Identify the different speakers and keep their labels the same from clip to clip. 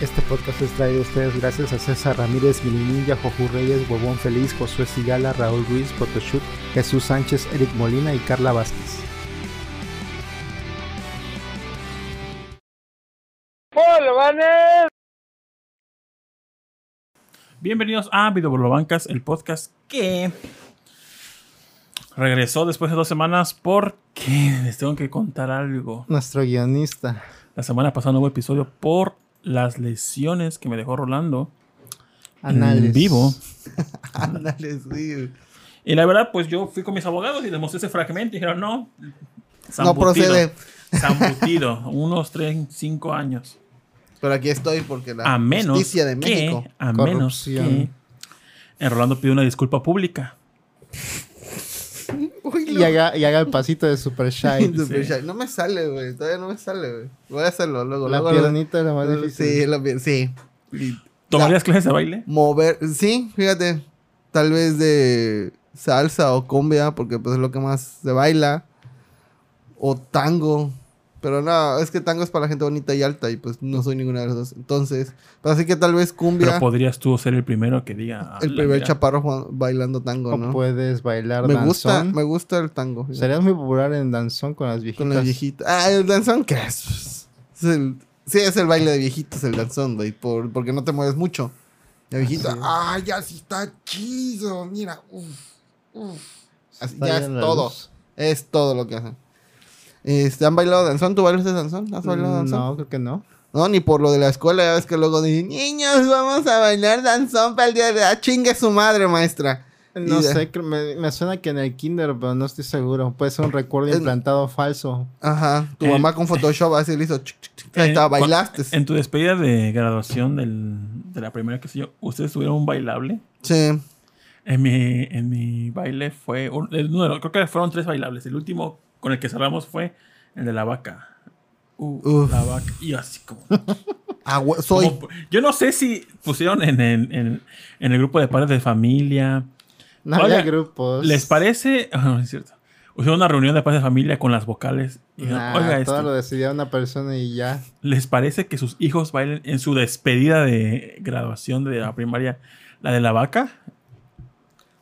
Speaker 1: Este podcast es traído a ustedes gracias a César Ramírez, Milinilla, Jojú Reyes, Huevón Feliz, Josué Sigala, Raúl Ruiz, Potoshut, Jesús Sánchez, Eric Molina y Carla Vázquez.
Speaker 2: ¡Polvanes!
Speaker 3: Bienvenidos a Videobolobancas, el podcast que regresó después de dos semanas porque les tengo que contar algo.
Speaker 1: Nuestro guionista.
Speaker 3: La semana pasada no hubo episodio por las lesiones que me dejó Rolando
Speaker 1: Anales.
Speaker 3: en vivo.
Speaker 1: Anales, sí.
Speaker 3: Y la verdad, pues yo fui con mis abogados y les mostré ese fragmento y dijeron, no,
Speaker 1: No procede.
Speaker 3: Zambutido, unos 3, 5 años.
Speaker 4: Pero aquí estoy porque la
Speaker 3: A menos
Speaker 4: justicia de México.
Speaker 3: que, a menos que,
Speaker 1: Corrupción.
Speaker 3: eh, Rolando pide una disculpa pública.
Speaker 4: Uy,
Speaker 1: Y haga, y haga el pasito de Super Shy.
Speaker 4: lo- Super Shy. No me sale, güey. Todavía no me sale, güey. Voy a hacerlo luego.
Speaker 1: La
Speaker 4: luego,
Speaker 1: piernita es la más
Speaker 4: luego.
Speaker 1: difícil.
Speaker 4: Sí, la pier- Sí. Y
Speaker 3: ¿Tomarías clases de baile?
Speaker 4: mover. Sí, fíjate. Tal vez de salsa o cumbia, porque pues es lo que más se baila. O tango. Pero no, es que tango es para la gente bonita y alta y pues no soy ninguna de las dos. Entonces, pues, así que tal vez
Speaker 3: Pero
Speaker 4: cumbia.
Speaker 3: podrías tú ser el primero que diga.
Speaker 4: El
Speaker 3: "Ala,
Speaker 4: primer
Speaker 3: Ah, mira,
Speaker 4: chaparro Juan- bailando tango,
Speaker 1: O
Speaker 4: ¿no?
Speaker 1: puedes bailar
Speaker 4: Me gusta,
Speaker 1: danzón.
Speaker 4: me gusta el tango. fíjate.
Speaker 1: Serías muy popular en danzón con las viejitas.
Speaker 4: Con las viejitas. Ah, el danzón, ¿qué es? Es el- sí, es el baile de viejitos, el danzón, güey, por, porque no te mueves mucho. La viejita, ah, ya sí está chido, mira, uf, uf. Así,
Speaker 1: Está
Speaker 4: ya es
Speaker 1: bien la
Speaker 4: todo,
Speaker 1: luz.
Speaker 4: es todo lo que hacen. Este, ¿Han bailado danzón? ¿Tú bailas de danzón? ¿Has bailado danzón? No.
Speaker 1: Mm, No, creo que no.
Speaker 4: ni por lo de la escuela, ya ves que luego dicen, niños, vamos a bailar danzón para el día de... ¡Ah, chingue su madre, maestra!
Speaker 1: No
Speaker 4: Y-
Speaker 1: sé, creo- me, me suena que en el kinder, pero no estoy seguro. Puede ser un recuerdo
Speaker 4: En-
Speaker 1: implantado falso.
Speaker 4: Ajá, tu
Speaker 3: Eh,
Speaker 4: mamá con Photoshop así le hizo... chuc, chuc, chuc, ahí
Speaker 3: eh,
Speaker 4: está,
Speaker 3: cua-
Speaker 4: bailaste.
Speaker 3: En tu despedida de graduación del- de la primera que sé yo, ¿ustedes tuvieron un bailable?
Speaker 4: Sí.
Speaker 3: En mi, en mi baile fue. un- el número- creo que fueron tres bailables. El último con el que cerramos fue el de la vaca. Uh,
Speaker 4: Uf.
Speaker 3: La vaca. Y así como.
Speaker 4: Ah, güey, soy...
Speaker 3: como- yo no sé si pusieron en el, en- en el grupo de padres de familia.
Speaker 1: No
Speaker 3: Oiga,
Speaker 1: había grupos.
Speaker 3: ¿Les parece? Ah, No, es cierto. Hicieron una reunión de padres de familia con las vocales. Y dijeron,
Speaker 1: Nah,
Speaker 3: Oiga, este.
Speaker 1: todo
Speaker 3: esto.
Speaker 1: lo decidía una persona y ya.
Speaker 3: ¿Les parece que sus hijos bailen en su despedida de graduación de la primaria, la de la vaca?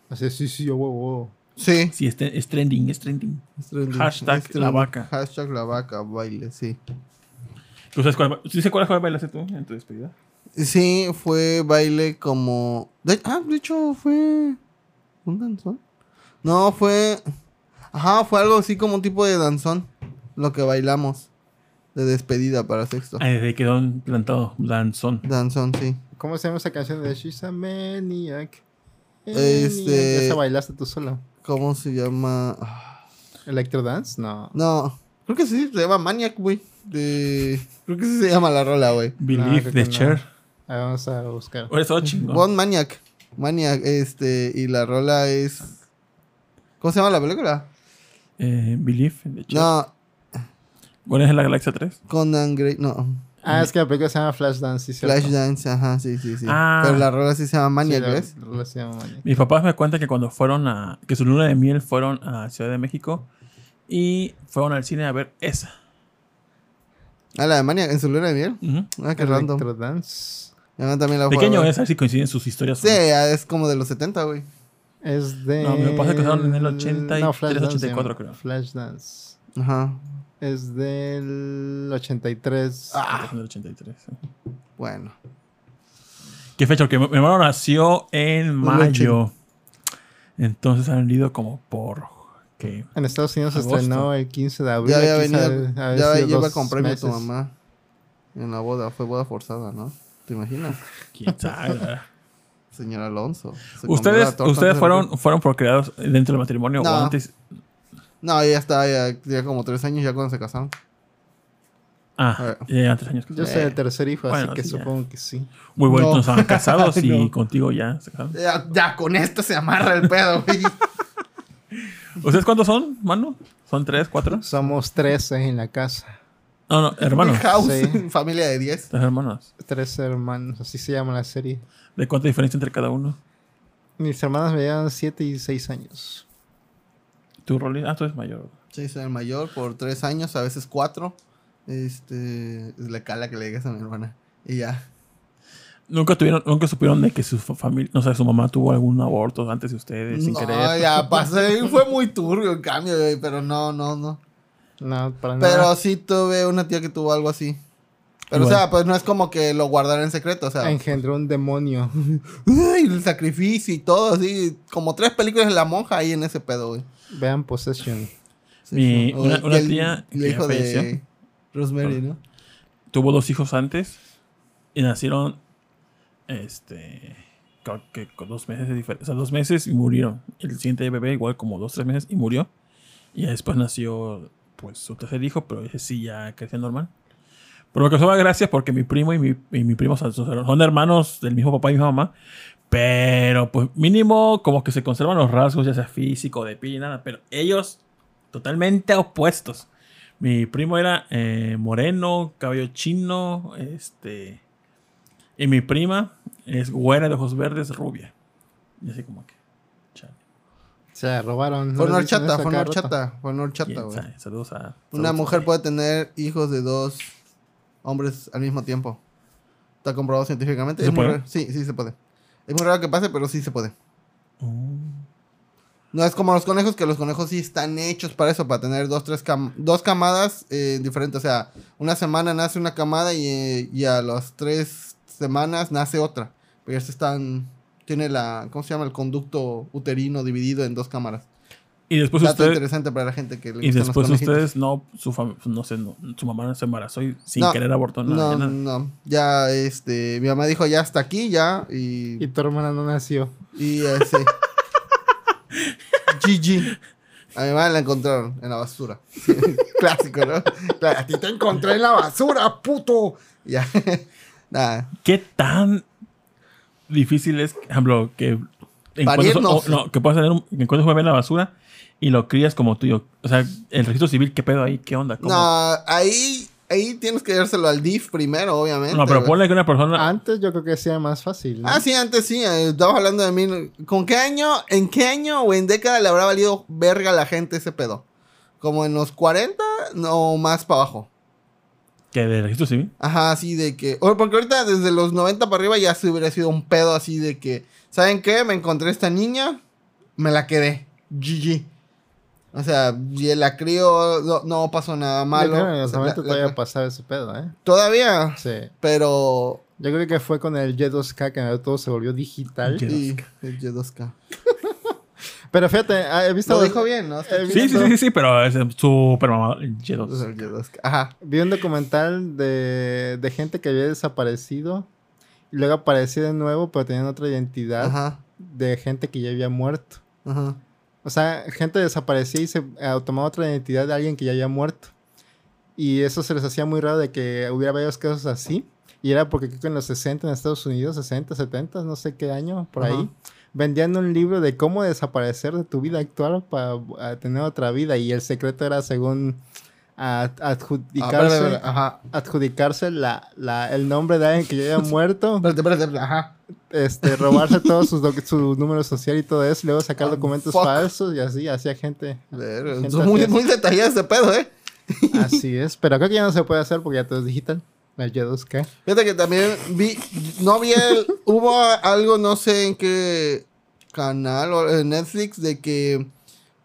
Speaker 1: Así, sí, sí, yo huevo.
Speaker 4: Sí.
Speaker 3: Sí, es, tre- es trending, es trending. Hashtag
Speaker 4: Es
Speaker 3: la vaca.
Speaker 4: Hashtag la vaca, baile, sí.
Speaker 3: ¿Tú sabes cuál, ¿tú sabes cuál fue bailaste tú en tu despedida?
Speaker 4: Sí, fue baile como. de- ah, de hecho, fue. ¿Un danzón? No, fue. Ajá, fue algo así como un tipo de danzón. Lo que bailamos. De despedida para sexto.
Speaker 3: Ah, desde que quedó plantado, danzón.
Speaker 4: Danzón, sí.
Speaker 1: ¿Cómo se llama esa canción de She's a Maniac?
Speaker 4: Este-
Speaker 1: Esa bailaste tú solo.
Speaker 4: ¿Cómo se llama? Ah,
Speaker 1: ¿Electro Dance? No.
Speaker 4: No. Creo que sí, se llama Maniac, güey. De... Creo que sí se llama la rola, güey.
Speaker 3: Believe
Speaker 4: Ah,
Speaker 1: creo
Speaker 3: the
Speaker 1: que no.
Speaker 3: chair.
Speaker 1: A ver, vamos a buscar.
Speaker 3: Ahora estaba chingón.
Speaker 4: Bon Maniac. Maniac, este. Y la rola es. ¿Cómo se llama la película?
Speaker 3: Eh, Believe the chair.
Speaker 4: No,
Speaker 3: ¿Cuál es la Galaxia 3?
Speaker 4: Conan Gray, no.
Speaker 1: Ah, es que la película se llama Flash Dance, sí, cierto.
Speaker 4: Flashdance, ajá, sí, sí, sí.
Speaker 3: Ah.
Speaker 4: Pero la rola sí se llama Maniac,
Speaker 1: Sí, la-
Speaker 4: ¿ves?
Speaker 1: la se llama Maniac.
Speaker 3: Mis papás me cuentan que cuando fueron a. que su luna de miel fueron a Ciudad de México y fueron al cine a ver esa.
Speaker 4: Ah, la de Maniac, en su luna de miel.
Speaker 3: Ujú.
Speaker 4: Ah, qué random.
Speaker 1: Electro Dance.
Speaker 4: Mi mamá también la fue a
Speaker 3: Pequeño
Speaker 4: ver.
Speaker 3: es, a ver si coinciden sus historias.
Speaker 4: Sí, ah, es como de los 70, güey.
Speaker 1: Es de.
Speaker 3: No, me pasa que estaban en el 83,
Speaker 1: No, Flash Dance se
Speaker 3: 84
Speaker 1: llama.
Speaker 3: creo.
Speaker 1: Flash Dance.
Speaker 4: Ajá.
Speaker 1: Es del 83.
Speaker 3: Ah. 83, sí.
Speaker 4: Bueno.
Speaker 3: ¿Qué fecha? Porque mi mi hermano nació en mayo. Entonces han ido como por. ¿qué?
Speaker 1: En Estados Unidos se
Speaker 3: Agosto.
Speaker 1: estrenó el 15 de abril.
Speaker 4: Ya había
Speaker 1: aquí sabe-
Speaker 4: venido.
Speaker 1: haber
Speaker 4: Ya
Speaker 1: sido
Speaker 4: lleva
Speaker 1: dos
Speaker 4: con premio tu
Speaker 1: meses.
Speaker 4: mamá. En la boda, fue boda forzada, ¿no? ¿Te imaginas?
Speaker 3: ¿Quién sabe? ¿verdad?
Speaker 4: Señor Alonso. se comió la
Speaker 3: ¿Ustedes,
Speaker 4: torta antes
Speaker 3: ustedes
Speaker 4: de-
Speaker 3: fueron, fueron procreados dentro del matrimonio
Speaker 4: No.
Speaker 3: o antes?
Speaker 4: No, ya está, ya, ya como tres años ya cuando se casaron.
Speaker 3: Ah, ya llevan tres años.
Speaker 1: Yo soy el tercer hijo, así
Speaker 3: eh, Bueno,
Speaker 1: que
Speaker 3: sí, ya.
Speaker 1: supongo que sí.
Speaker 3: Muy bonitos,
Speaker 4: No.
Speaker 3: no estaban casados y
Speaker 4: No.
Speaker 3: contigo ya se casaron.
Speaker 4: Ya, ya con esto se amarra el pedo, güey.
Speaker 3: ¿Ustedes cuántos son, mano? ¿Son tres, cuatro?
Speaker 1: Somos 13 en la casa.
Speaker 3: No, no, hermanos.
Speaker 4: House,
Speaker 1: Sí.
Speaker 4: familia de 10.
Speaker 3: Tres hermanos.
Speaker 1: Tres hermanos, así se llama la serie.
Speaker 3: ¿De cuánta diferencia entre cada uno?
Speaker 1: Mis hermanas me llevan 7 y 6 años.
Speaker 3: ¿Tu rol? Ah, tú eres mayor.
Speaker 4: Sí, soy el mayor por tres años, a veces cuatro. Este, es la cala que le digas a mi hermana. Y ya.
Speaker 3: Nunca tuvieron, nunca supieron de que su familia, no sé, su mamá tuvo algún aborto antes de ustedes, sin
Speaker 4: No,
Speaker 3: querer.
Speaker 4: ya pasé. Fue muy turbio en cambio, güey, pero no, no, no.
Speaker 1: No, para
Speaker 4: Pero
Speaker 1: nada.
Speaker 4: sí tuve una tía que tuvo algo así. Pero,
Speaker 3: Igual.
Speaker 4: o sea, pues no es como que lo guardaran en secreto, o sea.
Speaker 1: Engendró un demonio.
Speaker 4: ¡ay! el sacrificio y todo, así. Como tres películas de la monja ahí en ese pedo, güey.
Speaker 1: Vean Possession.
Speaker 4: Sí,
Speaker 3: Mi-
Speaker 4: sí. O
Speaker 3: una-
Speaker 4: el-
Speaker 3: una
Speaker 4: el-
Speaker 3: tía
Speaker 4: el
Speaker 3: que
Speaker 4: hijo
Speaker 3: ya
Speaker 4: de
Speaker 3: falleció.
Speaker 4: Rosemary, ¿no?
Speaker 3: Tuvo dos hijos antes y nacieron, este, creo que con dos meses de diferencia, o sea, dos meses y murieron. El siguiente bebé igual como dos, tres meses y murió. Y ya después nació, pues, su tercer hijo, pero ese sí ya crecía normal. Pero me causaba gracia porque mi primo y mi, y mi primo son, son- son hermanos del mismo papá y misma mamá. Pero, pues, mínimo, como que se conservan los rasgos, ya sea físico, de piel y nada. Pero ellos, totalmente opuestos. Mi primo era eh, moreno, cabello chino, este. Y mi prima es güera de ojos verdes, rubia. Y así como que. chale,
Speaker 1: Se robaron.
Speaker 4: Fue una
Speaker 1: les dicen
Speaker 4: horchata,
Speaker 1: eso
Speaker 4: fue una
Speaker 1: cada rato.
Speaker 4: horchata, fue una horchata,
Speaker 3: quién
Speaker 4: güey.
Speaker 3: sabe. Saludos a.
Speaker 4: Una
Speaker 3: saludos a
Speaker 4: mujer
Speaker 3: ella.
Speaker 4: puede tener hijos de dos hombres al mismo tiempo. Está comprobado científicamente.
Speaker 3: ¿Se
Speaker 4: Es muy
Speaker 3: puede?
Speaker 4: raro. Sí, sí se puede. Es muy raro que pase, pero sí se puede.
Speaker 3: Mm.
Speaker 4: No es como los conejos, que los conejos sí están hechos para eso, para tener dos, tres cam- dos camadas eh, diferentes. O sea, una semana nace una camada y, eh, y a las tres semanas nace otra. Pero ya se están. Tiene la. ¿Cómo se llama? El conducto uterino dividido en dos cámaras.
Speaker 3: Y después
Speaker 4: Dato
Speaker 3: ustedes.
Speaker 4: interesante para la gente que le
Speaker 3: Pues Y
Speaker 4: gustan los
Speaker 3: después
Speaker 4: conejitos.
Speaker 3: ustedes no, su fam- no sé, no, su mamá no se embarazó y sin
Speaker 4: No,
Speaker 3: querer abortó nada.
Speaker 4: No,
Speaker 3: nada.
Speaker 4: no. Ya, este. Mi mamá dijo ya hasta aquí, ya.
Speaker 1: Y
Speaker 4: Y.
Speaker 1: tu hermana no nació.
Speaker 4: Y este, ese. GG. A mi mamá la encontraron en la basura. Clásico, ¿no? Claro, A ti te encontré en la basura, puto. Ya. Nada.
Speaker 3: ¿Qué tan difícil es, por ejemplo, que encuentres,
Speaker 4: Parirnos.
Speaker 3: o- oh, no, que puedas tener un, que encuentres un bebé en la basura y lo crías como tuyo? O sea, el registro civil, ¿qué pedo ahí? ¿Qué onda? ¿Cómo?
Speaker 4: No, ahí. Ahí tienes que dárselo al DIF primero, obviamente.
Speaker 3: No, pero
Speaker 4: güey.
Speaker 3: ponle que una persona.
Speaker 1: Antes yo creo que sea más fácil. ¿no?
Speaker 4: Ah, sí, antes sí, eh, estabas hablando de mil... ¿Con qué año, en qué año o en década le habrá valido verga a la gente ese pedo? ¿Como en los 40 no, o más para abajo?
Speaker 3: que del registro civil.
Speaker 4: Ajá, así de que... O porque ahorita desde los 90 para arriba ya se hubiera sido un pedo así de que... ¿Saben qué? Me encontré esta niña, me la quedé. GG. O sea, y la crío, no, no pasó nada
Speaker 1: Yo creo
Speaker 4: malo.
Speaker 1: que en los
Speaker 4: La-
Speaker 1: 90
Speaker 4: la-
Speaker 1: todavía pasaba ese pedo, ¿eh?
Speaker 4: todavía,
Speaker 1: Sí.
Speaker 4: pero...
Speaker 1: Yo creo que fue con el Y2K que todo se volvió digital.
Speaker 3: Y-
Speaker 4: Sí, el Y2K.
Speaker 1: Pero fíjate, ah, he visto.
Speaker 4: Lo dijo bien, ¿no?
Speaker 1: Eh,
Speaker 3: Sí, sí,
Speaker 1: Exacto.
Speaker 3: sí, sí, pero es súper mamado. el G2.
Speaker 4: El Y2K. Ajá.
Speaker 1: Vi un documental de, de gente que había desaparecido y luego apareció de nuevo, pero tenían otra identidad
Speaker 4: Ajá.
Speaker 1: de gente que ya había muerto.
Speaker 4: Ajá.
Speaker 1: O sea, gente desaparecía y se eh, tomaba otra identidad de alguien que ya había muerto. Y eso se les hacía muy raro de que hubiera varios casos así. Y era porque creo que en los 60 en Estados Unidos, 60, 70, no sé qué año, por
Speaker 4: Ajá.
Speaker 1: ahí, vendían un libro de cómo desaparecer de tu vida actual para eh, tener otra vida. Y el secreto era según ad-
Speaker 4: Ah, espera,
Speaker 1: adjudicarse,
Speaker 4: espera, espera, Ajá.
Speaker 1: adjudicarse la, la- el nombre de alguien que ya había muerto
Speaker 4: Espérate, espérate, espérate, Ajá.
Speaker 1: este, robarse todos sus, doc- su número social y todo eso, y luego sacar
Speaker 4: Ah,
Speaker 1: documentos
Speaker 4: fuck.
Speaker 1: falsos y así, hacía gente.
Speaker 4: Ver,
Speaker 1: Gente
Speaker 4: son muy,
Speaker 1: así es.
Speaker 4: muy detallado este pedo, ¿eh?
Speaker 1: Así es, pero creo que ya no se puede hacer porque ya todo es digital. La Y2K.
Speaker 4: Fíjate que también vi, no vi el, hubo algo, no sé en qué canal o en Netflix, de que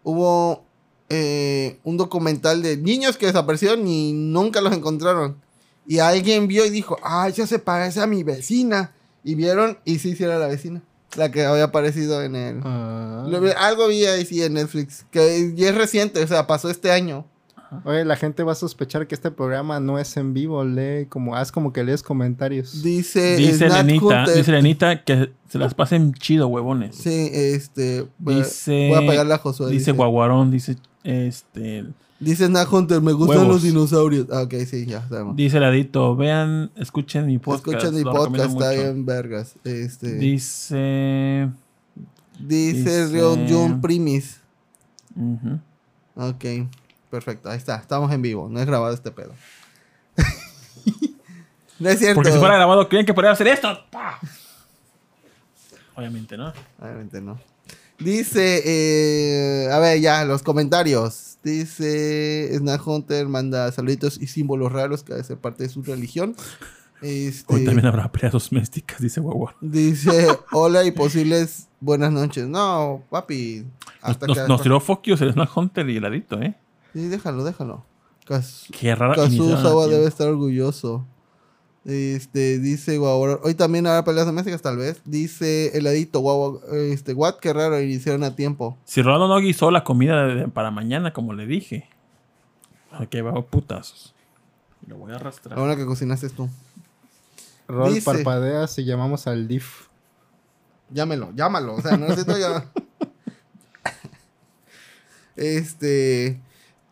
Speaker 4: hubo eh, un documental de niños que desaparecieron y nunca los encontraron. Y alguien vio y dijo, ah, ya se parece a mi vecina. Y vieron y sí, sí era la vecina, la que había aparecido en el...
Speaker 3: Ah.
Speaker 4: Lo vi- algo vi ahí sí en Netflix, que y es reciente, o sea, pasó este año.
Speaker 1: Oye, la gente va a sospechar que este programa no es en vivo. Lee como, haz como que lees comentarios.
Speaker 4: Dice,
Speaker 3: dice
Speaker 4: Snat
Speaker 3: Lenita,
Speaker 4: Hunter.
Speaker 3: dice Lenita que se las pasen chido, huevones.
Speaker 4: Sí, este. voy a-
Speaker 3: Dice-
Speaker 4: voy a pegarle a Josué.
Speaker 3: Eh, dice Guaguarón, dice este.
Speaker 4: Dice Snat Hunter, me gustan
Speaker 3: Huevos.
Speaker 4: los dinosaurios. Ah, ok, sí, ya sabemos.
Speaker 3: Dice Ladito, vean, escuchen mi podcast.
Speaker 4: Escuchen mi
Speaker 3: lo recomiendo
Speaker 4: podcast, está
Speaker 3: mucho".
Speaker 4: bien, vergas. Este,
Speaker 3: Dice.
Speaker 4: dice
Speaker 3: dice-
Speaker 4: Rion Jun Primis.
Speaker 3: ujú.
Speaker 4: Ok, perfecto, ahí está. Estamos en vivo, no es grabado este pedo. no es cierto.
Speaker 3: Porque si fuera grabado, ¿creen que podría hacer esto? ¡Pah! Obviamente, ¿no?
Speaker 4: Obviamente no. Dice, eh, a ver, ya, los comentarios. Dice, Snap Hunter manda saluditos y símbolos raros que ha de ser parte de su religión. Este,
Speaker 3: Hoy también habrá peleas domésticas, dice Guagua.
Speaker 4: Dice, hola y posibles buenas noches. No, papi.
Speaker 3: Nos,
Speaker 4: Hasta
Speaker 3: nos-
Speaker 4: que...
Speaker 3: nos tiró Fokios el Snow Hunter y heladito, ¿eh?
Speaker 4: Sí, déjalo, déjalo. Cas-
Speaker 3: Qué rara
Speaker 4: Kazu
Speaker 3: iniciaron a
Speaker 4: Sawa
Speaker 3: Ah, tiempo.
Speaker 4: debe estar orgulloso. Este, dice Guau. Hoy también habrá peleas domésticas, tal vez. Dice heladito, guau. Este, what, qué raro, iniciaron a tiempo.
Speaker 3: Si Rolando no guisó la comida de- para mañana, como le dije. Aquí va putazos. Lo voy a
Speaker 4: La
Speaker 3: arrastrar.
Speaker 4: buena que cocinaste tú.
Speaker 1: Rol
Speaker 4: Dice-
Speaker 1: parpadea si llamamos al DIF.
Speaker 4: Llámelo, llámalo. O sea, no necesito ya. Este.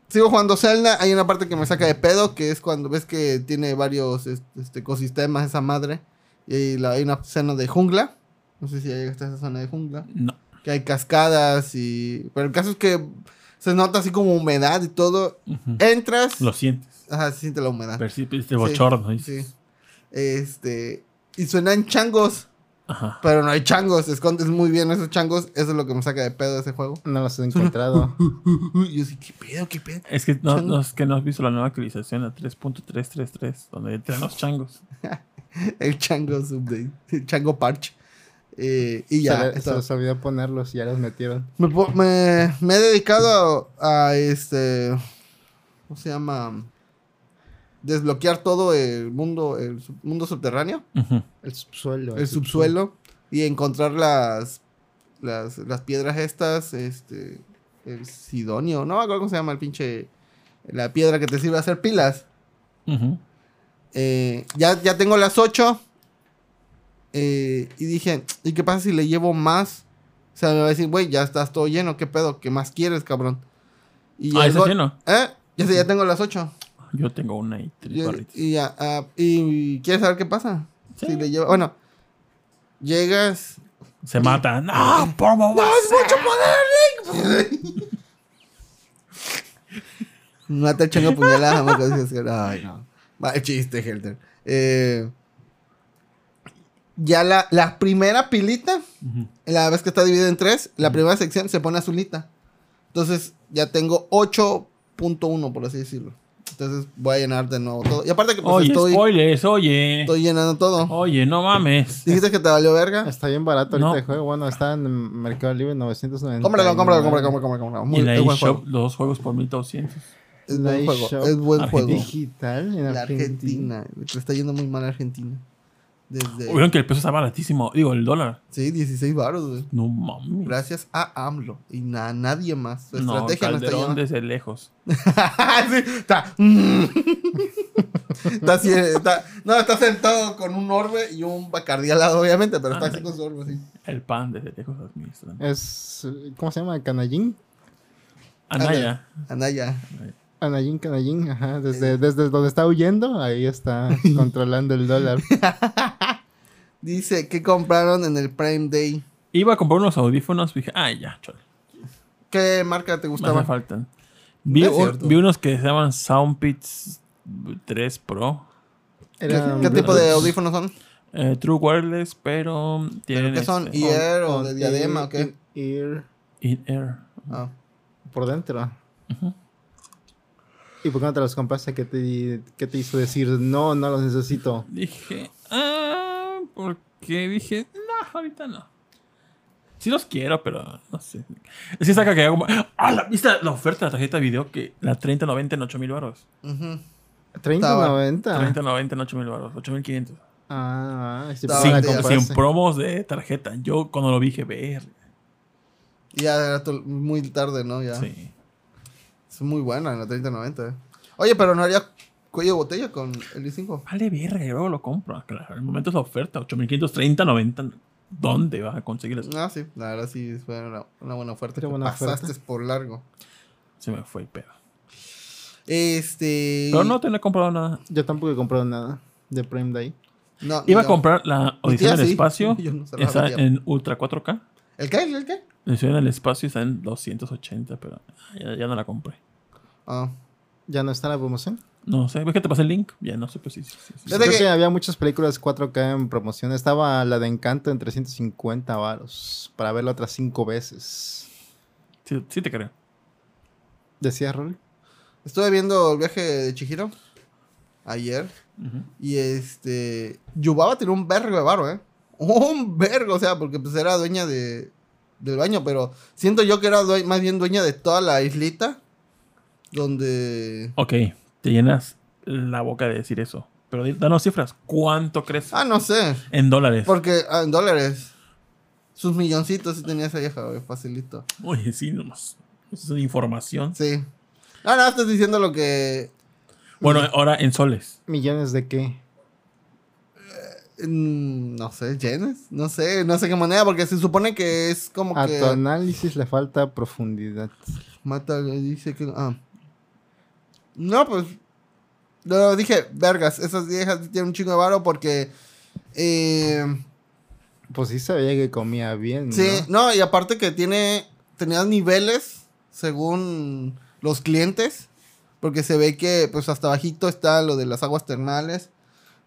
Speaker 4: Sigo jugando Zelda. Hay una parte que me saca de pedo, que es cuando ves que tiene varios es- este, ecosistemas esa madre. Y hay, la- hay una zona de jungla. No sé si ya llegaste a esa zona de jungla.
Speaker 3: No.
Speaker 4: Que hay cascadas y. Pero el caso es que se nota así como humedad y todo.
Speaker 3: Ujú.
Speaker 4: Entras.
Speaker 3: Lo sientes.
Speaker 4: Ajá, se siente la humedad.
Speaker 3: Percibes este bochorno.
Speaker 4: Ah, Sí.
Speaker 3: dices.
Speaker 4: Este. Y suenan changos.
Speaker 3: Ajá.
Speaker 4: Pero no hay changos, escondes muy bien esos changos. Eso es lo que me saca de pedo de ese juego.
Speaker 1: No los he encontrado.
Speaker 4: Y yo sí, ¿qué pedo, qué pedo?
Speaker 3: Es que no, no, es que no has visto la nueva actualización, la 3.333, donde entran los changos.
Speaker 4: El chango update, el chango parche. Eh, y
Speaker 1: se,
Speaker 4: ya.
Speaker 1: le- se
Speaker 4: eso.
Speaker 1: les olvidó ponerlos, ya los metieron.
Speaker 4: Me, po- me- me he dedicado a, a, este. ¿Cómo se llama? Desbloquear todo el mundo, el sub- mundo subterráneo,
Speaker 3: Ujú.
Speaker 1: El subsuelo.
Speaker 4: el subsuelo, y encontrar las, las, las piedras estas, este, el sidonio, no me acuerdo cómo se llama el pinche, la piedra que te sirve a hacer pilas.
Speaker 3: Ujú.
Speaker 4: Eh, ya, ya tengo las 8. eh, y dije, ¿y qué pasa si le llevo más? O sea, me va a decir, güey, ya estás todo lleno, ¿qué pedo? ¿Qué más quieres, cabrón? Y
Speaker 3: Ah,
Speaker 4: ya
Speaker 3: ¿estás
Speaker 4: go-
Speaker 3: lleno?
Speaker 4: ¿Eh? Ya, sé, ya tengo las 8.
Speaker 3: Yo tengo una y tres
Speaker 4: Y,
Speaker 3: barritas.
Speaker 4: y ya, ah, y quieres saber qué pasa.
Speaker 3: Sí.
Speaker 4: Si le llevo- bueno, llegas.
Speaker 3: Se ¡Ah, mata. ¡No! ¡Cómo vas!
Speaker 4: Mata el chango a puñaladas, jamás lo dices, que- Ay, no. Mal chiste, Helter. Eh, ya la, la primera pilita.
Speaker 3: Ujú.
Speaker 4: La vez que está dividida en tres, la primera sección se pone azulita. Entonces ya tengo 8.1, por así decirlo. Entonces voy a llenar de nuevo todo. Y aparte que pues,
Speaker 3: Oye,
Speaker 4: estoy,
Speaker 3: spoilers, oye.
Speaker 4: estoy llenando todo.
Speaker 3: Oye, no mames.
Speaker 4: Dijiste que te valió verga.
Speaker 1: Ah, Está bien barato ahorita
Speaker 3: No.
Speaker 1: el juego. Bueno, está en Mercado Libre 990.
Speaker 4: Cómpralo, cómpralo, cómpralo, cómpralo, cómpralo, cómpralo. Muy,
Speaker 3: y la
Speaker 4: es buen
Speaker 3: eShop,
Speaker 4: juego.
Speaker 3: los dos juegos por 1200.
Speaker 4: Es
Speaker 1: la
Speaker 4: buen juego.
Speaker 1: eShop
Speaker 4: Es buen juego.
Speaker 1: Digital en
Speaker 4: La
Speaker 1: Argentina.
Speaker 4: Argentina. Le está yendo muy mal a Argentina. Desde.
Speaker 3: Vieron que el peso está baratísimo. Digo, el dólar.
Speaker 4: Sí, 16 baros, güey.
Speaker 3: No mames.
Speaker 4: Gracias a AMLO. Y na- a nadie más. Su
Speaker 3: No,
Speaker 4: estrategia no está
Speaker 3: Calderón
Speaker 4: yendo.
Speaker 3: desde lejos.
Speaker 4: sí, está. mm. está así, está- No, está sentado con un orbe y un bacardí al lado, obviamente, pero está así con su orbe, sí.
Speaker 3: El PAN desde lejos administra.
Speaker 1: Es. eh, ¿Cómo se llama? Canallín.
Speaker 3: Ah, Anaya.
Speaker 4: Anaya.
Speaker 1: Canallín, Canallín. Ajá. Desde, desde donde está huyendo, ahí está controlando el dólar.
Speaker 4: Dice que compraron en el Prime Day.
Speaker 3: Iba a comprar unos audífonos. Dije, ay, ya, chol.
Speaker 4: ¿Qué marca te
Speaker 3: Me hace
Speaker 4: gustaba?
Speaker 3: faltan. Vi,
Speaker 4: Es
Speaker 3: un-
Speaker 4: cierto.
Speaker 3: vi unos que se llaman Soundpits 3 Pro.
Speaker 4: ¿Qué,
Speaker 1: Era-
Speaker 4: qué tipo de audífonos son?
Speaker 3: eh, True Wireless, pero tienen.
Speaker 4: ¿Qué son?
Speaker 3: este,
Speaker 4: ¿Ear
Speaker 1: Con-
Speaker 4: o
Speaker 1: con
Speaker 4: de diadema o qué?
Speaker 1: ear
Speaker 3: in-ear.
Speaker 4: Ah.
Speaker 1: por dentro.
Speaker 3: Ujú.
Speaker 1: ¿Y por qué no te los compraste? ¿Qué te, qué te hizo decir? No, no los necesito.
Speaker 3: Dije, ah, porque dije, no, ahorita no. Sí los quiero, pero no sé. Es que saca que hago como, ah, la, ¿viste la oferta de la tarjeta de video? Que la 3090 en 8000 baros.
Speaker 4: ujú.
Speaker 1: 30,
Speaker 4: Estaba-
Speaker 1: 90.
Speaker 3: 3090 en 8000 baros, 8500.
Speaker 1: Ah, si
Speaker 4: Estaba
Speaker 1: por qué la
Speaker 4: de-
Speaker 3: Sin,
Speaker 1: compraste.
Speaker 3: sin promos de tarjeta. Yo cuando lo vi dije, ver.
Speaker 4: Y Ya era to- muy tarde, ¿no? Ya.
Speaker 3: Sí.
Speaker 4: Es muy buena en la 3090. eh. Oye, pero no haría cuello de botella con el i5.
Speaker 3: Vale, verga, yo luego lo compro. Ah, Claro, en el momento es la oferta, 8500, 3090. ¿Dónde vas a conseguir eso?
Speaker 4: Ah, sí. La verdad sí fue una, una buena oferta.
Speaker 1: Era
Speaker 4: que
Speaker 1: buena oferta.
Speaker 4: pasaste por largo.
Speaker 3: Se me fue el pedo.
Speaker 4: Este.
Speaker 3: Pero no te lo he comprado nada.
Speaker 1: Yo tampoco he comprado nada de Prime Day.
Speaker 4: No,
Speaker 3: Iba a
Speaker 4: no.
Speaker 3: comprar la
Speaker 4: Mi
Speaker 3: Odisea
Speaker 4: tía
Speaker 3: en el
Speaker 4: sí.
Speaker 3: Espacio.
Speaker 4: Yo no se la
Speaker 3: Está
Speaker 4: vendía.
Speaker 3: en Ultra 4K.
Speaker 4: ¿El qué? ¿El qué?
Speaker 3: La ciudad en el espacio está en 280, pero ya, ya no la compré.
Speaker 4: Ah.
Speaker 1: ¿Ya no está la promoción?
Speaker 3: No sé, ¿ves que te pasé el link? Ya no sé, pues sí. sí, sí, sí.
Speaker 4: Ya te-
Speaker 1: Creo
Speaker 4: que-
Speaker 1: que... había muchas películas 4K en promoción. Estaba la de Encanto en 350 varos para verla otras cinco veces.
Speaker 3: Sí- sí te creo.
Speaker 1: ¿Decía Rol?
Speaker 4: Estuve viendo el viaje de Chihiro. ayer.
Speaker 3: Ujú.
Speaker 4: Y este. Yubaba tenía un vergo de varo, ¿eh? Un vergo, o sea, porque pues era dueña de, del baño, pero siento yo que era due- más bien dueña de toda la islita. Donde.
Speaker 3: Ok, te llenas la boca de decir eso. Pero di- danos cifras. ¿Cuánto crees
Speaker 4: Ah, no sé.
Speaker 3: en dólares?
Speaker 4: Porque ah, en dólares. Sus milloncitos sí tenía esa vieja, güey, facilito.
Speaker 3: Oye, sí, nomás. Es una información.
Speaker 4: Sí. Ah, No, no, estás diciendo lo que.
Speaker 3: Bueno, ahora en soles.
Speaker 1: ¿Millones de qué?
Speaker 4: mm, No sé, yenes. No sé, no sé qué moneda, porque se supone que es como
Speaker 1: A
Speaker 4: que.
Speaker 1: tu análisis le falta profundidad.
Speaker 4: Mata, le dice que. Ah. No, pues. No, no, dije, vergas, esas viejas tienen un chingo de varo porque. eh,
Speaker 1: Pues sí sabía que comía bien,
Speaker 4: Sí,
Speaker 1: ¿no?
Speaker 4: no, y aparte que tiene. Tenía niveles según los clientes. Porque se ve que, pues, hasta bajito está lo de las aguas termales.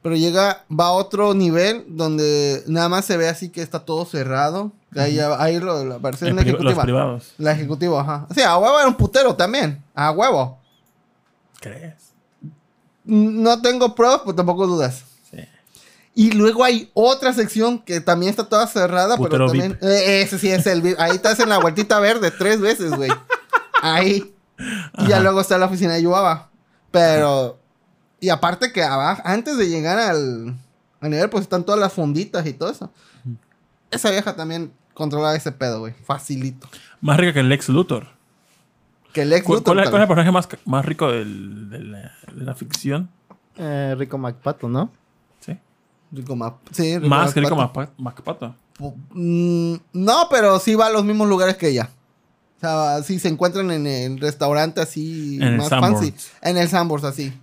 Speaker 4: Pero llega, va a otro nivel donde nada más se ve así que está todo cerrado. Ahí, ahí lo, lo aparece
Speaker 3: En
Speaker 4: una
Speaker 3: pri- los
Speaker 4: ejecutiva.
Speaker 3: privados.
Speaker 4: La ejecutiva, ajá. O sea, a huevo era un putero también. A huevo.
Speaker 3: ¿Crees?
Speaker 4: No tengo pruebas, pues tampoco dudas.
Speaker 3: Sí.
Speaker 4: Y luego hay otra sección que también está toda cerrada,
Speaker 3: Putero
Speaker 4: pero también. Eh, ese sí es el VIP. Ahí estás en la vueltita verde tres veces, güey. Ahí. Y ya
Speaker 3: Ajá.
Speaker 4: luego está la oficina de Yubaba. Pero. Y aparte que abajo, antes de llegar al, al nivel, pues están todas las funditas y todo eso. Esa vieja también controlaba ese pedo, güey. Facilito.
Speaker 3: Más rica que el Lex Luthor.
Speaker 4: Que el ex
Speaker 3: ¿Cu- ¿Cuál,
Speaker 4: Luthor
Speaker 3: es cuál es el
Speaker 4: también.
Speaker 3: personaje más, ca- más rico del- de, la, de la ficción?
Speaker 1: Eh, rico McPato, ¿no?
Speaker 3: ¿Sí?
Speaker 4: Rico Map- sí, Rico
Speaker 3: Más que
Speaker 4: Map-
Speaker 3: rico Macpa- Macpato.
Speaker 4: Pu- mm, No, pero sí va a los mismos lugares que ella. O sea, sí se encuentran en el restaurante así
Speaker 3: En el
Speaker 4: más
Speaker 3: Sanborns.
Speaker 4: fancy. En el Sanborns, así.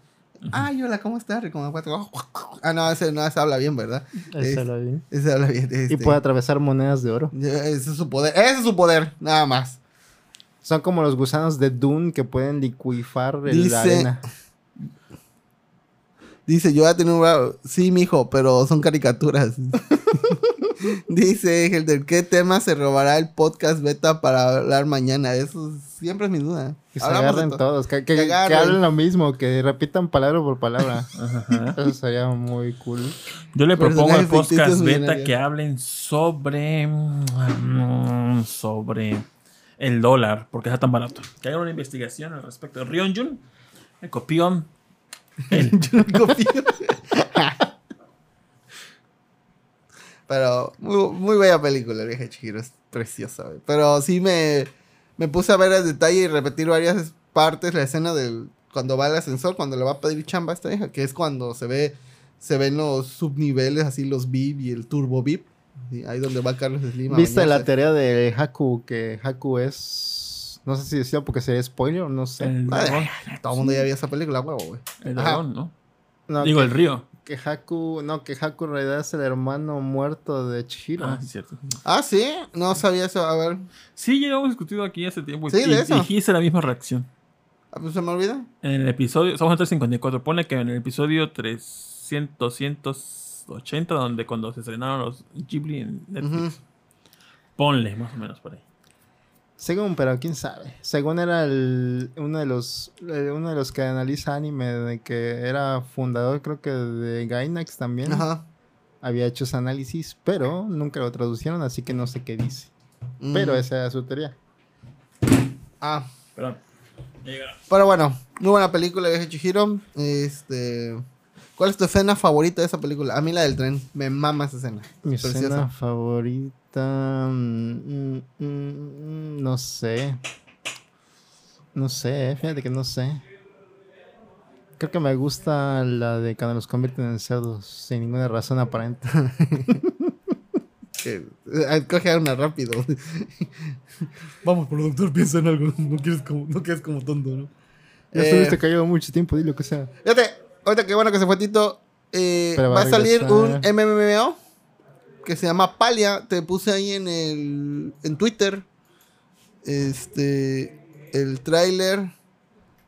Speaker 4: Ay, hola, ¿cómo estás? Rico Macuato. Ah, no, ese no ese habla bien, ¿verdad?
Speaker 1: Ese
Speaker 4: Es-
Speaker 1: lo vi.
Speaker 4: ese habla bien.
Speaker 1: Y
Speaker 4: este.
Speaker 1: puede atravesar monedas de oro.
Speaker 4: Ese es su poder. Ese es su poder, nada más.
Speaker 1: Son como los gusanos de Dune que pueden licuifar el-
Speaker 4: Dice-
Speaker 1: la arena.
Speaker 4: Dice, yo voy a tener un bravo. Sí, mijo, pero son caricaturas. Dice Helder, ¿qué tema se robará el podcast beta para hablar mañana? Eso siempre es mi duda.
Speaker 1: Que se
Speaker 4: Hablamos de
Speaker 1: agarren
Speaker 4: to-
Speaker 1: todos. Que, que-
Speaker 4: Que
Speaker 1: que
Speaker 4: agarren.
Speaker 1: hablen lo mismo, que repitan palabra por palabra.
Speaker 3: Ajá.
Speaker 1: Eso sería muy cool.
Speaker 3: Yo le
Speaker 4: Personajes
Speaker 3: propongo al
Speaker 4: ficticios
Speaker 3: podcast beta
Speaker 4: millonarios.
Speaker 3: que hablen sobre. mm, sobre el dólar, porque está tan barato. Que haya una investigación al respecto. Rion Jun, el copión. Él.
Speaker 4: Pero muy, muy bella película, vieja Chihiro, es preciosa. güey. Pero sí me, me puse a ver el detalle y repetir varias partes la escena del cuando va al ascensor, cuando le va a pedir chamba a esta vieja, que es cuando se ve se ven los subniveles, así los VIP y el turbo VIP. así, ahí donde va Carlos Slim. a
Speaker 1: ¿Viste la
Speaker 4: bañarse.
Speaker 1: teoría de Haku? Que Haku es. No sé si decía porque sería spoiler, no sé.
Speaker 3: El
Speaker 4: Madre,
Speaker 3: dragón.
Speaker 4: Todo el mundo ya vio esa película, huevo, güey.
Speaker 3: El
Speaker 4: Ajá.
Speaker 3: dragón, ¿no?
Speaker 1: No,
Speaker 3: Digo,
Speaker 1: que,
Speaker 3: el río.
Speaker 1: que Haku. No, que Haku en realidad es el hermano muerto de Chihiro.
Speaker 3: Ah, sí, cierto.
Speaker 4: Ah, sí, no sabía eso. A ver,
Speaker 3: Sí, ya lo hemos discutido aquí hace tiempo. y-
Speaker 4: Sí, de
Speaker 3: y
Speaker 4: eso.
Speaker 3: dijiste la misma reacción.
Speaker 4: ah, pues se me olvida.
Speaker 3: En el episodio, estamos en 354, pone que en el episodio 300, 280, donde cuando se estrenaron los Ghibli en Netflix,
Speaker 4: Ujú.
Speaker 3: ponle más o menos por ahí.
Speaker 1: Según, pero quién sabe. Según era el, uno de los eh, uno de los que analiza anime, de que era fundador, creo que de Gainax también.
Speaker 4: Ajá.
Speaker 1: Había hecho ese análisis, pero nunca lo traducieron, así que no sé qué dice.
Speaker 4: Mm.
Speaker 1: Pero esa era su teoría.
Speaker 4: Ah.
Speaker 3: Perdón. Ya llegará.
Speaker 4: Pero bueno, muy buena película, Viaje a Chihiro. Este, ¿Cuál es tu escena favorita de esa película? A mí la del tren. Me mama esa escena.
Speaker 1: Mi
Speaker 4: Preciosa.
Speaker 1: escena favorita. mm, mm, mm, no sé. No sé, eh, fíjate que no sé. Creo que me gusta la de cuando los convierten en cerdos, sin ninguna razón aparente.
Speaker 4: Que, eh, coge una rápido. Vamos, productor, piensa en algo. No, quieres como, no quedes como tonto, ¿no?
Speaker 1: Ya
Speaker 4: Eh,
Speaker 1: estuviste callado mucho tiempo, di lo que sea.
Speaker 4: Fíjate, ahorita que bueno que se fue Tito. eh,
Speaker 1: Pero
Speaker 4: va,
Speaker 1: va
Speaker 4: a
Speaker 1: a
Speaker 4: salir un
Speaker 1: regresar.
Speaker 4: MMO que se llama Palia. Te puse ahí en el en Twitter. Este el tráiler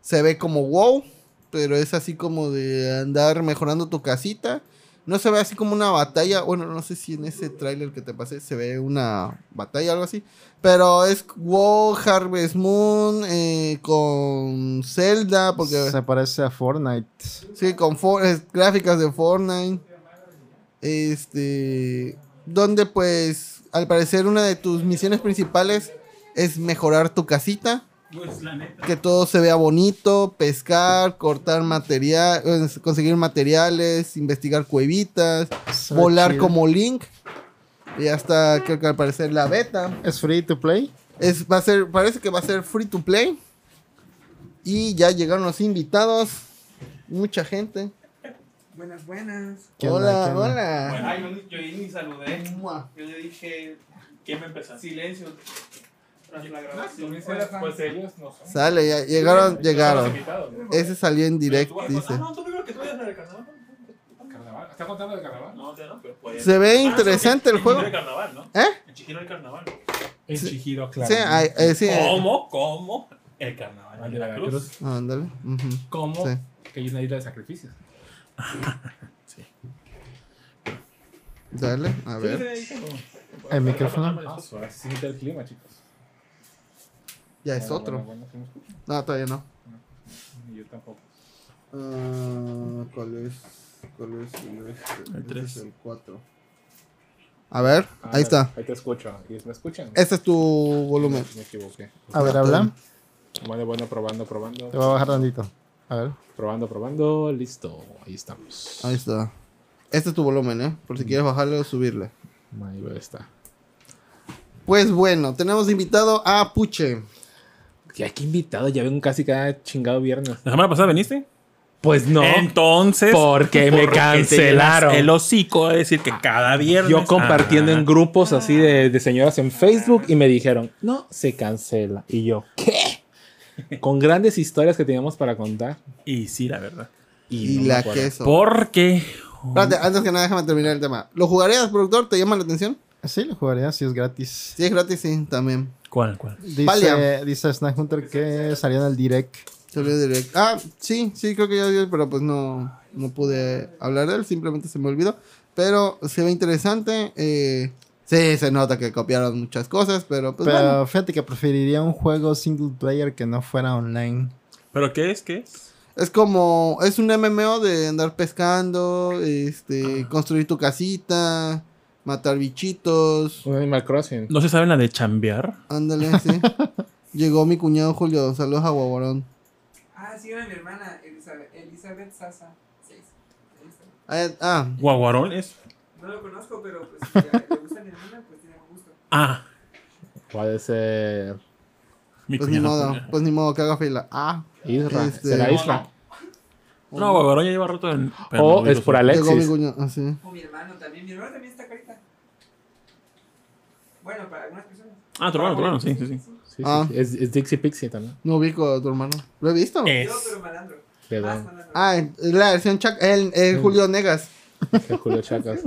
Speaker 4: se ve como wow, pero es así como de andar mejorando tu casita No se ve así como una batalla. Bueno, no sé si en ese tráiler que te pasé se ve una batalla o algo así. Pero es WoW, Harvest Moon, eh, con Zelda, porque...
Speaker 1: Se parece a Fortnite.
Speaker 4: Sí, con for- es- gráficas de Fortnite. Este. Donde, pues, al parecer, una de tus misiones principales es mejorar tu casita. Que todo se vea bonito, pescar, cortar material, eh, conseguir materiales, investigar cuevitas,
Speaker 1: Se ve
Speaker 4: volar
Speaker 1: chido.
Speaker 4: como Link. Y hasta creo que al parecer la beta.
Speaker 1: ¿Es free to play?
Speaker 4: Es, va a ser, parece que va a ser free to play. Y ya llegaron los invitados. Mucha gente.
Speaker 5: Buenas, buenas.
Speaker 1: ¿Qué onda,
Speaker 4: hola,
Speaker 1: qué onda?
Speaker 4: hola.
Speaker 5: Ay, yo, ni- yo ni saludé.
Speaker 4: Mua.
Speaker 5: Yo le dije
Speaker 3: ¿Quién va a empezar? Ah,
Speaker 5: silencio tras la grabación.
Speaker 3: Pues ellos no son.
Speaker 4: Sale, ya llegaron, llegaron. Ese salió en direct, dice.
Speaker 3: pues, "Ah, no, tú primero que tú eres el carnaval.
Speaker 6: Carnaval. ¿Estás contando de carnaval?
Speaker 3: No, ya no, pero puede.
Speaker 4: Se ve interesante el juego.
Speaker 3: Ah, El carnaval, ¿no?
Speaker 4: ¿Eh?
Speaker 3: El Chihiro del carnaval.
Speaker 6: El Chihiro, claro.
Speaker 4: Sí, ay, eh, sí. eh.
Speaker 3: ¿Cómo? ¿Cómo? El carnaval
Speaker 6: El
Speaker 3: de
Speaker 6: de
Speaker 3: la cruz.
Speaker 6: Veracruz.
Speaker 4: Ándale. ujú.
Speaker 6: ¿Cómo?
Speaker 4: Sí.
Speaker 6: Que hay una isla de sacrificios.
Speaker 4: Dale, a ver.
Speaker 1: El micrófono.
Speaker 6: Ah, suave. Sí, está el clima, chicos.
Speaker 4: Ya es
Speaker 6: Bueno,
Speaker 4: otro.
Speaker 6: bueno, bueno, sí me escucho.
Speaker 4: No, todavía no.
Speaker 6: Ni yo tampoco.
Speaker 4: Ah, ¿Cuál es? ¿Cuál es? ¿Cuál es? Este
Speaker 3: tres.
Speaker 4: es el 4. A ver, ahí está.
Speaker 6: Ah, Ahí te escucho. ¿Y me escuchan?
Speaker 4: Este es tu volumen.
Speaker 6: Me equivoqué.
Speaker 1: A ver, habla.
Speaker 6: Bueno, bueno, probando,
Speaker 1: Te
Speaker 6: probando.
Speaker 1: voy a bajar tantito. A ver.
Speaker 6: Probando, probando. Listo. Ahí estamos.
Speaker 4: Ahí está. Este es tu volumen, ¿eh? Por si quieres bajarle o subirle.
Speaker 6: Ahí está.
Speaker 4: Pues bueno, tenemos invitado a Puche.
Speaker 6: Ya que invitado, ya vengo casi cada chingado viernes.
Speaker 3: ¿La semana pasada viniste?
Speaker 6: Pues no.
Speaker 3: Entonces.
Speaker 6: Porque me
Speaker 3: ¿por qué
Speaker 6: cancelaron?
Speaker 3: te llenas El hocico es decir que cada viernes.
Speaker 6: Yo compartiendo
Speaker 3: Ah.
Speaker 6: en grupos así de, de señoras en Facebook y me dijeron, no, se cancela. Y yo, ¿qué? Con grandes historias que teníamos para contar.
Speaker 3: Ah, Y sí, la verdad.
Speaker 4: Y,
Speaker 6: no me
Speaker 4: la
Speaker 6: acuerdo.
Speaker 4: queso.
Speaker 3: Porque.
Speaker 4: Espérate, antes que nada, déjame terminar el tema. ¿Lo jugarías, productor? ¿Te llama la atención?
Speaker 1: Sí, lo jugaría si es gratis.
Speaker 4: Si es gratis, sí, también.
Speaker 3: ¿Cuál, cuál?
Speaker 1: Dice,
Speaker 4: Valiant.
Speaker 1: dice Snack Hunter
Speaker 7: Pues
Speaker 1: que salió en el direct.
Speaker 4: Salió direct. Ah, sí, sí, creo que ya vi, pero pues no, no pude hablar de él, simplemente se me olvidó. Pero se ve interesante. eh, sí, se nota que copiaron muchas cosas, pero pues
Speaker 1: Pero
Speaker 4: bueno.
Speaker 1: fíjate que preferiría un juego single player que no fuera online.
Speaker 3: ¿Pero qué es? ¿Qué es?
Speaker 4: Es como, es un MMO de andar pescando, este,
Speaker 3: Ah.
Speaker 4: construir tu casita, matar bichitos.
Speaker 6: Un Animal Crossing.
Speaker 3: ¿No se saben la de chambear?
Speaker 4: Ándale, sí. Llegó mi cuñado Julio, saludos a Guaborón.
Speaker 5: Ah, sí, era mi hermana, Elizabeth, Elizabeth Sasa. Sí, Elizabeth.
Speaker 4: Ah, ah,
Speaker 3: ¿Guaguarón es?
Speaker 5: No lo conozco, pero pues si le le gusta a mi hermana, pues tiene buen gusto.
Speaker 3: Ah,
Speaker 6: Puede ser
Speaker 3: mi
Speaker 4: pues ni
Speaker 3: cuñado.
Speaker 4: modo, pues ni modo que haga fila. Ah,
Speaker 6: Isra.
Speaker 4: Este-
Speaker 6: Será Isra.
Speaker 3: No, Guaguarón ya lleva roto en.
Speaker 6: O es por
Speaker 4: llegó mi
Speaker 6: Alexis.
Speaker 4: cuñado, ah, sí.
Speaker 5: O mi hermano también. Mi hermano también está carita. Bueno, para algunas personas.
Speaker 3: Ah, tu hermano, tu hermano, sí, sí, sí.
Speaker 6: Sí, sí,
Speaker 4: Ah.
Speaker 6: sí. Es, es Dixie Pixie también.
Speaker 4: No ubico a tu hermano. ¿Lo he visto?
Speaker 5: Yo,
Speaker 3: Es.
Speaker 5: pero malandro. Más
Speaker 6: Perdón.
Speaker 5: malandro.
Speaker 4: Ah, es la versión Chac, el, el
Speaker 6: Mm.
Speaker 4: Julio Negas.
Speaker 6: dije Julio Chacas.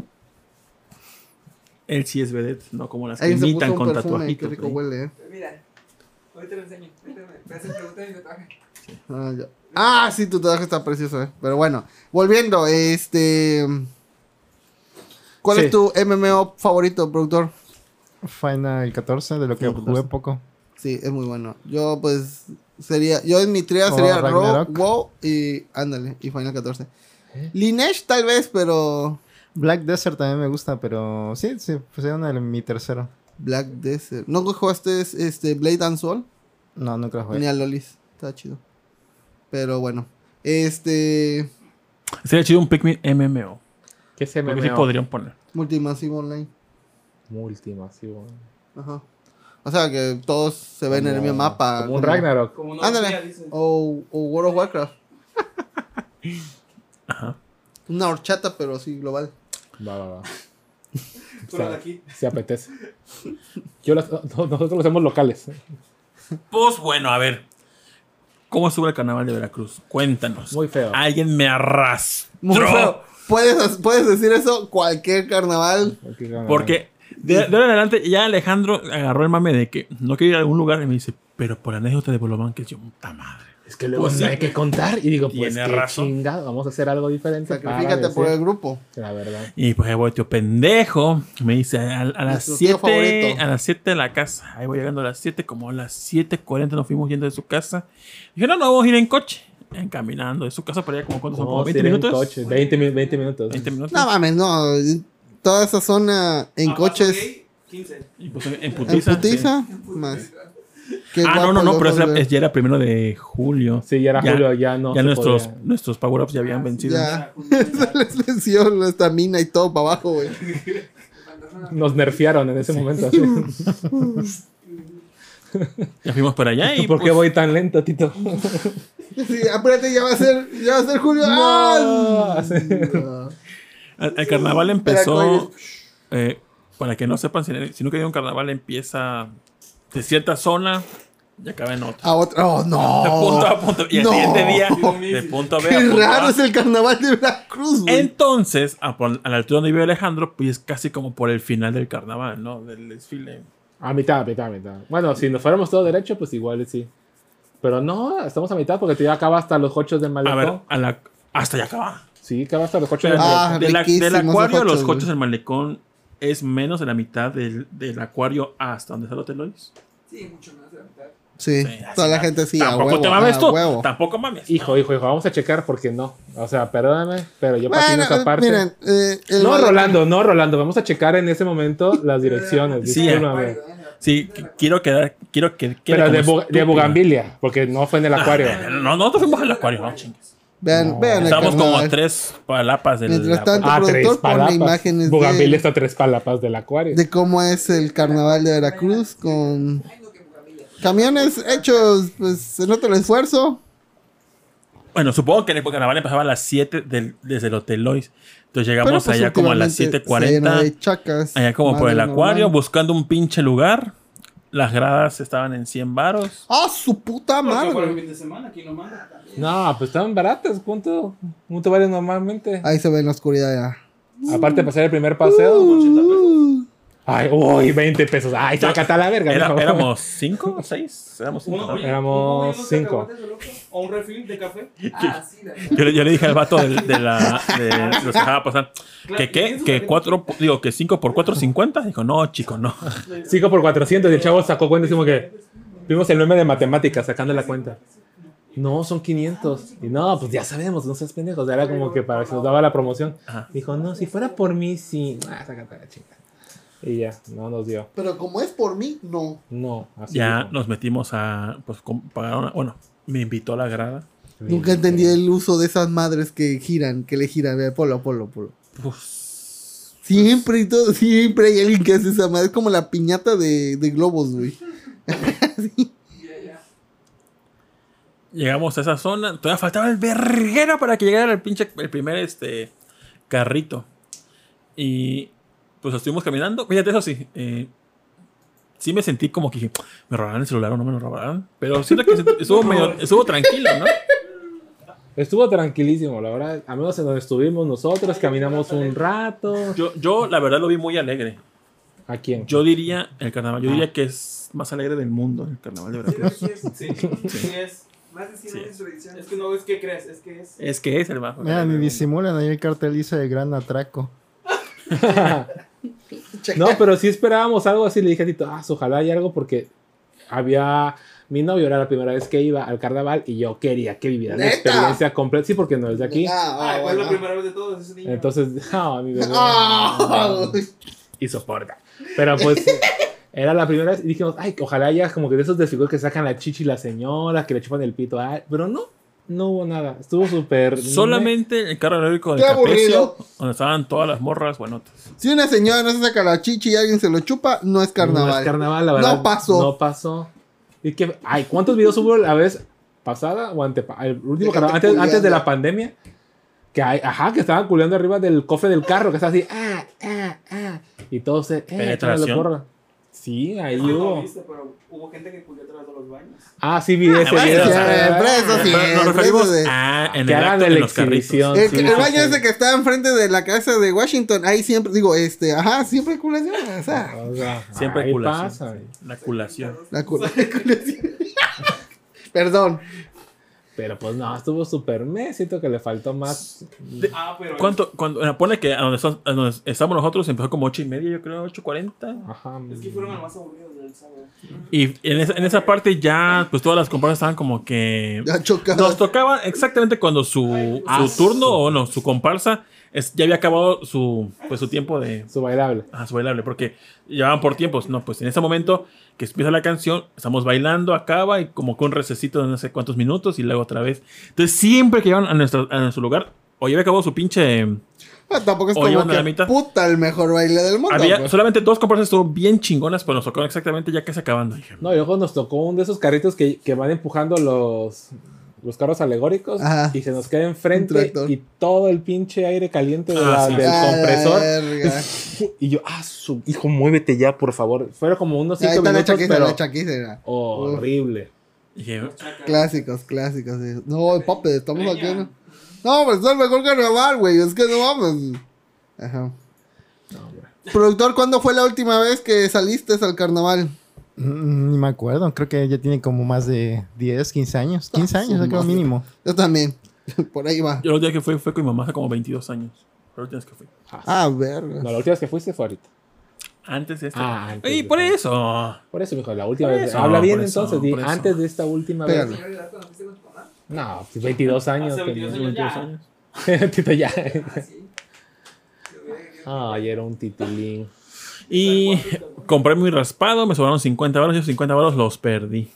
Speaker 3: Él sí es vedette, no como las que
Speaker 4: Ahí se puso
Speaker 3: imitan
Speaker 4: un
Speaker 3: con
Speaker 4: perfume, qué
Speaker 3: tatuajitos.
Speaker 4: rico
Speaker 3: ahí.
Speaker 4: huele, eh.
Speaker 5: Pues mira, ahorita lo enseño. Ahorita me, me hacen preguntas de mi tatuaje.
Speaker 4: Ah, ya. Ah, sí, tu traje está precioso, eh. Pero bueno, volviendo, este... ¿Cuál
Speaker 6: Sí.
Speaker 4: es tu MMO favorito, productor?
Speaker 1: Final 14, de lo que
Speaker 3: Final 14.
Speaker 1: jugué poco.
Speaker 4: Sí, es muy bueno. Yo, pues, sería. Yo en mi tría
Speaker 1: O
Speaker 6: Oh,
Speaker 4: sería Ro,
Speaker 1: Ragnarok.
Speaker 4: WoW y. Ándale, y Final 14.
Speaker 6: ¿Eh?
Speaker 4: Lineage, tal vez, pero.
Speaker 1: Black Desert también me gusta, pero sí, sí, pues era una de mi tercero.
Speaker 4: Black Desert. ¿No jugaste este, Blade and Soul?
Speaker 1: No, nunca lo
Speaker 4: Ni
Speaker 1: jugué.
Speaker 4: a Lolis. Está chido. Pero bueno. Este.
Speaker 3: Sería chido un Pikmin MMO.
Speaker 6: ¿Qué se me
Speaker 3: Porque sí podrían poner.
Speaker 4: Multimasivo online.
Speaker 6: Multimasivo.
Speaker 4: Ajá. O sea, que todos se ven en el
Speaker 6: Como-
Speaker 4: mismo mapa.
Speaker 6: Como un Ragnarok.
Speaker 5: Como no decía,
Speaker 4: Ándale.
Speaker 5: dice.
Speaker 4: O, o World of Warcraft.
Speaker 3: Ajá.
Speaker 4: Una horchata, pero así global.
Speaker 6: Va, va, va.
Speaker 5: Tú lo de aquí.
Speaker 6: Si apetece. Yo las- no- nosotros lo hacemos locales.
Speaker 3: Pues bueno, a ver. ¿Cómo estuvo el carnaval de Veracruz? Cuéntanos.
Speaker 6: Muy feo.
Speaker 3: Alguien me arrastró.
Speaker 4: Muy feo. Puedes, puedes decir eso cualquier carnaval.
Speaker 3: Porque de, de ahora en adelante ya Alejandro agarró el mame de que no quiero ir a algún lugar y me dice, pero por la anécdota de Bolobán, que yo, puta madre.
Speaker 6: es que luego
Speaker 3: Pues
Speaker 6: no
Speaker 3: sí.
Speaker 6: hay que contar. Y digo, pues
Speaker 3: Tiene
Speaker 6: qué
Speaker 3: razón.
Speaker 6: chingado, vamos a hacer algo diferente. para
Speaker 4: Sacrifícate por
Speaker 6: decir
Speaker 4: el grupo.
Speaker 6: La verdad.
Speaker 3: Y pues ahí voy, tío pendejo. Me dice a, a las
Speaker 4: Nuestro
Speaker 3: 7
Speaker 4: tío favorito.
Speaker 3: a las 7 de la casa. Ahí voy llegando a las 7, como a las 7.40 nos fuimos yendo de su casa. Dije, no, no, vamos a ir en coche. En caminando de su casa para allá, como cuántos son, como
Speaker 6: Vamos a ir
Speaker 3: 20
Speaker 6: en
Speaker 3: minutos.
Speaker 6: coche, 20, mi- 20 minutos.
Speaker 3: 20 minutos.
Speaker 4: No mames, no. Toda esa zona
Speaker 8: Ah,
Speaker 4: en coches.
Speaker 5: 15.
Speaker 3: Y pues en
Speaker 4: En
Speaker 3: putiza.
Speaker 4: putiza. Más. Qué
Speaker 3: Ah, no,
Speaker 4: guapo
Speaker 3: no, no,
Speaker 4: luego
Speaker 3: pero es la-
Speaker 4: volver.
Speaker 3: es- ya era primero de julio.
Speaker 6: Sí, ya era
Speaker 3: Ya-
Speaker 6: julio, ya no.
Speaker 3: ya
Speaker 6: se
Speaker 3: nuestros,
Speaker 6: podía.
Speaker 3: nuestros power-ups ya habían vencido.
Speaker 4: Ah, Ya. Les venció la estamina y todo para abajo, güey.
Speaker 6: Nos nerfearon en ese momento. así.
Speaker 3: Ya fuimos para allá y.
Speaker 6: ¿Por qué
Speaker 3: pues,
Speaker 6: voy tan lento, Tito?
Speaker 4: Sí, apúrate, ya va a ser, ya va a ser Julio. ¡Ah! No.
Speaker 3: El, el carnaval empezó.
Speaker 4: Coyles.
Speaker 3: eh, para que no sepan, si, si nunca hay un carnaval, empieza de cierta zona y acaba en otra.
Speaker 4: A otro. ¡Oh,
Speaker 3: De punto a
Speaker 4: no!
Speaker 3: punto. Y el
Speaker 4: No.
Speaker 3: siguiente día, de punto B. a
Speaker 4: ¡Qué
Speaker 3: punto
Speaker 4: raro
Speaker 3: A.
Speaker 4: es el carnaval de Veracruz, güey!
Speaker 3: Entonces, a, por- a la altura donde vive Alejandro, pues es casi como por el final del carnaval, ¿no? Del desfile.
Speaker 6: A mitad, a mitad, a mitad. Bueno, si nos fuéramos todo derecho, pues igual sí. Pero no, estamos a mitad porque ya acaba hasta los cochos del
Speaker 3: A
Speaker 6: malecón.
Speaker 3: ver, a la, hasta allá acaba.
Speaker 6: Sí, acaba hasta los cochos
Speaker 3: Pero
Speaker 6: del
Speaker 4: Ah,
Speaker 6: malecón.
Speaker 3: de la- del
Speaker 4: riquísimos
Speaker 3: acuario a los
Speaker 4: ojochos,
Speaker 3: cochos
Speaker 4: güey.
Speaker 3: del malecón es menos de la mitad del, del acuario hasta donde está el hotel Lois.
Speaker 5: Sí, mucho menos de la mitad.
Speaker 4: Sí,
Speaker 3: Sí, así
Speaker 4: toda la
Speaker 3: ya.
Speaker 4: gente sí, a
Speaker 3: Tampoco
Speaker 4: huevo.
Speaker 3: te mames
Speaker 4: a
Speaker 3: tú.
Speaker 4: huevo.
Speaker 3: Tampoco mames.
Speaker 6: Hijo, hijo, hijo, vamos a checar porque no. O sea, perdóname, pero yo patino
Speaker 4: Bueno,
Speaker 6: esa parte.
Speaker 4: miren, eh, el
Speaker 6: no,
Speaker 4: Male-
Speaker 6: Rolando, no, Rolando. Vamos a checar en ese momento las direcciones.
Speaker 3: Sí,
Speaker 6: discúlpame.
Speaker 3: Sí, qu- quiero quedar, quiero que quede
Speaker 6: pero
Speaker 3: como
Speaker 6: de, Bu- de
Speaker 3: estúpido.
Speaker 6: Bugambilia, porque no fue en el acuario.
Speaker 3: Ah, No, no, nosotros fuimos al acuario, no chingues.
Speaker 4: Vean,
Speaker 6: No.
Speaker 4: vean el
Speaker 3: Estábamos como a
Speaker 4: carnaval.
Speaker 3: tres palapas del
Speaker 4: Mientras tanto,
Speaker 6: Ah,
Speaker 4: El productor
Speaker 6: tres
Speaker 4: pone
Speaker 6: palapas.
Speaker 4: imágenes
Speaker 6: Bugambilia
Speaker 4: de-
Speaker 6: está a tres palapas del acuario.
Speaker 4: De cómo es el carnaval de Veracruz con
Speaker 5: Ay, no, que bugambilia.
Speaker 4: camiones hechos, pues se nota el esfuerzo.
Speaker 3: Bueno, supongo que el carnaval empezaba a las 7 del- desde el hotel Lois. Entonces
Speaker 4: Pero
Speaker 3: llegamos
Speaker 4: pues
Speaker 3: allá como a las
Speaker 4: últimamente se llenó
Speaker 3: 7.40.
Speaker 4: de chacas,
Speaker 3: Allá como por
Speaker 4: madre
Speaker 3: el
Speaker 4: normal.
Speaker 3: acuario, buscando un pinche lugar. Las gradas estaban en 100 varos.
Speaker 4: ¡Ah, su puta
Speaker 7: el
Speaker 4: madre!
Speaker 7: fin de semana, aquí no manda.
Speaker 6: No, pues estaban baratas. ¿Cuánto, cuánto vale normalmente?
Speaker 4: Ahí se ve en la oscuridad ya.
Speaker 6: Aparte de pasar el primer paseo.
Speaker 4: Uh.
Speaker 7: 80 pesos.
Speaker 6: Ay, uy, 20 pesos. Ay, sácate a la verga.
Speaker 3: Era-
Speaker 6: mijo.
Speaker 3: éramos 5 o 6. Éramos cinco,
Speaker 7: Uno,
Speaker 3: ¿no?
Speaker 7: oye,
Speaker 6: Éramos
Speaker 7: ¿uno y unos
Speaker 6: cinco.
Speaker 7: cacahuates de loco? ¿O un refil de café?
Speaker 5: Ah, sí, la verdad.
Speaker 3: Yo, le- yo le dije al vato del- de, la. De, los que dejaba pasar. Que, que, que cuatro, digo, que 5 por 4, 50. Dijo, no, chico, no.
Speaker 6: 5 por 400 y el chavo sacó cuenta y decimos que vimos el meme de matemáticas sacando la cuenta. No, son 500. Y no, pues ya sabemos, no seas pendejos. Era como que para que nos daba la promoción.
Speaker 3: Ajá.
Speaker 6: Dijo, no, si fuera por mí, sí. Ah, sácate a la chica. Y ya, no nos dio.
Speaker 4: Pero como es por mí, no.
Speaker 6: No, así.
Speaker 3: Ya
Speaker 6: dijo.
Speaker 3: nos metimos a. Pues com- pagaron. Bueno, me invitó a la grada.
Speaker 4: Nunca entendí el uso de esas madres que giran, que le giran. Ve, Polo, polo, polo.
Speaker 3: Pues,
Speaker 4: Siempre y todo, siempre hay alguien que hace esa madre. Es como la piñata de, de globos, güey.
Speaker 3: llegamos a esa zona. Todavía faltaba el verguero para que llegara el pinche. El primer este, carrito. Y. Pues estuvimos caminando. Fíjate, eso sí. eh, sí me sentí como que dije, ¿me robarán el celular o no me lo robarán? Pero siento que se- estuvo, medio, estuvo tranquilo, ¿no?
Speaker 6: Estuvo tranquilísimo, la verdad. A menos en donde estuvimos nosotros, caminamos un rato.
Speaker 3: Yo, yo, la verdad, lo vi muy alegre.
Speaker 6: ¿A quién?
Speaker 3: Yo diría el carnaval. Yo diría que es más alegre del mundo el carnaval de
Speaker 5: Pero
Speaker 3: Veracruz.
Speaker 5: sí es-
Speaker 7: Sí, sí es.
Speaker 5: Más de 100
Speaker 3: Sí.
Speaker 5: años de tradición.
Speaker 7: Es que no es que crees, es que es.
Speaker 3: Es que es el bajo.
Speaker 1: Mira, ni disimulan, ahí el cartel dice el gran atraco.
Speaker 6: No, pero sí esperábamos algo así. Le dije a Tito, ah, ojalá hay algo porque había. Mi novio era la primera vez que iba al carnaval y yo quería que viviera la
Speaker 4: ¿Neta?
Speaker 6: experiencia completa. Sí, porque no es de aquí.
Speaker 4: Ah,
Speaker 7: Ah,
Speaker 4: ah,
Speaker 7: fue la
Speaker 4: bueno.
Speaker 7: primera vez de todos ese niño.
Speaker 6: Entonces, ah, mi bebé.
Speaker 4: Ah, güey.
Speaker 6: Y soporta. Pero pues. Era la primera vez y dijimos, ay, ojalá haya como que de esos desfiguros que sacan la chichi las señoras, que le chupan el pito a... Pero no, no hubo nada. Estuvo súper...
Speaker 3: Solamente el carro aeróbico de
Speaker 4: Qué aburrido.
Speaker 3: Capecio, donde estaban todas las morras buenotas.
Speaker 4: Si una señora no se saca la chichi y alguien se lo chupa, no es carnaval.
Speaker 6: No es carnaval, la
Speaker 4: No
Speaker 6: verdad.
Speaker 4: pasó.
Speaker 6: No pasó. Y que, ay, ¿cuántos videos hubo la vez pasada o ante, el último
Speaker 4: De gente
Speaker 6: carnaval, antes,
Speaker 4: culeando.
Speaker 6: antes de la pandemia? Que hay, ajá, que estaban culeando arriba del cofre del carro, que está así, ah, ah, ah. Y todos se, eh,
Speaker 3: Penetración.
Speaker 6: echándole porra. Sí, ahí
Speaker 7: Tú no
Speaker 6: hubo.
Speaker 7: viste, pero hubo gente que culió atrás de los baños.
Speaker 6: Ah, sí, vi ese
Speaker 3: bueno,
Speaker 6: video.
Speaker 3: sí,
Speaker 4: siempre, eso sí.
Speaker 3: Pero
Speaker 4: Eh,
Speaker 3: nos referimos
Speaker 4: eso de-
Speaker 3: a ah, en
Speaker 6: Que
Speaker 3: el
Speaker 6: hagan
Speaker 3: acto
Speaker 6: de
Speaker 3: en
Speaker 6: la
Speaker 3: los carritos.
Speaker 6: exhibición.
Speaker 4: El,
Speaker 6: sí,
Speaker 4: el
Speaker 6: sí,
Speaker 4: baño
Speaker 6: sí.
Speaker 4: ese que está enfrente de la casa de Washington, ahí siempre, digo, este, ajá, siempre hay culación. O sea,
Speaker 6: O sea,
Speaker 3: Siempre
Speaker 6: ahí
Speaker 3: culación.
Speaker 6: pasa.
Speaker 3: La culación.
Speaker 4: la cul- culación. Perdón.
Speaker 6: Pero pues no, estuvo súper mes. Siento que le faltó más.
Speaker 7: Ah, pero.
Speaker 3: ¿Cuánto? cuando pone que a donde, estamos- a donde estamos nosotros empezó como 8 y media, yo creo, 8.40.
Speaker 6: Ajá.
Speaker 7: Es que fueron los más aburridos del sábado.
Speaker 3: Y en esa, en esa parte ya, pues todas las compañías estaban como que...
Speaker 4: Ya chocado.
Speaker 3: Nos tocaba exactamente cuando su,
Speaker 6: Ah,
Speaker 3: su turno o no, su comparsa es- ya había acabado su, pues, su tiempo de
Speaker 6: Su bailable.
Speaker 3: ah, su bailable, porque llevaban por tiempos. No, pues en ese momento que empieza la canción, estamos bailando, acaba y como con un recesito de no sé cuántos minutos y luego otra vez. Entonces siempre que llevan a nuestro, a nuestro lugar, o ya había acabado su pinche...
Speaker 4: Ah, tampoco es
Speaker 3: O
Speaker 4: como
Speaker 3: llevan a la
Speaker 4: que
Speaker 3: mitad.
Speaker 4: puta el mejor baile del mundo.
Speaker 3: había
Speaker 4: pues.
Speaker 3: solamente dos comparsas estuvo bien chingonas, pero nos tocaron exactamente ya casi acabando. Dije,
Speaker 6: No, y luego nos tocó un de esos carritos que, que van empujando los, los carros alegóricos
Speaker 4: Ajá.
Speaker 6: y se nos queda
Speaker 4: Un
Speaker 6: enfrente
Speaker 4: tractor.
Speaker 6: y todo el pinche aire caliente de la-
Speaker 3: Ah, sí.
Speaker 6: del
Speaker 4: Ah, la
Speaker 6: compresor.
Speaker 4: verga.
Speaker 6: Y yo, ah, su hijo, muévete ya, por favor. Fueron como unos
Speaker 4: Ahí
Speaker 6: cinco
Speaker 4: está la
Speaker 6: minutos,
Speaker 4: chaquiza,
Speaker 6: pero
Speaker 4: la chaquiza. mira.
Speaker 6: Oh, horrible.
Speaker 3: dije,
Speaker 5: Ah,
Speaker 4: Clásicos, clásicos. sí. No, papi, estamos aquí. ¿no? No, pero es el mejor carnaval, güey. Es que no vamos. Ajá. Productor, ¿cuándo fue la última vez que saliste al carnaval?
Speaker 1: Mm, Ni me acuerdo, creo que ya tiene como más de 10, 15 años. 15
Speaker 4: Ah, su
Speaker 1: años, yo creo
Speaker 4: madre.
Speaker 1: mínimo.
Speaker 4: Yo también. Por ahí va.
Speaker 3: yo los días que fui fue con mi mamá hace como 22 años. La última vez que fui.
Speaker 4: Ah, verga.
Speaker 6: No, la última vez que fuiste fue ahorita.
Speaker 3: Antes de esta.
Speaker 6: Ah, antes
Speaker 3: y
Speaker 6: de-
Speaker 3: por eso.
Speaker 6: Por eso, mijo, la última
Speaker 3: Por
Speaker 6: vez.
Speaker 3: eso,
Speaker 6: Habla bien
Speaker 3: por eso,
Speaker 6: entonces, di,
Speaker 3: por eso.
Speaker 6: antes de esta última
Speaker 4: Pégale.
Speaker 6: vez. No, pues, 22 años.
Speaker 7: Hace 22
Speaker 6: tenía.
Speaker 7: años.
Speaker 3: 22
Speaker 7: Ya.
Speaker 3: años.
Speaker 6: Tito ya.
Speaker 5: sí.
Speaker 6: Ay, era un titulín.
Speaker 3: Y compré mi raspado, me sobraron 50 baros y esos 50 baros los perdí.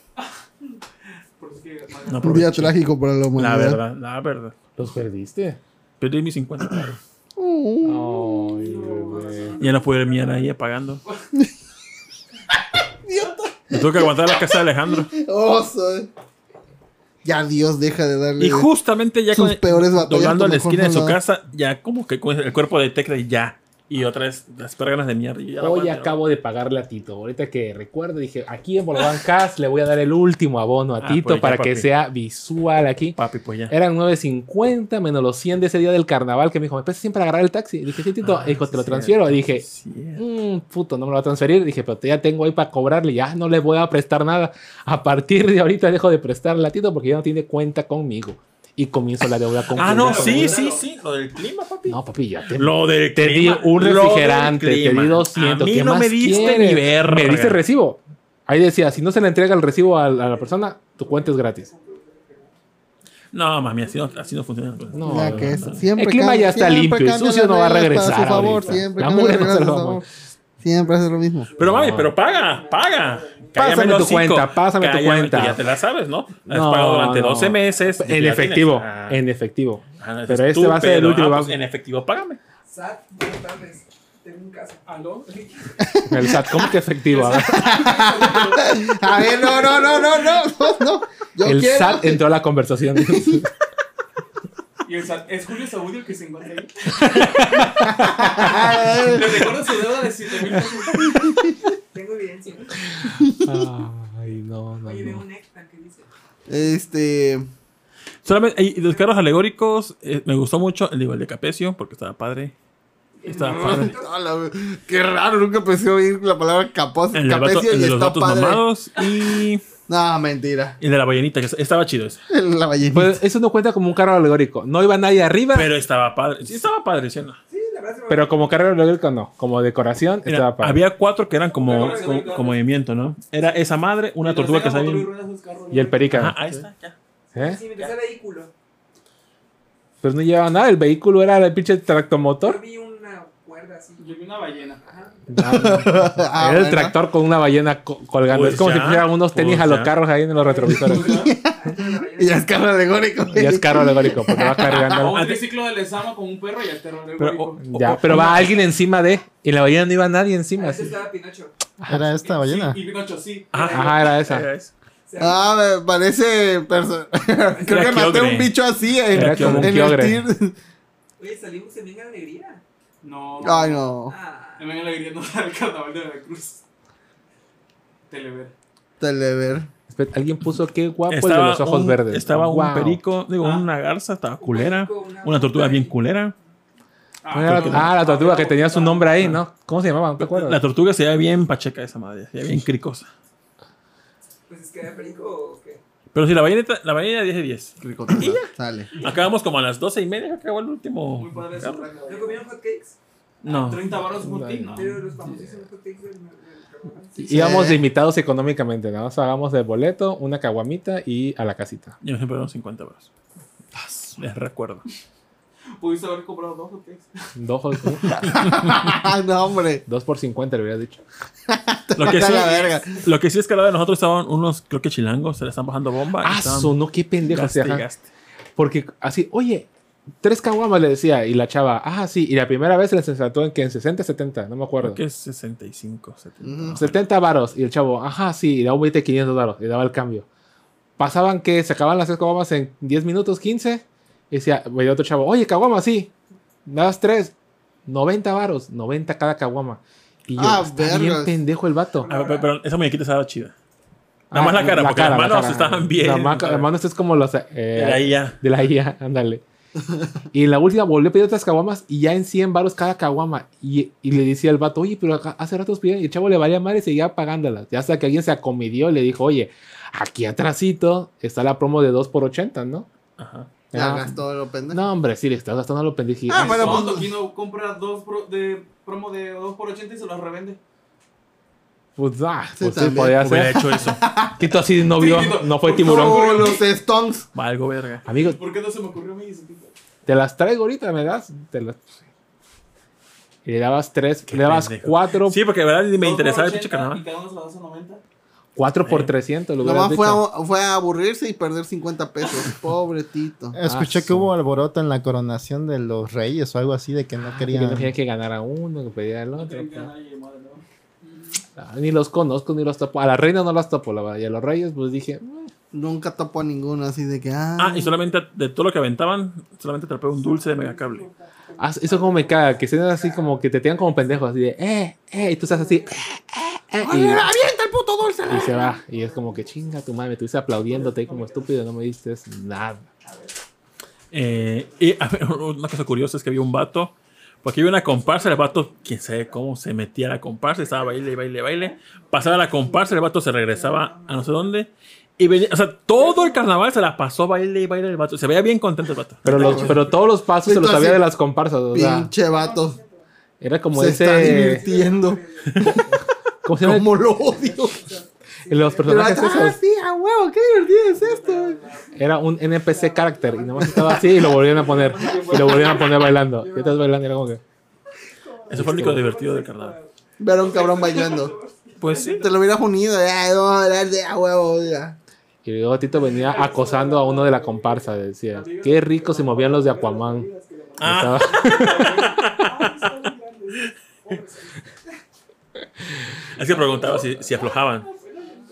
Speaker 7: Porque es que.
Speaker 3: No
Speaker 4: Un día
Speaker 3: aproveché.
Speaker 4: trágico para la humanidad.
Speaker 3: La verdad, la verdad.
Speaker 6: ¿Los perdiste?
Speaker 3: Perdí mis 50 baros.
Speaker 6: Ay,
Speaker 4: Uh,
Speaker 6: bebé.
Speaker 3: Ya no pude ir mirar ahí apagando. Me tuve que aguantar la casa de Alejandro.
Speaker 4: oso. Oh, Ya Dios deja de darle.
Speaker 3: Y justamente ya
Speaker 4: Sus
Speaker 3: con-
Speaker 4: peores batallas
Speaker 3: doblando a la
Speaker 4: mejor
Speaker 3: esquina de
Speaker 4: no
Speaker 3: su
Speaker 4: la-
Speaker 3: casa, ya como que con el cuerpo de Tecla y ya. Y otra vez las perganas de mierda. y ya la
Speaker 6: Hoy
Speaker 3: aguanté, ¿no?
Speaker 6: acabo de pagarle a Tito. Ahorita que recuerdo, dije, aquí en Bolobán Cash le voy a dar el último abono a
Speaker 3: Ah,
Speaker 6: Tito
Speaker 3: pues ya,
Speaker 6: para que
Speaker 3: papi.
Speaker 6: sea visual aquí.
Speaker 3: Papi, pues ya.
Speaker 6: Eran 9.50 menos los 100 de ese día del carnaval que me dijo, me pesa siempre agarrar el taxi. Y dije, sí, Tito,
Speaker 3: Ah,
Speaker 6: hijo, te lo
Speaker 3: cierto,
Speaker 6: transfiero. Y dije,
Speaker 3: cierto.
Speaker 6: mmm, puto, no me lo va a transferir. Dije, pero ya tengo ahí para cobrarle, ya no le voy a prestar nada. A partir de ahorita dejo de prestarle a Tito porque ya no tiene cuenta conmigo. Y comienzo la deuda con
Speaker 3: Ah, no,
Speaker 6: Culebra.
Speaker 3: sí, sí, sí. Lo del clima, papi.
Speaker 6: No, papi, ya te
Speaker 3: Lo del
Speaker 6: Te di
Speaker 3: clima,
Speaker 6: un
Speaker 3: lo del
Speaker 6: refrigerante, te
Speaker 3: clima.
Speaker 6: di 200.
Speaker 3: A mí
Speaker 6: ¿qué
Speaker 3: no
Speaker 6: más
Speaker 3: me diste
Speaker 6: quieres?
Speaker 3: ni verga.
Speaker 6: Me diste recibo. Ahí decía, si no se le entrega el recibo a, a la persona, tu cuenta es gratis.
Speaker 3: No, mami, así no, así no funciona. pues. No.
Speaker 6: No,
Speaker 4: La
Speaker 6: no,
Speaker 4: que es.
Speaker 6: no.
Speaker 4: Siempre
Speaker 6: el clima
Speaker 4: cambia-
Speaker 6: ya está
Speaker 4: siempre
Speaker 6: limpio. El
Speaker 4: cambia
Speaker 6: sucio
Speaker 4: las
Speaker 6: no va a
Speaker 4: reglas
Speaker 6: regresar.
Speaker 4: para su favor.
Speaker 6: ahorita.
Speaker 4: Siempre
Speaker 6: la
Speaker 4: cambia
Speaker 6: mugre
Speaker 4: las
Speaker 6: no se
Speaker 4: reglas
Speaker 6: lo
Speaker 4: a
Speaker 6: va
Speaker 4: su
Speaker 6: a mover.
Speaker 4: favor. Siempre hace lo mismo.
Speaker 3: Pero mami,
Speaker 6: No.
Speaker 3: pero paga, paga.
Speaker 6: Pásame
Speaker 3: Cállame el
Speaker 6: tu
Speaker 3: hocico.
Speaker 6: cuenta, pásame tu
Speaker 3: Cállame,
Speaker 6: cuenta.
Speaker 3: tú Ya te la sabes, ¿no? Has
Speaker 6: No,
Speaker 3: pagado durante
Speaker 6: no.
Speaker 3: 12 meses. y tú
Speaker 6: En
Speaker 3: ya
Speaker 6: efectivo.
Speaker 3: tienes. Ah,
Speaker 6: En efectivo.
Speaker 3: ah, no,
Speaker 6: Pero
Speaker 3: es
Speaker 6: este va a ser el
Speaker 3: estúpido.
Speaker 6: último.
Speaker 3: Ah,
Speaker 6: va-
Speaker 3: pues, en efectivo, págame.
Speaker 5: Sat, buenas tardes. Tengo un caso. ¿Aló?
Speaker 6: El SAT, ¿cómo que efectivo? A ver,
Speaker 4: A ver, no, no, no, no, no, no, no. Yo
Speaker 6: el
Speaker 4: quiero.
Speaker 6: SAT entró a la conversación.
Speaker 7: Y el sal- es Julio Saudio que se encuentra ahí.
Speaker 4: Ay,
Speaker 7: Le recuerdo su deuda de 7 mil pesos.
Speaker 5: Tengo evidencia.
Speaker 6: Ay, no, no,
Speaker 5: Oye, veo
Speaker 6: no.
Speaker 5: un extra que dice.
Speaker 4: Este.
Speaker 3: Solamente, y los carros alegóricos, eh, me gustó mucho. El, digo, el de Capecio, porque estaba padre. Estaba padre.
Speaker 4: a la- Qué raro, nunca pensé oír la palabra capaz,
Speaker 3: El, del vato-
Speaker 4: capecio
Speaker 3: el
Speaker 4: y
Speaker 3: de los
Speaker 4: está
Speaker 3: datos
Speaker 4: padre.
Speaker 3: mamados y
Speaker 4: No, mentira.
Speaker 3: y el de la ballenita, que estaba chido ese.
Speaker 4: La ballenita.
Speaker 6: Pues eso no cuenta como un carro alegórico. No iba nadie arriba, pero,
Speaker 3: Pero estaba padre. Sí, estaba padre, ¿sí o no?
Speaker 5: Sí, la verdad es que
Speaker 6: como carro alegórico no. Como decoración
Speaker 3: Mira,
Speaker 6: estaba para.
Speaker 3: Había cuatro que eran como,
Speaker 7: Pero,
Speaker 3: como, como movimiento, ¿no? Era esa madre, una tortuga que
Speaker 7: sale.
Speaker 3: sale. bien-
Speaker 6: Y el perica.
Speaker 3: Ajá, ahí está, ya.
Speaker 6: ¿Eh?
Speaker 5: Sí, me pesa vehículo.
Speaker 6: Pues no llevaba nada, el vehículo era el pinche
Speaker 5: Yo
Speaker 6: tractomotor.
Speaker 5: vi una cuerda así.
Speaker 7: Yo vi una ballena.
Speaker 5: Ajá.
Speaker 4: Ah,
Speaker 6: era el
Speaker 4: bueno.
Speaker 6: tractor con una ballena co- colgando.
Speaker 3: Pues
Speaker 6: es como
Speaker 3: ya,
Speaker 6: si pusieran unos tenis
Speaker 3: pues
Speaker 6: a los
Speaker 3: ya.
Speaker 6: carros ahí en los retrovisores.
Speaker 4: Y ya es carro alegórico.
Speaker 6: y es carro alegórico porque va
Speaker 7: O
Speaker 6: cargando.
Speaker 7: Ah, un triciclo de lesama con un perro y el terror
Speaker 3: Pero, o-
Speaker 6: ya, pero oh, va alguien encima de. Y en la ballena no iba nadie encima.
Speaker 5: Ahí
Speaker 6: así.
Speaker 5: estaba Pinocho.
Speaker 1: Era esta ballena.
Speaker 7: Ah, Sí, y Pinocho, sí.
Speaker 3: Ajá.
Speaker 6: Ajá, era
Speaker 3: Era
Speaker 6: esa.
Speaker 3: esa.
Speaker 5: Se
Speaker 4: Ah, me parece. perso- Creo que maté
Speaker 3: quiogre.
Speaker 4: un bicho así en,
Speaker 6: Era como un
Speaker 4: en el
Speaker 6: quiogre.
Speaker 4: tir.
Speaker 5: Oye, salimos en Venga Alegría.
Speaker 7: No.
Speaker 4: Ay, no.
Speaker 5: Ah,
Speaker 7: En la alegría no sale el carnaval de Veracruz. Telever.
Speaker 4: Telever.
Speaker 6: Espera, Alguien puso qué guapo el pues, de
Speaker 3: Estaba
Speaker 6: los ojos
Speaker 3: un-
Speaker 6: verdes.
Speaker 3: Estaba un
Speaker 6: Guau.
Speaker 3: perico, digo,
Speaker 7: Ah.
Speaker 3: una garza, estaba culera.
Speaker 5: perico, una
Speaker 3: Una tortuga
Speaker 5: puta
Speaker 3: bien
Speaker 5: ahí.
Speaker 3: culera.
Speaker 6: Ah, era- ah, la tortuga que tenía su nombre ahí, ¿no? ¿Cómo se llamaba? ¿No te
Speaker 3: La
Speaker 6: acuerdas?
Speaker 3: tortuga se veía bien pacheca esa madre, se veía bien cricosa.
Speaker 5: pues es que era perico o qué.
Speaker 3: Pero sí, la ballenita, la ballenita 10 de 10.
Speaker 4: Ricota. Sale.
Speaker 3: Acabamos como a las 12 y media, acabó el
Speaker 7: ah,
Speaker 3: último.
Speaker 7: Muy padre Ah, ese
Speaker 3: carro.
Speaker 7: rango.
Speaker 5: ¿No comieron hotcakes?
Speaker 3: No.
Speaker 7: 30 baros un tin, no.
Speaker 5: Pero los famosísimos hotcakes del del cabrón. Sí.
Speaker 6: Íbamos
Speaker 4: Sí.
Speaker 6: limitados económicamente, nada más hagamos de boleto, una caguamita y a la casita.
Speaker 3: Yo me siempre 50 euros. Les recuerdo.
Speaker 7: Pudiste haber comprado dos o tres.
Speaker 6: Dos,
Speaker 4: no, hombre.
Speaker 6: dos por 50, le hubieras dicho.
Speaker 3: Lo que,
Speaker 4: Está
Speaker 3: sí,
Speaker 4: la verga.
Speaker 3: lo que sí es que al lado de nosotros estaban unos, creo que chilangos, se le están bajando bomba. y
Speaker 6: Ah,
Speaker 3: estaban
Speaker 6: su, no, qué pendejo.
Speaker 3: gaste
Speaker 6: sí,
Speaker 3: y
Speaker 6: ajá.
Speaker 3: gaste.
Speaker 6: Porque así, oye, tres caguamas le decía y la chava, ah, sí, y la primera vez se les saltó en que en 60, 70, no me acuerdo.
Speaker 3: Creo que es 65, 70.
Speaker 4: Ujú,
Speaker 3: más o menos.
Speaker 6: 70 varos y el chavo, ajá, sí, y daba un billete de 500 varos y daba el cambio. Pasaban que se acababan las tres caguamas en 10 minutos, 15, y decía, veía otro chavo, oye, caguama, sí, das tres, 90 varos, 90 cada caguama. Y yo,
Speaker 4: Ah,
Speaker 6: está
Speaker 4: vergas.
Speaker 6: bien pendejo el vato.
Speaker 3: Ah, pero, pero esa muñequita estaba chida. Nada
Speaker 6: Ah,
Speaker 3: más la cara, porque las manos estaban bien.
Speaker 6: La, ma- la mano esta es como las... eh,
Speaker 3: Era ahí ya.
Speaker 6: de la IA, ándale. y en la última volvió a pedir otras caguamas y ya en 100 baros cada caguama. Y, y le decía al vato, oye, pero acá- hace ratos pidieron y el chavo le valía madre y seguía pagándolas. Ya hasta que alguien se acomedió y le dijo, oye, aquí atrásito está la promo de 2 por 80 ¿no?
Speaker 3: Ajá.
Speaker 4: Ya
Speaker 6: Ah,
Speaker 4: gastó lo pendejo.
Speaker 6: No, hombre, sí, le estás gastando lo pendejo.
Speaker 4: Ah, bueno,
Speaker 7: Tonto,
Speaker 4: pues-
Speaker 7: aquí no compra dos pro- de promo de 2 por 80 y se los revende.
Speaker 6: Pues, ah,
Speaker 4: Sí,
Speaker 6: pues sí,
Speaker 4: también.
Speaker 6: podía
Speaker 3: Hubiera
Speaker 6: ser.
Speaker 3: hecho eso.
Speaker 6: Tito así no vio,
Speaker 7: Sí, Tito.
Speaker 6: no fue
Speaker 7: Por
Speaker 6: tiburón.
Speaker 7: favor.
Speaker 4: Oh, los Stones.
Speaker 3: Valgo verga.
Speaker 6: Amigo,
Speaker 7: ¿Por qué no se me ocurrió a mí ese tipo?
Speaker 6: te las traigo ahorita, ¿me das? Te las... Y le dabas tres, le dabas
Speaker 3: pendejo.
Speaker 6: cuatro,
Speaker 3: Sí, porque de verdad ni me
Speaker 7: Dos por
Speaker 3: interesaba el
Speaker 7: 80
Speaker 3: pinche
Speaker 7: Y
Speaker 3: carnaval.
Speaker 7: cada uno se la das a 90.
Speaker 6: cuatro por
Speaker 3: Eh.
Speaker 6: 300. lo hubieras
Speaker 4: Nomás fue
Speaker 6: dicho.
Speaker 4: a, fue a aburrirse y perder 50 pesos. Pobre Tito.
Speaker 1: Escuché
Speaker 6: Ah,
Speaker 1: que
Speaker 6: sí.
Speaker 1: hubo alboroto en la coronación de los reyes o algo así, de que
Speaker 7: Ah,
Speaker 1: no
Speaker 6: Y que
Speaker 1: querían.
Speaker 6: no tenía que ganar a uno, que pedía al
Speaker 7: No
Speaker 6: otro.
Speaker 7: tienen que
Speaker 6: pero-
Speaker 7: ganar y madre, ¿no?
Speaker 6: Ah, Ni los conozco, ni los topo. A la reina no las topo, la verdad. Y a los reyes, pues dije, "Mm,
Speaker 4: Nunca topo a ninguno así de que. Ah,
Speaker 3: Ah, y solamente de todo lo que aventaban, solamente atrapé un dulce de megacable.
Speaker 6: ah, eso como me caga, que sean así como que te tengan como pendejos, así de, eh, eh, y tú estás así, eh, eh, eh, y,
Speaker 4: ¡Avienta el puto dulce!
Speaker 6: y se va. Y es como que chinga tu madre, me estuviste aplaudiéndote ahí como estúpido, no me diste nada.
Speaker 3: Eh, y a ver, una cosa curiosa es que había un vato. Porque había una comparsa, el vato, quién sabe cómo, se metía a la comparsa, estaba baile, baile, baile. Pasaba la comparsa, el vato se regresaba a no sé dónde. Y venía, o sea, todo el carnaval se la pasó baile, baile el vato. Se veía bien contento el vato.
Speaker 6: Pero, los, pero todos los pasos se los
Speaker 4: Entonces,
Speaker 6: sabía de las comparsas, o sea,
Speaker 4: Pinche vato.
Speaker 6: era como
Speaker 4: se está
Speaker 6: ese.
Speaker 4: divirtiendo.
Speaker 6: ¿Cómo se llama?
Speaker 4: Como lo odio.
Speaker 6: Los
Speaker 4: Pero,
Speaker 6: personajes
Speaker 4: ah,
Speaker 6: esos.
Speaker 4: sí, a huevo, qué divertido es esto.
Speaker 6: Era un NPC character y nomás estaba así y lo volvían a poner. Y lo volvían a poner bailando. Y estás bailando y era como que.
Speaker 3: Eso fue lo único divertido del carnaval.
Speaker 4: Ver a un cabrón bailando.
Speaker 3: Pues sí.
Speaker 4: Te lo hubieras unido, ya, vamos a hablar de a huevo, ya.
Speaker 6: Y luego Tito venía acosando a uno de la comparsa. Decía, qué rico se movían los de Aquaman. Y
Speaker 3: Ah,
Speaker 6: estaba-
Speaker 3: es que preguntaba si, si aflojaban.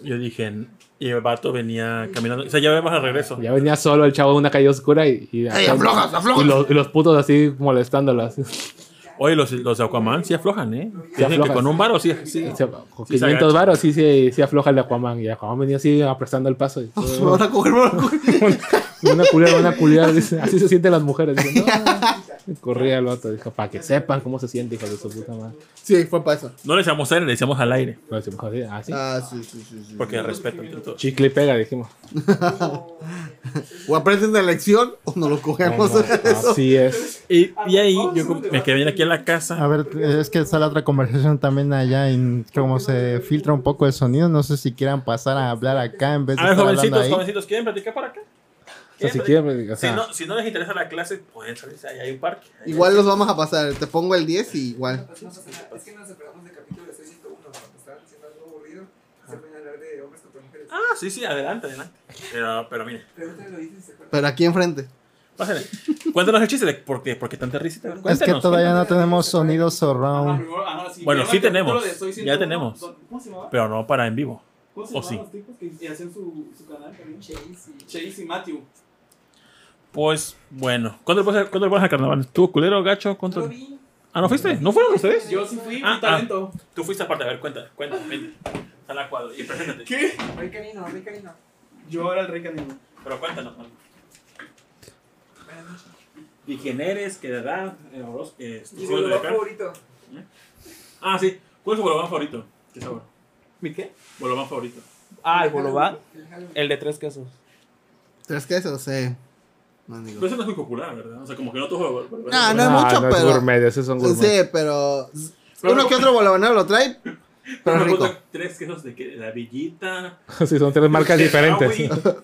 Speaker 3: Yo dije, y el vato venía caminando. O sea, ya vemos al regreso.
Speaker 6: ya venía solo el chavo de una calle oscura y... y,
Speaker 4: ¡Ey, aflojas, aflojas!
Speaker 6: y los, y los putos así molestándolas.
Speaker 3: Oye, los, los de Aquaman sí aflojan, ¿eh? Dicen que
Speaker 6: aflojan.
Speaker 3: con un varo sí. sí.
Speaker 6: Y se- con
Speaker 3: Sí se
Speaker 6: 500
Speaker 3: agacha.
Speaker 6: varos sí, sí, sí afloja el de Aquaman. Y Aquaman venía así aprestando el paso. Y,
Speaker 4: Me van a coger, me van a coger.
Speaker 6: una culiar, una culiar. dice, así se sienten las mujeres. Dice, "No". Corría el vato. Dijo, para que sepan cómo se siente, hijo de su puta madre.
Speaker 4: Sí, fue para eso.
Speaker 3: No le echamos aire, le echamos al aire.
Speaker 6: Pero decimos, "Joder, ah, sí".
Speaker 4: Ah, sí, sí, sí. sí.
Speaker 3: Porque respeto entre todos.
Speaker 6: Chicle y pega, dijimos.
Speaker 4: O aprenden la lección o no lo cogemos.
Speaker 6: ah, Así es.
Speaker 3: Y, y ahí yo com- me quedé bien aquí en la casa.
Speaker 1: A ver, es que está la otra conversación también allá en cómo se filtra un poco el sonido. No sé si quieran pasar a hablar acá en vez de
Speaker 3: A ver,
Speaker 1: estar Ah, hablando
Speaker 3: jovencitos,
Speaker 1: ahí.
Speaker 3: jovencitos, ¿quieren platicar para acá?
Speaker 6: O sea, si
Speaker 3: ¿Quieren
Speaker 6: quieren, pues, o
Speaker 3: platicar? Si
Speaker 6: sea,
Speaker 3: no, si no les interesa la clase, pueden salirse. Ahí hay un parque. Ahí
Speaker 4: Igual los vamos a pasar. Te pongo el 10 y igual.
Speaker 5: Pues no pasa nada. Es que nos separamos de capítulo 601 cuando estaban haciendo algo aburrido. Se pueden hablar de hombres contra mujeres.
Speaker 3: hay- Ah, sí, sí, adelante, adelante. Pero, pero mire,
Speaker 5: Pregúntale lo dicen y se acuerdan.
Speaker 4: Pero aquí enfrente.
Speaker 3: pásenle. Cuéntanos el chiste de por qué, por qué tanta risa. Cuéntanos.
Speaker 1: Es que todavía no
Speaker 5: cuéntanos.
Speaker 1: tenemos sonido
Speaker 7: Ah, no,
Speaker 1: surround.
Speaker 7: primero- ah, no, sí.
Speaker 3: Bueno,
Speaker 7: Era
Speaker 3: sí
Speaker 7: el capítulo
Speaker 3: tenemos.
Speaker 7: de Soy
Speaker 3: Ya
Speaker 7: 101.
Speaker 3: tenemos.
Speaker 7: ¿Cómo se llamaba?
Speaker 3: Pero no para en vivo.
Speaker 7: ¿Cómo se
Speaker 3: ¿O
Speaker 7: llamaban
Speaker 3: sí?
Speaker 7: los tipos que hacían su, su canal también?
Speaker 5: Chase y-
Speaker 7: Chase y Matthew.
Speaker 3: Pues bueno, ¿cuándo le pones, ¿cuándo le pones al carnaval? ¿Estuvo culero, gacho? ¿Cuánto?
Speaker 5: Lo vi.
Speaker 3: Ah, ¿no fuiste? ¿No fueron ustedes?
Speaker 7: Yo sí fui
Speaker 3: Ah,
Speaker 7: un talento.
Speaker 3: Tú fuiste aparte, a ver, cuenta, cuenta, vente. Sal a cuadro y preséntate.
Speaker 7: ¿Qué?
Speaker 5: Rey Canino, Rey Canino.
Speaker 7: Yo era el rey canino.
Speaker 3: Pero cuéntanos, man.
Speaker 5: Buenas noches.
Speaker 3: ¿Y quién eres? ¿Qué edad? Eh, horos- eh,
Speaker 5: Mi
Speaker 3: ¿sabes de
Speaker 5: bolobán
Speaker 3: acá?
Speaker 5: favorito.
Speaker 3: Ah, sí. ¿Cuál es tu bolobán favorito? ¿Qué sabor?
Speaker 7: ¿Mi qué?
Speaker 3: Bolobán favorito.
Speaker 7: Ah,
Speaker 5: El Halloween. El Halloween.
Speaker 7: El de tres quesos.
Speaker 4: ¿Tres quesos? Sí. Mendigo.
Speaker 3: Pero ese no es muy popular, ¿verdad? O sea, como que no todos.
Speaker 4: Ah, no es mucho,
Speaker 6: es
Speaker 4: pero-
Speaker 6: gourmet, esos son gourmet.
Speaker 4: Sí, pero.
Speaker 3: Pero-
Speaker 4: Uno que otro bolabanero lo trae, pero
Speaker 3: Pero
Speaker 4: rico.
Speaker 3: tres quesos de que la villita.
Speaker 6: Sí, son tres marcas diferentes.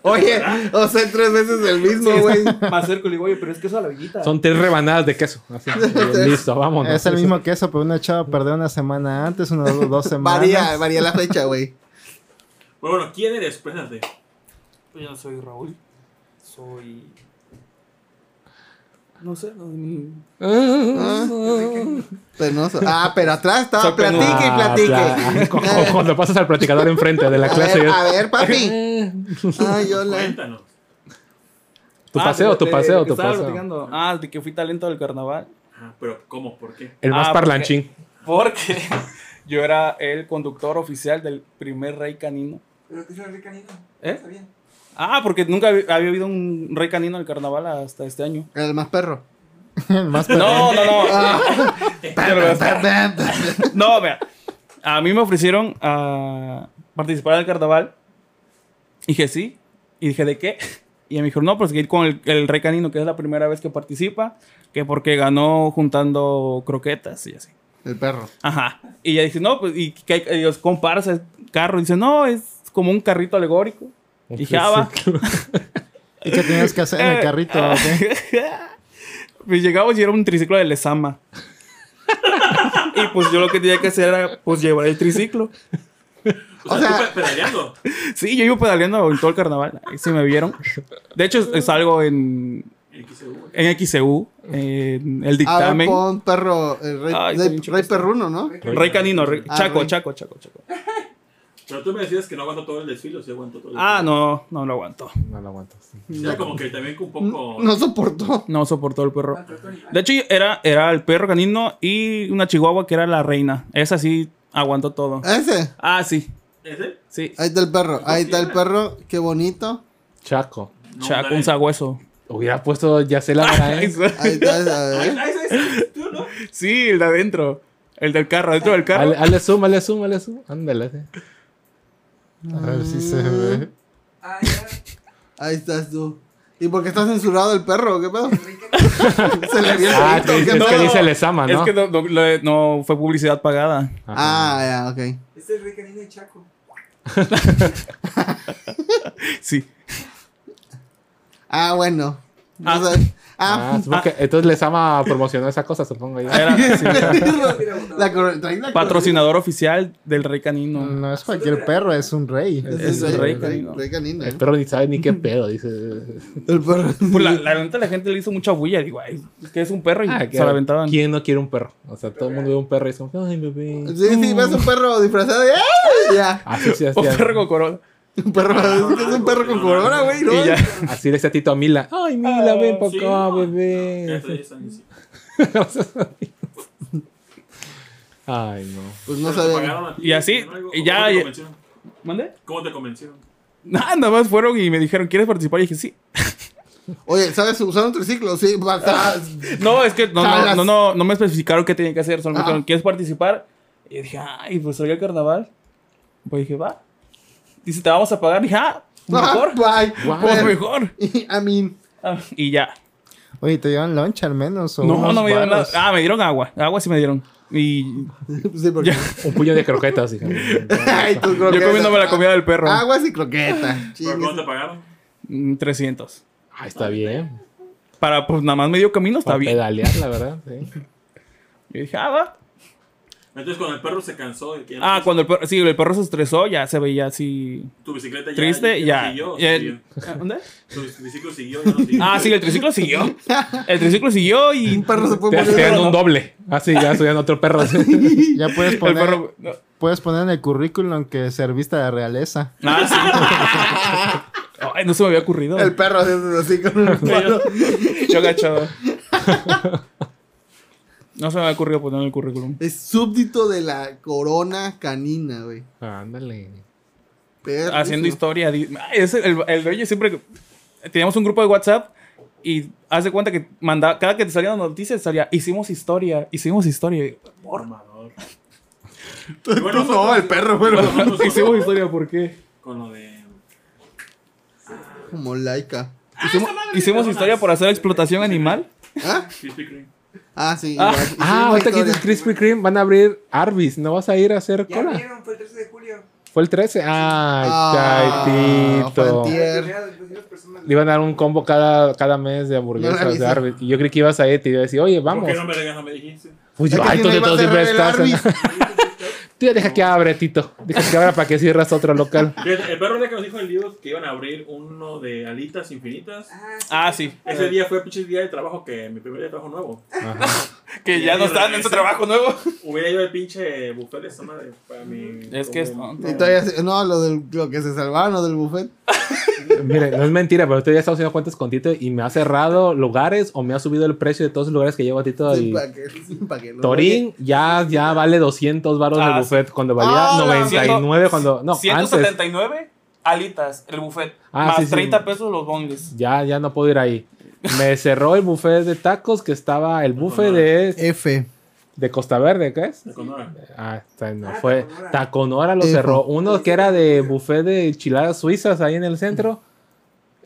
Speaker 4: Oye, o sea, tres veces el mismo, güey.
Speaker 9: Más cerca, le digo, oye, pero es que eso a la villita.
Speaker 6: Son tres rebanadas de queso. Así. Listo, vámonos.
Speaker 1: Es el mismo queso, pero uno echado a perder una semana antes, uno dos, dos semanas.
Speaker 4: Varía, varía la fecha, güey.
Speaker 3: Bueno, bueno, ¿quién eres? Présentate.
Speaker 9: Yo no soy Raúl. Soy. No sé, no. ni-
Speaker 6: Ah.
Speaker 4: Penoso. Ah, pero atrás estaba,
Speaker 6: Soy
Speaker 4: platique y platique.
Speaker 6: Ah, pla- Cuando pasas al platicador enfrente de Ah, la
Speaker 4: A
Speaker 6: clase.
Speaker 4: ver, a ver, papi. Ay, hola.
Speaker 3: Cuéntanos.
Speaker 6: Tu
Speaker 9: Ah,
Speaker 6: paseo,
Speaker 9: de-
Speaker 6: tu
Speaker 9: de-
Speaker 6: paseo,
Speaker 9: que
Speaker 6: tu
Speaker 9: estaba
Speaker 6: paseo.
Speaker 9: platicando. Ah, de que fui talento del carnaval.
Speaker 3: Ajá, Ah, pero ¿cómo? ¿Por qué?
Speaker 6: El más
Speaker 9: Ah, porque-
Speaker 6: parlanchín.
Speaker 9: Porque yo era el conductor oficial del primer rey canino.
Speaker 8: Pero que es el rey canino.
Speaker 9: ¿Eh?
Speaker 8: Está bien.
Speaker 9: Ah, porque nunca hab- había habido un rey canino del carnaval hasta este año.
Speaker 4: El más perro.
Speaker 1: Más per-
Speaker 9: No, no, no.
Speaker 4: Pam, pam.
Speaker 9: No, vea. A mí me ofrecieron a participar del carnaval. Y dije sí. Y dije, ¿de qué? Y ella me dijo, no, pues que ir con el, el Rey Canino, que es la primera vez que participa. Que porque ganó juntando croquetas y así.
Speaker 4: El perro.
Speaker 9: Ajá. Y ella dice, no, pues, y que hay- ellos comparsa el carro. Y dice, no, es como un carrito alegórico. Y dije, ah, va.
Speaker 1: ¿Y qué tenías que hacer en
Speaker 9: Eh,
Speaker 1: el carrito? o qué?
Speaker 9: Pues llegamos y era un triciclo de Lesama. y pues yo lo que tenía que hacer era, pues, llevar el triciclo.
Speaker 3: O sea, tú pe- pedaleando.
Speaker 9: Sí, yo iba pedaleando en todo el carnaval. Ahí sí me vieron. De hecho, es- salgo en,
Speaker 3: XU.
Speaker 9: en XCU, en el
Speaker 4: A ver,
Speaker 9: dictamen.
Speaker 4: pon perro. El rey,
Speaker 9: Ay,
Speaker 4: rey-
Speaker 9: estoy bien chico
Speaker 4: rey
Speaker 9: este.
Speaker 4: perruno, ¿no?
Speaker 9: Rey Canino, Rey-
Speaker 4: Ah,
Speaker 9: Chaco,
Speaker 4: Rey.
Speaker 9: Chaco, Chaco, Chaco.
Speaker 3: Pero tú me decías que no aguanto todo el desfile, o sí aguanto todo el
Speaker 9: Ah, no, no lo aguantó.
Speaker 6: No lo aguanto.
Speaker 3: desfile. O sea, como que también un poco.
Speaker 4: No soportó.
Speaker 9: No soportó el perro. De hecho, era, era el perro canino y una chihuahua que era la reina. Esa sí aguantó todo.
Speaker 4: Ese.
Speaker 9: Ah, sí,
Speaker 3: ¿Ese?
Speaker 9: sí.
Speaker 4: Ahí está el perro. Ahí está el perro. Qué bonito.
Speaker 6: Chaco.
Speaker 3: No,
Speaker 9: Chaco,
Speaker 3: dale.
Speaker 9: un sagüeso.
Speaker 6: Hubiera puesto Yacela Maraenz.
Speaker 4: Ahí está. esa, a ver.
Speaker 3: Ah, ese, ese, tú, ¿no?
Speaker 9: Sí, el de adentro. El del carro, dentro del carro.
Speaker 6: Hazle hazle zoom, hazle zoom, hazle zoom. Ándale. sí.
Speaker 1: A ver si se ve.
Speaker 8: Ah, ya.
Speaker 4: Ahí estás tú. ¿Y por qué está censurado el perro? ¿Qué pedo?
Speaker 8: El rey canino.
Speaker 4: Se le vio el
Speaker 6: Ah,
Speaker 4: grito,
Speaker 6: sí,
Speaker 4: ¿qué
Speaker 6: es que
Speaker 4: pedo?
Speaker 6: dice les ama, ¿no?
Speaker 9: Es que no, no- le- no fue publicidad pagada.
Speaker 6: Ajá.
Speaker 4: Ah, ya, ok.
Speaker 5: Este
Speaker 8: Es el rey canino de Chaco.
Speaker 9: Sí.
Speaker 4: Ah, bueno. No
Speaker 9: Ah.
Speaker 4: sé. Ah,
Speaker 6: Ah, supongo que entonces les ama promocionó esa cosa, supongo. yo.
Speaker 9: Era sí.
Speaker 4: la corre- trae la corre-
Speaker 9: patrocinador oficial del Rey
Speaker 6: Mm.
Speaker 9: Canino.
Speaker 1: No es cualquier perro, es un rey.
Speaker 4: Es el rey canino. eh.
Speaker 6: El perro ni sabe ni qué pedo, dice.
Speaker 4: El perro.
Speaker 9: Pues la, la neta, la gente le hizo mucha bulla. Digo, "Ay, es que es un perro y
Speaker 6: Ah,
Speaker 9: se lo aventaban.
Speaker 6: ¿Quién no quiere un perro? O sea, todo el mundo ve un perro y dice, ay, bebé.
Speaker 4: Sí, sí, ves un perro disfrazado y ¡ay! Ya.
Speaker 6: Así se
Speaker 9: O
Speaker 6: hacía.
Speaker 9: perro con corona.
Speaker 4: Un perro, es un perro con corona, güey, ¿no?
Speaker 9: Y ya.
Speaker 6: Así le decía Tito a Mila. Ay, Mila,
Speaker 3: Ah,
Speaker 6: ven para
Speaker 3: sí,
Speaker 6: acá,
Speaker 3: no, Ya
Speaker 6: bebé.
Speaker 3: está, ya está, sí.
Speaker 6: Ay, no.
Speaker 4: Pues
Speaker 3: Pero
Speaker 4: no
Speaker 3: te
Speaker 4: sabía.
Speaker 3: pagaron a ti,
Speaker 9: Y así,
Speaker 3: ¿no? Algo-
Speaker 9: y ya-
Speaker 3: ¿Cómo te
Speaker 9: ya-
Speaker 3: convencieron?
Speaker 9: ¿Mande?
Speaker 3: ¿Cómo te convencieron?
Speaker 9: Nah, Nada más fueron y me dijeron, ¿quieres participar? Y dije, sí.
Speaker 4: Oye, ¿sabes usar un triciclo? Sí, va, está-
Speaker 9: No, es que no, no,
Speaker 4: Jalas.
Speaker 9: no, no, no me especificaron qué tenía que hacer. Solo me
Speaker 4: Ah.
Speaker 9: dijeron, ¿quieres participar? Y dije, ay, pues soy el carnaval. Pues dije, va. Dice, te vamos a pagar. Dije, ah, mejor.
Speaker 4: Bye.
Speaker 9: Pues
Speaker 4: Pero-
Speaker 9: mejor.
Speaker 4: I mean,
Speaker 9: Ah, Y ya.
Speaker 1: Oye, ¿te dieron lunch al menos? O
Speaker 9: No,
Speaker 1: unos
Speaker 9: no me dieron nada.
Speaker 1: varos?
Speaker 9: Ah, me dieron agua. Agua sí me dieron. Y
Speaker 4: sí, porque.
Speaker 6: Un puño de croquetas, hija.
Speaker 4: Ay, tus
Speaker 9: yo
Speaker 4: croquetas.
Speaker 9: comiéndome la comida del perro.
Speaker 1: Ah,
Speaker 4: Aguas y croqueta.
Speaker 3: ¿Pero cómo te
Speaker 4: Chingues.
Speaker 3: pagaron?
Speaker 9: Mm, 300.
Speaker 6: Ah, está bien.
Speaker 9: Para, pues, nada más medio camino está
Speaker 6: Para
Speaker 9: bien.
Speaker 6: pedalear, la verdad. Sí.
Speaker 9: Yo dije, ah, va.
Speaker 3: Entonces, cuando el perro se cansó de que
Speaker 9: Ah, cuando el perro, sí, el perro se estresó, ya se veía así
Speaker 3: tu bicicleta ya,
Speaker 9: triste, ya.
Speaker 3: no siguió,
Speaker 9: ya-
Speaker 3: siguió.
Speaker 9: ¿Dónde?
Speaker 3: Tu biciclo siguió, ya no siguió.
Speaker 9: Ah, sí, el triciclo siguió. El triciclo siguió y...
Speaker 4: Un perro se
Speaker 6: Te
Speaker 4: puede
Speaker 6: te
Speaker 4: poner.
Speaker 6: dan un doble. Así Ah, ya subían otro perro. así.
Speaker 1: Ya puedes
Speaker 9: El
Speaker 1: poner,
Speaker 9: perro... no.
Speaker 1: puedes poner en el currículum que serviste a la realeza.
Speaker 9: Ah, sí. Ay, no se me había ocurrido.
Speaker 4: El perro haciendo así con un palo.
Speaker 9: Yo agachado. No se me había ocurrido poner en el currículum.
Speaker 4: Es súbdito de la corona canina, güey.
Speaker 6: Ándale.
Speaker 4: Perro.
Speaker 9: haciendo historia. di- Ay, ese- el, el dueño siempre. Teníamos un grupo de WhatsApp y hace cuenta que manda, cada que te salían noticias salía: hicimos historia, hicos historia.
Speaker 3: Formador.
Speaker 4: Tú
Speaker 3: Bueno,
Speaker 4: no, el perro, pero.
Speaker 3: Nosotros
Speaker 9: hicimos historia, ¿por qué?
Speaker 3: Con lo de.
Speaker 4: Como laica.
Speaker 9: Hicimos, hicimos historia por hacer explotación animal.
Speaker 4: ¿Ah?
Speaker 3: Krispy Kreme.
Speaker 4: Ah, sí.
Speaker 9: Ah.
Speaker 4: igual, hicimos
Speaker 6: Ah, ahorita que
Speaker 4: historia.
Speaker 6: dices Krispy Kreme, van a abrir Arby's. ¿No vas a ir a hacer
Speaker 8: Ya
Speaker 6: cola?
Speaker 8: vieron, fue el 13 de julio.
Speaker 6: Fue el 13. Ay,
Speaker 4: Ah,
Speaker 6: Taitito.
Speaker 4: fue el
Speaker 8: Las
Speaker 5: Ah,
Speaker 4: Tier.
Speaker 8: primeras- las primeras personas-
Speaker 6: Le iban a dar un combo cada, cada mes de hamburguesas
Speaker 4: No la
Speaker 6: de
Speaker 4: hice.
Speaker 6: Arby's. Y yo creí que ibas a ir y te iba a decir, oye,
Speaker 3: ¿Por
Speaker 6: vamos.
Speaker 3: qué no me regalas? No me dijiste.
Speaker 6: Pues
Speaker 4: Es
Speaker 6: yo,
Speaker 4: que
Speaker 6: ay,
Speaker 4: si
Speaker 6: tú
Speaker 4: no
Speaker 6: de
Speaker 4: iba a
Speaker 6: todos
Speaker 4: cerrar
Speaker 6: siempre
Speaker 4: el
Speaker 6: estás.
Speaker 4: Arby's.
Speaker 6: Tú ya deja que abra, Tito. Deja que abra para que cierras otro local.
Speaker 3: Fíjate, El perro de que nos dijo el libro que iban a abrir uno de alitas infinitas.
Speaker 9: Ah, sí.
Speaker 3: Ese día fue pinche día de trabajo que mi primer día de trabajo nuevo.
Speaker 9: Que ya no están en su trabajo nuevo.
Speaker 3: Hubiera ido el pinche buffet de esa madre para mi.
Speaker 9: Es que es
Speaker 3: como-
Speaker 9: tonto.
Speaker 4: Y todavía se- no, lo, del, lo que se salvaron, lo del buffet.
Speaker 6: Mire, no es mentira, pero usted ya está haciendo cuentas con Tito y me ha cerrado lugares o me ha subido el precio de todos los lugares que llevo a Tito.
Speaker 4: Sí,
Speaker 6: al-
Speaker 4: pa' que- sí, pa' que lo-
Speaker 6: Torín ya, ya vale 200 baros
Speaker 9: Ah,
Speaker 6: el buffet cuando valía
Speaker 4: Ah, la-
Speaker 6: 99 cuando no antes
Speaker 9: 179 alitas, el buffet.
Speaker 6: Ah,
Speaker 9: más
Speaker 6: sí, sí.
Speaker 9: 30 pesos los bongues.
Speaker 6: ya ya no puedo ir ahí. Me cerró el buffet de tacos que estaba el buffet de,
Speaker 4: F.
Speaker 6: de Costa Verde, ¿qué es?
Speaker 3: de Conora.
Speaker 6: Ah, está- no
Speaker 8: Ah,
Speaker 6: fue
Speaker 8: Taconora.
Speaker 6: Taconora lo
Speaker 4: Ejo.
Speaker 6: cerró. Uno que era de buffet de enchiladas suizas ahí en el centro.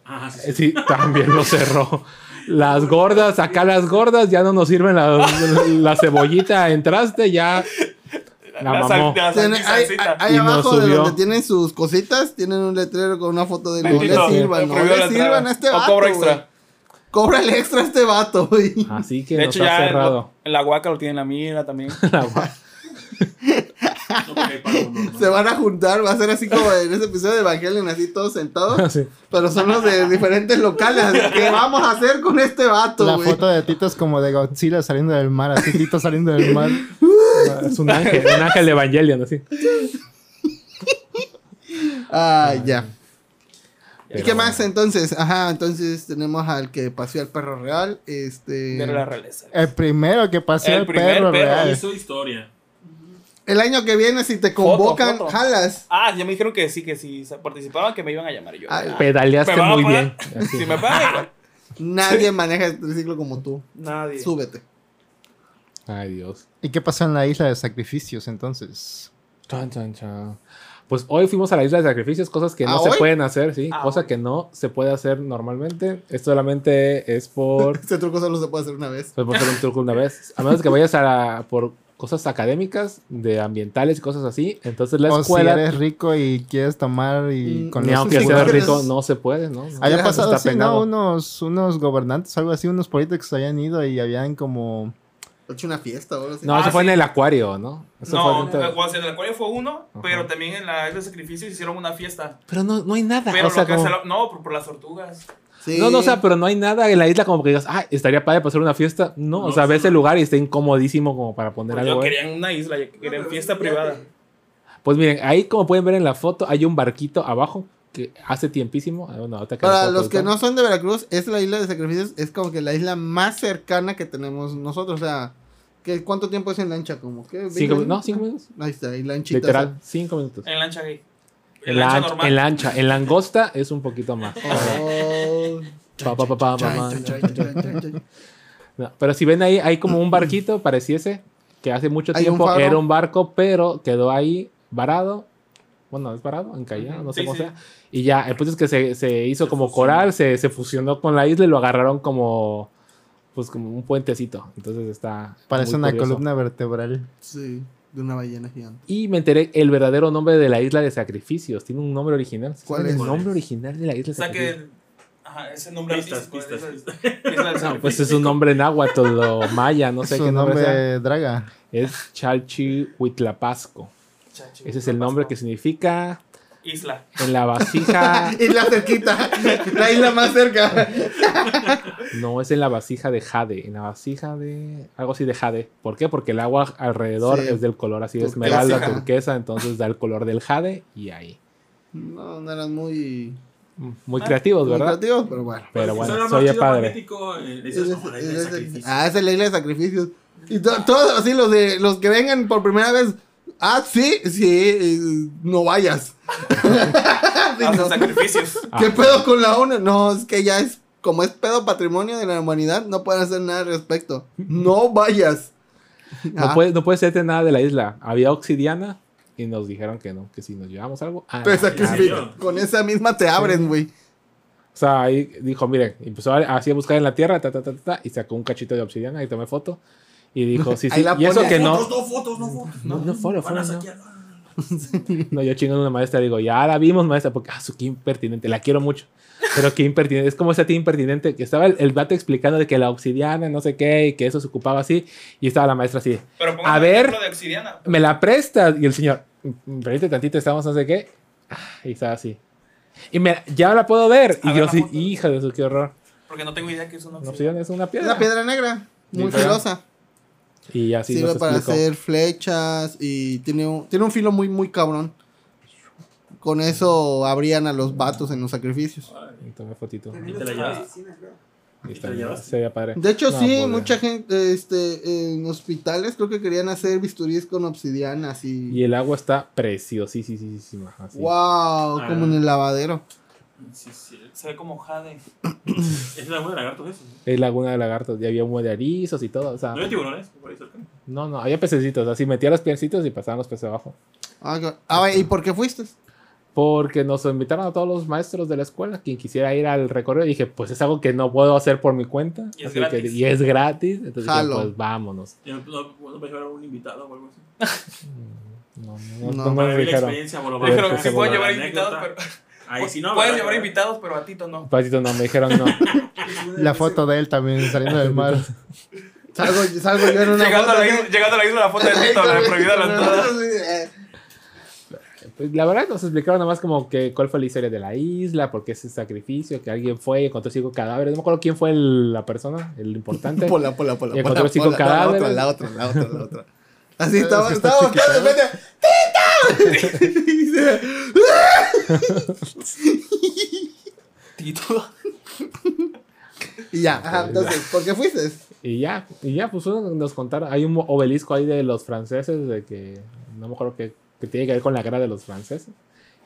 Speaker 3: Ah, sí,
Speaker 6: Eh, Sí, también lo cerró. Las gordas, acá las gordas, ya no nos sirven la, la cebollita en traste, ya la
Speaker 9: sal-
Speaker 6: mamó.
Speaker 9: la sal-
Speaker 4: Tiene- Ahí,
Speaker 9: salsita.
Speaker 4: ahí
Speaker 6: Y nos
Speaker 4: abajo de
Speaker 6: subió.
Speaker 4: donde tienen sus cositas, tienen un letrero con una foto de no
Speaker 9: Bendito,
Speaker 4: le sirvan, no
Speaker 9: prohibió la
Speaker 4: le sirvan
Speaker 9: entrada.
Speaker 4: a este
Speaker 9: O
Speaker 4: vato.
Speaker 9: cobro
Speaker 4: güey.
Speaker 9: extra.
Speaker 4: Cobra el extra a este vato, güey.
Speaker 6: Así que
Speaker 9: De
Speaker 6: nos
Speaker 9: hecho,
Speaker 6: ha
Speaker 9: ya el,
Speaker 6: cerrado.
Speaker 9: el aguaca lo tiene en la mira también.
Speaker 6: La gua-
Speaker 3: No, porque hay pago normal.
Speaker 4: Se van a juntar, va a ser así como en ese episodio de Evangelion, así todos sentados,
Speaker 6: Sí.
Speaker 4: pero son los de diferentes locales. así, ¿Qué vamos a hacer con este vato,
Speaker 1: La
Speaker 4: güey?
Speaker 1: foto de Tito es como de Godzilla saliendo del mar, así Tito saliendo del mar.
Speaker 6: Es un ángel, un ángel de Evangelion, así.
Speaker 4: Ah, ya. ¿Y
Speaker 6: Pero
Speaker 4: qué
Speaker 6: bueno.
Speaker 4: más entonces? Ajá, entonces tenemos al que paseó al perro real, este...
Speaker 9: Pero la realeza.
Speaker 1: El primero que pasó
Speaker 9: El
Speaker 1: el,
Speaker 9: primer
Speaker 1: perro,
Speaker 9: perro.
Speaker 1: real.
Speaker 3: Hizo historia.
Speaker 4: El año que viene, si te convocan,
Speaker 9: foto.
Speaker 4: jalas.
Speaker 9: Ah, ya me dijeron que sí, que si se participaban, que me iban a llamar. Y yo,
Speaker 4: Ay,
Speaker 9: ah,
Speaker 6: Pedaleaste
Speaker 9: Me va a
Speaker 6: muy bien.
Speaker 9: pagar.
Speaker 6: Así.
Speaker 9: si me pagan,
Speaker 4: Nadie maneja el triciclo como tú.
Speaker 9: nadie.
Speaker 4: Súbete.
Speaker 6: Ay, Dios.
Speaker 1: ¿Y qué pasó en la isla de sacrificios entonces?
Speaker 6: Chan, chan, chan. Pues hoy fuimos a la isla de sacrificios, cosas que no
Speaker 4: ¿Ah,
Speaker 6: se
Speaker 4: hoy?
Speaker 6: pueden hacer, sí,
Speaker 9: Ah,
Speaker 6: cosas
Speaker 9: hoy.
Speaker 6: que no se puede hacer normalmente. Esto solamente es por
Speaker 4: Este truco solo se puede hacer una vez.
Speaker 6: Pues por hacer un truco una vez. A menos que vayas a la- por cosas académicas, de ambientales y cosas así. Entonces la
Speaker 1: o si
Speaker 6: escuela,
Speaker 1: eres rico y quieres tomar y
Speaker 4: Mm,
Speaker 1: con
Speaker 6: ni
Speaker 1: los
Speaker 6: aunque
Speaker 4: si
Speaker 6: seas
Speaker 1: tiburones.
Speaker 4: quieres-
Speaker 6: rico, no se puede, ¿no? No.
Speaker 1: Había
Speaker 4: Está
Speaker 1: pasado así, ¿no?
Speaker 6: penado.
Speaker 1: Unos, unos gobernantes, algo así, unos políticos habían ido y habían como...
Speaker 4: He hecho una fiesta o algo así.
Speaker 6: No, eso
Speaker 9: Ah,
Speaker 6: fue
Speaker 9: sí.
Speaker 6: en el acuario, ¿no? Eso fue
Speaker 9: No,
Speaker 6: dentro-
Speaker 9: o sea, en el acuario fue uno,
Speaker 6: Ajá.
Speaker 9: pero también en la isla de sacrificio hicieron una fiesta.
Speaker 6: Pero no, no hay nada.
Speaker 9: Pero
Speaker 6: Ah, o sea,
Speaker 9: lo que
Speaker 6: como-
Speaker 9: se lo- no, por, por las tortugas.
Speaker 4: Sí.
Speaker 6: No, no, o sea, pero no hay nada en la isla como que digas, ah, estaría padre para hacer una fiesta. No, o
Speaker 3: No,
Speaker 6: sea,
Speaker 3: sí,
Speaker 6: ves
Speaker 3: no.
Speaker 6: el lugar y está incomodísimo como para poner
Speaker 9: Pues
Speaker 6: algo.
Speaker 9: yo
Speaker 6: ahí.
Speaker 9: quería en una isla, yo quería en
Speaker 8: pero
Speaker 9: fiesta
Speaker 8: sí,
Speaker 9: privada.
Speaker 8: fíjate.
Speaker 6: Pues miren, ahí como pueden ver en la foto, hay un barquito abajo que hace tiempísimo. ah, bueno, ahorita que la
Speaker 4: Para
Speaker 6: foto
Speaker 4: los que
Speaker 6: está.
Speaker 4: no son de Veracruz, es la isla de sacrificios, es como que la isla más cercana que tenemos nosotros. O sea, ¿qué, ¿cuánto tiempo es en lancha? Como que.
Speaker 6: Cinco, min- no, cinco minutos.
Speaker 4: Ahí está, y lanchita.
Speaker 6: Literal, cinco minutos.
Speaker 9: En lancha gay.
Speaker 6: En la, ancha- en la ancha, en langosta es un poquito más.
Speaker 4: o sea. Oh.
Speaker 6: Pa, pa, pa, pa, pa, pa.
Speaker 4: Chan, chan, chan, chan, chan, chan.
Speaker 6: No, pero si ven ahí, hay como un barquito, pareciese, que hace mucho
Speaker 4: Hay un
Speaker 6: tiempo
Speaker 4: faro.
Speaker 6: era un barco, pero quedó ahí varado. Bueno, es varado, encallado, no sé
Speaker 9: Sí,
Speaker 6: cómo
Speaker 9: sí.
Speaker 6: sea. Y ya, el punto es que se, se hizo como coral, se, se fusionó con la isla y lo agarraron como, pues, como un puentecito. Entonces está.
Speaker 1: Parece
Speaker 6: muy
Speaker 1: una
Speaker 6: curioso.
Speaker 1: columna vertebral.
Speaker 4: Sí, de una ballena gigante.
Speaker 6: Y me enteré el verdadero nombre de la isla de sacrificios. Tiene un nombre original. ¿Sí
Speaker 4: ¿Cuál
Speaker 6: saben
Speaker 4: es?
Speaker 6: El
Speaker 4: ¿Cuál
Speaker 6: nombre original de la isla de
Speaker 9: O sea
Speaker 6: sacrificios.
Speaker 9: que. Ajá, ese nombre
Speaker 3: Pistas,
Speaker 9: artístico,
Speaker 4: Pues,
Speaker 3: pistas,
Speaker 9: esa- isla del
Speaker 6: No, pues es
Speaker 9: sacrificio.
Speaker 6: un nombre náhuatl o maya, no sé
Speaker 1: Su
Speaker 6: qué nombre,
Speaker 1: nombre
Speaker 6: sea.
Speaker 1: draga.
Speaker 6: Es Chalchihuitlapasco.
Speaker 9: Chachi,
Speaker 6: Ese es el nombre que significa
Speaker 9: Isla.
Speaker 6: en la vasija.
Speaker 4: Isla cerquita, la isla más cerca.
Speaker 6: No, es en la vasija de jade. En la vasija de. Algo así de jade. ¿Por qué? Porque el agua alrededor
Speaker 4: Sí.
Speaker 6: es del color así de
Speaker 4: Turquesa.
Speaker 6: esmeralda, turquesa. Entonces da el color del jade y ahí.
Speaker 4: No, no eran muy.
Speaker 6: Muy creativos,
Speaker 4: Ah, muy
Speaker 6: Pues, ¿verdad?
Speaker 4: creativos, pero bueno.
Speaker 6: Pero bueno,
Speaker 3: soy
Speaker 6: soy padre.
Speaker 3: Mítico, eh,
Speaker 4: Es-
Speaker 3: dices,
Speaker 4: es-
Speaker 3: "Oh, la isla de
Speaker 4: es-
Speaker 3: sacrificios".
Speaker 4: Ah, es la isla de sacrificios. Y to- todos así, los de los que vengan por primera vez. Ah, sí, sí, eh, no vayas. Sí,
Speaker 9: Hacen
Speaker 4: no.
Speaker 9: sacrificios.
Speaker 6: Ah,
Speaker 4: ¿Qué pedo con la ONU? No, es que ya es, como es pedo patrimonio de la humanidad, no pueden hacer nada al respecto. No vayas.
Speaker 6: No
Speaker 4: Ah,
Speaker 6: puede, no puede ser de nada de la isla. Había obsidiana y nos dijeron que no, que si nos llevamos algo. ah,
Speaker 4: te
Speaker 6: ah,
Speaker 4: sacrificas. Con esa misma te abren, güey.
Speaker 6: O sea, ahí dijo, miren, empezó a- así a buscar en la tierra, ta, ta, ta, ta, ta, y sacó un cachito de obsidiana y tomé foto. Y dijo, sí, sí,
Speaker 4: Ahí la
Speaker 6: y eso
Speaker 4: pone.
Speaker 6: que no.
Speaker 7: Fotos, no fotos, no fotos.
Speaker 6: No, no, fuera,
Speaker 7: Van a
Speaker 6: fuera, no.
Speaker 7: saquear.
Speaker 6: No, yo chingando a una maestra, digo, ya la vimos, maestra, porque, ah, su qué impertinente, la quiero mucho. Pero qué impertinente, es como esa tía impertinente que estaba el, el vato explicando de que la obsidiana, no sé qué, y que eso se ocupaba así, y estaba la maestra así,
Speaker 9: Pero
Speaker 6: A
Speaker 9: pongan el
Speaker 6: ver.
Speaker 9: ejemplo de obsidiana.
Speaker 6: me la prestas, y el señor, "Mm, mm, permíteme tantito, estamos no sé qué, Ah, y estaba así. Y me, ya la puedo ver, y
Speaker 9: A ver
Speaker 6: yo
Speaker 9: la
Speaker 6: así,
Speaker 9: foto.
Speaker 6: hija de su, qué horror.
Speaker 9: Porque no tengo idea que es una
Speaker 6: Una obsidiana
Speaker 9: obsidiana.
Speaker 6: es una
Speaker 4: Es
Speaker 6: piedra.
Speaker 4: la piedra negra, muy
Speaker 6: Sí, pero-
Speaker 4: filosa.
Speaker 6: Y así
Speaker 4: Sirve
Speaker 6: nos
Speaker 4: para
Speaker 6: explicó.
Speaker 4: hacer flechas y tiene un, tiene un filo muy, muy cabrón. Con eso abrían a los vatos en los sacrificios.
Speaker 6: Y tomé fotito.
Speaker 5: También
Speaker 7: Y
Speaker 5: está
Speaker 7: te la
Speaker 5: en la
Speaker 7: llevas.
Speaker 5: oficina, creo.
Speaker 6: Y
Speaker 7: ¿Y
Speaker 6: está
Speaker 7: te la
Speaker 6: bien,
Speaker 7: llevaste?
Speaker 6: se veía padre.
Speaker 4: De hecho,
Speaker 6: No,
Speaker 4: sí,
Speaker 6: pues,
Speaker 4: mucha gente este, en hospitales creo que querían hacer bisturís con obsidianas y...
Speaker 6: Y el agua está preciosísima. Así.
Speaker 4: ¡Wow! Como en el lavadero.
Speaker 7: Sí, sí, se ve como jade. es la buena de lagartos eso.
Speaker 6: Es laguna de lagartos. Y había humo de erizos y todo. O sea,
Speaker 7: ¿No hay tiburones por ahí cerca?
Speaker 6: no, no, había pececitos. Así metía los piecitos y pasaban los peces abajo.
Speaker 4: Ah, qué- ah, ¿y por qué fuiste?
Speaker 6: Porque nos invitaron a todos los maestros de la escuela. Quien quisiera ir al recorrido, dije, pues es algo que no puedo hacer por mi cuenta.
Speaker 7: Y es
Speaker 6: así
Speaker 7: gratis.
Speaker 6: que- y es gratis. Entonces dije,
Speaker 4: Jalo.
Speaker 6: pues vámonos.
Speaker 7: ¿Y ¿No, no, no va a llevar a un invitado o algo así?
Speaker 6: No, no, no,
Speaker 4: No,
Speaker 6: no
Speaker 7: Para vivir la
Speaker 6: nos dijeron.
Speaker 7: experiencia, por lo
Speaker 6: Pero
Speaker 9: Dijeron
Speaker 7: menos.
Speaker 9: que sí
Speaker 6: pues,
Speaker 9: puedo
Speaker 6: la
Speaker 9: llevar
Speaker 7: anécdota.
Speaker 9: invitados, pero.
Speaker 7: Ahí sí no.
Speaker 9: Puedes
Speaker 7: ¿verdad?
Speaker 9: llevar invitados, pero a Tito no.
Speaker 6: Pasito, no, me dijeron no.
Speaker 1: La foto de él también saliendo del mar.
Speaker 4: Salgo, salgo yo en una
Speaker 9: Llegando a,
Speaker 4: foto
Speaker 9: la
Speaker 4: así.
Speaker 9: isla, llegando a la isla, la foto de Tito, la de prohibida la entrada.
Speaker 4: eh.
Speaker 6: Pues, la verdad nos explicaron nada más como que cuál fue la historia de la isla, por qué ese sacrificio, que alguien fue y encontró cinco cadáveres. No me acuerdo quién fue el- la persona, el importante.
Speaker 4: Pola, pola, pola. pola,
Speaker 6: Y encontró cinco
Speaker 4: pola. No, la otra,
Speaker 6: cadáveres.
Speaker 4: la otra, la otra, la otra. Así
Speaker 1: Es
Speaker 4: estaba,
Speaker 1: que está
Speaker 4: estaba buscando de
Speaker 1: chiquita,
Speaker 4: repente.
Speaker 9: Tito.
Speaker 4: Y ya, ajá, entonces, ¿por qué fuiste?
Speaker 6: Y ya, y ya, pues uno nos contaron. Hay un obelisco ahí de los franceses, de que no me acuerdo que, que tiene que ver con la guerra de los franceses.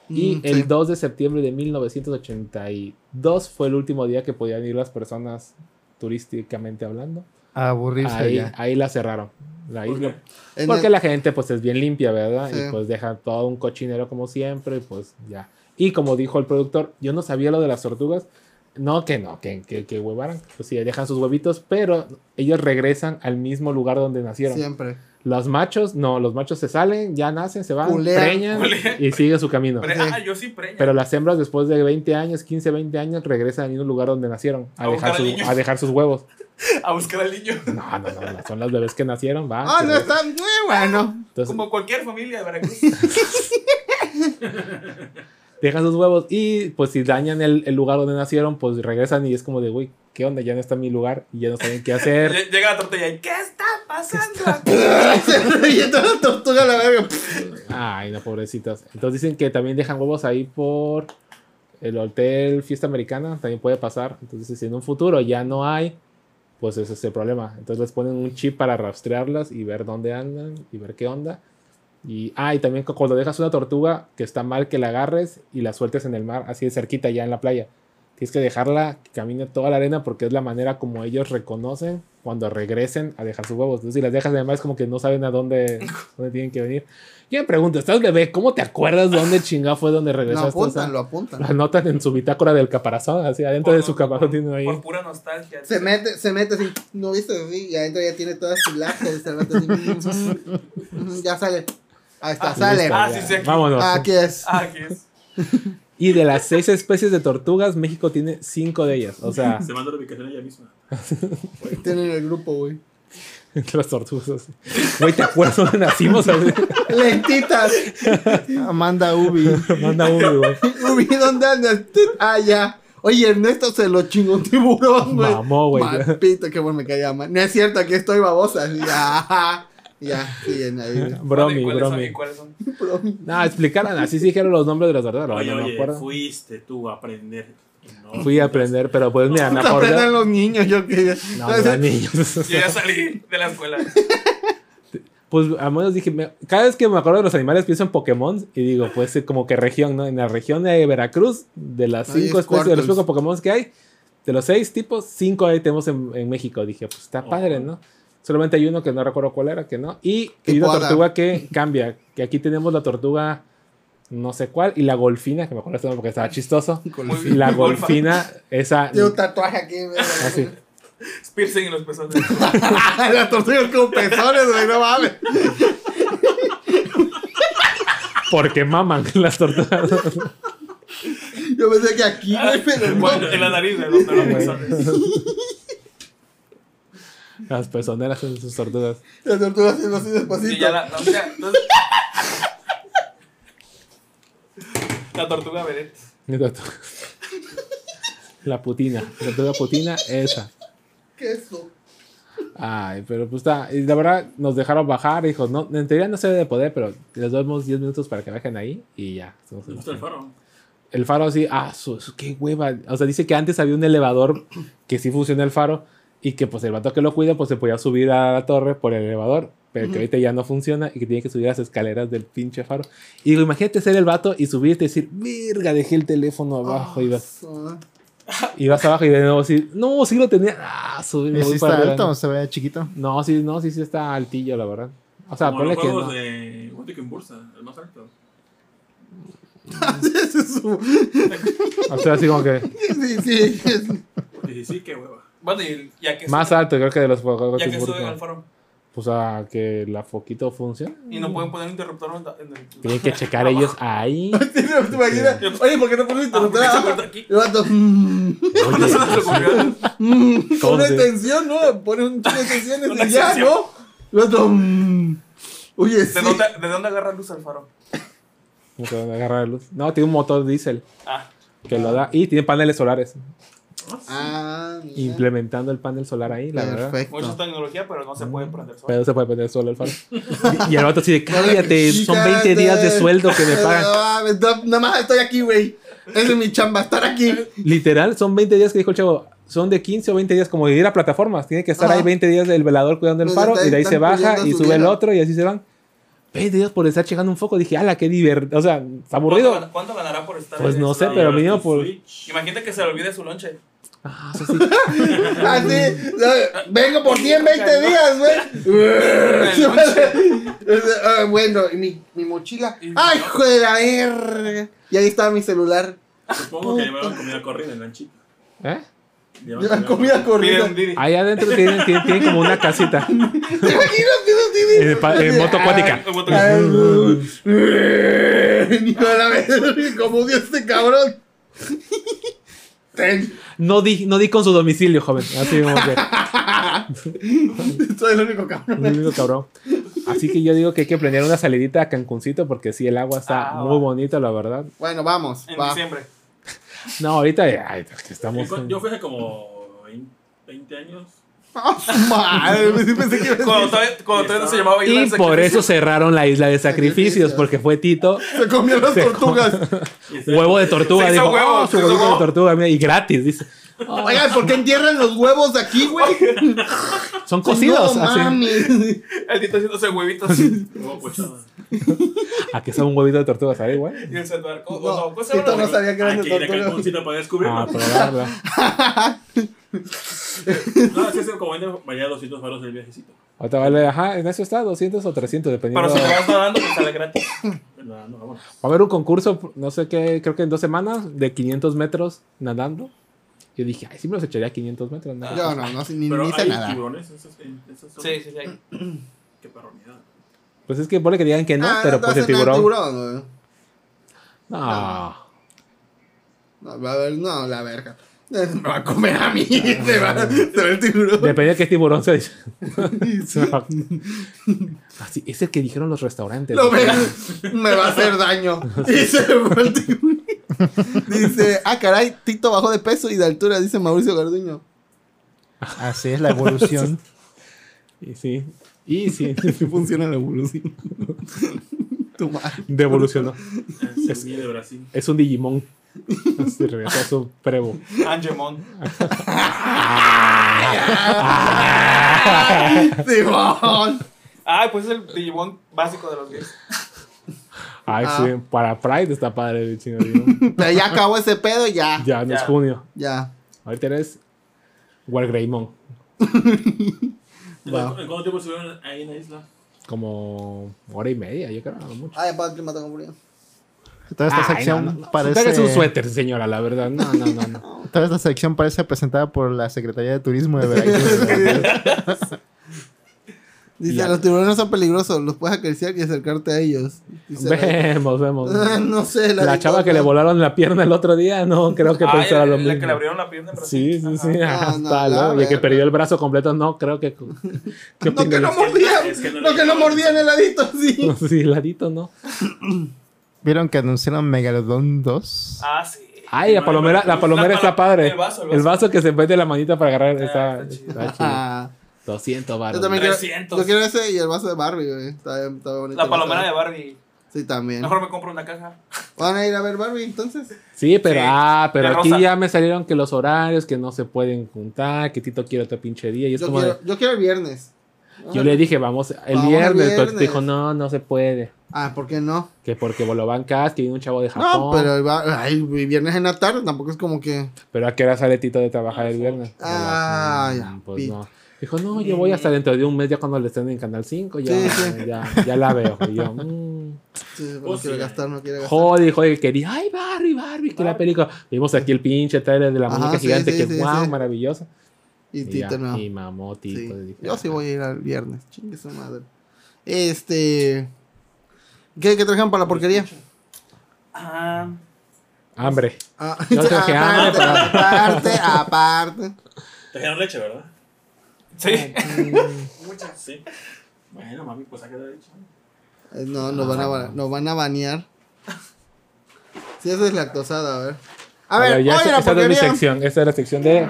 Speaker 6: Y
Speaker 4: Mm,
Speaker 6: el
Speaker 4: sí.
Speaker 6: 2 de septiembre de 1982 fue el último día que podían ir las personas turísticamente hablando.
Speaker 1: A aburrirse
Speaker 6: Ahí,
Speaker 1: ya.
Speaker 6: ahí la cerraron. La
Speaker 7: ¿Por
Speaker 6: isla.
Speaker 7: qué?
Speaker 4: En
Speaker 6: Porque
Speaker 4: el-
Speaker 6: la gente pues es bien limpia, ¿verdad?
Speaker 4: Sí.
Speaker 6: Y pues deja todo un cochinero como siempre, y pues ya. Y como dijo el productor, yo no sabía lo de las tortugas. No, que no, que, que, que huevaran. Pues sí, dejan sus huevitos, pero ellos regresan al mismo lugar donde nacieron.
Speaker 4: Siempre.
Speaker 6: Los machos, no, los machos se salen, ya nacen, se van,
Speaker 4: Culean.
Speaker 6: preñan
Speaker 9: Culean.
Speaker 6: y siguen su camino.
Speaker 9: Pre- Ah, yo sí preña.
Speaker 6: Pero las hembras después de 20 años, 15, 20 años, regresan al mismo lugar donde nacieron, a,
Speaker 9: A buscar
Speaker 6: dejar,
Speaker 9: al
Speaker 6: su-
Speaker 9: niño.
Speaker 6: a dejar sus huevos.
Speaker 9: A buscar al niño.
Speaker 6: No, no, no, no, son los bebés que nacieron, van.
Speaker 4: Ah,
Speaker 6: se
Speaker 4: no,
Speaker 6: regresan.
Speaker 4: está muy bueno.
Speaker 6: Entonces,
Speaker 9: Como cualquier familia de Veracruz.
Speaker 6: dejan sus huevos y pues si dañan el, el lugar donde nacieron, pues regresan y es como de, güey, ¿qué onda? Ya no está mi lugar y ya no saben qué hacer.
Speaker 9: Lle- Llega la tortilla y ¿qué está pasando aquí?
Speaker 4: Y entonces la tortuga a la verga.
Speaker 6: Ay, no, pobrecitos. Entonces dicen que también dejan huevos ahí por el hotel Fiesta Americana, también puede pasar. Entonces si en un futuro ya no hay, pues ese es el problema. Entonces les ponen un chip para rastrearlas y ver dónde andan y ver qué onda. Y, ah, y también cu- cuando dejas una tortuga, que está mal que la agarres y la sueltes en el mar, así de cerquita, ya en la playa. Tienes que dejarla que camine toda la arena porque es la manera como ellos reconocen cuando regresen a dejar sus huevos. Entonces, si las dejas en el mar, es como que no saben a dónde, dónde tienen que venir. Yo me pregunto, ¿estás bebé? ¿Cómo te acuerdas dónde chingado fue donde
Speaker 4: Lo
Speaker 6: regresaste? O sea,
Speaker 4: apuntan, lo
Speaker 6: lo
Speaker 4: apuntan.
Speaker 6: anotan en su bitácora del caparazón, así adentro de su caparazón tienen ahí.
Speaker 9: Por pura nostalgia.
Speaker 4: Se mete, se mete así, ¿no viste? Así, y adentro ya tiene todas sus lajes. se levanta así, mm, mm, mm, ya sale. Ahí está,
Speaker 6: Y
Speaker 4: sale.
Speaker 6: listo,
Speaker 9: Ah,
Speaker 6: ya.
Speaker 9: sí, sí, aquí.
Speaker 6: Vámonos.
Speaker 4: Aquí es.
Speaker 9: Ah, ¿qué es?
Speaker 6: Y de las seis especies de tortugas, México tiene cinco de ellas. O sea,
Speaker 7: Se manda la ubicación ella misma.
Speaker 4: Tienen el grupo, güey.
Speaker 6: las tortugas. así. Güey, ¿te acuerdas dónde nacimos? Así.
Speaker 4: Lentitas.
Speaker 1: Amanda Ubi.
Speaker 6: Manda uno, güey.
Speaker 4: Ubi, ¿dónde andas? Tit, Ah, ya. Oye, Ernesto se lo chingó un tiburón, güey.
Speaker 6: Mamó, güey.
Speaker 4: Mal Pito, qué bueno me caía mal. No es cierto, aquí estoy babosa. Y Ya, ajá. ya, siguen ahí. güey.
Speaker 9: ¿Y
Speaker 6: Bromi,
Speaker 9: cuáles son?
Speaker 6: bromi.
Speaker 9: ¿Y cuáles son?
Speaker 6: No, explicaron, así sí dijeron los nombres de las tortugas.
Speaker 7: Oye,
Speaker 6: no me
Speaker 7: oye,
Speaker 6: acuerdo.
Speaker 7: fuiste tú a aprender. No,
Speaker 6: Fui a aprender, pero pues mira, me
Speaker 4: Se aprendan
Speaker 6: acordé.
Speaker 4: los niños, yo que.
Speaker 6: No, no eran niños.
Speaker 9: Yo ya salí de la escuela.
Speaker 6: Pues a menos dije, me- cada vez que me acuerdo de los animales pienso en Pokémon y digo, pues eh, como que región, ¿no? En la región de Veracruz, de las
Speaker 4: Ahí
Speaker 6: cinco
Speaker 4: es
Speaker 6: especies, de los
Speaker 4: Squirtles.
Speaker 6: cinco Pokémon que hay, de los seis tipos, cinco ahí tenemos en, en México. Dije, pues está
Speaker 7: Ojo.
Speaker 6: padre, ¿no? Solamente hay uno que no recuerdo cuál era, que no. Y
Speaker 4: Que
Speaker 6: hay una
Speaker 4: pueda.
Speaker 6: tortuga que cambia, que aquí tenemos la tortuga no sé cuál, y la golfina, que me acuerdo este nombre porque estaba chistoso. Y la golfina, esa.
Speaker 4: Tiene un tatuaje aquí, güey.
Speaker 6: Así.
Speaker 9: Es piercing en los pezones.
Speaker 4: Ah, Las tortillas con pezones, güey, no mames.
Speaker 6: Porque maman las tortugas.
Speaker 4: Yo pensé que aquí, güey, pero no.
Speaker 9: Bueno, en la nariz, en los en los pezones.
Speaker 6: Las pezoneras en sus tortugas.
Speaker 4: Las tortugas haciendo así
Speaker 9: Y ya
Speaker 4: despacito.
Speaker 9: la, la, la, la tortuga vedette.
Speaker 6: Mi tortuga. La putina. La tortuga putina, esa.
Speaker 4: Queso.
Speaker 6: Ay, pero pues está. Y la verdad, nos dejaron bajar. Dijo, no, en teoría no se debe de poder, pero les damos 10 minutos para que bajen ahí y ya. Estamos
Speaker 7: Me
Speaker 6: en la
Speaker 7: gusta el
Speaker 6: fila.
Speaker 7: faro.
Speaker 6: El faro sí, ah, su, su- qué hueva. O sea, dice que antes había un elevador que sí funciona el faro y que pues el vato que lo cuida pues se podía subir a la torre por el elevador, pero que ahorita ya no funciona y que tiene que subir las escaleras del pinche faro. Y digo, imagínate ser el vato y subirte y decir, verga, dejé el teléfono abajo
Speaker 4: Ah,
Speaker 6: y vas,
Speaker 4: Eso.
Speaker 6: y vas abajo y de nuevo decir, no, sí lo tenía, ah, subir, me
Speaker 1: Ah. ¿Y si
Speaker 6: voy
Speaker 1: está
Speaker 6: para arriba,
Speaker 1: alto
Speaker 6: ¿no?
Speaker 1: o se ve chiquito?
Speaker 6: No, sí, no, sí, sí está altillo, la verdad. O sea,
Speaker 7: Como los
Speaker 6: ponle que
Speaker 7: juegos
Speaker 6: no.
Speaker 7: de Gothic en Bursa, el más alto.
Speaker 4: Ese es su-
Speaker 6: O sea, así como que
Speaker 4: Sí, sí. es-
Speaker 7: Y sí, qué hueva.
Speaker 9: Bueno, y ya que
Speaker 6: más
Speaker 9: sube-
Speaker 6: alto, creo que de los juegos
Speaker 9: ya
Speaker 6: de
Speaker 9: que
Speaker 6: Burgo.
Speaker 9: suben al faro
Speaker 6: Pues a que la foquito funcione.
Speaker 9: y no pueden poner interruptor en la- en el.
Speaker 6: Tienen que checar ellos ahí.
Speaker 4: ¿Te imaginas? Oye, ¿por qué no pones interruptor?
Speaker 9: Ah,
Speaker 4: abajo?
Speaker 9: porque se corta aquí.
Speaker 4: El vato, mm,
Speaker 9: No se nos ocurrió.
Speaker 4: mm,
Speaker 6: ¿Cómo
Speaker 4: una
Speaker 6: se-
Speaker 4: tensión, ¿no? Pone un chico de tensiones
Speaker 9: Una
Speaker 4: y ya,
Speaker 9: excepción.
Speaker 4: ¿no? El vato, mm. Oye, sí.
Speaker 9: ¿De dónde, ¿De dónde agarra luz al faro?
Speaker 6: No se van a agarrar la luz. No, tiene un motor diésel
Speaker 9: Ah,
Speaker 6: que lo da. Y tiene paneles solares.
Speaker 4: Ah, mira.
Speaker 6: Implementando el panel solar ahí, la verdad.
Speaker 9: mucha
Speaker 4: Perfecto.
Speaker 9: tecnología, pero no se puede prender solo.
Speaker 6: Mm, Pero no se puede prender solo el faro. Y- Y el vato así de, cállate, son
Speaker 4: Cállate.
Speaker 6: 20 días de sueldo que me
Speaker 4: No,
Speaker 6: pagan.
Speaker 4: mames, no- Ah, Nada más estoy aquí, güey. Esa es mi chamba, estar aquí.
Speaker 6: Literal, son 20 días que dijo el chavo. Son de 15 o 20 días, como de ir a plataformas. Tiene que estar
Speaker 4: Ajá.
Speaker 6: ahí 20 días el velador cuidando el
Speaker 4: Los
Speaker 6: faro.
Speaker 4: están-
Speaker 6: Y de ahí
Speaker 4: están
Speaker 6: se baja
Speaker 4: cuidando
Speaker 6: y
Speaker 4: su
Speaker 6: sube el
Speaker 4: vida.
Speaker 6: otro y así se van. 20 días por estar checando un foco. Dije, ala, qué divertido. O sea, está
Speaker 9: ¿Cuánto,
Speaker 6: aburrido.
Speaker 9: gan- cuánto ganará por estar
Speaker 6: Pues
Speaker 9: en
Speaker 6: no
Speaker 9: ese
Speaker 6: sé,
Speaker 9: lado?
Speaker 6: pero
Speaker 7: Llevas
Speaker 6: mínimo
Speaker 7: tu
Speaker 6: por-
Speaker 7: Switch.
Speaker 9: Imagínate que se le olvide su lonche.
Speaker 6: Ah, eso sí.
Speaker 4: Así, ¿sabes? vengo por 120 días, güey. Ah, bueno, y mi, mi mochila. ¡Ay, hijo de la verga! Y ahí estaba mi celular.
Speaker 7: Supongo que llevaban comida corrida en lanchita.
Speaker 6: ¿Eh?
Speaker 4: Llevan comida corrida.
Speaker 9: Piden Didi.
Speaker 6: Ahí adentro tienen, tienen, tienen como una casita
Speaker 4: ¿Te imaginas que esos divinos?
Speaker 6: en, pa- en moto acuática.
Speaker 9: Ay, botón.
Speaker 4: Ay, Ni a la verga, como odio a este cabrón. Ten,
Speaker 6: No di, no di con su domicilio, joven. Así como que.
Speaker 4: soy el único cabrón.
Speaker 6: un lindo cabrón. Así que yo digo que hay que planear una salidita a Cancuncito porque sí, el agua está
Speaker 9: Ah,
Speaker 6: muy
Speaker 9: va.
Speaker 6: bonita, la verdad.
Speaker 4: Bueno, vamos.
Speaker 9: En
Speaker 4: va.
Speaker 9: diciembre.
Speaker 6: No, ahorita eh, ay, que estamos.
Speaker 7: Yo, yo fui hace como 20, 20 años.
Speaker 4: Ah, madre, sí pensé que iba a
Speaker 9: Cuando todavía, cuando todavía no se llamaba Isla
Speaker 6: Y
Speaker 9: del
Speaker 6: por
Speaker 9: Sacrificio.
Speaker 6: eso cerraron la isla de sacrificios, porque fue Tito,
Speaker 4: decir, Se comieron las
Speaker 6: Se com-
Speaker 4: tortugas.
Speaker 7: Y este-
Speaker 6: huevo de tortuga.
Speaker 9: Se hizo
Speaker 6: Dijo,
Speaker 9: huevo,
Speaker 6: "Ah, su
Speaker 9: se hizo
Speaker 6: huevito de
Speaker 9: huevo".
Speaker 6: tortuga, mira, y gratis, dice.
Speaker 4: Oigan, ¿por qué entierran los huevos de aquí, güey?
Speaker 6: Son cocidos.
Speaker 4: No,
Speaker 6: así.
Speaker 4: mami.
Speaker 9: El tito haciéndose huevitos. y
Speaker 7: huevo pochado.
Speaker 6: Aquí está Ah, un huevito de tortuga, ¿sabes, güey?
Speaker 9: el celular. ¿Cómo-
Speaker 4: No,
Speaker 9: no, pues, ¿cómo se llama
Speaker 4: Tito
Speaker 9: la
Speaker 4: no
Speaker 9: película?
Speaker 4: sabía que eran
Speaker 7: Aquí
Speaker 4: de
Speaker 7: de
Speaker 4: tortugas.
Speaker 7: Cancuncito para descubrirlo.
Speaker 6: Ah, probarla.
Speaker 7: No, es que se comiendo vaya 200 varos el viajecito.
Speaker 6: O te vale, ajá, en eso está 200 o 300, dependiendo.
Speaker 9: Pero si te vas nadando, pues sale gratis.
Speaker 7: No, no, vámonos.
Speaker 6: Va a haber un concurso, no sé qué, creo que en dos semanas, de 500 metros nadando. Yo dije, ay, sí me los echaría a 500 metros. ¿no?
Speaker 4: Yo no, no, sé, ni,
Speaker 7: Pero
Speaker 4: ni sé
Speaker 7: hay
Speaker 4: nada.
Speaker 7: tiburones, esos, que- esos son.
Speaker 9: Sí, sí, sí.
Speaker 7: Qué perronidad.
Speaker 6: Pues es que ponle que digan que no,
Speaker 4: Ah,
Speaker 6: pero
Speaker 4: te
Speaker 6: pues el
Speaker 4: hacen nada,
Speaker 6: tiburón.
Speaker 4: güey.
Speaker 6: No.
Speaker 4: No, va a ver, no, la verga. Eh, Me va a comer a mí. Se va, se va el tiburón.
Speaker 6: Depende de qué tiburón se dice. Así, es el que dijeron los restaurantes.
Speaker 4: Lo ve, me va a hacer daño. Y se fue el tiburón. Dice, ah, caray, Tito bajó de peso y de altura, dice Mauricio Garduño.
Speaker 1: Así es la evolución.
Speaker 6: Y sí. Y sí.
Speaker 4: Sí funciona la evolución. tu madre.
Speaker 6: Devolucionó.
Speaker 7: Es el mío de Brasil.
Speaker 6: Es un Digimon. Así regresó a su prevo.
Speaker 9: Angemon.
Speaker 4: Simón.
Speaker 9: Ah, pues es el Digimon básico de los gays.
Speaker 6: Ay,
Speaker 4: Ah.
Speaker 6: sí. Para Pride está padre el chino. Digimon.
Speaker 4: Pero ya acabó ese pedo, ya. Ya.
Speaker 6: Ya, no es
Speaker 9: Ya.
Speaker 6: junio. Ahorita eres Wargreymon.
Speaker 7: ¿En
Speaker 4: Wow.
Speaker 7: cu- en cuánto tiempo estuvieron ahí en la isla?
Speaker 6: Como hora y media, yo creo, no mucho.
Speaker 4: Ay, papá, que mata con frío.
Speaker 1: Toda esta
Speaker 6: Ay,
Speaker 1: sección
Speaker 6: no, no, no.
Speaker 1: parece.
Speaker 6: Hágase un suéter, señora, la verdad. No, no, no. no.
Speaker 1: Toda esta sección parece presentada por la Secretaría de Turismo de Veracruz.
Speaker 4: Dice,
Speaker 1: Ya.
Speaker 4: los tiburones son peligrosos, los puedes acariciar y acercarte a ellos. Dice,
Speaker 6: Vemos, vemos.
Speaker 4: no sé, la
Speaker 6: la
Speaker 4: de
Speaker 6: chava
Speaker 4: Coco.
Speaker 6: que le volaron la pierna el otro día, no creo que
Speaker 9: Ah,
Speaker 6: pensara lo
Speaker 9: la- la
Speaker 6: mismo.
Speaker 9: que le abrieron la pierna en
Speaker 6: Sí, sí, sí.
Speaker 4: Ah, no, la
Speaker 6: hasta luego. Y que
Speaker 4: verga.
Speaker 6: perdió el brazo completo, no creo que. ¿Qué
Speaker 4: No, que
Speaker 6: opinas?
Speaker 4: no mordía,
Speaker 3: Es que no
Speaker 4: no
Speaker 3: le
Speaker 4: que no
Speaker 3: llegaban.
Speaker 4: mordía en el ladito, sí.
Speaker 6: Sí, ladito, ¿no?
Speaker 1: ¿Vieron que anunciaron Megalodon 2?
Speaker 9: Ah, sí.
Speaker 6: Ay, la
Speaker 3: No,
Speaker 6: palomera,
Speaker 3: no,
Speaker 6: la
Speaker 3: no,
Speaker 6: palomera
Speaker 3: la
Speaker 6: está
Speaker 3: palo-
Speaker 6: padre.
Speaker 3: el vaso, el
Speaker 6: El
Speaker 3: vaso.
Speaker 6: vaso que se mete la manita para agarrar está,
Speaker 9: está chido.
Speaker 6: está chido.
Speaker 4: Ah,
Speaker 6: 200 baros.
Speaker 4: yo también quiero,
Speaker 9: 300.
Speaker 4: yo quiero ese y el vaso de Barbie, güey. Está, está bonito.
Speaker 9: La palomera de Barbie.
Speaker 4: Sí, también.
Speaker 9: Mejor me compro una caja.
Speaker 4: ¿Van a ir a ver Barbie entonces?
Speaker 6: Sí, pero,
Speaker 9: Sí,
Speaker 6: ah, pero
Speaker 9: de
Speaker 6: aquí
Speaker 9: rosa.
Speaker 6: ya me salieron que los horarios, que no se pueden juntar, que Tito quiere otro pinche día. Y es
Speaker 4: Yo
Speaker 6: como de-
Speaker 4: quiero, yo quiero el viernes.
Speaker 6: yo le dije, vamos el
Speaker 4: Vamos el
Speaker 6: viernes, pero Tito
Speaker 4: viernes.
Speaker 6: dijo, no, no se puede.
Speaker 4: Ah, ¿por qué no?
Speaker 6: Que porque lo bancas, que viene un chavo de Japón.
Speaker 4: No, pero
Speaker 6: pero...
Speaker 4: el ba- ay, el viernes en la tarde tampoco es como que.
Speaker 6: a qué hora sale Tito de trabajar el viernes?
Speaker 4: Ah,
Speaker 6: De las-
Speaker 4: ya,
Speaker 6: Pues
Speaker 4: Pito.
Speaker 6: no. Dijo, no, yo voy hasta dentro de un mes ya cuando le estén en Canal 5, ya,
Speaker 4: Sí, sí.
Speaker 6: ya, ya la veo. Y yo, mm.
Speaker 4: sí, no
Speaker 9: Oh,
Speaker 3: Pues
Speaker 4: quiere
Speaker 3: sí.
Speaker 4: gastar, no quiere gastar.
Speaker 6: Joder, joder, quería. Ay, Barbie, Barbie, que la película. Vimos aquí el pinche trailer de la
Speaker 4: Ajá,
Speaker 6: muñeca
Speaker 4: sí,
Speaker 6: gigante,
Speaker 4: sí,
Speaker 6: que
Speaker 4: sí,
Speaker 6: wow,
Speaker 4: sí.
Speaker 6: maravillosa.
Speaker 4: Y
Speaker 6: Y
Speaker 4: Tito
Speaker 6: ya,
Speaker 4: no.
Speaker 6: Y mamó Tito.
Speaker 4: Sí.
Speaker 6: y dije,
Speaker 4: Yo sí
Speaker 6: ah,
Speaker 4: voy a ir al viernes. Chingue su madre. Este. ¿Qué, qué trajeron para la porquería?
Speaker 9: Ah,
Speaker 6: Hambre.
Speaker 4: Ah,
Speaker 6: Yo traje
Speaker 4: aparte,
Speaker 6: hambre
Speaker 4: aparte, aparte.
Speaker 3: Trajeron leche, ¿verdad?
Speaker 9: sí.
Speaker 8: Muchas.
Speaker 3: Sí. Bueno, mami, pues ha quedado dicho.
Speaker 4: Eh, No, nos van, a, ba- nos van a banear. Si eso es lactosada, a ver. A ver,
Speaker 6: ya
Speaker 4: oye
Speaker 6: esa,
Speaker 4: la
Speaker 6: esa es mi
Speaker 4: porquería.
Speaker 6: sección. Esa es la sección de.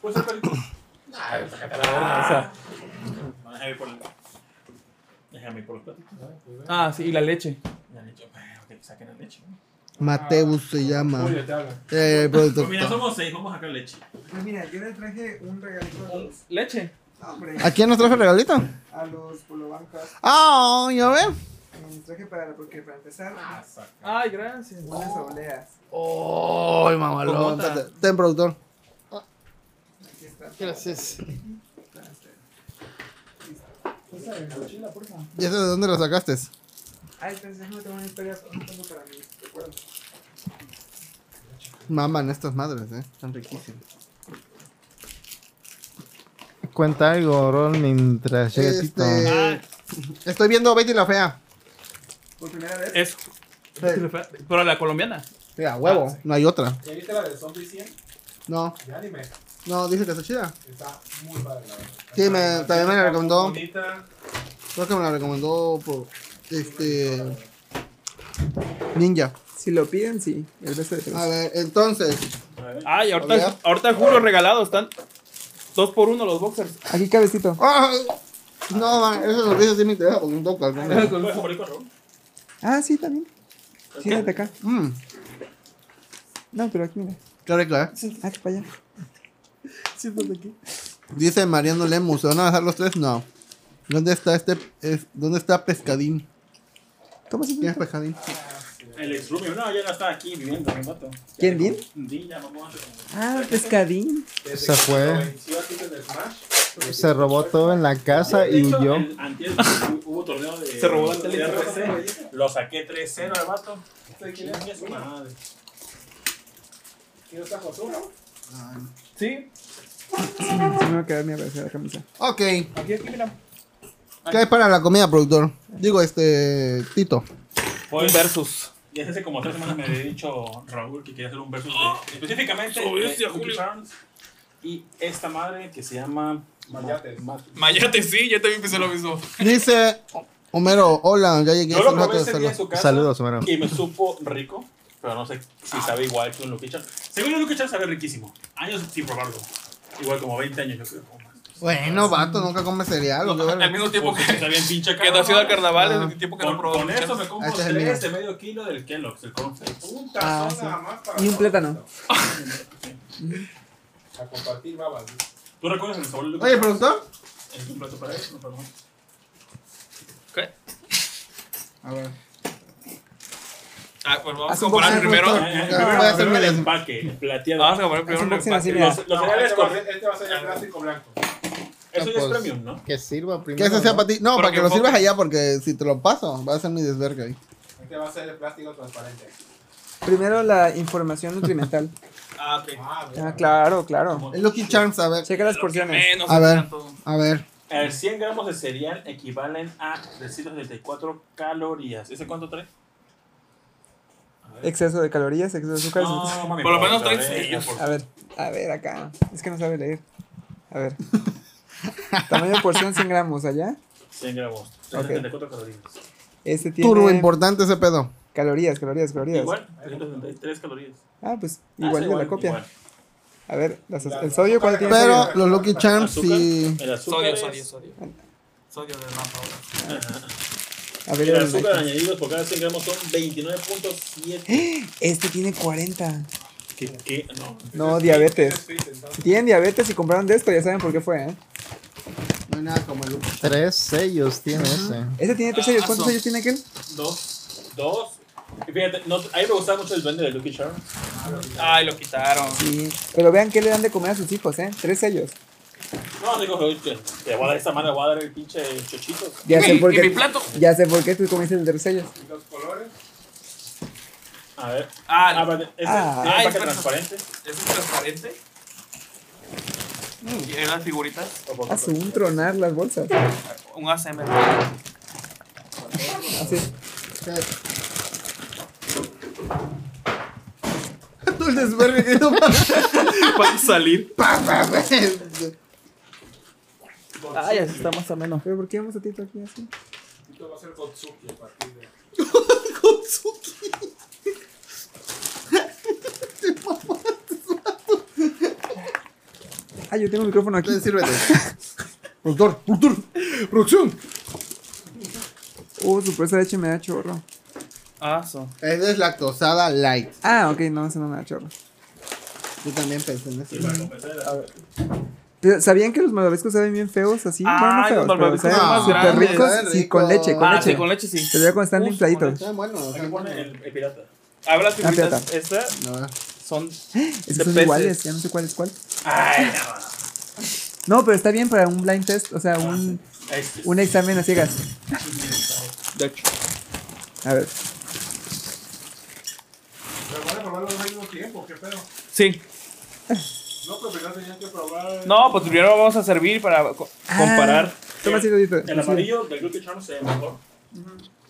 Speaker 3: Pues el pelito. Déjame ir por el. Déjame ir por los platos.
Speaker 10: Ah, sí, y la leche.
Speaker 3: La leche. Bueno, que saquen la leche.
Speaker 4: Mateus se llama.
Speaker 11: Julio, te habla.
Speaker 4: Eh, el
Speaker 3: Pues mira,
Speaker 4: productor.
Speaker 3: somos seis, vamos a sacar leche.
Speaker 5: Ah,
Speaker 8: Pues mira, yo le traje un regalito a los.
Speaker 10: Leche.
Speaker 8: no, hombre,
Speaker 4: ¿A quién nos trajo el regalito?
Speaker 8: a los polobancas.
Speaker 4: Ah, ya ven.
Speaker 8: Les traje para, porque para empezar,
Speaker 10: Ay, gracias.
Speaker 8: unas obleas.
Speaker 4: ¡Ay, mamalón!
Speaker 10: Cocota.
Speaker 4: espérate. Ten, productor.
Speaker 8: Aquí está.
Speaker 4: Gracias.
Speaker 8: favor.
Speaker 4: ¿Y eso de dónde lo sacaste?
Speaker 8: Ay, pensé que no tengo una historia, solo tengo para mí. Recuerdo.
Speaker 4: Maman estas madres, ¿eh? Están riquísimas.
Speaker 1: Cuenta algo, Ron, mientras llega Tito.
Speaker 3: Ah.
Speaker 4: Este, estoy viendo Betty la Fea.
Speaker 8: Por primera vez.
Speaker 10: Es. Pero la colombiana.
Speaker 4: Mira,
Speaker 8: Ah,
Speaker 4: huevo. No hay otra.
Speaker 11: ¿Ya viste la de Zombie 100?
Speaker 4: No,
Speaker 11: De anime.
Speaker 4: no, dice que está chida.
Speaker 11: Está muy padre, la verdad.
Speaker 4: Sí, me- también me la recomendó.
Speaker 11: Bonita.
Speaker 4: Creo que me la recomendó por. Este. Ninja.
Speaker 8: Si lo piden, sí. El beso de tres.
Speaker 4: A ver, entonces.
Speaker 10: Ay,
Speaker 4: Olea.
Speaker 10: ahorita, ahorita juro regalados. Están dos por uno los boxers.
Speaker 8: Aquí cabecito.
Speaker 4: ¡Ay! No, man, eso lo dice sí me interesa porque un toco al menos.
Speaker 3: ¿Cuál es tu favorito, Raúl?
Speaker 8: Ah, sí, también. Siéntate acá.
Speaker 4: Mmm,
Speaker 8: No, pero aquí mira.
Speaker 4: qué rico, ¿eh?
Speaker 8: Ah, para allá. Siéntate pues, aquí.
Speaker 4: Dice Mariano Lemus, ¿se van a bajar los tres? No. ¿Dónde está este? es- ¿Dónde está Pescadín?
Speaker 8: ¿Cómo se
Speaker 4: ¿Quién es Pescadín?
Speaker 3: El ex roomie. No, ya no está aquí viviendo, mi vato.
Speaker 8: ¿Quién, Vin?
Speaker 3: Sí, ya vamos a
Speaker 8: Ah, pescadín.
Speaker 1: Se fue,
Speaker 3: venció a ti en el Smash.
Speaker 4: pues,
Speaker 1: se robó todo en la casa y
Speaker 3: De hecho,
Speaker 1: huyó.
Speaker 3: el- antier hubo torneo de.
Speaker 10: Se robó la tele.
Speaker 3: de RC. Lo saqué 3-0 al vato. Chingue su madre.
Speaker 11: ¿Quién está Josué?
Speaker 10: Sí.
Speaker 8: Se me va a quedar mi abrazo de la camisa.
Speaker 4: Ok. ¿Qué
Speaker 10: Aquí, aquí, mira.
Speaker 4: hay para la comida, productor? Digo, este. Tito.
Speaker 10: Un
Speaker 3: Pues,
Speaker 10: versus.
Speaker 3: Y hace como tres semanas me había dicho Raúl que quería hacer un versus
Speaker 9: ¡Ah!
Speaker 3: de, específicamente de Cookie Charms y esta madre que se llama
Speaker 11: Mayates.
Speaker 3: Ma-
Speaker 9: Mayate, sí, yo también pensé lo mismo.
Speaker 4: Dice Homero, hola, ya llegué.
Speaker 3: Yo lo
Speaker 4: hace rato
Speaker 3: probé
Speaker 4: de
Speaker 3: ese día en
Speaker 4: hacerlo.
Speaker 3: su casa
Speaker 1: Saludos, Homero.
Speaker 3: y me supo rico, pero no sé
Speaker 9: Ah.
Speaker 3: si sabe igual que un Lucky Charms. Según yo, Lucky Charms sabe riquísimo. Años sin probarlo. Igual como 20 años yo creo. o más.
Speaker 4: Bueno, vato, nunca come
Speaker 8: Ah,
Speaker 4: cereal. o qué verga.
Speaker 9: Al mismo tiempo
Speaker 3: Porque
Speaker 9: que,
Speaker 3: está bien pinche
Speaker 9: que no ha
Speaker 3: caro,
Speaker 9: sido
Speaker 3: ¿no?
Speaker 9: al carnaval,
Speaker 4: Ah.
Speaker 9: es el tiempo que
Speaker 3: Con,
Speaker 9: no probó.
Speaker 3: con eso me compro
Speaker 4: Este es el
Speaker 3: tres
Speaker 4: mío.
Speaker 3: de medio kilo del Kellogg's, el cornflakes. Puta,
Speaker 4: Ah,
Speaker 3: son
Speaker 4: sí.
Speaker 3: nada más para
Speaker 8: Y un
Speaker 3: todos.
Speaker 8: plátano.
Speaker 11: A compartir babas.
Speaker 3: ¿Tú recuerdas el sabor de Lucky
Speaker 4: Oye,
Speaker 3: Charms?
Speaker 4: productor.
Speaker 3: ¿Es un plato para eso? No, perdón.
Speaker 9: ¿Qué?
Speaker 4: A ver.
Speaker 9: Ah, pues vamos a
Speaker 8: Haz un
Speaker 9: comparar
Speaker 8: boxeo,
Speaker 9: primero.
Speaker 4: doctor.
Speaker 3: Eh,
Speaker 9: Vamos
Speaker 4: Voy a
Speaker 3: primero-
Speaker 4: hacer
Speaker 3: primero
Speaker 4: mi
Speaker 3: el
Speaker 4: des-
Speaker 3: empaque, plateado.
Speaker 9: a comparar
Speaker 8: Haz
Speaker 9: primero
Speaker 8: un
Speaker 9: el
Speaker 8: boxing así,
Speaker 9: empaque.
Speaker 8: mira.
Speaker 3: Los, los
Speaker 11: No,
Speaker 3: cereales
Speaker 11: este, va a
Speaker 3: con...
Speaker 11: ser, este va a ser ya plástico blanco.
Speaker 3: Eso ya es
Speaker 4: pues,
Speaker 3: premium, ¿no?
Speaker 1: Que sirva
Speaker 4: Que
Speaker 1: primero.
Speaker 4: eso sea
Speaker 1: ¿no?
Speaker 4: para ti. No,
Speaker 9: Pero
Speaker 4: para que
Speaker 9: que
Speaker 4: lo
Speaker 9: enfoque.
Speaker 4: sirvas allá, porque si te lo paso, va a ser mi desverga ahí.
Speaker 12: Este va a ser de plástico transparente.
Speaker 8: Primero la información nutrimental.
Speaker 12: Ah, ok. Ah,
Speaker 8: Ah, claro, claro.
Speaker 4: El Lucky Charms, a ver.
Speaker 8: Checa las porciones.
Speaker 3: menos,
Speaker 4: A ver, a ver.
Speaker 3: Eh, 100 gramos de cereal equivalen a 374 calorías. ¿Ese cuánto trae?
Speaker 8: Exceso de calorías, exceso de azúcar.
Speaker 3: No, mami, Por lo menos por traen favor, sellos, por
Speaker 8: A ver, a ver acá. Es que no sabe leer. A ver. Tamaño de porción 100 gramos allá.
Speaker 3: 100 gramos.
Speaker 8: Ok.
Speaker 3: 374 calorías.
Speaker 8: Este tiene
Speaker 4: Turbo importante ese pedo.
Speaker 8: calorías, calorías, calorías.
Speaker 3: Igual, 373 calorías.
Speaker 8: Ah, pues
Speaker 3: Ah,
Speaker 8: igual
Speaker 3: sí,
Speaker 8: de la
Speaker 3: igual,
Speaker 8: copia.
Speaker 3: igual.
Speaker 8: A ver, las- el sodio cuánto tiene.
Speaker 4: Pero
Speaker 8: sodio?
Speaker 4: los Lucky Charms sí.
Speaker 3: El azúcar
Speaker 13: Sodio,
Speaker 3: es-
Speaker 13: sodio, sodio. Sodio de mapa ahora.
Speaker 8: A ver,
Speaker 3: el
Speaker 8: el-
Speaker 3: azúcar añadido por cada 100 gramos son 29.7.
Speaker 8: Este tiene 40.
Speaker 3: ¿Qué? ¿Qué? Ah, No.
Speaker 8: No, diabetes. Si tienen diabetes y compraron de esto, ya saben por qué fue, ¿eh?
Speaker 4: No hay nada como el Lucky
Speaker 1: Tres sellos tiene ese.
Speaker 8: Este tiene tres sellos. ¿Cuántos
Speaker 3: Ah,
Speaker 8: sellos tiene aquel?
Speaker 3: Dos. Dos. Y fíjate, no, a mí me gustaba mucho el duende de Lucky Charms.
Speaker 13: Ay, lo quitaron.
Speaker 8: Sí. Pero vean qué le dan de comer a sus hijos, ¿eh? Tres sellos.
Speaker 3: No, digo, te, te voy a dar esta mano, te voy a dar el pinche chochito.
Speaker 8: Ya sé por qué.
Speaker 13: mi plato?
Speaker 8: Ya sé por qué tú comiste el de tres sellos.
Speaker 3: A ver.
Speaker 13: Ah,
Speaker 3: Ah, espérate, ¿este
Speaker 8: Ah.
Speaker 3: tiene
Speaker 13: Ay,
Speaker 3: empaque
Speaker 13: espera.
Speaker 3: transparente?
Speaker 13: ¿Es transparente?
Speaker 8: Mm.
Speaker 13: ¿Y eran figuritas?
Speaker 8: Hace Ah, un tronar las bolsas.
Speaker 13: Un ACM.
Speaker 8: Así.
Speaker 4: Tú el desvergue que no
Speaker 13: Para salir.
Speaker 9: Ah, ya está más ameno.
Speaker 8: ¿Pero por qué vamos a ti aquí así?
Speaker 12: Esto va a ser Gotsuki a partir de.
Speaker 8: Ah, yo tengo el micrófono aquí.
Speaker 4: Sírvete. Productor, productor, producción.
Speaker 8: Uh, su presa de leche me da chorro.
Speaker 13: Ah, so.
Speaker 4: Es deslactosada light.
Speaker 8: Ah, ok, no, eso no me da chorro.
Speaker 4: Yo también pensé en eso.
Speaker 12: Pues, eh,
Speaker 8: Pero, ¿Sabían que los malvaviscos saben bien feos así?
Speaker 9: Ah,
Speaker 8: Bueno, no
Speaker 9: los
Speaker 8: feos, pero
Speaker 9: malvaviscos
Speaker 8: saben
Speaker 9: son más
Speaker 8: súper
Speaker 9: grandes.
Speaker 8: ricos.
Speaker 9: Saben
Speaker 8: Sí,
Speaker 4: rico.
Speaker 8: con leche, con
Speaker 9: Ah,
Speaker 8: leche.
Speaker 9: sí, con leche, sí.
Speaker 8: Pero ya cuando están limpiaditos.
Speaker 4: Está bueno, está
Speaker 3: Aquí
Speaker 4: bueno.
Speaker 3: pone el, el pirata.
Speaker 13: A ver, las
Speaker 8: Ah,
Speaker 13: figuritas
Speaker 8: pirata.
Speaker 13: estas
Speaker 4: No,
Speaker 13: son
Speaker 8: Es
Speaker 13: de
Speaker 8: que son
Speaker 13: peces.
Speaker 8: iguales, ya no sé cuál es cuál.
Speaker 3: Ay,
Speaker 8: No, pero está bien para un blind test, o sea, un,
Speaker 3: este.
Speaker 8: un examen a ciegas.
Speaker 13: De hecho.
Speaker 8: A ver.
Speaker 12: Pero van a probarlo al mismo tiempo, qué pedo.
Speaker 9: Sí.
Speaker 12: No, pero primero tenían que probar.
Speaker 9: No, pues primero vamos a servir para co-
Speaker 8: Ah.
Speaker 9: comparar.
Speaker 8: Toma así, Dodito.
Speaker 3: El amarillo del Lucky Charms se ve mejor.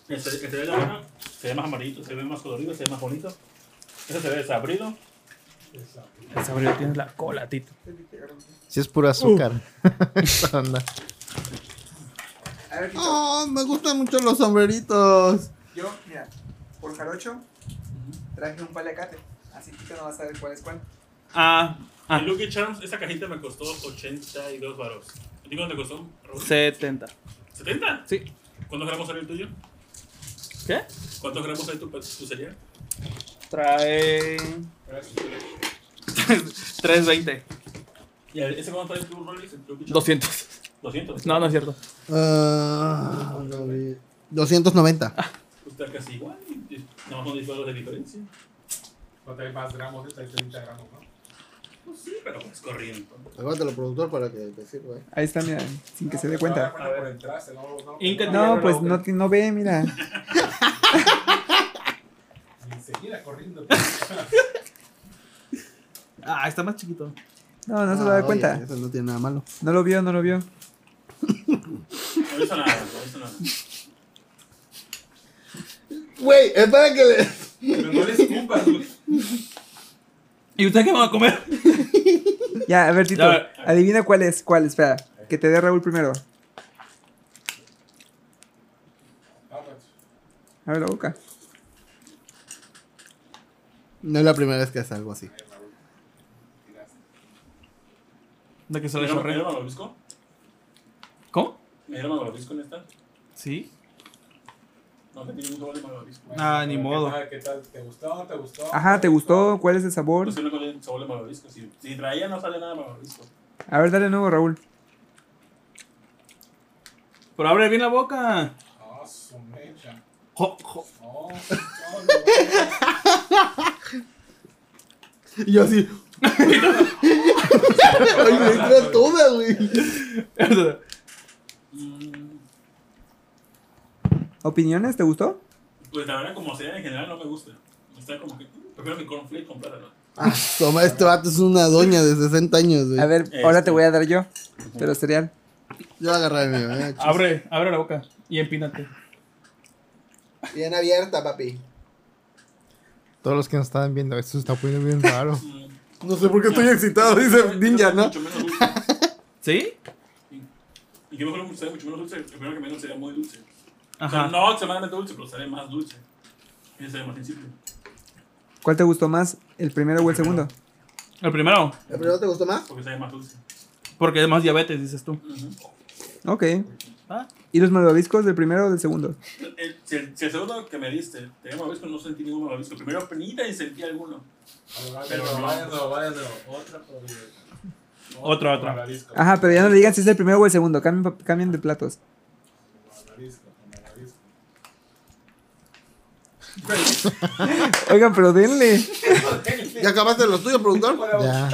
Speaker 3: El se- el se ve la arena, se ve más amarillito, se ve más colorido, se ve más bonito. Ese se ve desabrido.
Speaker 9: Esa abrió, tienes la cola, Tito.
Speaker 1: Si es puro azúcar.
Speaker 4: Uh.
Speaker 1: Esa onda.
Speaker 4: Oh, me gustan mucho los sombreritos.
Speaker 8: Yo, mira, por jarocho traje un palacate. Así que no vas a ver cuál es cuál.
Speaker 9: Ah, ah,
Speaker 3: El Lucky Charms, esta cajita me costó 82 baros. ¿A ti cuánto te costó? Raúl?
Speaker 9: 70.
Speaker 3: ¿70?
Speaker 9: Sí.
Speaker 3: ¿Cuántos gramos era el tuyo?
Speaker 9: ¿Qué?
Speaker 3: ¿Cuántos gramos hay tu, tu cereal?
Speaker 9: Trae. 320.
Speaker 3: ¿Y el- ese cuánto trae tu Rolex? el Lucky Charms?
Speaker 9: 200.
Speaker 3: 200.
Speaker 9: No, no es cierto.
Speaker 4: Ah, 290.
Speaker 3: Está casi igual. Nada más son 10 baros de diferencia.
Speaker 12: Va a tener más gramos, esta hay 30 gramos, ¿no?
Speaker 3: Pues sí, pero es corriente.
Speaker 4: Aguántalo, productor, para que te sirva. eh.
Speaker 8: Ahí está, mira, sin que se dé
Speaker 12: Ahora
Speaker 8: cuenta.
Speaker 12: ponen por el traste, no, no.
Speaker 9: Inca-
Speaker 8: No, pues no, ti- no ve, mira.
Speaker 12: Ni seguirá corriendo.
Speaker 9: Ah, está más chiquito.
Speaker 8: No, no se va a
Speaker 4: Ah,
Speaker 8: dar cuenta.
Speaker 4: oye, Eso no tiene nada malo.
Speaker 8: No lo vio, no lo vio.
Speaker 3: No hizo nada, no hizo nada.
Speaker 4: Güey, es para que le.
Speaker 12: Pero no les escupas, güey.
Speaker 9: ¿Y usted qué va a comer?
Speaker 8: Ya, a ver, Tito,
Speaker 9: Ya, a ver.
Speaker 8: adivina cuál es, cuál, espera. Que te dé Raúl primero.
Speaker 12: Ah, pues.
Speaker 8: Abre la boca.
Speaker 4: No es la primera vez que hace algo así.
Speaker 9: De que se
Speaker 3: ¿Me
Speaker 9: le
Speaker 3: dieron me
Speaker 9: chorre.
Speaker 3: dieron malvavisco?
Speaker 9: ¿Cómo?
Speaker 3: ¿Me dieron malvavisco en esta?
Speaker 9: Sí.
Speaker 3: No, que tiene mucho vale malvavisco.
Speaker 9: Ah, ni
Speaker 12: ¿Qué
Speaker 9: modo.
Speaker 12: tal? ¿Qué tal? ¿Te gustó no te gustó?
Speaker 8: Ajá, ¿te gustó? ¿Cuál es el sabor?
Speaker 3: Pues que no tiene sabor de malvavisco. Si, si traía, no sale nada de malvavisco.
Speaker 8: A ver, dale de nuevo, Raúl.
Speaker 9: Pero abre bien la boca.
Speaker 12: Ah, su mecha.
Speaker 9: Jo, jo.
Speaker 12: No, no, no.
Speaker 4: Y yo así. Ay, me entra toda, güey.
Speaker 3: Mm,
Speaker 8: ¿Opiniones? ¿Te gustó?
Speaker 3: Pues la verdad, como sea en general, no me gusta. Está como que. Prefiero mi cornflake con plátano.
Speaker 4: Ah, toma, este vato es una doña de 60 años, güey.
Speaker 8: A ver,
Speaker 9: Este.
Speaker 8: ahora te voy a dar yo. Pero cereal.
Speaker 4: Yo agarré el mío, eh. chis.
Speaker 9: Abre, abre la boca y empínate.
Speaker 4: Bien abierta, papi.
Speaker 1: Todos los que nos están viendo, esto se está poniendo bien raro.
Speaker 3: Mm,
Speaker 4: No sé por qué estoy excitado, dice Ninja, ¿no?
Speaker 9: ¿Sí?
Speaker 3: Y que mejor sabe mucho menos dulce. El primero que menos sería muy dulce. O sea, no extremadamente dulce, pero sabe más dulce. Y ese es más sencillo.
Speaker 8: ¿Cuál te gustó más? ¿El primero o el segundo?
Speaker 9: El primero,
Speaker 4: ¿El primero te gustó más?
Speaker 3: Porque sabe más dulce.
Speaker 9: porque es más diabetes, dices tú.
Speaker 8: Ok.
Speaker 9: Ah.
Speaker 8: ¿Y los malvaviscos del primero o del segundo?
Speaker 3: El- si, el, si el segundo que me diste tenía malvavisco, no sentí ningún malvavisco. Primero penita y sentí alguno. Pero no.
Speaker 14: Váyanlo, váyanlo. Otra probabilidad.
Speaker 9: Otro, otro.
Speaker 14: Malvavisco,
Speaker 8: Ajá, pero ya no le digan si es el primero o el segundo. Cambien, pa- cambien de platos.
Speaker 14: malvavisco, malvavisco.
Speaker 8: Oigan, pero denle.
Speaker 4: ¿Ya acabaste los tuyos, productor?
Speaker 1: Ya.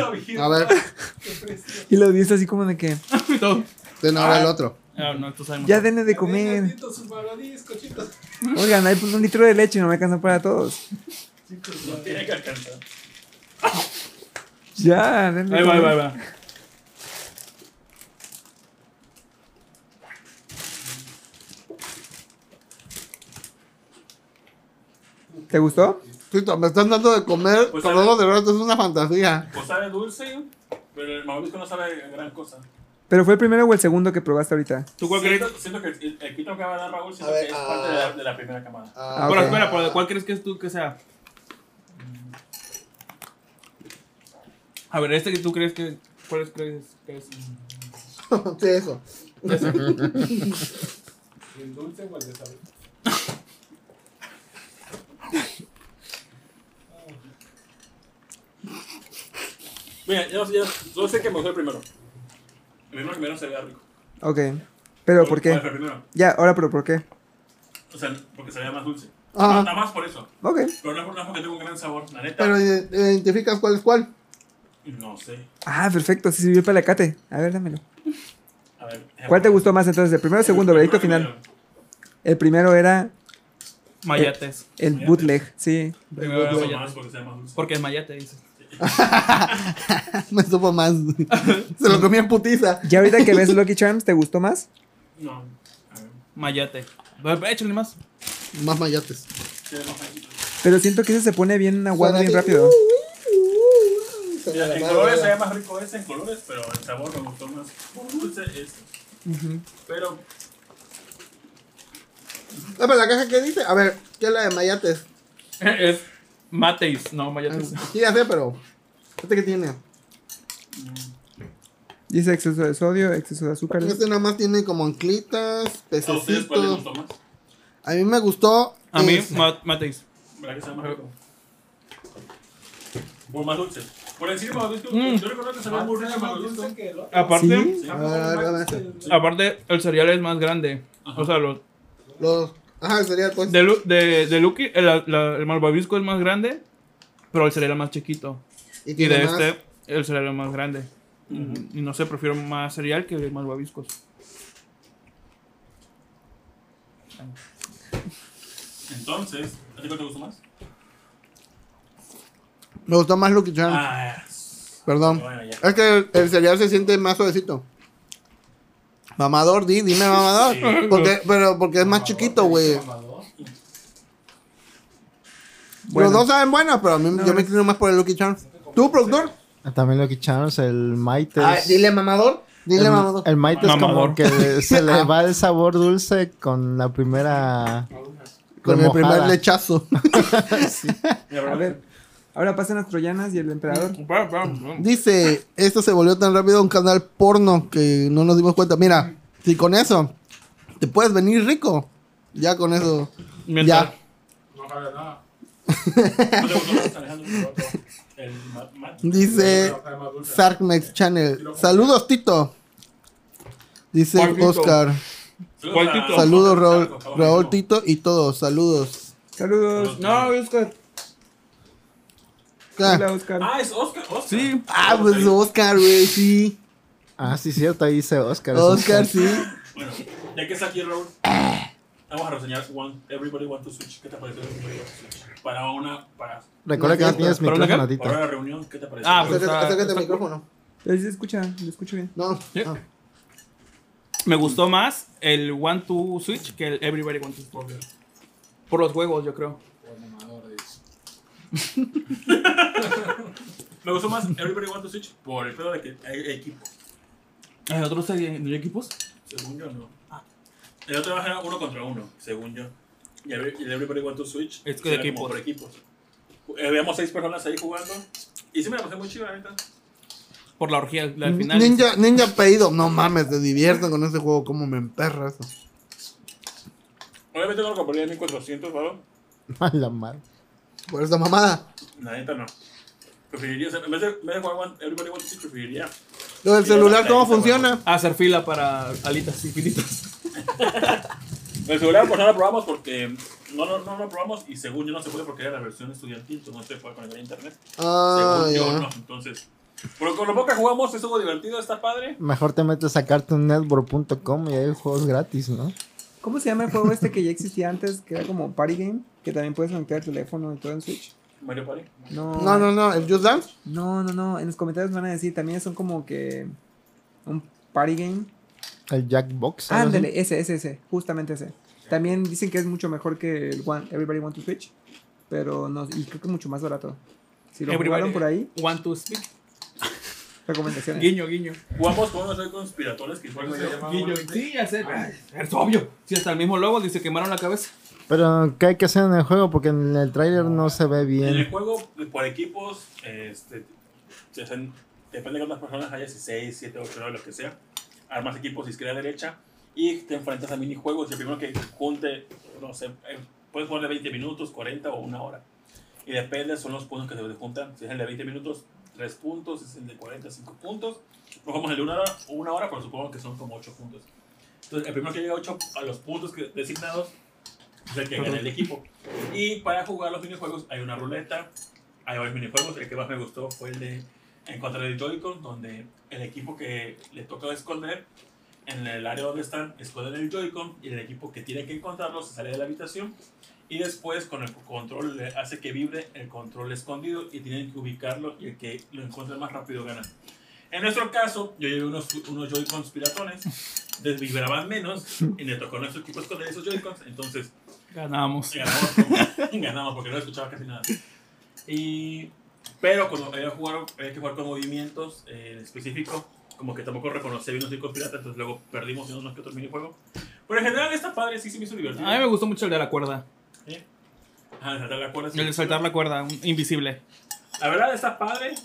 Speaker 4: A ver,
Speaker 8: Y la audiencia así como de que.
Speaker 4: ten ahora el otro.
Speaker 9: Ah, no, tú sabes.
Speaker 8: Ya denle de comer.
Speaker 14: Malvavisco, sus malvaviscos, chicos.
Speaker 8: Oigan, hay un litro de leche, no me alcanza para todos.
Speaker 3: No tiene que alcanzar.
Speaker 8: Ya, denle.
Speaker 9: Ahí va, ahí va,
Speaker 8: comer.
Speaker 9: ahí va.
Speaker 8: ¿Te gustó?
Speaker 4: Tito, me están dando de comer
Speaker 3: Pues,
Speaker 4: con
Speaker 3: a ver.
Speaker 4: los de rato, es una fantasía.
Speaker 3: Pues sabe dulce, pero el malvavisco no sabe gran cosa.
Speaker 8: ¿Pero fue el primero o el segundo que probaste ahorita?
Speaker 9: ¿Tú cuál crees?
Speaker 3: siento, siento que el, el quinto que va a dar Raúl siento
Speaker 4: A ver,
Speaker 3: que es
Speaker 4: ah.
Speaker 3: parte de la, de la primera camada.
Speaker 4: Ah,
Speaker 8: Ah,
Speaker 9: Pero
Speaker 8: ok.
Speaker 9: espera, pero ¿cuál crees que es tú que sea? A ver, este que tú crees que. ¿Cuál crees que es?
Speaker 8: Eh,
Speaker 4: Sí, eso.
Speaker 14: ¿El dulce o el de sabor?
Speaker 3: Mira, yo, yo, yo sé que me gustó el primero. El primero que menos se veía rico.
Speaker 8: Ok. ¿Pero por
Speaker 3: Bueno,
Speaker 8: qué?
Speaker 3: El primero.
Speaker 8: Ya, ahora, pero ¿por qué?
Speaker 3: O sea, porque se veía más dulce.
Speaker 4: Ajá.
Speaker 3: No, nada más por eso.
Speaker 8: Ok.
Speaker 3: Pero no es por- no es porque tengo un gran sabor, la neta.
Speaker 4: Ah, Pero eh, identificas cuál es cuál.
Speaker 3: No sé.
Speaker 8: Ah, perfecto, sí sirvió para el acate. A ver, dámelo.
Speaker 3: A ver.
Speaker 8: ¿Cuál te gustó más entonces? ¿El primero o el segundo? Veredicto final. El primero era
Speaker 9: Mayates.
Speaker 8: el bootleg, sí.
Speaker 9: Primero era
Speaker 3: Primero más
Speaker 9: Mayates.
Speaker 3: porque se veía más dulce.
Speaker 9: Porque es Mayate, dice.
Speaker 4: Me supo más. Se lo comí en putiza.
Speaker 8: Ya ahorita que ves Lucky Charms, ¿te gustó más?
Speaker 3: No. A ver.
Speaker 9: Mayate. Bueno, Échale más.
Speaker 4: Más mayates.
Speaker 3: Se ve más fallito.
Speaker 8: Pero siento que ese se pone
Speaker 9: Ah,
Speaker 8: bien aguado bien rápido.
Speaker 4: Se me
Speaker 3: Mira,
Speaker 4: la
Speaker 3: en
Speaker 4: madre,
Speaker 3: colores se
Speaker 4: ¿verdad?
Speaker 3: ve más rico ese en colores, pero el sabor me gustó más dulce este. Pero
Speaker 4: Ah, pero la caja que dice, a ver, ¿qué es la de mayates?
Speaker 9: Es Mateis, no Mayates.
Speaker 4: Ah, Sí, ya sé, pero. ¿Este qué tiene?
Speaker 3: mm,
Speaker 8: Dice exceso de sodio, exceso de azúcar.
Speaker 4: Este nada más tiene como
Speaker 3: ¿a
Speaker 4: anclitas,
Speaker 3: ustedes cuál les
Speaker 4: pececitos.
Speaker 3: gustó más?
Speaker 4: A mí me gustó. este,
Speaker 9: A mí,
Speaker 4: ese.
Speaker 9: Ma- Mateis.
Speaker 3: ¿Verdad que se ve más rico? Por más dulce. Por encima más dulce.
Speaker 9: Mm.
Speaker 3: Yo recuerdo que se ve muy
Speaker 14: Ah,
Speaker 3: rico más dulce.
Speaker 14: que el otro.
Speaker 9: Aparte,
Speaker 8: Sí.
Speaker 4: A ver, a ver, a ver.
Speaker 9: aparte, el cereal es más grande. O sea, los,
Speaker 4: Los. Ajá, sería pues.
Speaker 9: de, Lu- de, de Lucky, el, la- el malvavisco es más grande, pero el cereal es más chiquito. Y
Speaker 4: tiene
Speaker 9: de
Speaker 4: más.
Speaker 9: este, el cereal es más grande. Y no sé, prefiero más cereal que malvaviscos.
Speaker 3: Entonces, ¿a ti cuál te gustó más?
Speaker 4: Me gustó más Lucky Charms.
Speaker 3: Ah,
Speaker 4: Perdón.
Speaker 3: Bueno, ya.
Speaker 4: Es que el, el cereal se siente más suavecito. Mamador, di, dime mamador.
Speaker 3: Sí.
Speaker 4: Porque, pero porque es más chiquito, güey.
Speaker 8: Bueno.
Speaker 4: Los dos saben buenos, pero a mí, yo me inclino más por el Lucky Charms. ¿Tú, productor?
Speaker 1: También Lucky Charms, el Maite.
Speaker 4: Ah, dile mamador. Dile
Speaker 1: el,
Speaker 4: mamador. Ah.
Speaker 1: el Maite es
Speaker 9: Mamador.
Speaker 1: como que se le va el sabor dulce con la primera.
Speaker 4: Con el
Speaker 1: remojada.
Speaker 4: primer lechazo.
Speaker 8: A ver. Ahora pasan las troyanas y el emperador.
Speaker 4: Dice, esto se volvió tan rápido un canal porno que no nos dimos cuenta. Mira, si con eso te puedes venir rico, ya con eso.
Speaker 9: Mientras-
Speaker 4: Ya.
Speaker 14: No cabe nada.
Speaker 3: ¿No te gustó más, Alejandro? El ma- ma-
Speaker 4: Dice
Speaker 14: No cabe más dulce.
Speaker 4: Sarkmex Channel. Saludos, Tito. Dice
Speaker 9: ¿Cuál Tito?
Speaker 4: Oscar.
Speaker 3: Saludos
Speaker 9: ¿Cuál
Speaker 3: a-
Speaker 9: tipo?
Speaker 4: Saludos,
Speaker 3: Por
Speaker 4: Raúl,
Speaker 3: favor,
Speaker 4: Raúl
Speaker 3: no.
Speaker 4: Tito y todos. Saludos.
Speaker 8: Saludos.
Speaker 9: No, Oscar.
Speaker 8: Hola,
Speaker 4: Ah,
Speaker 8: Oscar.
Speaker 3: Ah, es Oscar. Oscar.
Speaker 9: Sí.
Speaker 4: ah, pues Oscar, güey, sí.
Speaker 1: Ah, sí, cierto, ahí dice Oscar. es
Speaker 4: Oscar, sí.
Speaker 3: Bueno, ya que está aquí Raúl, Vamos a reseñar One- Everybody Want to Switch. ¿Qué te pareció Everybody Want to Switch? Para una. Para...
Speaker 1: Recuerda que no tienes
Speaker 3: ¿Para una qué?
Speaker 1: micrófono, Tito.
Speaker 3: Para una reunión, ¿qué te pareció?
Speaker 9: Ah,
Speaker 8: pues,
Speaker 4: Acércate-
Speaker 8: está-
Speaker 4: acércate al
Speaker 8: está-
Speaker 4: micrófono.
Speaker 8: Pero sí se escucha, lo escucho bien.
Speaker 4: No. Ah.
Speaker 9: Me gustó más el One to Switch que el Everybody Wants to Switch. Por los juegos, yo creo.
Speaker 3: Me gustó más Everybody Want to Switch por el pedo de que hay equipo.
Speaker 9: ¿En otros hay, no hay equipos?
Speaker 3: Según yo, no. Ah. El otro era uno contra uno, según yo. Y el y el Everybody Want to Switch
Speaker 9: Es que
Speaker 3: era
Speaker 9: de
Speaker 3: como
Speaker 9: equipos.
Speaker 3: por equipos. Eh, Habíamos seis personas ahí jugando. Y sí me la pasé muy chida, la neta.
Speaker 9: Por la orgía, la del final.
Speaker 4: Ninja, ninja pedido. No mames, te divierten con ese juego. Como me emperra eso.
Speaker 3: Obviamente no lo compraría en 1400, ¿vale?
Speaker 1: A la madre.
Speaker 4: Por esa mamada.
Speaker 3: La neta no. Preferiría, hacer- en vez de, en vez de jugar One- Everybody Wants to Switch, preferiría.
Speaker 4: Lo del
Speaker 3: Sí,
Speaker 4: celular,
Speaker 3: la
Speaker 4: ¿cómo
Speaker 3: carita,
Speaker 4: funciona?
Speaker 9: Hacer fila para alitas infinitas.
Speaker 3: El celular pues no lo probamos porque no, lo- no lo probamos y según yo no se puede porque era la versión estudiantil, entonces no se puede conectar a internet.
Speaker 4: Ah,
Speaker 3: según
Speaker 4: ya.
Speaker 3: yo no, entonces. Pero con lo poco que jugamos estuvo divertido, está padre.
Speaker 1: Mejor te metes a cartoonnetwork.com y hay juegos gratis, ¿no?
Speaker 8: ¿Cómo se llama el juego este que ya existía antes? Que era como Party Game, que también puedes conectar el teléfono y todo en Switch.
Speaker 3: Mario Party.
Speaker 8: No,
Speaker 4: No, no, no. ¿El Just Dance?
Speaker 8: No, no, no. En los comentarios me van a decir, también son como que un party game.
Speaker 1: El Jackbox. algo así.
Speaker 8: Ándale, ese, ese, ese, justamente ese. También dicen que es mucho mejor que el One, Everybody Want to Switch, pero no, y creo que mucho más barato. Si lo
Speaker 9: Everybody
Speaker 8: jugaron por ahí,
Speaker 9: Want to Switch.
Speaker 8: recomendaciones.
Speaker 9: Guiño, guiño.
Speaker 3: Jugamos con unos conspiradores que igual se llamaban-
Speaker 9: Guiño. Sí, ya sé. Es obvio. Sí, hasta el mismo logo dice quemaron la cabeza.
Speaker 1: Pero, ¿qué hay que hacer en el juego? Porque en el tráiler no se ve
Speaker 3: En el
Speaker 1: bien.
Speaker 3: juego, por equipos, este, se hacen- depende de cuántas personas haya, si 6, 7, 8, 9, lo que sea. Armas equipos izquierda, derecha y te enfrentas a minijuegos. Y el primero que junte, no sé, eh, puedes ponerle 20 minutos, 40 o una hora. Y depende, son los puntos que se juntan. Si es el de 20 minutos, 3 puntos. Si es el de 40, 5 puntos. Nos vamos el de una hora, una hora, pero supongo que son como 8 puntos. Entonces, el primero que llega a 8 a los puntos que- designados es el que gana el equipo. Y para jugar los minijuegos hay una ruleta, hay varios minijuegos. El que más me gustó fue el de encontrar el Joy-Con, donde el equipo que le toca esconder en el área donde están, esconden el Joy-Con y el equipo que tiene que encontrarlo se sale de la habitación y después con el control le hace que vibre el control escondido y tienen que ubicarlo y el que lo encuentre más rápido gana. En nuestro caso, yo llevé unos, unos Joy-Cons piratones, desvibraban menos y le tocó a nuestro equipo esconder esos Joy-Cons, entonces
Speaker 9: Ganamos.
Speaker 3: Ganamos, por- ganamos porque no escuchaba casi nada. Y, pero cuando había, que jugar- había que jugar con movimientos eh, en específico, como que tampoco reconocía bien los circos piratas, entonces luego perdimos en unos que otros minijuegos. Pero en general está padre, sí se me hizo divertido.
Speaker 9: A mí me gustó mucho el de la cuerda.
Speaker 3: Ajá, de saltar la cuerda, sí.
Speaker 9: El de saltar la cuerda, un- invisible.
Speaker 3: La verdad está padre,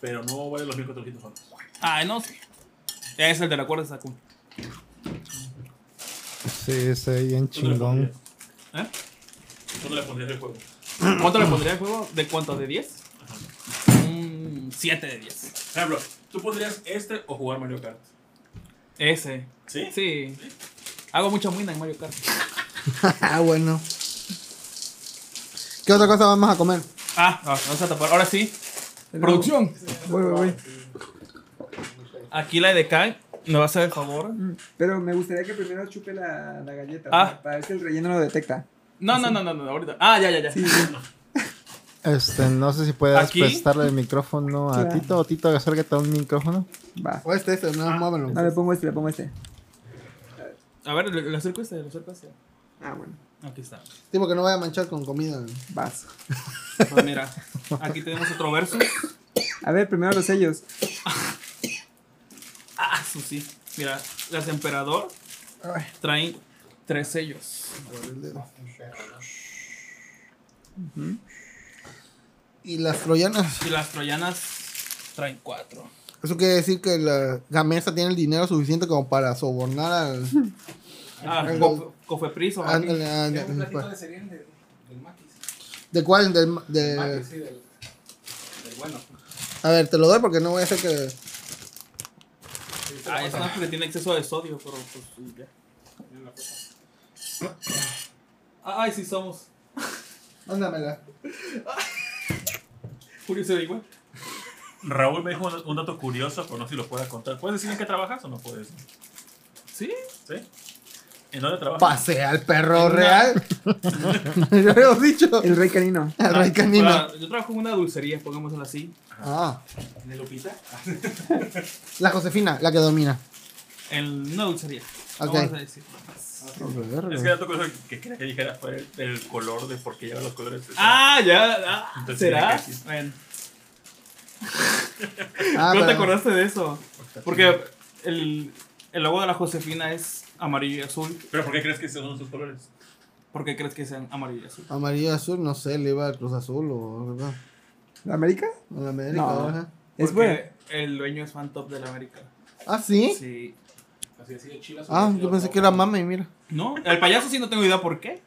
Speaker 3: pero no vale los 1400 dólares.
Speaker 9: Ah, no sé. Es el de la cuerda, está cool.
Speaker 1: Sí, se ve bien chingón.
Speaker 3: ¿Cuánto le pondrías el juego?
Speaker 9: ¿Eh? ¿Cuánto le pondría el juego? ¿De cuánto? ¿De 10? 7 de 10.
Speaker 3: Por ejemplo, ¿tú pondrías este o jugar Mario Kart?
Speaker 9: Ese.
Speaker 3: ¿Sí?
Speaker 9: Sí. Hago mucha mina en Mario Kart.
Speaker 4: Ah, bueno. ¿Qué otra cosa vamos a comer?
Speaker 9: Ah, ah, vamos a tapar. Ahora sí. Producción.
Speaker 8: Voy, voy, voy.
Speaker 9: Aquí la de Kai me va a hacer el favor.
Speaker 8: Mm, Pero me gustaría que primero chupe la, la galleta,
Speaker 9: Ah.
Speaker 8: para- para ver si el relleno lo detecta.
Speaker 9: No, no, no, no, no, ahorita. Ah, ya, ya, ya.
Speaker 1: Este, no sé si puedes
Speaker 9: Aquí.
Speaker 1: prestarle el micrófono a
Speaker 8: Claro.
Speaker 1: Tito. O Tito, acércate a un micrófono.
Speaker 8: Va.
Speaker 4: O este, este, no, muévelo.
Speaker 8: No, le pongo este, le pongo este.
Speaker 9: A ver, le, le acerco este, le acerco este.
Speaker 8: Ah, bueno.
Speaker 9: Aquí está.
Speaker 4: Tipo que no vaya a manchar con comida.
Speaker 8: Vas.
Speaker 9: Pues mira, aquí tenemos otro verso.
Speaker 8: A ver, primero los sellos.
Speaker 9: Ah, eso sí. Mira, las emperador traen tres sellos.
Speaker 8: Ujú.
Speaker 4: Y las troyanas.
Speaker 9: Y las troyanas traen cuatro.
Speaker 4: Eso quiere decir que la gamesa tiene el dinero suficiente como para sobornar al.
Speaker 9: Ah,
Speaker 4: al-
Speaker 9: cof- cofepris o
Speaker 4: al- al- al-
Speaker 15: Tengo un platito de
Speaker 4: al-
Speaker 15: cereal del, del maquis.
Speaker 4: ¿De cuál? Del,
Speaker 15: Del
Speaker 4: de,
Speaker 15: maquis, sí, del, del bueno.
Speaker 4: a ver, te lo doy porque no voy a hacer que.
Speaker 9: Ah, es una porque tiene exceso de sodio, pero pues ya. Ah, Ay, sí somos.
Speaker 4: Mándamela.
Speaker 9: Julio se ve igual.
Speaker 3: Raúl me dijo un- un dato curioso, pero no sé si lo pueda contar. ¿Puedes decir en qué trabajas o no puedes?
Speaker 9: ¿Sí?
Speaker 3: ¿Sí? ¿En dónde trabajas?
Speaker 4: Pasé al perro real. Yo habíamos dicho.
Speaker 8: El rey canino.
Speaker 4: El rey canino.
Speaker 9: Hola, Ah, yo trabajo en una dulcería, pongámoslo así.
Speaker 4: Ah.
Speaker 9: ¿De Lupita?
Speaker 4: La Josefina, la que domina.
Speaker 9: en una dulcería. no
Speaker 4: Ok.
Speaker 9: vamos a decir más.
Speaker 3: Es que era otra cosa que quería que dijera fue el, el color de por qué lleva los colores.
Speaker 9: Ah, ya. ah,
Speaker 3: Entonces,
Speaker 9: ¿Será?
Speaker 3: tiene que decir.
Speaker 9: Bueno.
Speaker 4: Ah,
Speaker 9: ¿Cómo te
Speaker 4: pero-
Speaker 9: acordaste de eso? Porque el, el logo de la Josefina es amarillo y azul.
Speaker 3: ¿Pero por qué crees que esos son sus colores?
Speaker 9: ¿Por qué crees que sean amarillo y azul?
Speaker 4: Amarillo azul, no sé, le iba al Cruz Azul o algo.
Speaker 8: ¿La América?
Speaker 4: A la América,
Speaker 9: No.
Speaker 4: ajá.
Speaker 9: Es
Speaker 8: Es
Speaker 9: bueno. El dueño es fan top de la América.
Speaker 4: ¿Ah, sí?
Speaker 9: Sí.
Speaker 16: Así así de chivas.
Speaker 4: Ah, yo pensé que era mame, mira.
Speaker 9: No, el payaso sí no tengo idea por qué.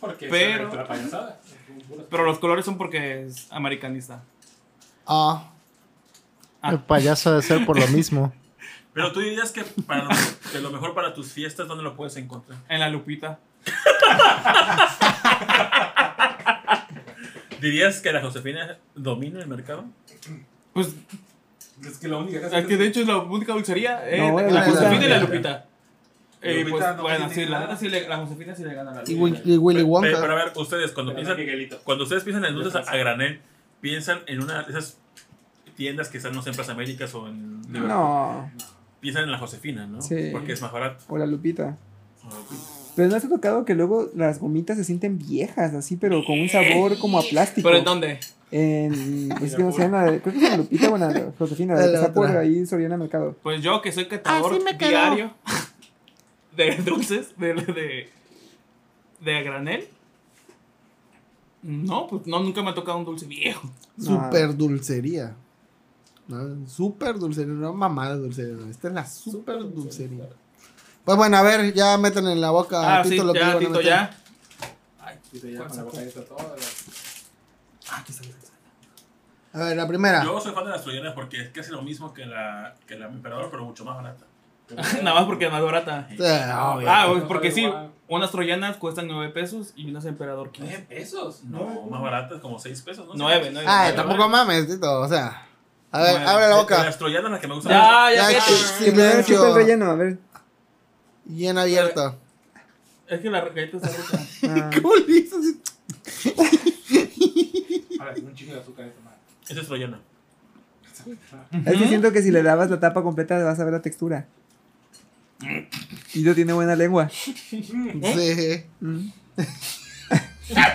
Speaker 16: Porque
Speaker 9: pero,
Speaker 16: es la payasada.
Speaker 9: pero los colores son porque es americanista.
Speaker 4: Ah.
Speaker 1: Ah, El payaso debe ser por lo mismo.
Speaker 3: Pero tú dirías que, para lo, que lo mejor para tus fiestas, ¿dónde lo puedes encontrar?
Speaker 9: En la Lupita.
Speaker 3: ¿Dirías que la Josefina domina el mercado?
Speaker 9: Pues.
Speaker 16: Es que la única casa
Speaker 9: Es que de hecho es la única dulcería. Eh,
Speaker 16: No,
Speaker 9: la,
Speaker 16: es la-
Speaker 9: Josefina y la
Speaker 16: la-
Speaker 9: Lupita. Eh,
Speaker 16: Lupita
Speaker 9: pues,
Speaker 16: no
Speaker 9: bueno,
Speaker 16: tiene
Speaker 9: sí, la,
Speaker 16: nada.
Speaker 9: neta sí le- la Josefina sí le gana a la
Speaker 4: Y,
Speaker 9: Lupita.
Speaker 4: Wi- y Willy Wonka.
Speaker 3: Pero, pero a ver, ustedes cuando
Speaker 16: Pero
Speaker 3: piensan, cuando ustedes piensan en dulces a, a granel, piensan en una de esas tiendas que están, no sé, en Plaza Américas o en Liverpool.
Speaker 8: No.
Speaker 3: Piensan en la Josefina, ¿no?
Speaker 8: Sí.
Speaker 3: Porque es más barato.
Speaker 8: O la Lupita. Pero no has tocado que luego las gomitas se sienten viejas, así, pero con un sabor como a plástico.
Speaker 9: ¿Pero en dónde?
Speaker 8: En. Pues es que no sé, en la de- creo que es en la Lupita o en la Josefina, la
Speaker 4: En
Speaker 8: que
Speaker 4: la
Speaker 8: está por
Speaker 4: otra.
Speaker 8: ahí Soriana Mercado.
Speaker 9: Pues yo que soy catador
Speaker 4: Así Ah, me quedó.
Speaker 9: diario de dulces, de, de, de a granel. No, pues no, nunca me ha tocado un dulce viejo.
Speaker 4: Super dulcería. No, super dulcería, no mamada dulcería. no, Esta es la super dulcería. Pues bueno, a ver, ya meten en la boca a
Speaker 9: Ah, sí,
Speaker 4: lo que
Speaker 9: ya,
Speaker 4: iban a
Speaker 9: Tito,
Speaker 4: meter.
Speaker 9: ya.
Speaker 16: Dice ya con la boca abierta toda la-
Speaker 4: A ver, la primera.
Speaker 3: Yo soy fan de las troyanas porque es casi lo mismo que la, que la emperador, pero mucho más barata.
Speaker 16: Ah,
Speaker 9: Nada más porque es más barata.
Speaker 4: Sí, Eh, obvio.
Speaker 9: Ah, pues porque sí, unas troyanas cuestan 9 pesos y unas emperador 15.
Speaker 16: ¿Nueve pesos?
Speaker 3: No, más barata es como 6 pesos, ¿no?
Speaker 9: Nueve, nueve.
Speaker 4: Ah,
Speaker 9: Nueve.
Speaker 4: tampoco mames, Tito, o sea. A ver,
Speaker 3: Bueno,
Speaker 4: abre la
Speaker 3: de-
Speaker 4: boca.
Speaker 3: de las troyanas las que me gustan.
Speaker 9: Ya, ya,
Speaker 4: Ya,
Speaker 9: ya.
Speaker 4: que-
Speaker 8: Y me da
Speaker 4: silencio.
Speaker 8: el relleno, a ver.
Speaker 4: Bien abierta.
Speaker 9: Es que la galleta está rica.
Speaker 8: Ah,
Speaker 4: ¿Cómo le hizo así?
Speaker 16: Ahora, un chingo de azúcar esta madre.
Speaker 3: Esa es troyana.
Speaker 8: Es que siento que si le dabas la tapa completa vas a ver la textura. Y no tiene buena lengua.
Speaker 9: ¿Eh?
Speaker 4: Sí.
Speaker 8: Mm.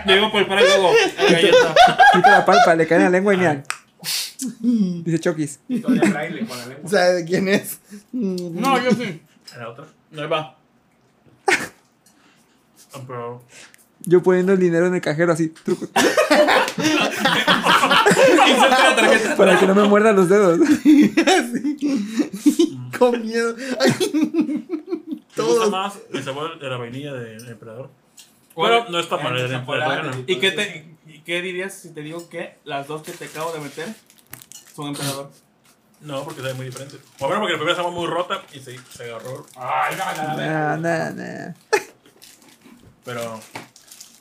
Speaker 9: Le digo pues, por el para luego. Galleta.
Speaker 8: Quita la palpa, le cae en la lengua y mira. Dice Chokis.
Speaker 16: Y todavía fraile con la lengua.
Speaker 4: ¿Sabe de quién es?
Speaker 9: No, yo sí.
Speaker 3: ¿A la otra?
Speaker 9: Ahí va.
Speaker 3: Ah, Pero...
Speaker 8: Yo poniendo el dinero en el cajero así, truco,
Speaker 9: Y suelta la tarjeta.
Speaker 8: para que no me muerdan los dedos.
Speaker 4: Con miedo.
Speaker 3: ¿Te Mm. gusta
Speaker 4: Todos.
Speaker 3: más el sabor de la vainilla del emperador?
Speaker 9: Bueno,
Speaker 3: Bueno, no está mal, el emperador gana.
Speaker 9: ¿Y qué, te, ¿Y qué dirías si te digo que las dos que te acabo de meter son emperador?
Speaker 3: No, porque sabe muy diferente. O bueno, porque la primera estaba muy rota y se, se agarró.
Speaker 16: Ay, no, la- la- la-
Speaker 8: Nah, nah, nah.
Speaker 3: Pero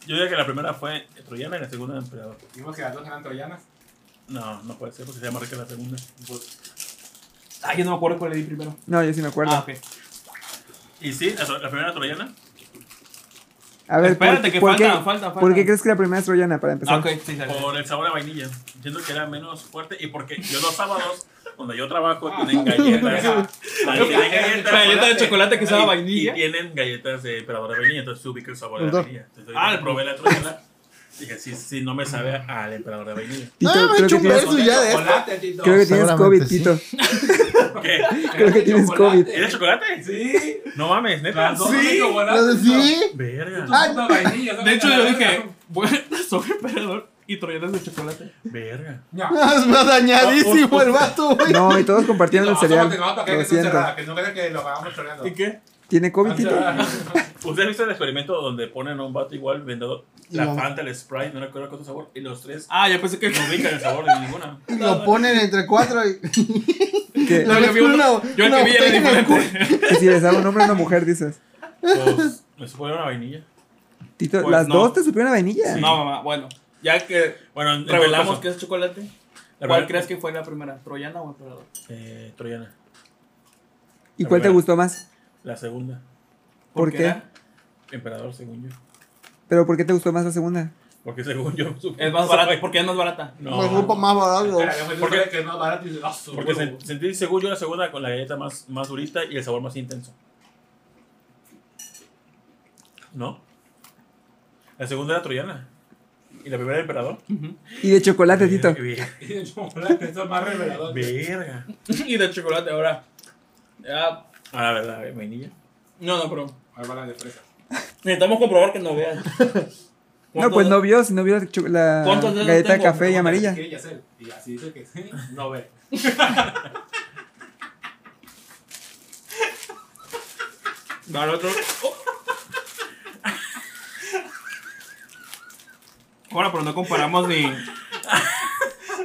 Speaker 3: yo diría que la primera fue troyana y la segunda emperador.
Speaker 16: Dijimos que las dos eran troyanas. Pues,
Speaker 3: No, no puede ser porque se llama rica la segunda.
Speaker 9: Ah, yo no me acuerdo cuál le di primero.
Speaker 8: No, yo sí me acuerdo.
Speaker 9: Ah, ok.
Speaker 3: Y sí, la, la primera troyana.
Speaker 8: A ver,
Speaker 9: Espérate, que falta,
Speaker 8: qué,
Speaker 9: falta, falta.
Speaker 8: ¿Por qué crees que la primera es troyana para empezar?
Speaker 9: Ah, ok, sí, sale.
Speaker 3: Por el sabor a vainilla. Entiendo que era menos fuerte y porque yo los sábados, cuando yo trabajo, tienen galletas. Ahí tienen galletas.
Speaker 9: Galleta de chocolate que sabe a
Speaker 3: Y-
Speaker 9: vainilla.
Speaker 3: Y tienen galletas de emperador de vainilla, entonces ubico el sabor de
Speaker 4: Perdón.
Speaker 3: vainilla. Entonces,
Speaker 9: Ah,
Speaker 3: ah, probé la troyana. Dije, sí, sí, no me sabe al emperador de vainilla.
Speaker 8: Tito,
Speaker 4: Ah, me
Speaker 8: creo,
Speaker 4: echo
Speaker 8: que
Speaker 4: un
Speaker 8: tienes,
Speaker 4: verso ya de esta.
Speaker 16: Chocolate, Tito.
Speaker 8: creo que tienes
Speaker 1: Seguramente
Speaker 8: COVID,
Speaker 1: sí.
Speaker 8: Tito.
Speaker 3: ¿Qué?
Speaker 8: Creo que tienes
Speaker 16: Chocolate.
Speaker 8: COVID.
Speaker 3: ¿Era chocolate?
Speaker 16: Sí.
Speaker 3: No mames, neta.
Speaker 16: Las dos son de chocolate,
Speaker 4: ¿Lo de
Speaker 16: Tito.
Speaker 4: sí?
Speaker 3: Verga.
Speaker 9: Ah.
Speaker 16: Ay, una vainilla,
Speaker 9: De
Speaker 16: ¿sabes?
Speaker 9: hecho, yo dije, bueno, son emperador y troyanas de chocolate.
Speaker 3: Verga.
Speaker 16: No.
Speaker 4: Ah, Es más
Speaker 8: Oh,
Speaker 4: dañadísimo el vato, güey.
Speaker 8: No, y todos compartieron
Speaker 16: No,
Speaker 8: el cereal.
Speaker 16: asómate, no, para que
Speaker 8: Lo
Speaker 16: esté
Speaker 8: siento.
Speaker 16: encerrada, que no vea que lo hagamos troleando.
Speaker 9: ¿Y qué?
Speaker 8: ¿Tiene COVID, Tito?
Speaker 3: ¿Ustedes han visto el experimento donde ponen a un vato igual vendiendo la
Speaker 4: No.
Speaker 3: Fanta, el Sprite, no recuerdo cuánto sabor, y los tres
Speaker 9: Ah, yo pensé que.
Speaker 3: no ubican el sabor de ninguna?
Speaker 4: Y Lo ponen entre cuatro y.
Speaker 8: Que,
Speaker 9: No, yo vi
Speaker 4: Una-
Speaker 9: uno- Yo el
Speaker 4: una
Speaker 9: que vi era
Speaker 4: botella en el
Speaker 9: diferente.
Speaker 8: que si les da un hombre a una mujer, dices.
Speaker 3: Pues me supone a vainilla.
Speaker 8: Tito,
Speaker 9: Pues
Speaker 8: las
Speaker 9: no.
Speaker 8: dos te supieron a vainilla.
Speaker 9: No, mamá, bueno. Ya que
Speaker 3: Bueno, en- en
Speaker 9: revelamos
Speaker 3: todo
Speaker 9: que
Speaker 3: caso,
Speaker 9: es chocolate,
Speaker 3: la
Speaker 9: ¿cuál
Speaker 3: primera-
Speaker 9: crees que fue la primera? ¿Troyana o emperador?
Speaker 3: Eh, troyana.
Speaker 8: ¿Y cuál te
Speaker 3: Primera.
Speaker 8: gustó más?
Speaker 3: La segunda.
Speaker 8: ¿Por
Speaker 9: Porque
Speaker 8: qué?
Speaker 9: era-
Speaker 3: Emperador, según yo.
Speaker 8: Pero ¿por qué te gustó más la segunda?
Speaker 3: Porque según yo.
Speaker 17: Es más barata, porque es más barata.
Speaker 3: No.
Speaker 6: Porque que es más barato y dice, "Ah, su
Speaker 3: Porque
Speaker 6: huevo".
Speaker 3: sen- sentí según yo la segunda con la galleta más, más durita y el sabor más intenso. ¿No? La segunda era troyana. Y la primera era emperador.
Speaker 8: Y de chocolate, Tito.
Speaker 3: Y
Speaker 9: de chocolate, eso es más revelador.
Speaker 3: Verga.
Speaker 9: y de chocolate ahora. Ya.
Speaker 3: Ah, la verdad, vainilla.
Speaker 9: No, no, pero.
Speaker 6: Ahora va la de fresa.
Speaker 9: Necesitamos comprobar que no vean.
Speaker 8: No, pues no vio, si no vio la, cho- la
Speaker 9: ¿Cuántos dedos
Speaker 8: galleta de
Speaker 9: tengo?
Speaker 8: café y amarilla.
Speaker 6: Quiere yacer. Y así dice que sí, no ve.
Speaker 9: Va al otro. Oh. Ahora, pero no comparamos ni.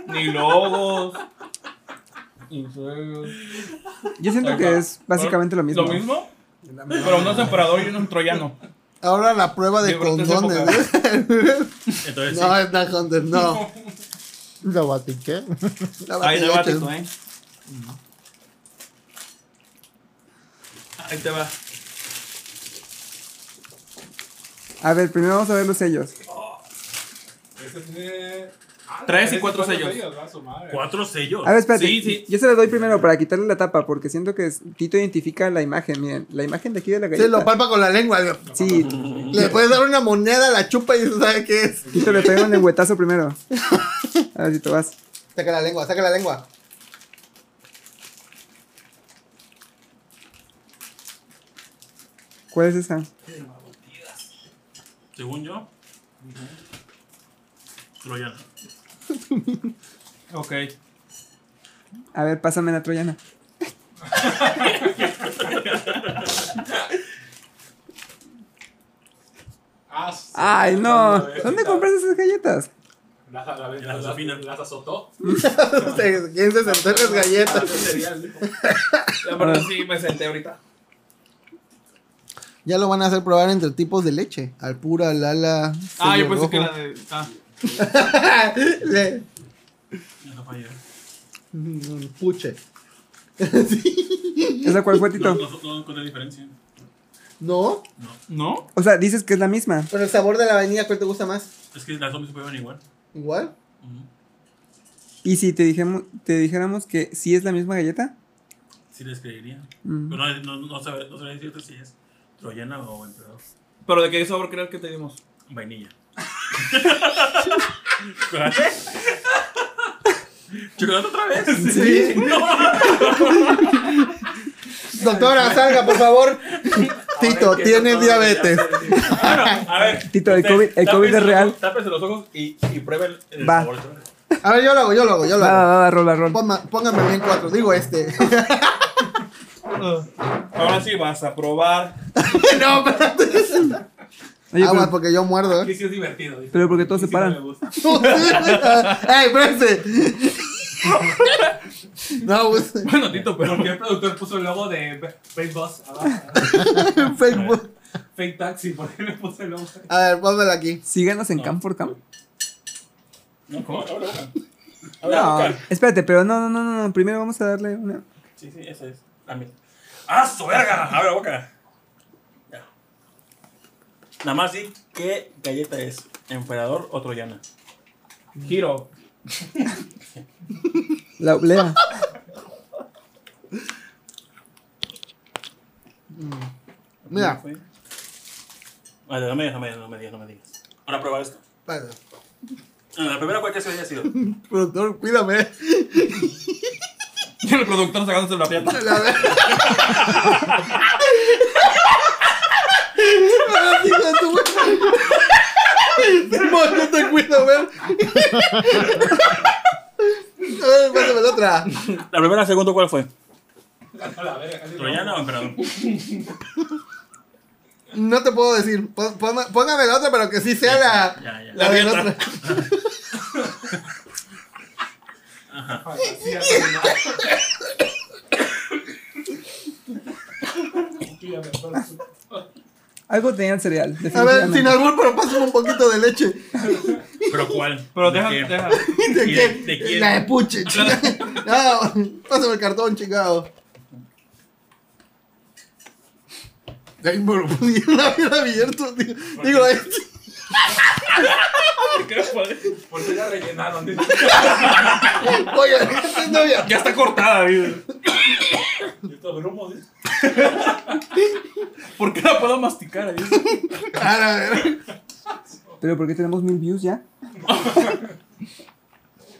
Speaker 9: ni logos. ni juegos.
Speaker 8: Yo siento
Speaker 9: Ahí
Speaker 8: que
Speaker 9: va.
Speaker 8: es básicamente lo mismo.
Speaker 9: ¿Lo mismo? Pero uno es emperador y uno es troyano.
Speaker 4: Ahora la prueba de
Speaker 9: Yo creo que es
Speaker 4: condones.
Speaker 3: Entonces,
Speaker 4: no, es la condones, no.
Speaker 1: Lo batiqué.
Speaker 9: Ahí te va,
Speaker 4: batillaches.
Speaker 9: Tito, eh. Ahí te va.
Speaker 8: A ver, primero vamos a ver los sellos.
Speaker 6: Este tiene. Ah,
Speaker 9: Tres
Speaker 6: parece
Speaker 9: y cuatro sellos.
Speaker 6: va, su madre.
Speaker 3: ¿Cuatro sellos?
Speaker 8: A ver, espérate.
Speaker 9: Sí, sí.
Speaker 8: Yo se los doy primero para quitarle la tapa, porque siento que es- Tito identifica la imagen. Miren, la imagen de aquí de
Speaker 9: ¿eh?
Speaker 8: la galleta.
Speaker 4: Sí, lo palpa con la lengua. güey.
Speaker 8: Sí,
Speaker 4: Le puedes dar una moneda, la chupa y sabe qué es.
Speaker 8: Tito le pega un lengüetazo primero. A ver, Tito, vas.
Speaker 4: Saca la lengua, saca la lengua.
Speaker 8: ¿Cuál es esa?
Speaker 3: Según yo. Troyana.
Speaker 9: Ok.
Speaker 8: A ver, pásame la troyana.
Speaker 6: Ah, su-
Speaker 8: Ay, no. ¿Dónde compraste esas galletas?
Speaker 6: Las, las, las, las, las azotó.
Speaker 4: ¿Quién se sentó en las galletas?
Speaker 9: La verdad sí me senté ahorita.
Speaker 4: Ya lo van a hacer probar entre tipos de leche. Al pura, lala.
Speaker 9: Ah, yo
Speaker 4: sello
Speaker 9: pensé que
Speaker 4: rojo.
Speaker 9: la de. Ah.
Speaker 4: Le-
Speaker 3: Ya no falla.
Speaker 4: Mm, Puche.
Speaker 8: ¿Esa cuál fue,
Speaker 3: No,
Speaker 8: Tito?
Speaker 3: no, no encontré diferencia.
Speaker 4: ¿No?
Speaker 9: ¿No?
Speaker 8: O sea, dices que es la misma.
Speaker 4: Pero el sabor de la vainilla, ¿cuál te gusta más?
Speaker 3: Es que las zombies se prueban igual.
Speaker 4: ¿Igual?
Speaker 8: ¿Y si te, dijemo- te dijéramos que sí es la misma galleta?
Speaker 3: Sí les creería.
Speaker 8: Mm.
Speaker 3: Pero no, no, no sabré, no sabré decirte si es troyana o emperador.
Speaker 9: ¿Pero de qué sabor crees que te dimos?
Speaker 3: Vainilla. ¿Chocolate? ¿Chocolate otra vez?
Speaker 4: Sí.
Speaker 3: No.
Speaker 4: Doctora, salga, por favor. Tito, tiene diabetes.
Speaker 3: A ver.
Speaker 8: Tito, el
Speaker 3: ustedes,
Speaker 8: COVID, el
Speaker 3: tápense
Speaker 8: COVID es
Speaker 3: los
Speaker 8: real.
Speaker 3: ojos- Tápense los ojos y, y prueben el
Speaker 8: Va.
Speaker 3: sabor.
Speaker 4: A ver, yo lo hago, yo lo hago, yo lo
Speaker 8: Va, va,
Speaker 4: hago.
Speaker 8: va, va, rola, rola.
Speaker 4: Ponga- póngame bien cuatro, digo este.
Speaker 9: Ahora sí vas a probar.
Speaker 4: no, espérate.
Speaker 8: Oye,
Speaker 4: Aguas,
Speaker 8: pero,
Speaker 4: porque yo muerdo. ¿eh?
Speaker 6: Aquí sí es divertido. dice.
Speaker 8: pero porque todos se
Speaker 6: Aquí sí no
Speaker 8: paran.
Speaker 6: me gusta.
Speaker 4: ¡Ey, espérense! no, pues,
Speaker 9: Bueno, Tito, pero.
Speaker 6: Porque el productor puso el logo de Be- Fake Boss. abajo.
Speaker 4: Facebook.
Speaker 6: Fake Taxi, ¿por qué me puso el logo?
Speaker 4: A ver, pónmelo aquí.
Speaker 8: Síganos en Camp for Camp.
Speaker 3: ¿Cómo?
Speaker 8: No, espérate, pero no, no, no, no, no. Primero vamos a darle una.
Speaker 3: Sí, sí, esa es. La mía. ¡Ah, su verga! Abre la boca. Ya. Nada más di qué galleta es. ¿Emperador o troyana?
Speaker 9: Giro.
Speaker 8: La oblea.
Speaker 4: Mira.
Speaker 3: Fue- Vale, no me digas, no me digas, no me digas, no me digas. Ahora prueba esto.
Speaker 4: Vale.
Speaker 3: Bueno, La primera cual que se haya sido.
Speaker 4: Productor, cuídame.
Speaker 9: Y el productor sacándose la pierna.
Speaker 4: La ver- Ah, hijo de tu madre. Simón, yo te cuido, ver. A ver, pásame la otra.
Speaker 3: La primera, segunda, ¿cuál fue?
Speaker 6: A la verga, casi
Speaker 3: ¿Troyana o emperador?
Speaker 4: No te puedo decir. Pon- ponme- Póngame la otra, pero que sí sea la.
Speaker 3: Ya, ya.
Speaker 4: La de la otra.
Speaker 6: fantasía, casi no. Yo ya me acuerdo.
Speaker 8: Algo tenía el cereal.
Speaker 4: A ver, sin
Speaker 8: Definitivamente.
Speaker 4: albur, pero pásame un poquito de leche.
Speaker 3: ¿Pero cuál?
Speaker 9: Pero
Speaker 3: ¿De
Speaker 9: deja,
Speaker 3: qué?
Speaker 9: deja.
Speaker 4: ¿De
Speaker 3: ¿Y
Speaker 4: qué?
Speaker 3: de- de quién?
Speaker 4: La de puche, chinga. No, pásame el cartón, chingado. Ahí me lo pusieron a ver abierto. Digo, digo, este ahí-
Speaker 6: ¿Por qué la rellenaron?
Speaker 4: Oigan, esta es novia.
Speaker 9: Ya está cortada, güey.
Speaker 6: Estos grumos. ¿eh?
Speaker 9: ¿Por qué la puedo masticar? ahí?
Speaker 8: Pero ¿por qué tenemos mil views ya?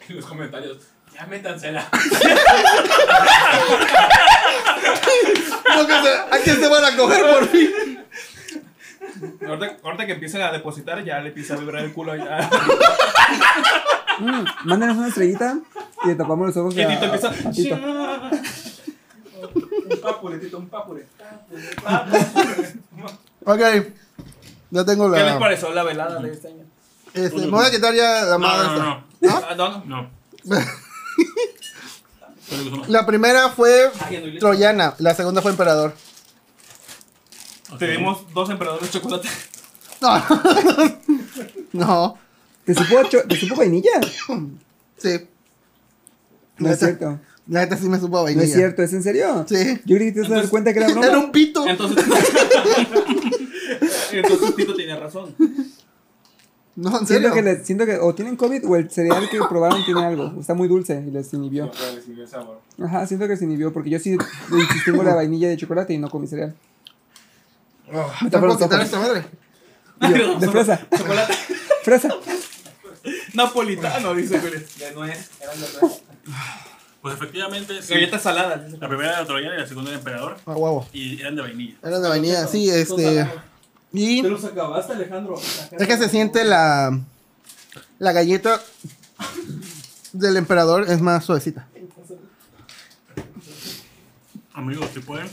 Speaker 6: En los comentarios. Ya métansela.
Speaker 4: ¿A quién se van a coger por fin?
Speaker 9: Ahorita, ahorita que empiecen a depositar, ya le empieza a vibrar el culo. Ya.
Speaker 8: Mm, mándanos una estrellita y le tapamos los ojos.
Speaker 9: Y el Tito
Speaker 8: a-
Speaker 9: empieza.
Speaker 8: a Tito.
Speaker 6: Un papule, tito, un papule. Papule, papule.
Speaker 4: Ok, ya tengo la.
Speaker 9: ¿Qué les pareció la velada de este año?
Speaker 4: Este, me voy a quitar ya la
Speaker 9: No,
Speaker 4: madre.
Speaker 9: no,
Speaker 4: esta.
Speaker 9: no,
Speaker 4: ¿Ah?
Speaker 3: no.
Speaker 9: No,
Speaker 4: La primera fue
Speaker 9: Ay, Anuel.
Speaker 4: Troyana, la segunda fue Emperador.
Speaker 9: Tenemos dos emperadores de chocolate.
Speaker 4: No.
Speaker 8: ¿Te supo, cho- ¿Te supo vainilla?
Speaker 4: Sí.
Speaker 8: No es cierto.
Speaker 4: La neta sí me supo a
Speaker 8: No
Speaker 4: vainilla.
Speaker 8: es cierto, ¿es en serio?
Speaker 4: Sí.
Speaker 8: Yo creí que te ibas a dar cuenta que era broma.
Speaker 4: Era un pito.
Speaker 9: Entonces, entonces Tito tenía razón.
Speaker 4: No, en
Speaker 8: siento
Speaker 4: serio.
Speaker 8: que, les- siento que o tienen COVID o el cereal que probaron tiene algo. Está muy dulce y les inhibió. Ajá, siento que se inhibió porque yo sí insistí con la vainilla de chocolate y no comí cereal.
Speaker 4: Ah,
Speaker 8: Me
Speaker 4: ¿no puedo
Speaker 8: taparon los
Speaker 4: quitar
Speaker 8: ojos.
Speaker 4: esta madre?
Speaker 8: Y yo, de fresa. Fresa.
Speaker 9: Napolitano, dice Julio.
Speaker 6: De nuez. Eran de nuez.
Speaker 3: Pues efectivamente. sí.
Speaker 9: Galletas saladas.
Speaker 3: La primera era Troyana y la segunda era Emperador.
Speaker 4: A huevo.
Speaker 3: Y eran de vainilla.
Speaker 4: Era de vainilla, sí, este. Y
Speaker 9: Te los acabaste, Alejandro.
Speaker 4: es que se siente la. La galleta del emperador es más suavecita.
Speaker 3: Amigos, si pueden,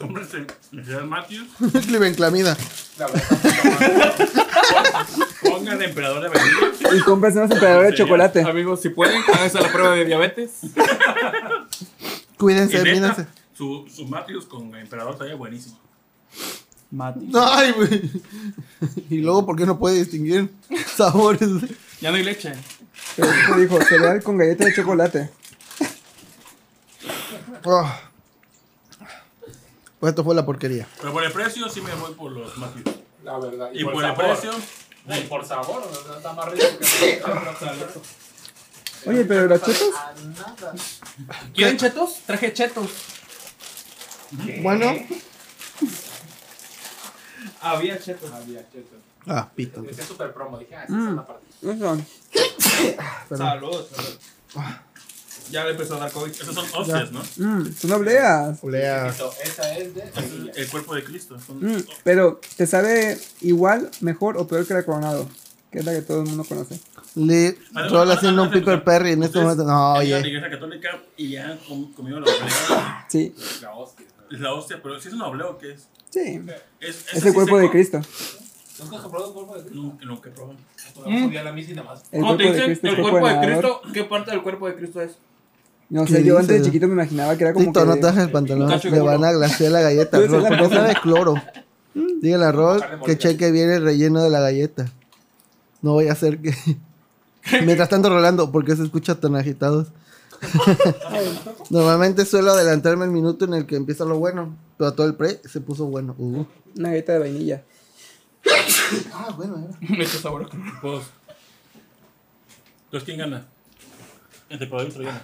Speaker 3: cómprense el General Matthews.
Speaker 4: Clivenclamida.
Speaker 3: Pongan Emperador de vainilla.
Speaker 8: Y compras unos emperadores de
Speaker 3: Señor,
Speaker 8: chocolate.
Speaker 9: Amigos, si pueden, háganse la prueba de diabetes.
Speaker 3: Y
Speaker 4: Cuídense,
Speaker 3: neta,
Speaker 4: mídense.
Speaker 3: Su, su Matthews con Emperador estaría buenísimo.
Speaker 9: Mati.
Speaker 4: Ay, güey. Y luego, ¿por qué no puede distinguir sabores?
Speaker 9: Ya no hay leche.
Speaker 8: Pero ¿qué te dijo, cereal con galleta de chocolate.
Speaker 4: Oh. Pues esto fue la porquería.
Speaker 3: Pero por el precio sí me voy por los Matthews.
Speaker 6: La verdad.
Speaker 3: Y, por, el precio,
Speaker 6: Y por sabor, o sea, está más rico que
Speaker 8: Oye, pero las chetos.
Speaker 9: ¿Quieren chetos? Traje chetos.
Speaker 4: Bueno.
Speaker 9: Había chetos.
Speaker 6: Había chetos.
Speaker 4: Ah, pito.
Speaker 6: Decía super promo. Dije, ah, esta es
Speaker 8: Mm,
Speaker 6: una parte.
Speaker 8: eso.
Speaker 9: Salud, salud. Ah. Ya le empezó a dar COVID.
Speaker 3: estos son hostias, ¿no?
Speaker 8: Mm, son obleas.
Speaker 4: Olea.
Speaker 6: Esa es de.
Speaker 3: Es el cuerpo de Cristo. Son-
Speaker 8: Mm, pero te sabe igual, mejor o peor que la coronado, que es la que todo el mundo conoce.
Speaker 4: Le troll haciendo un Piper Perry en este momento. No,
Speaker 3: Hay una
Speaker 4: oye.
Speaker 3: iglesia católica y ya com- comido la oblea.
Speaker 8: Sí,
Speaker 6: La hostia.
Speaker 3: Es la hostia, pero si es una oblea o qué es.
Speaker 8: sí.
Speaker 3: Es,
Speaker 8: Es el cuerpo de Cristo.
Speaker 6: ¿Tú has comprado un cuerpo de Cristo?
Speaker 3: Nunca, nunca he probado.
Speaker 6: Podemos ir a la misa y nada más.
Speaker 8: El
Speaker 9: ¿Cómo te
Speaker 8: cuerpo de
Speaker 9: dicen?
Speaker 8: Cristo es
Speaker 9: ¿El
Speaker 8: cuerpo
Speaker 9: cuerpo
Speaker 8: de
Speaker 9: de
Speaker 8: nadador.
Speaker 9: Cristo? ¿Qué parte del cuerpo de Cristo es?
Speaker 8: No
Speaker 4: ¿Qué
Speaker 8: sé, yo antes de
Speaker 4: dices?
Speaker 8: chiquito me imaginaba que era como.
Speaker 4: Tito,
Speaker 8: que
Speaker 4: no
Speaker 8: de-
Speaker 4: te bajes el pantalón.
Speaker 9: Cacho de
Speaker 4: Le van
Speaker 9: culo.
Speaker 4: a glasear la galleta. Mm.
Speaker 8: Yo sé
Speaker 4: Rol,
Speaker 8: la
Speaker 4: ¿Por qué
Speaker 8: verdad.
Speaker 4: sabe cloro? Dígale a Rol que cheque bien el relleno de la galleta. No voy a hacer que. Mientras tanto, Rolando, ¿por qué se escucha tan agitados? Normalmente suelo adelantarme el minuto en el que empieza lo bueno, pero a todo el pre se puso bueno. Uh.
Speaker 8: Una galleta de vainilla.
Speaker 4: Ah, bueno, era.
Speaker 9: Me echó sabor a cruz.
Speaker 3: Pues, Entonces, ¿quién gana? Entre Emperador y Troyanos.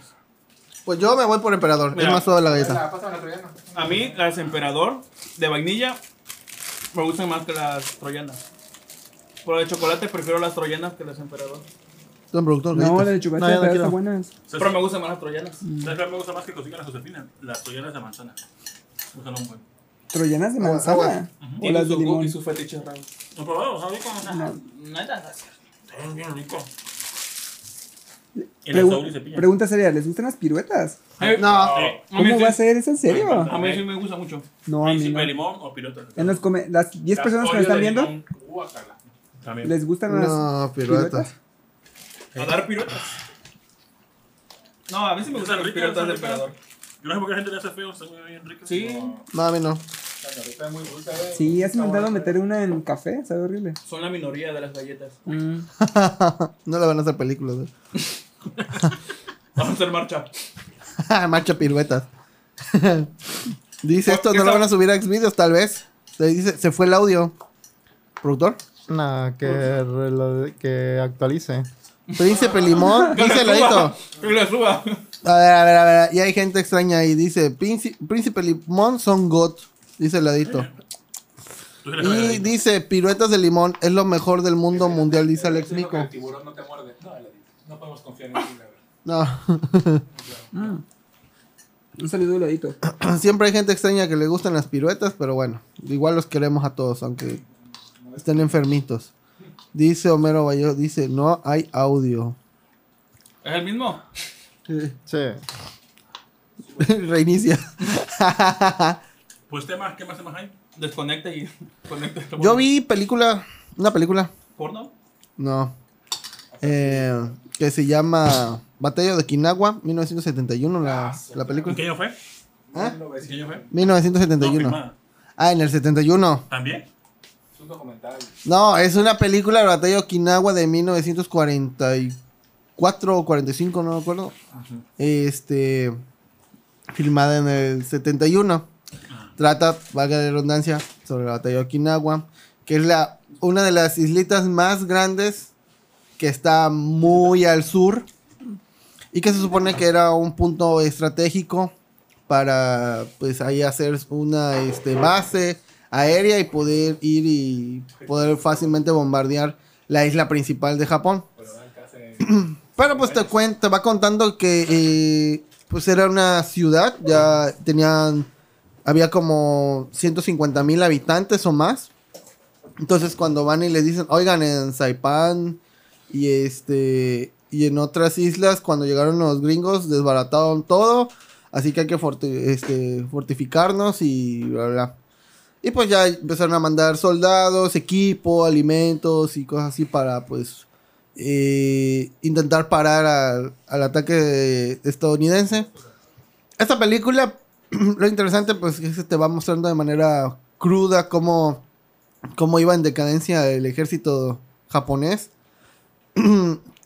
Speaker 4: Pues yo me voy por emperador,
Speaker 9: Mira.
Speaker 4: es más suave la galleta.
Speaker 6: Pásame la troyana.
Speaker 9: A mí, las emperador de vainilla me gustan más que las troyanas. Por el chocolate prefiero las troyanas que las emperador.
Speaker 4: Don productor,
Speaker 8: No,
Speaker 4: galletas.
Speaker 8: la de chocolate
Speaker 4: No, ya no
Speaker 8: pero
Speaker 4: quiero.
Speaker 8: está buenas.
Speaker 3: ¿Sabes
Speaker 9: Pero me gustan más las troyanas.
Speaker 3: Mm. sabes cuál me gusta más que cocinan la Josefina? Las Troyanas de manzana. Usan un buen.
Speaker 8: Troyanas de
Speaker 4: Agua,
Speaker 8: manzana.
Speaker 4: agua.
Speaker 8: O
Speaker 9: Tiene
Speaker 8: las de
Speaker 9: su gu-
Speaker 8: limón.
Speaker 9: y sus fetiches raros.
Speaker 3: ¿Lo probado? ¿Sabe cómo está?
Speaker 8: No.
Speaker 9: Nada, gracias.
Speaker 3: Es bien rico. Y
Speaker 8: Pregu-
Speaker 3: las Sauri se pillan.
Speaker 8: pregunta seria, ¿les gustan las piruetas?
Speaker 4: No,
Speaker 3: Eh,
Speaker 9: A mí
Speaker 8: ¿Cómo
Speaker 9: sí-
Speaker 8: va a ser? ¿Es en serio?
Speaker 3: encanta.
Speaker 9: A mí sí me gusta mucho.
Speaker 8: No, a mí
Speaker 3: ¿Príncipe
Speaker 8: no.
Speaker 3: de limón o pirota?
Speaker 8: En los come- las 10 personas que nos
Speaker 3: Las Oreo
Speaker 8: están
Speaker 3: de
Speaker 8: viendo,
Speaker 3: limón,
Speaker 6: Guácala.
Speaker 3: También.
Speaker 8: ¿les gustan las
Speaker 4: no,
Speaker 8: piruetas?
Speaker 4: piruetas.
Speaker 9: A dar piruetas. No, a mí sí me gustan las
Speaker 3: Están
Speaker 9: piruetas
Speaker 3: ricas,
Speaker 9: del
Speaker 3: están
Speaker 9: emperador.
Speaker 3: Yo no sé por qué la gente le hace feo, están bien ricas.
Speaker 9: Sí,
Speaker 4: No, a mí no.
Speaker 6: Bueno, ahorita es muy dulce, güey.
Speaker 8: Sí, has
Speaker 6: Está
Speaker 8: intentado
Speaker 6: bueno.
Speaker 8: meter una en café, sabe horrible.
Speaker 9: son la minoría de las galletas.
Speaker 8: Mm.
Speaker 4: no le van a hacer películas. ¿eh?
Speaker 9: Vamos a hacer marcha.
Speaker 4: Marcha piruetas. Dice esto,
Speaker 9: ¿Qué
Speaker 4: no lo
Speaker 9: sab-
Speaker 4: van a subir a Xvideos, tal vez. Se, dice, se fue el audio. ¿Productor?
Speaker 1: No, que, relo- que actualice.
Speaker 4: Príncipe Limón. Dice el edito.
Speaker 9: Que le suba.
Speaker 4: A ver, a ver, a ver. Y hay gente extraña ahí. Dice, "Princi- Príncipe Limón son God. Dice el ladito. Y dice, piruetas de limón es lo mejor del mundo mundial, dice Alex Mico.
Speaker 18: El tiburón no te muerde. No, Eladito, no podemos confiar en ti, la verdad.
Speaker 4: No.
Speaker 8: Un saludo heladito.
Speaker 4: Siempre hay gente extraña que le gustan las piruetas, pero bueno, igual los queremos a todos, aunque estén enfermitos. Dice Homero Bayo, dice, no hay audio.
Speaker 9: ¿Es el mismo?
Speaker 1: Sí.
Speaker 4: Reinicia.
Speaker 9: Pues temas, ¿qué más temas hay? Desconecta y conecta.
Speaker 4: Yo vi película, una película,
Speaker 9: ¿Porno?
Speaker 4: no, eh, que se llama Batalla de Quinagua, 1971, la, la película.
Speaker 7: ¿En qué año fue?
Speaker 4: ¿Ah?
Speaker 7: Pues, ¿En qué año fue? No,
Speaker 4: 1971.
Speaker 7: filmada.
Speaker 4: ah, en el 71.
Speaker 7: ¿También?
Speaker 18: Es un documental.
Speaker 4: No, es una película de Batalla de Okinawa de 1944 o 45, no me acuerdo. Este. Filmada en el 71. Trata, valga la redundancia, sobre la batalla de Okinawa, que es la, una de las islitas más grandes que está muy al sur y que se supone que era un punto estratégico para pues ahí hacer una este, base aérea y poder ir y poder fácilmente bombardear la isla principal de Japón. Pero pues te cuenta, te va contando que eh, pues era una ciudad, ya tenían, había como 150 mil habitantes o más. Entonces cuando van y les dicen, oigan, en Saipan y este y en otras islas, cuando llegaron los gringos, desbarataron todo. Así que hay que forti- este, fortificarnos y bla, bla, bla. Y pues ya empezaron a mandar soldados, equipo, alimentos y cosas así para pues eh, intentar parar al, al ataque estadounidense. Esta película, lo interesante pues es que te va mostrando de manera cruda cómo, cómo iba en decadencia el ejército japonés.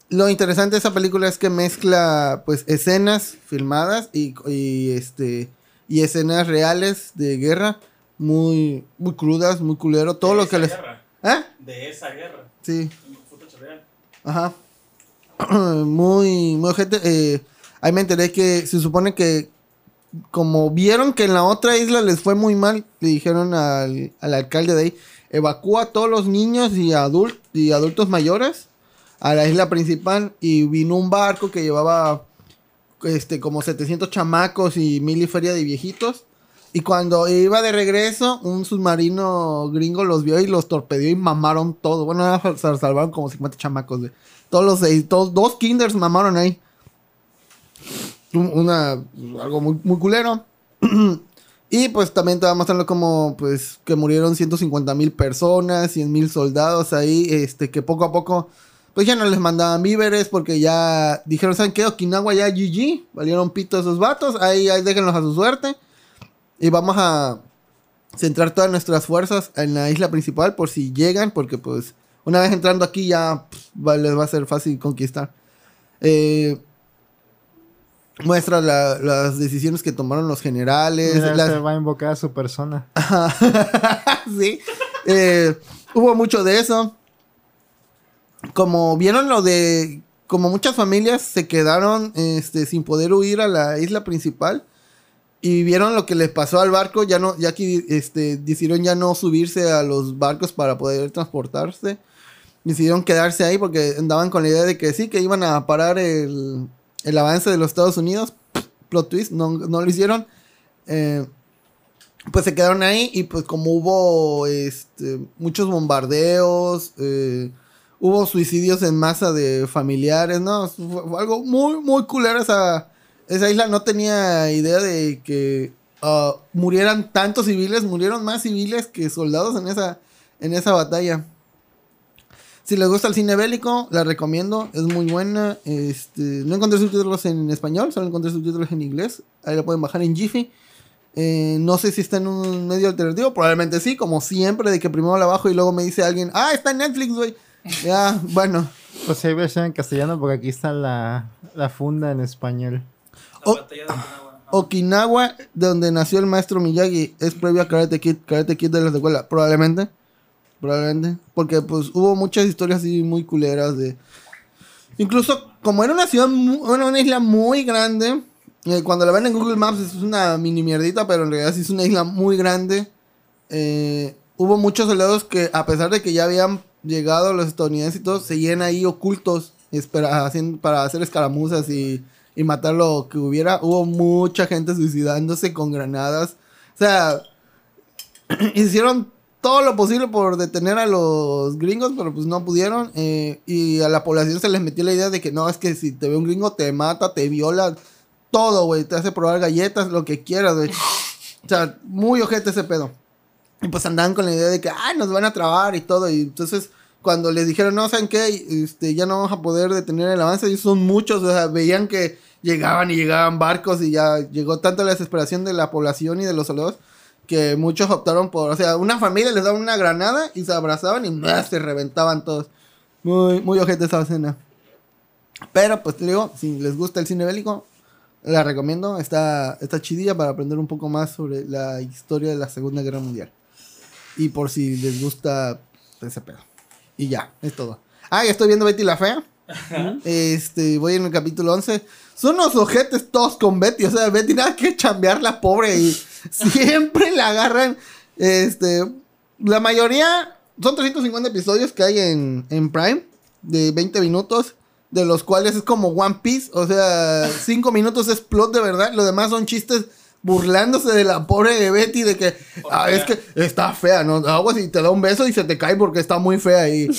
Speaker 4: lo interesante de esa película es que mezcla pues escenas filmadas y, y, este y escenas reales de guerra muy muy crudas, muy culero, todo lo que les
Speaker 7: guerra.
Speaker 4: ¿Eh?
Speaker 7: De esa guerra.
Speaker 4: Sí.
Speaker 7: Footage real.
Speaker 4: Ajá. muy, muy gente. ahí me enteré que se supone que como vieron que en la otra isla les fue muy mal, le dijeron al, al alcalde de ahí, evacúa a todos los niños y, adult- y adultos mayores a la isla principal y vino un barco que llevaba este, como 700 chamacos y mil y feria de viejitos. Y cuando iba de regreso, un submarino gringo los vio y los torpedió y mamaron todo. Bueno, nada más sal- salvaron como 50 chamacos. güey. Todos los seis, todos, dos kinders mamaron ahí. Un- Una, algo muy, muy culero. y pues también te va mostrando como, pues, que murieron 150 mil personas, 100 mil soldados ahí, este, que poco a poco, pues ya no les mandaban víveres porque ya dijeron, ¿saben qué? Okinawa ya GG, valieron pito esos vatos, ahí, ahí déjenlos a su suerte. Y vamos a centrar todas nuestras fuerzas en la isla principal por si llegan, porque pues una vez entrando aquí ya pf, va- les va a ser fácil conquistar. Eh, muestra la- las decisiones que tomaron los generales.
Speaker 1: Mira,
Speaker 4: las-
Speaker 1: se va a invocar a su persona.
Speaker 4: sí. Eh, hubo mucho de eso. Como vieron lo de. Como muchas familias se quedaron este, sin poder huir a la isla principal. Y vieron lo que les pasó al barco. Ya no, ya que este, decidieron ya no subirse a los barcos para poder transportarse. Decidieron quedarse ahí porque andaban con la idea de que sí, que iban a parar el, el avance de los Estados Unidos. Plot twist, no, no lo hicieron. Eh, pues se quedaron ahí y pues como hubo este, muchos bombardeos, eh, hubo suicidios en masa de familiares, ¿no? Fue, fue algo muy, muy culero esa, esa isla. No tenía idea de que ah, murieran tantos civiles, murieron más civiles que soldados en esa, en esa batalla. Si les gusta el cine bélico, la recomiendo, es muy buena. Este, no encontré subtítulos en español, solo encontré subtítulos en inglés. Ahí la pueden bajar en Jiffy. Eh, no sé si está en un medio alternativo, probablemente sí, como siempre, de que primero la bajo y luego me dice alguien, ah, está en Netflix, güey. Ya, bueno.
Speaker 1: Pues sí, hay
Speaker 4: Oh.
Speaker 1: versión en castellano porque aquí está la, la funda en español.
Speaker 4: O- Okinawa, de donde nació el maestro Miyagi, es previo a Karate Kid, Karate Kid de la secuela, probablemente. Probablemente. Porque pues hubo muchas historias así muy culeras de... Incluso como era una ciudad, mu- bueno, una isla muy grande, eh, cuando la ven en Google Maps es una mini mierdita, pero en realidad sí es una isla muy grande. Eh, hubo muchos soldados que a pesar de que ya habían llegado los estadounidenses y todo, seguían ahí ocultos espera- haciendo- para hacer escaramuzas y, y matar lo que hubiera. Hubo mucha gente suicidándose con granadas. O sea, hicieron todo lo posible por detener a los gringos, pero pues no pudieron. eh, y a la población se les metió la idea de que no, es que si te ve un gringo te mata, te viola, todo, güey. Te hace probar galletas, lo que quieras, güey. O sea, muy ojete ese pedo. Y pues andaban con la idea de que, ay, nos van a trabar y todo. Y entonces, cuando les dijeron, no, ¿saben qué? Este, ya no vamos a poder detener el avance. Y son muchos, o sea, veían que llegaban y llegaban barcos y ya llegó tanta la desesperación de la población y de los soldados que muchos optaron por, o sea, una familia les daba una granada y se abrazaban y ¡mua! se reventaban todos. Muy, muy ojete esa escena. Pero pues te digo, si les gusta el cine bélico, la recomiendo. Está, está chidilla para aprender un poco más sobre la historia de la Segunda Guerra Mundial. Y por si les gusta ese pedo. Y ya, es todo. Ah, ya estoy viendo Betty la Fea. Este, voy en el capítulo 11. Son unos ojetes todos con Betty. O sea, Betty nada que chambear la pobre. Y siempre la agarran. Este, la mayoría son 350 episodios que hay en, en Prime de 20 minutos. De los cuales es como One Piece. O sea, 5 minutos es plot de verdad. Lo demás son chistes burlándose de la pobre de Betty. De que "Ah, es que está fea, ¿no? Aguas y te da un beso y se te cae porque está muy fea. Y, y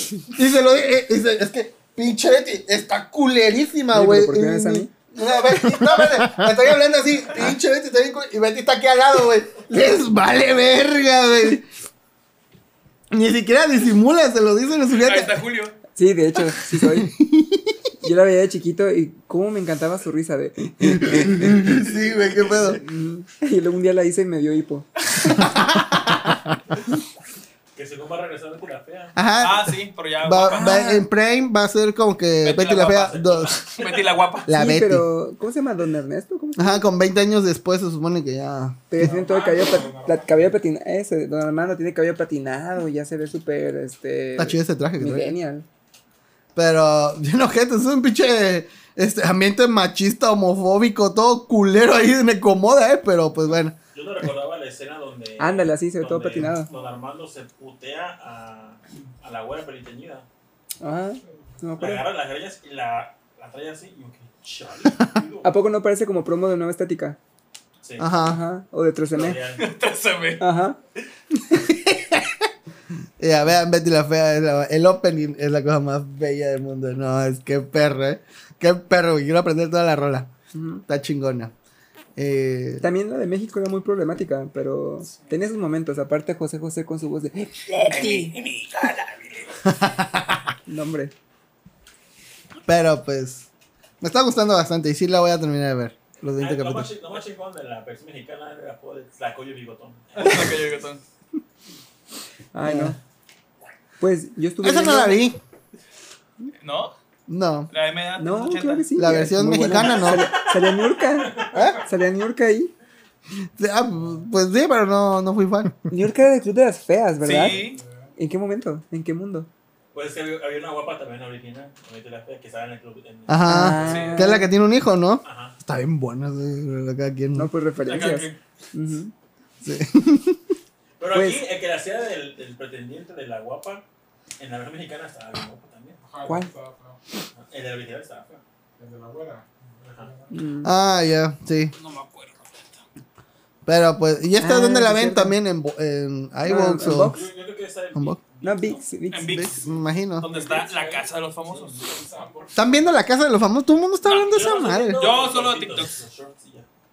Speaker 4: se lo eh, y se- es que pinche Betty está culerísima,
Speaker 8: Oye,
Speaker 4: güey.
Speaker 8: pero ¿por qué me ves a mí?
Speaker 4: No, Betty, no, espérate, me estoy hablando así, pinche Betty está bien cul- y Betty está aquí al lado, güey. Les vale verga, güey. Ni siquiera disimula, se lo dicen en su cara.
Speaker 7: Julio.
Speaker 8: Sí, de hecho, sí soy. Yo la veía de chiquito y cómo me encantaba su risa de.
Speaker 4: sí, güey, qué pedo.
Speaker 8: Y luego un día la hice y me dio hipo.
Speaker 7: Que según va a regresar de la fea.
Speaker 4: Ajá.
Speaker 7: Ah, sí, pero ya.
Speaker 4: Va-
Speaker 7: guapa.
Speaker 4: va- en Prime va a ser como que Betty, la, fea 2.
Speaker 7: Betty la guapa.
Speaker 4: La
Speaker 8: sí,
Speaker 4: Betty.
Speaker 8: pero. ¿Cómo se llama? ¿Don Ernesto? ¿Cómo se llama?
Speaker 4: Ajá, con 20 años después se supone que ya.
Speaker 8: Pero tiene todo el cabello, plat- plat- cabello platinado. Ese, don Armando tiene cabello platinado. Ya se ve súper. Este,
Speaker 4: Está chido ese traje que trae.
Speaker 8: Millennial.
Speaker 4: Pero, bien ojete, es un pinche este, ambiente machista, homofóbico, todo culero ahí, me incomoda, ¿eh? Pero pues bueno.
Speaker 7: Yo no recordaba la escena donde.
Speaker 8: Ándale, así se ve todo
Speaker 7: donde
Speaker 8: patinado.
Speaker 7: Don Armando se putea a, a la güera peliteñida.
Speaker 8: Ajá. No me
Speaker 7: Le
Speaker 8: acuerdo.
Speaker 7: agarra las greñas y la, la trae así. Y yo, qué chale.
Speaker 8: ¿A poco no parece como promo de Nueva Estática? pues,
Speaker 7: Sí.
Speaker 4: Ah.
Speaker 8: Ajá. O de 13M.
Speaker 7: 13M.
Speaker 8: Ajá.
Speaker 4: Ya vean, Betty la Fea, es la- el opening es la cosa más bella del mundo. No, es que perro, ¿eh? Qué perro, quiero aprender toda la rola. Está chingona. Eh,
Speaker 8: También la de México era muy problemática, pero tenía sus momentos. Aparte, José José con su voz de. ¡Leti! No, hombre.
Speaker 4: pero pues, me está gustando bastante y sí la voy a terminar de ver. Los
Speaker 7: Ah,
Speaker 4: 20
Speaker 7: Lo más
Speaker 4: capítulos.
Speaker 7: chi- lo más chingón de la versión mexicana era el apodo de Tlacoyo Bigotón.
Speaker 9: Tlacoyo Bigotón.
Speaker 8: Ay, no. Pues yo estuve.
Speaker 4: Esa no
Speaker 8: viendo-
Speaker 4: la vi.
Speaker 9: ¿No?
Speaker 4: No.
Speaker 9: La MA.
Speaker 8: No, claro que sí.
Speaker 4: La versión
Speaker 8: Muy buena.
Speaker 4: mexicana, ¿no? ¿Eh?
Speaker 8: Salía- Salía Niurka. Salía Niurka ahí.
Speaker 4: Ah, pues sí, pero no, no fui fan.
Speaker 8: Niurka era del Club de las Feas, ¿verdad?
Speaker 7: Sí.
Speaker 8: ¿En qué momento? ¿En qué mundo?
Speaker 7: Pues que había, había una guapa también original. con Betty la fea que estaba en el club. en-
Speaker 4: Ah, Ajá.
Speaker 8: Ah.
Speaker 7: Sí.
Speaker 4: Que es la que tiene un hijo, ¿no?
Speaker 7: Ajá.
Speaker 4: Está bien buena, sí, cada quien.
Speaker 8: No, pues referencias.
Speaker 7: Acá,
Speaker 8: Ujú.
Speaker 7: Pero
Speaker 8: Pues-
Speaker 7: aquí, el que la hacía del, del pretendiente de la guapa, en la versión mexicana estaba bien guapa también.
Speaker 8: ¿Cuál?
Speaker 9: Ah,
Speaker 7: El de la original estaba feo. El de la abuela.
Speaker 4: Ah, ya, sí.
Speaker 9: pues
Speaker 4: No me acuerdo. Pero pues, ¿y esta
Speaker 8: Ah,
Speaker 4: dónde la
Speaker 8: sí,
Speaker 4: ven
Speaker 8: cierto.
Speaker 4: también? ¿En, bo- en
Speaker 8: No,
Speaker 4: iVoox
Speaker 8: en
Speaker 4: o...?
Speaker 8: Vox.
Speaker 7: Yo creo que está
Speaker 4: ¿En Vox?
Speaker 8: No, Vix. Vix.
Speaker 9: En VIX.
Speaker 4: Me imagino.
Speaker 9: Donde está la casa de los famosos.
Speaker 7: Ah,
Speaker 4: ¿Están viendo La Casa de los Famosos? Todo el mundo está hablando de esa madre.
Speaker 9: Yo solo de TikTok.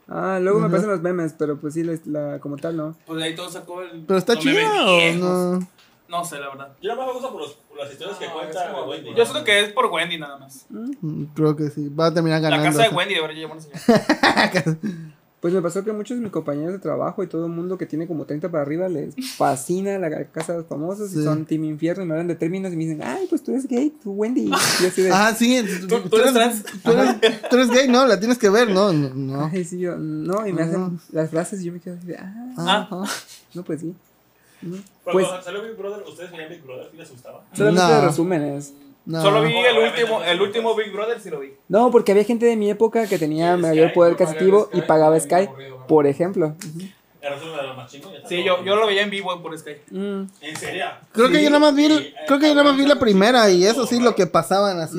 Speaker 8: Ah, luego me
Speaker 4: Ujú.
Speaker 8: pasan los memes, pero pues sí, la, la- como tal, ¿no?
Speaker 9: Pues de ahí todo sacó el.
Speaker 4: Pero está
Speaker 9: los memes
Speaker 4: chida o
Speaker 9: viejos.
Speaker 4: no.
Speaker 9: No sé, la verdad.
Speaker 7: Yo nada más me gusta por, los- por las historias que cuenta Wendy.
Speaker 9: Yo siento que es por Wendy nada más.
Speaker 4: Mm, Creo que sí. Va a terminar ganando.
Speaker 9: la casa de
Speaker 4: esa.
Speaker 9: Wendy debería llamarse.
Speaker 8: Pues me pasó que muchos de mis compañeros de trabajo y todo el mundo que tiene como 30 para arriba les fascina la casa de los famosos y
Speaker 4: Sí.
Speaker 8: son Team Infierno y me hablan de términos y me dicen, ay, pues tú eres gay, tú Wendy. Y yo así de,
Speaker 4: Ah, sí. Tú, eres, tú eres- tú eres gay, no, la tienes que ver, no, no. no.
Speaker 8: Ay, sí, yo, no, y me
Speaker 4: Ajá.
Speaker 8: hacen las frases y yo me quedo así de, ah,
Speaker 4: Ah.
Speaker 8: ajá. no, pues sí. No.
Speaker 7: Pero
Speaker 8: Pues
Speaker 7: cuando salió Big Brother, ¿ustedes veían Big Brother? ¿Sí les gustaba?
Speaker 8: solamente
Speaker 4: No.
Speaker 8: resúmenes. No.
Speaker 9: Solo vi el último, el último Big Brother, sí lo vi.
Speaker 8: No, porque había gente de mi época que tenía mayor poder casativo y pagaba Sky, por ejemplo.
Speaker 7: El resumen de los más chingos, ya está
Speaker 9: Sí,
Speaker 7: todo.
Speaker 9: yo, yo lo veía en vivo por Sky.
Speaker 4: Mm.
Speaker 7: ¿En serio?
Speaker 4: Creo que yo nada más vi, creo que yo nada más vi la primera y eso sí lo que pasaban así.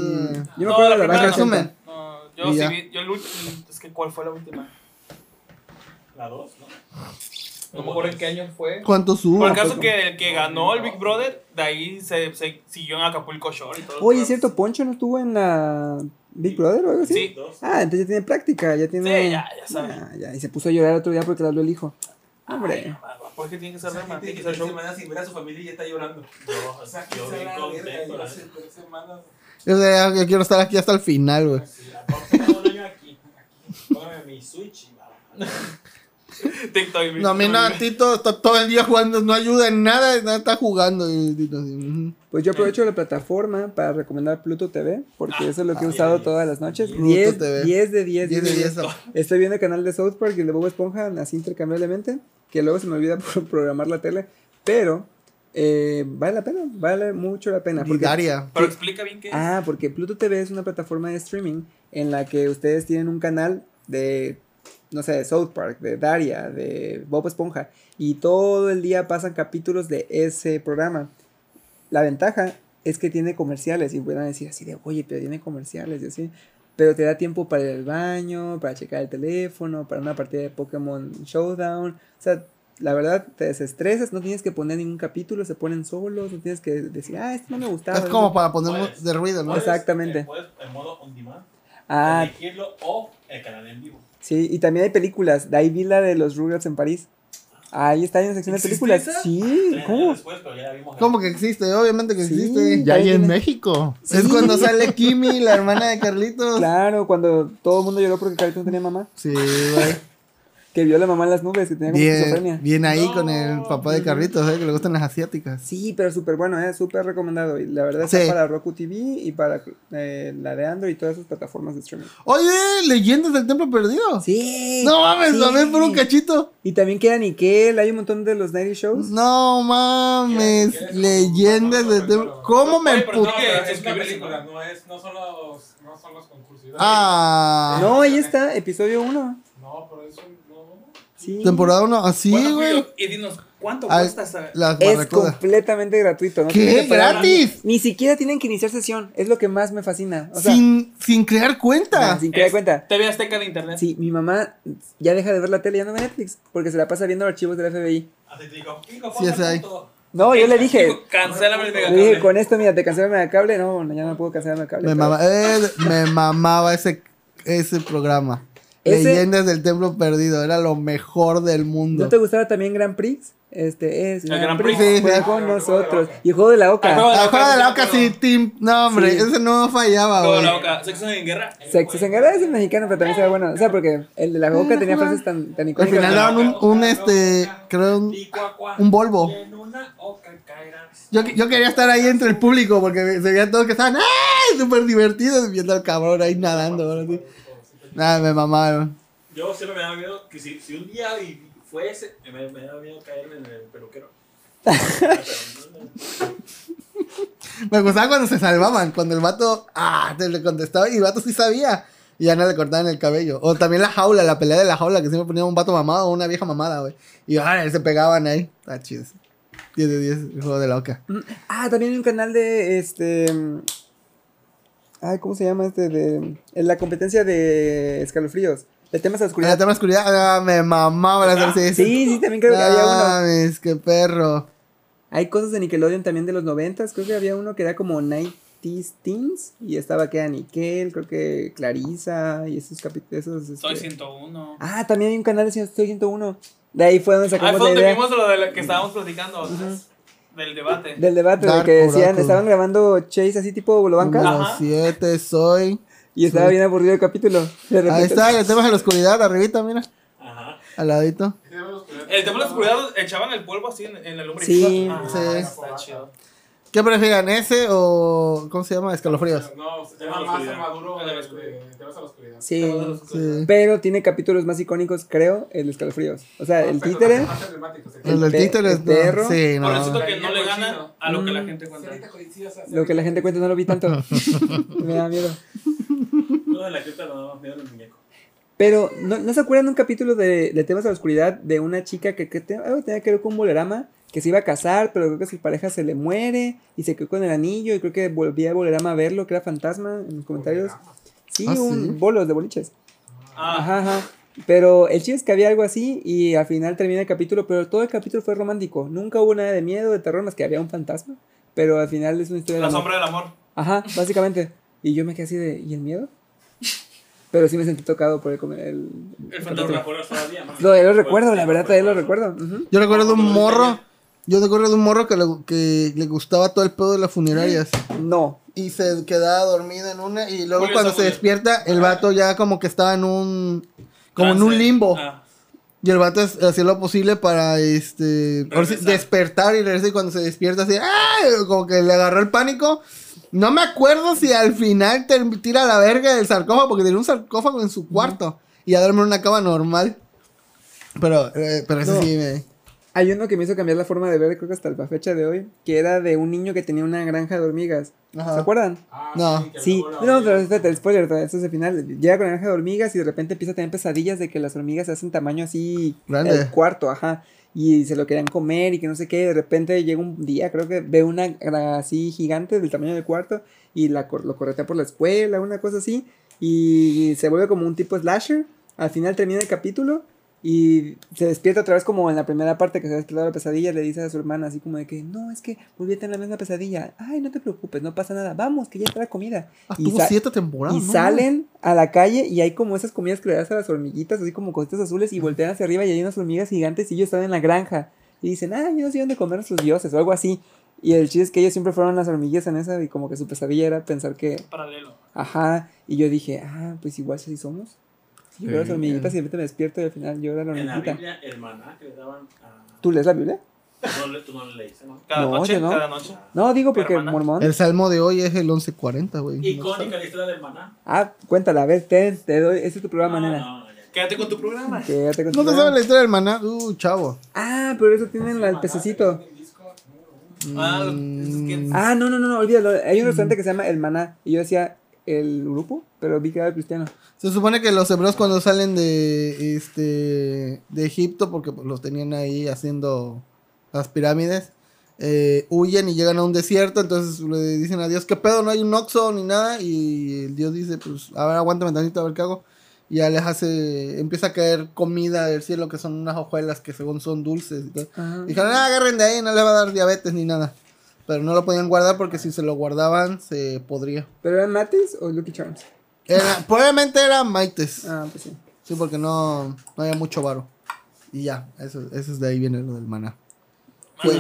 Speaker 8: Yo me acuerdo de la
Speaker 4: En
Speaker 8: Granja
Speaker 4: resumen.
Speaker 9: No, yo
Speaker 4: Y
Speaker 9: sí
Speaker 4: ya.
Speaker 9: vi, yo el último, es que ¿cuál fue la última?
Speaker 7: La 2, ¿no?
Speaker 9: No me acuerdo en qué año fue.
Speaker 4: ¿Cuántos
Speaker 8: Uh,
Speaker 4: hubo?
Speaker 9: Por el caso
Speaker 4: Fue
Speaker 9: que el que ganó el Big Brother, de ahí se, se siguió en Acapulco Shore y todo.
Speaker 8: Oye, ¿es cierto? ¿Poncho no estuvo en la Big Brother o algo así?
Speaker 9: Sí.
Speaker 8: Ah, entonces ya tiene práctica, ya tiene...
Speaker 9: Sí, ya, ya sabe.
Speaker 8: Ah, ya, y se puso a llorar otro día porque le habló el hijo. Hombre.
Speaker 9: ¿Por qué tiene Ah, pues, que ser
Speaker 18: Gente
Speaker 9: remate?
Speaker 18: que tres semanas sin ver a su familia y ya está llorando.
Speaker 7: No, o sea,
Speaker 18: yo
Speaker 7: bien contento, pues, la neta.
Speaker 18: Tres semanas.
Speaker 4: Yo, sé, yo quiero estar aquí hasta el final, güey.
Speaker 7: Póngame mi Switch y va.
Speaker 9: TikTok.
Speaker 4: No, a mí no, Tito está todo el día jugando, no ayuda en nada, nada está jugando. y Tito así, ujú.
Speaker 8: Pues yo aprovecho la plataforma para recomendar Pluto TV,
Speaker 9: Ah,
Speaker 8: porque eso es lo que he usado todas las noches.
Speaker 4: Pluto
Speaker 8: 10,
Speaker 4: TV.
Speaker 8: 10 de 10,
Speaker 4: 10 de 10.
Speaker 8: Estoy viendo el canal de South Park y el de Bob Esponja así intercambiablemente, que luego se me olvida por programar la tele, pero eh, vale la pena, vale mucho la pena. porque-
Speaker 4: Didaria.
Speaker 9: Pero explica bien qué es.
Speaker 8: Ah, porque Pluto TV es una plataforma de streaming en la que ustedes tienen un canal de, no sé, de South Park, de Daria, de Bob Esponja, y todo el día pasan capítulos de ese programa. La ventaja es que tiene comerciales, y van a decir así de, oye, pero tiene comerciales, y así. Pero te da tiempo para ir al baño, para checar el teléfono, para una partida de Pokémon Showdown. O sea, la verdad, te desestresas, no tienes que poner ningún capítulo, se ponen solos, no tienes que decir, ah, esto no me gustaba.
Speaker 4: Es como
Speaker 8: ¿no?
Speaker 4: para poner mu- de ruido, ¿no?
Speaker 1: Pues.
Speaker 7: Puedes, eh,
Speaker 8: Exactamente.
Speaker 7: Puedes en modo on demand.
Speaker 8: Ah.
Speaker 7: Elegirlo o el canal en vivo.
Speaker 8: Sí, y también hay películas. De ahí vi la de los Rugrats en París. Ahí está en la sección de películas. Sí, ¿cómo?
Speaker 4: ¿Cómo que existe? Obviamente que existe.
Speaker 8: Ya hay en
Speaker 4: México. Es
Speaker 8: Sí.
Speaker 4: cuando sale Kimi, la hermana de Carlitos.
Speaker 8: Claro, cuando todo el mundo lloró porque Carlitos no tenía mamá.
Speaker 4: Sí, güey.
Speaker 8: Que vio a la mamá en las nubes, que tenía como esquizofrenia.
Speaker 4: Bien, bien Eh, ahí con el papá de Carlitos, eh, que le gustan las asiáticas.
Speaker 8: Sí, pero súper bueno, ¿eh? súper recomendado. Y la verdad
Speaker 4: Sí.
Speaker 8: está para Roku TV y para eh, la de Android y todas esas plataformas de streaming.
Speaker 4: Oye, leyendas del templo perdido.
Speaker 8: Sí.
Speaker 4: No mames, lo
Speaker 8: Sí.
Speaker 4: ves por un cachito.
Speaker 8: Y también queda Nickel, hay un montón de los 90 shows.
Speaker 4: No mames, leyendas del templo. ¿Cómo me
Speaker 18: No,
Speaker 4: emputé?
Speaker 18: pero es una película, no es, no son los, no son los concursos.
Speaker 4: Ah.
Speaker 8: No, ahí está, episodio 1.
Speaker 18: No, pero eso no.
Speaker 8: Sí.
Speaker 4: Temporada 1, así, güey.
Speaker 9: Y dinos, ¿cuánto
Speaker 4: Al-
Speaker 9: cuesta esa?
Speaker 4: las
Speaker 8: Es
Speaker 4: barracudas.
Speaker 8: completamente gratuito. ¿no?
Speaker 4: ¿Qué?
Speaker 8: tienen que pagar
Speaker 4: ¿Gratis?
Speaker 8: nada. Ni siquiera tienen que iniciar sesión. Es lo que más me fascina. O sea,
Speaker 4: Sin, sin crear cuenta.
Speaker 8: ah, sin crear cuenta.
Speaker 9: TV Azteca de internet.
Speaker 8: Sí, mi mamá ya deja de ver la tele, ya no ve Netflix, porque se la pasa viendo archivos del FBI.
Speaker 7: Así Ah, te digo, Kiko,
Speaker 4: Sí, es
Speaker 7: ponte
Speaker 4: ahí.
Speaker 7: punto.
Speaker 8: No, yo le dije,
Speaker 9: Cancélame el
Speaker 8: le dije,
Speaker 9: megacable.
Speaker 8: con esto, mira, te cancelan el cable. No, no, ya no puedo cancelarme el cable.
Speaker 4: Me,
Speaker 8: pero-
Speaker 4: mama- eh, me mamaba ese, ese programa.
Speaker 8: Ese-
Speaker 4: Leyendas del templo perdido. Era lo mejor del mundo.
Speaker 8: ¿No te gustaba también Grand Prix? Este es.
Speaker 9: El Grand
Speaker 4: Prix. Sí,
Speaker 8: Fue
Speaker 4: sí.
Speaker 8: con nosotros. Y el juego de la
Speaker 9: El juego
Speaker 8: Oca.
Speaker 9: de
Speaker 4: La
Speaker 9: Oca,
Speaker 4: Juega de la
Speaker 9: sí,
Speaker 4: Oca,
Speaker 9: me
Speaker 4: sí, Tim. No, hombre,
Speaker 8: Sí.
Speaker 4: ese no fallaba,
Speaker 9: Todo
Speaker 4: güey.
Speaker 9: la boca. Sexo en guerra.
Speaker 8: Sexo en guerra es mexicano, pero también se ve bueno. O sea, porque el de la Oca tenía frases tan, tan
Speaker 4: Al
Speaker 8: icónicas.
Speaker 4: final daban un, un, este, creo un, un Volvo.
Speaker 7: oh,
Speaker 4: Yo, yo quería estar ahí entre el público porque se veían todos que estaban ¡ay! súper divertidos viendo al cabrón ahí nadando. ahora sí. Nada, me mamaba.
Speaker 7: Yo siempre me daba miedo que si, si un día y fuese, me, me daba miedo caerme en el peluquero.
Speaker 4: Me gustaba cuando se salvaban, cuando el vato ah, te le contestaba y el vato sí sabía. Y ya no le cortaban el cabello. O también la jaula, la pelea de la jaula, que siempre ponía un vato mamado o una vieja mamada, güey. Y ah, se pegaban ahí. Está chido. 10 de 10, el juego de la oca.
Speaker 8: Ah, también hay un canal de este. Ay, ¿cómo se llama este? De. en la competencia de escalofríos. De temas de
Speaker 4: La
Speaker 8: oscuridad.
Speaker 4: tema oscuridad, ah, me mamaba la hacer
Speaker 8: Ah, Sí, sí, también creo que había uno.
Speaker 4: Mames, qué perro.
Speaker 8: Hay cosas de Nickelodeon también de los noventas. Creo que había uno que era como 90s Teens. Y estaba que era Nickel, creo que Clarisa y esos capítulos.
Speaker 9: Soy 101.
Speaker 8: Ah, también hay un canal de 101. De ahí fue donde
Speaker 9: Ah, fue
Speaker 8: sacamos la
Speaker 9: donde
Speaker 8: idea
Speaker 9: vimos lo de lo que estábamos platicando antes, del debate.
Speaker 8: del debate de
Speaker 4: Darko,
Speaker 8: que decían,
Speaker 4: Darko.
Speaker 8: estaban grabando Chase así tipo Bolobanca.
Speaker 4: Número 7 soy.
Speaker 8: Y estaba
Speaker 4: Sí.
Speaker 8: bien aburrido el capítulo. De repente,
Speaker 4: Ahí está, el tema de la oscuridad, arribita, mira. Al ladito.
Speaker 9: El tema de la oscuridad echaban el polvo así en, en la lumbre.
Speaker 4: Sí,
Speaker 9: Ah,
Speaker 4: sí.
Speaker 9: Está chido.
Speaker 4: ¿Qué prefieren, ese o. ¿Cómo se llama? Escalofríos.
Speaker 9: No,
Speaker 18: Te va más a Maduro,
Speaker 7: Ah,
Speaker 18: eh, te vas a la oscuridad.
Speaker 8: Sí,
Speaker 18: Te vas a la oscuridad.
Speaker 4: Sí.
Speaker 8: Pero tiene capítulos más icónicos, creo, el de escalofríos. O sea, el
Speaker 18: pero
Speaker 8: títere.
Speaker 18: más emblemáticos,
Speaker 4: El del
Speaker 8: pe-
Speaker 4: títere,
Speaker 8: el
Speaker 4: no,
Speaker 8: perro.
Speaker 4: sí, no. Pero
Speaker 9: Siento que no le gana a lo que
Speaker 8: Mm.
Speaker 9: la gente cuenta.
Speaker 8: Lo que la gente cuenta no lo vi tanto. Me da miedo.
Speaker 7: No, de la cripta no, no, miedo del muñeco.
Speaker 8: Pero, ¿no, no se acuerdan de un capítulo de, de Temas de la Oscuridad de una chica que, que te- algo tenía que ver con un bolerama? Que se iba a casar, pero creo que su pareja se le muere y se quedó con el anillo. Y creo que volvía el bolerama a verlo, que era fantasma en los comentarios. Sí,
Speaker 4: Ah,
Speaker 8: un
Speaker 4: ¿sí?
Speaker 8: bolos de boliches.
Speaker 9: Ah,
Speaker 8: Ajá, ajá. Pero el chiste es que había algo así y al final termina el capítulo, pero todo el capítulo fue romántico. Nunca hubo nada de miedo, de terror, más que había un fantasma. Pero al final es una historia de
Speaker 9: La
Speaker 8: amor.
Speaker 9: sombra del amor.
Speaker 8: Ajá, básicamente. Y yo me quedé así de, ¿y el miedo? Pero sí me sentí tocado por el comer. El,
Speaker 7: El
Speaker 8: capítulo.
Speaker 7: fantasma por todavía, mami.
Speaker 8: Lo,
Speaker 3: Pues,
Speaker 8: yo lo recuerdo, la verdad, todavía lo recuerdo. ujú.
Speaker 4: Yo recuerdo de un morro. Yo recuerdo de un morro que le, que le gustaba todo el pedo de las funerarias.
Speaker 8: No.
Speaker 4: Y se quedaba dormido en una. Y luego
Speaker 8: Julio
Speaker 4: cuando se
Speaker 8: Samudio.
Speaker 4: despierta, el vato ya como que estaba en un. Como
Speaker 9: Ah,
Speaker 4: en un limbo. Y el vato es- hacía lo posible para este ahora sí, despertar y regresar. Y cuando se despierta, así, ¡ay! Como que le agarró el pánico. No me acuerdo si al final te tira la verga del sarcófago, porque tenía un sarcófago en su cuarto. Y a duerme en una cama normal. Pero, eh, pero ese
Speaker 8: No.
Speaker 4: sí me.
Speaker 8: Hay uno que me hizo cambiar la forma de ver, creo que hasta la fecha de hoy, que era de un niño que tenía una granja de hormigas.
Speaker 4: Ajá.
Speaker 8: ¿Se acuerdan?
Speaker 4: no.
Speaker 8: Sí, no, pero espérate, el spoiler, todavía, esto es el final. Llega con la granja de hormigas y de repente empieza a tener pesadillas de que las hormigas se hacen tamaño así.
Speaker 4: Grande.
Speaker 8: El cuarto, ajá. Y se lo querían comer y que no sé qué. De repente llega un día, creo que ve una gra- así gigante del tamaño del cuarto y la cor- lo corretea por la escuela, una cosa así. Y se vuelve como un tipo slasher. Al final termina el capítulo y se despierta otra vez como en la primera parte que se ha despertado la pesadilla. Le dice a su hermana así como de que, no, es que volví a tener la misma pesadilla. Ay, no te preocupes, no pasa nada. Vamos, que ya está la comida.
Speaker 4: Ah,
Speaker 8: Y
Speaker 4: tuvo
Speaker 8: sa-
Speaker 4: siete temporadas.
Speaker 8: y
Speaker 4: ¿no?
Speaker 8: salen a la calle y hay como esas comidas que le das a las hormiguitas, así como cositas azules, y voltean hacia arriba y hay unas hormigas gigantes y ellos están en la granja. Y dicen, ah, yo no sé dónde comer a sus dioses o algo así. Y el chiste es que ellos siempre fueron las hormiguitas en esa y como que su pesadilla era pensar que...
Speaker 9: Paralelo.
Speaker 8: Ajá. Y yo dije, ah, pues igual si somos. Yo veo
Speaker 7: Sí.
Speaker 8: las hormiguitas y de repente me despierto y al final yo era la
Speaker 7: En la
Speaker 8: hormiguita.
Speaker 7: Biblia, el maná que le daban a.
Speaker 8: ¿Tú lees la Biblia?
Speaker 7: No, le- tú no le leíste, ¿no?
Speaker 8: no, yo no. No, digo porque mormón.
Speaker 4: El salmo de hoy es el 1140, güey.
Speaker 7: Icónica la historia del maná.
Speaker 8: Ah, cuéntala, a ver, te, te doy, ese es tu programa, nena.
Speaker 9: Quédate con tu programa.
Speaker 8: Quédate con tu
Speaker 4: No te
Speaker 8: programa.
Speaker 4: sabes la historia del maná. Uh, chavo.
Speaker 8: Ah, pero eso tienen la- el pececito. Mm. Ah, no, no, no, no, olvídalo. Hay un restaurante que se llama El Maná. Y yo decía El Grupo, pero vi que era cristiano.
Speaker 4: Se supone que los hebreos cuando salen de este de Egipto, porque pues, los tenían ahí haciendo las pirámides, eh, huyen y llegan a un desierto, entonces le dicen a Dios, ¿qué pedo? No hay un oxo ni nada, y el Dios dice, pues, a ver, aguántame tantito, a ver qué hago. Y ya les hace, empieza a caer comida del cielo, que son unas hojuelas que según son dulces. y todo. Dijeron, "Ah, agarren de ahí, no les va a dar diabetes ni nada. Pero no lo podían guardar porque si se lo guardaban, se podría.
Speaker 8: ¿Pero eran Matis o Lucky Charms?
Speaker 4: Era- probablemente era Maites.
Speaker 8: Ah, pues sí.
Speaker 4: Sí, porque no, no había mucho varo. Y ya, eso, eso es de ahí viene lo del maná. Pues,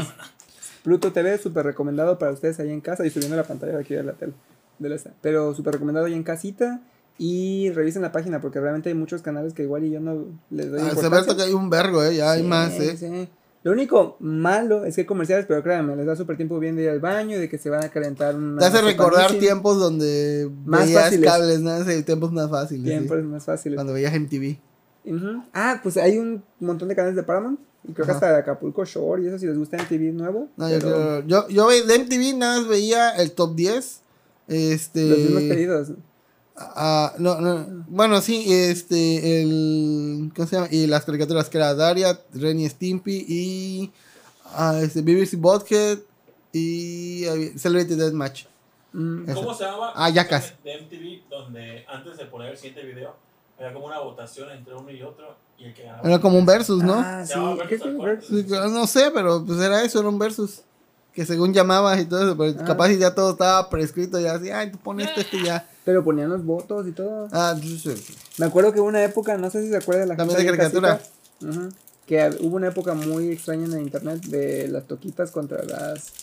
Speaker 8: Pluto TV, súper recomendado para ustedes ahí en casa. Y subiendo la pantalla de aquí de la tele. De la esta. Pero súper recomendado ahí en casita. Y revisen la página porque realmente hay muchos canales que igual y yo no les doy
Speaker 4: ah, se
Speaker 8: importancia.
Speaker 4: ve que hay un vergo, ¿eh? Ya hay
Speaker 8: Sí,
Speaker 4: más, ¿eh?
Speaker 8: sí. Lo único malo es que hay comerciales, pero créanme, les da súper tiempo bien de ir al baño, de que se van a calentar una
Speaker 4: Te hace
Speaker 8: sopa
Speaker 4: recordar
Speaker 8: Nissin.
Speaker 4: tiempos donde
Speaker 8: Más
Speaker 4: veías
Speaker 8: fáciles.
Speaker 4: cables, ¿no? Sí, tiempos más fáciles.
Speaker 8: Tiempos
Speaker 4: sí.
Speaker 8: más fáciles.
Speaker 4: Cuando veías MTV.
Speaker 8: Ujú. Ah, pues hay un montón de canales de Paramount. Y creo que
Speaker 4: Ajá.
Speaker 8: hasta de Acapulco Shore y eso, si les gusta MTV nuevo.
Speaker 4: No, yo,
Speaker 8: pero
Speaker 4: creo- yo, yo ve- de MTV nada más veía el top 10. Este,
Speaker 8: Los mismos pedidos.
Speaker 4: Ah, no, no. Bueno, sí, este, el, ¿cómo se llama? Y las caricaturas que era Daria, Ren y Stimpy y ah, este, BBC Bothead y ah, Celebrity Deathmatch. Esa.
Speaker 7: ¿Cómo se llama?
Speaker 4: Ah, Jackass.
Speaker 7: De MTV, donde antes de poner el siguiente video, había como una votación entre uno y otro. Y el que ganaba.
Speaker 4: Era como un versus, ¿no?
Speaker 8: Ah,
Speaker 7: Se llamaba versus al cuarto.
Speaker 4: Sí, claro, No sé, pero pues era eso, era un versus. Que según llamabas y todo eso, pero
Speaker 8: Ah.
Speaker 4: capaz y ya todo estaba prescrito, ya así, ay, tú pones esto, esto y ya.
Speaker 8: Pero ponían los votos y todo.
Speaker 4: Ah, sí, sí.
Speaker 8: Me acuerdo que hubo una época, no sé si se acuerda de la
Speaker 4: También
Speaker 8: gente
Speaker 4: de
Speaker 8: ahí en
Speaker 4: caricatura.
Speaker 8: casita, ujú, que hab- hubo una época muy extraña en el internet de las toquitas contra las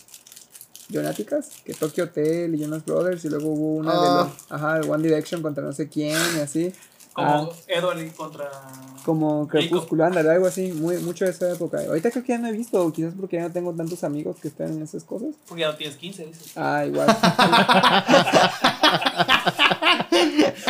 Speaker 8: Jonáticas, que Tokyo Hotel y Jonas Brothers, y luego hubo una de
Speaker 4: Ah.
Speaker 8: los, ajá, de One Direction contra no sé quién y así. Ah,
Speaker 9: Como Edwin contra.
Speaker 8: Como Crepúsculo, ándale, algo así, muy, mucho de esa época. Ahorita creo que ya no he visto, o quizás porque ya no tengo tantos amigos que están en esas cosas.
Speaker 9: Porque ya no tienes 15, dices.
Speaker 8: Ah, igual.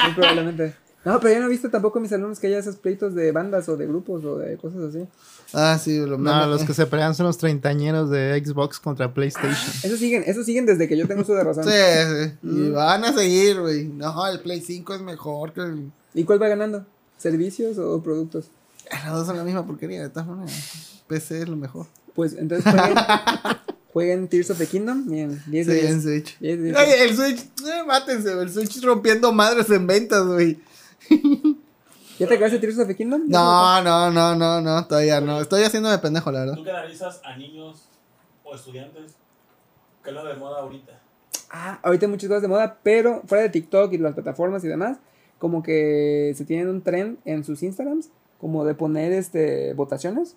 Speaker 8: Muy probablemente. No, pero ya no he visto tampoco a mis alumnos que haya esos pleitos de bandas o de grupos o de cosas así.
Speaker 4: Ah, sí, lo
Speaker 1: No, los que se pelean son los treintañeros de Xbox contra PlayStation.
Speaker 8: Esos siguen, esos siguen desde que yo tengo uso de razón.
Speaker 4: Sí, sí.
Speaker 8: Mm.
Speaker 4: Y van a seguir, güey. No, el Play 5 es mejor que el.
Speaker 8: ¿Y cuál va ganando? ¿Servicios o productos?
Speaker 4: Las dos son la misma porquería, de todas maneras. PC es lo mejor.
Speaker 8: Pues entonces jueguen, jueguen Tears of the Kingdom. Bien, 10 de
Speaker 4: Sí,
Speaker 8: 10.
Speaker 4: en Switch.
Speaker 8: 10 de 10.
Speaker 4: Ay, el Switch, eh, mátense, güey, el Switch rompiendo madres en ventas, güey.
Speaker 8: ¿Ya te acabaste Tears of the Kingdom?
Speaker 4: No, no, no, no, no, todavía no. Estoy haciéndome pendejo, la verdad.
Speaker 7: ¿Tú que analizas a niños o estudiantes? ¿Qué es lo de moda ahorita?
Speaker 8: Ah, ahorita hay muchas cosas de moda, pero fuera de TikTok y las plataformas y demás, como que se tienen un tren en sus Instagrams, como de poner este votaciones.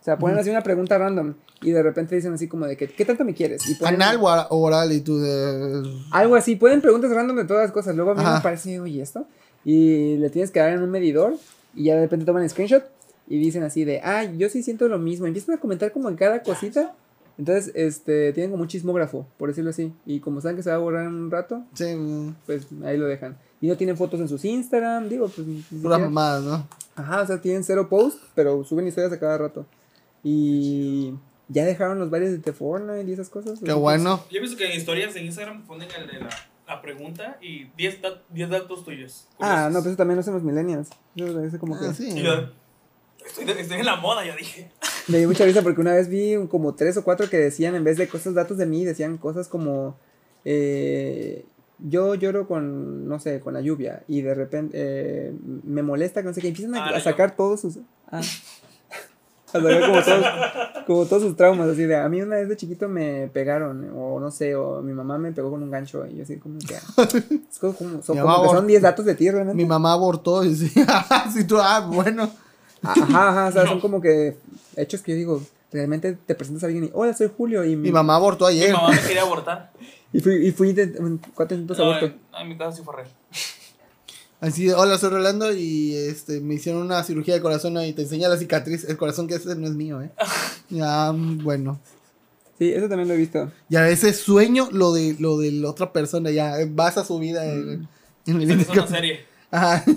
Speaker 8: O sea, ponen
Speaker 4: Ujú.
Speaker 8: así una pregunta random y de repente dicen así como de que, ¿qué tanto me quieres? Y ponen
Speaker 4: Anal o ora- oral y tú de.
Speaker 8: algo así, pueden preguntas random de todas las cosas. Luego a mí
Speaker 4: Ajá.
Speaker 8: me parece, oye, esto. Y le tienes que dar en un medidor y ya de repente toman screenshot y dicen así de, ah, yo sí siento lo mismo. Empiezan a comentar como en cada cosita. Entonces, este, tienen como un chismógrafo, por decirlo así. Y como saben que se va a borrar en un rato, pues ahí lo dejan. Y no tienen fotos en sus Instagram, digo, pues. ni
Speaker 4: Puras
Speaker 8: siquiera-
Speaker 4: mamadas, ¿no?
Speaker 8: Ajá, o sea, tienen cero posts, pero suben historias a cada rato. Y ya dejaron los bailes de Fortnite y esas cosas.
Speaker 4: Qué bueno.
Speaker 9: Yo he visto que en historias en Instagram ponen el de la, la pregunta y 10 dat- 10 datos tuyos.
Speaker 8: Ah, no, pues eso también lo hacen los millennials. Eso me parece
Speaker 4: Ah,
Speaker 8: como que.
Speaker 9: Y yo, estoy, estoy en la moda, yo dije.
Speaker 8: Me dio mucha risa porque una vez vi un- como tres o cuatro que decían, en vez de cosas, datos de mí, decían cosas como, eh, yo lloro con, no sé, con la lluvia y de repente eh, me molesta, que no sé qué, empiezan a,
Speaker 9: Ah,
Speaker 8: a
Speaker 9: la
Speaker 8: sacar todos sus... Ah. A sacar como todos, como todos sus traumas, así de, a mí una vez de chiquito me pegaron, o no sé, o mi mamá me pegó con un gancho, y yo así como que... ah. Es como- como- son,
Speaker 4: Mi
Speaker 8: como
Speaker 4: mamá
Speaker 8: que
Speaker 4: abor-
Speaker 8: son 10 datos de ti, realmente.
Speaker 4: Mi mamá abortó y sí, sí, tú, ah, bueno.
Speaker 8: Ajá, ajá, o sea, son como que hechos que yo digo, realmente te presentas a alguien y, hola, soy Julio. Y mi,
Speaker 4: Mi mamá abortó ayer.
Speaker 9: Mi mamá me quería abortar.
Speaker 8: Y fui, y fui de, en cuatro intentos
Speaker 9: No, eh.
Speaker 8: aborto.
Speaker 9: en, en mi caso sí fue real.
Speaker 4: Así, hola, soy Rolando y este, me hicieron una cirugía de corazón y te enseña la cicatriz. El corazón que ese no es mío, ¿eh? Ya, mm, bueno.
Speaker 8: Sí, eso también lo he visto.
Speaker 4: Y a veces sueño lo de lo de la otra persona, ya eh, vas a su vida. en- en el-
Speaker 9: Mm. Es una serie.
Speaker 4: Ajá.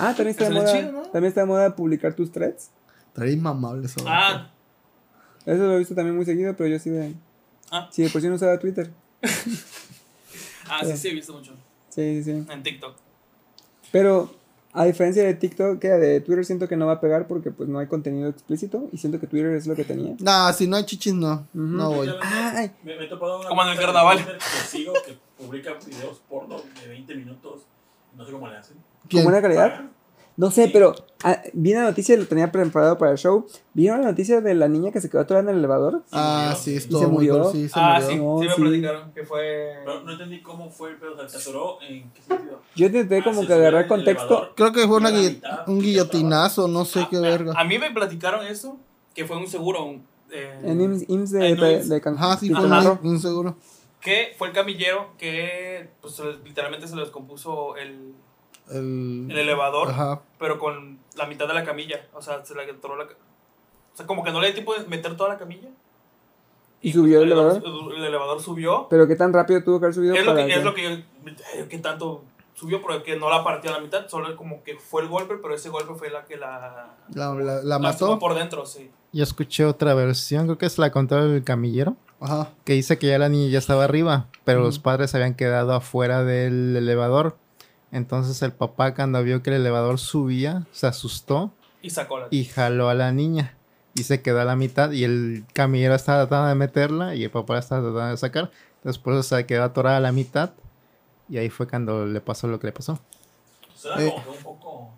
Speaker 8: Ah, también está de
Speaker 4: Eso
Speaker 8: moda.
Speaker 4: es
Speaker 8: También está de moda publicar tus threads.
Speaker 4: Estaría inmamable eso.
Speaker 9: Ah,
Speaker 8: Eso lo he visto también muy seguido, pero yo sí de.
Speaker 9: Ah.
Speaker 8: Sí, de por sí no usaba Twitter.
Speaker 9: ah, sí, sí, he visto mucho.
Speaker 8: Sí, sí, sí.
Speaker 9: En TikTok.
Speaker 8: Pero a diferencia de TikTok, que de Twitter siento que no va a pegar porque pues no hay contenido explícito y siento que Twitter es lo que tenía.
Speaker 4: No, si no hay chichis, no. No voy.
Speaker 8: Ay.
Speaker 7: Me, me he topado una
Speaker 9: Como en el
Speaker 7: cuenta de
Speaker 9: carnaval.
Speaker 7: Twitter Que sigo que publica videos porno de 20 minutos. No sé cómo le hacen.
Speaker 8: ¿Con buena calidad? No sé, pero ah, vi una noticia, lo tenía preparado para el show. ¿Vieron la noticia de la niña que se quedó atorada en el elevador?
Speaker 4: Ah, sí,
Speaker 8: ¿Y se
Speaker 4: estuvo muy
Speaker 8: murió?
Speaker 4: duro, sí, se
Speaker 9: ah,
Speaker 4: murió.
Speaker 9: sí,
Speaker 8: No,
Speaker 9: sí me
Speaker 8: sí.
Speaker 9: platicaron que fue.
Speaker 7: Pero no entendí cómo fue el pedo. o sea, ¿Se atoró? ¿En qué sentido? Ah,
Speaker 8: Yo
Speaker 9: Ah,
Speaker 8: intenté como que agarrar contexto.
Speaker 4: Creo que fue una guillo- un guillotinazo, no sé
Speaker 9: Ah,
Speaker 4: qué verga.
Speaker 9: A mí me platicaron eso, que fue un seguro. un, eh,
Speaker 8: En IMSS, IMSS
Speaker 9: en
Speaker 8: de,
Speaker 9: un
Speaker 8: de,
Speaker 9: IMSS.
Speaker 8: de Can-
Speaker 4: Ajá, Ah, sí, fue
Speaker 8: Quintana Roo.
Speaker 4: un, un seguro.
Speaker 9: que fue el camillero que pues, se les- literalmente se les compuso el,
Speaker 4: El,
Speaker 9: el elevador,
Speaker 4: Ajá.
Speaker 9: pero con la mitad de la camilla. O sea, se le entró la. ca- O sea, como que no le dio tiempo de meter toda la camilla.
Speaker 8: ¿Y subió el elevador?
Speaker 9: El elevador subió.
Speaker 8: Pero qué tan rápido tuvo que haber subido
Speaker 9: Es lo,
Speaker 8: para
Speaker 9: que,
Speaker 8: que-
Speaker 9: es lo que yo. ay, ¿Qué tanto subió? Pero que no la partió a la mitad, solo como que fue el golpe, pero ese golpe fue la que la.
Speaker 4: La, la- la
Speaker 9: tuvo
Speaker 4: mató.
Speaker 9: por dentro, sí.
Speaker 1: Yo escuché otra versión, creo que se la contó el camillero,
Speaker 4: Ajá.
Speaker 1: que dice que ya la niña ya estaba arriba, pero los padres habían quedado afuera del elevador. Entonces el papá cuando vio que el elevador subía, se asustó
Speaker 9: Y sacó la.
Speaker 1: y jaló a la niña. Y se quedó a la mitad y el camillero estaba tratando de meterla y el papá la estaba tratando de sacar. Después se quedó atorada a la mitad y ahí fue cuando le pasó lo que le pasó.
Speaker 7: Suena
Speaker 4: Eh.
Speaker 7: como que un poco.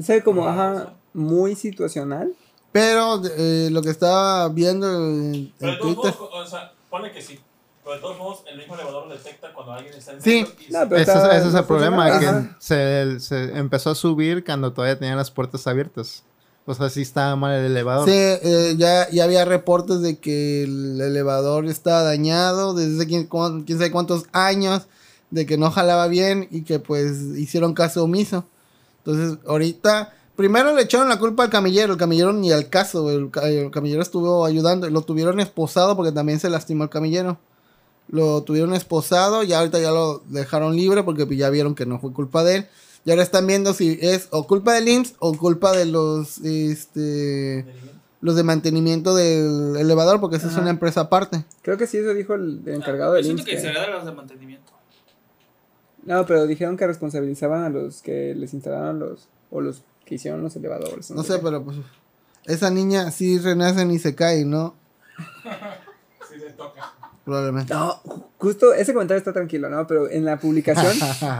Speaker 8: Se ve como,
Speaker 9: Ah,
Speaker 8: ajá, muy situacional.
Speaker 4: Pero eh, lo que estaba viendo en,
Speaker 7: Pero de todos
Speaker 4: en Twitter.
Speaker 7: modos, o sea, pone que sí. Pero de todos modos, el mismo elevador detecta cuando alguien está en
Speaker 4: Sí.
Speaker 7: y
Speaker 8: No, pero
Speaker 1: Ese
Speaker 8: está-
Speaker 1: es, ese es
Speaker 8: no
Speaker 1: el problema,
Speaker 8: funciona.
Speaker 1: que
Speaker 8: Ajá.
Speaker 1: se, se empezó a subir cuando todavía tenían las puertas abiertas. O sea, sí estaba mal el elevador.
Speaker 4: Sí, eh, ya, ya había reportes de que el elevador estaba dañado desde quién, cuán- quién sabe cuántos años. de que no jalaba bien y que pues hicieron caso omiso. Entonces, ahorita, primero le echaron la culpa al camillero, el camillero ni al caso, güey, el, ca- el camillero estuvo ayudando, lo tuvieron esposado porque también se lastimó el camillero. Lo tuvieron esposado y ahorita ya lo dejaron libre porque pues, ya vieron que no fue culpa de él. Y ahora están viendo si es o culpa del IMSS o culpa de los este los de mantenimiento del elevador porque esa es
Speaker 8: Ajá.
Speaker 4: una empresa aparte.
Speaker 8: Creo que sí, eso dijo el, el encargado
Speaker 9: Ah,
Speaker 8: del
Speaker 9: Yo siento
Speaker 8: IMSS.
Speaker 9: que
Speaker 8: que-
Speaker 9: se le da los de mantenimiento.
Speaker 8: No, pero dijeron que responsabilizaban a los que les instalaron los. o los que hicieron los elevadores.
Speaker 4: No sé, pero pues esa niña sí renace ni se cae, ¿no?
Speaker 18: Sí le toca.
Speaker 4: Probablemente.
Speaker 8: No, ju- justo ese comentario está tranquilo, ¿no? Pero en la publicación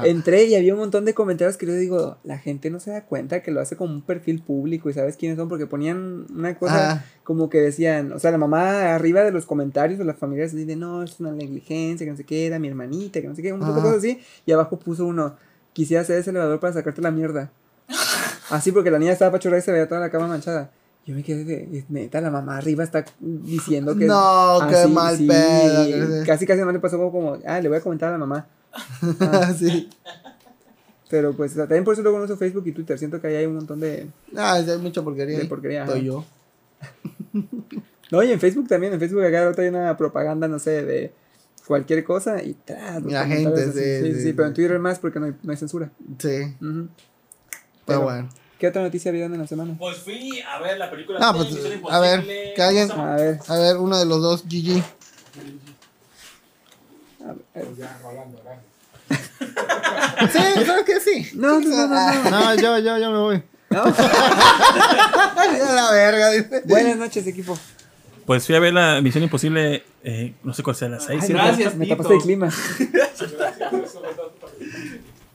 Speaker 8: entré y había un montón de comentarios que yo digo, la gente no se da cuenta que lo hace como un perfil público y sabes quiénes son, porque ponían una cosa
Speaker 4: Ah.
Speaker 8: como que decían, o sea, la mamá arriba de los comentarios de las familias dice, no, es una negligencia, que no sé qué, era mi hermanita, que no sé qué, un montón de
Speaker 4: Ah.
Speaker 8: cosas así, y abajo puso uno, quisiera hacer ese elevador para sacarte la mierda. Así porque la niña estaba pachorra y se veía toda la cama manchada. Yo me quedé de, neta, la mamá arriba está diciendo que... Ah,
Speaker 4: No, qué mal pedo, que sí.
Speaker 8: Casi, casi no le pasó como, como, ah, le voy a comentar a la mamá.
Speaker 4: Ah, sí.
Speaker 8: Pero pues también por eso luego no uso Facebook y Twitter. Siento que ahí hay un montón de...
Speaker 4: Ah, hay mucha porquería.
Speaker 8: De
Speaker 4: ahí.
Speaker 8: porquería, ajá.
Speaker 4: Estoy yo.
Speaker 8: No, y en Facebook también. En Facebook acá ahorita hay una propaganda, no sé, de cualquier cosa y tras. los
Speaker 4: La
Speaker 8: comentarios
Speaker 4: gente,
Speaker 8: así.
Speaker 4: sí,
Speaker 8: Sí,
Speaker 4: sí,
Speaker 8: sí,
Speaker 4: sí.
Speaker 8: pero en Twitter más porque no hay, no hay censura.
Speaker 4: Sí.
Speaker 8: Ujú.
Speaker 4: Pero bueno.
Speaker 8: ¿Qué otra noticia había dado en la semana?
Speaker 7: Pues fui a ver la película.
Speaker 4: Ah,
Speaker 7: de
Speaker 4: pues,
Speaker 7: Misión
Speaker 4: a ver,
Speaker 7: Imposible.
Speaker 4: que alguien.
Speaker 7: ¿Cómo
Speaker 4: A
Speaker 7: se
Speaker 4: ver.
Speaker 8: ver.
Speaker 4: uno de los dos, GG. Sí, creo que sí.
Speaker 8: No, no, no,
Speaker 4: Ah.
Speaker 8: no, no.
Speaker 1: No, yo, yo, yo me voy.
Speaker 4: Mira la verga, dice.
Speaker 8: Buenas noches, equipo.
Speaker 3: Pues fui a ver la Misión Imposible, eh, no sé cuál sea, las 6.
Speaker 8: Ay, gracias, me tapaste el clima.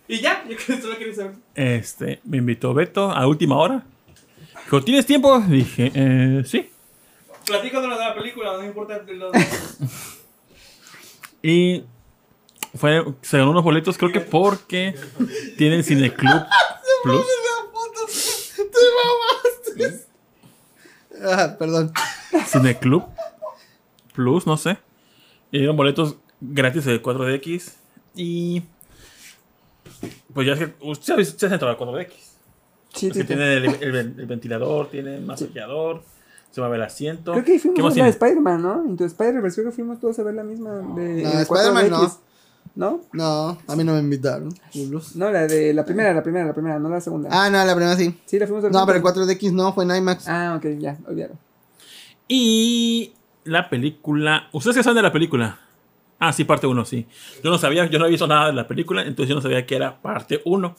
Speaker 9: Y ya, yo que solo quería saber.
Speaker 3: Este, me invitó Beto a última hora. Dijo, ¿tienes tiempo? Dije, eh, sí.
Speaker 9: Platícanos de la película, no importa los.
Speaker 3: Y fue, se ganó unos boletos, creo que porque tienen Cineclub Plus.
Speaker 4: Te mamaste. Ah, perdón.
Speaker 3: Cineclub Plus, no sé. Y dieron boletos gratis de 4DX. Y. Pues ya es que. Usted sabe- usted se entró a 4DX.
Speaker 8: Sí,
Speaker 3: Es que
Speaker 8: sí, sí.
Speaker 3: tiene el, el- el ventilador, tiene el masajeador, se mueve el asiento.
Speaker 8: Creo que ahí fuimos
Speaker 3: ¿Qué
Speaker 8: a
Speaker 3: más
Speaker 8: ver la de
Speaker 3: tiene?
Speaker 8: Spider-Man, ¿no? En tu Spider-Verse creo que fuimos todos a ver la misma de...
Speaker 4: No,
Speaker 8: en el
Speaker 4: Spider-Man
Speaker 8: 4DX.
Speaker 4: no.
Speaker 8: ¿No?
Speaker 4: No, a mí no me invitaron. culos.
Speaker 8: No, la de la primera, la primera, la primera, no la segunda.
Speaker 4: Ah, no, la primera sí.
Speaker 8: Sí, la fuimos a ver
Speaker 4: No, pero el
Speaker 8: juntos.
Speaker 4: 4DX no, fue en IMAX.
Speaker 8: Ah, ok, ya, olvidaron.
Speaker 3: Y. La película. ¿Ustedes qué saben de la película? Ah, sí, parte 1, sí. Yo no sabía, yo no había visto nada de la película, entonces yo no sabía que era parte 1.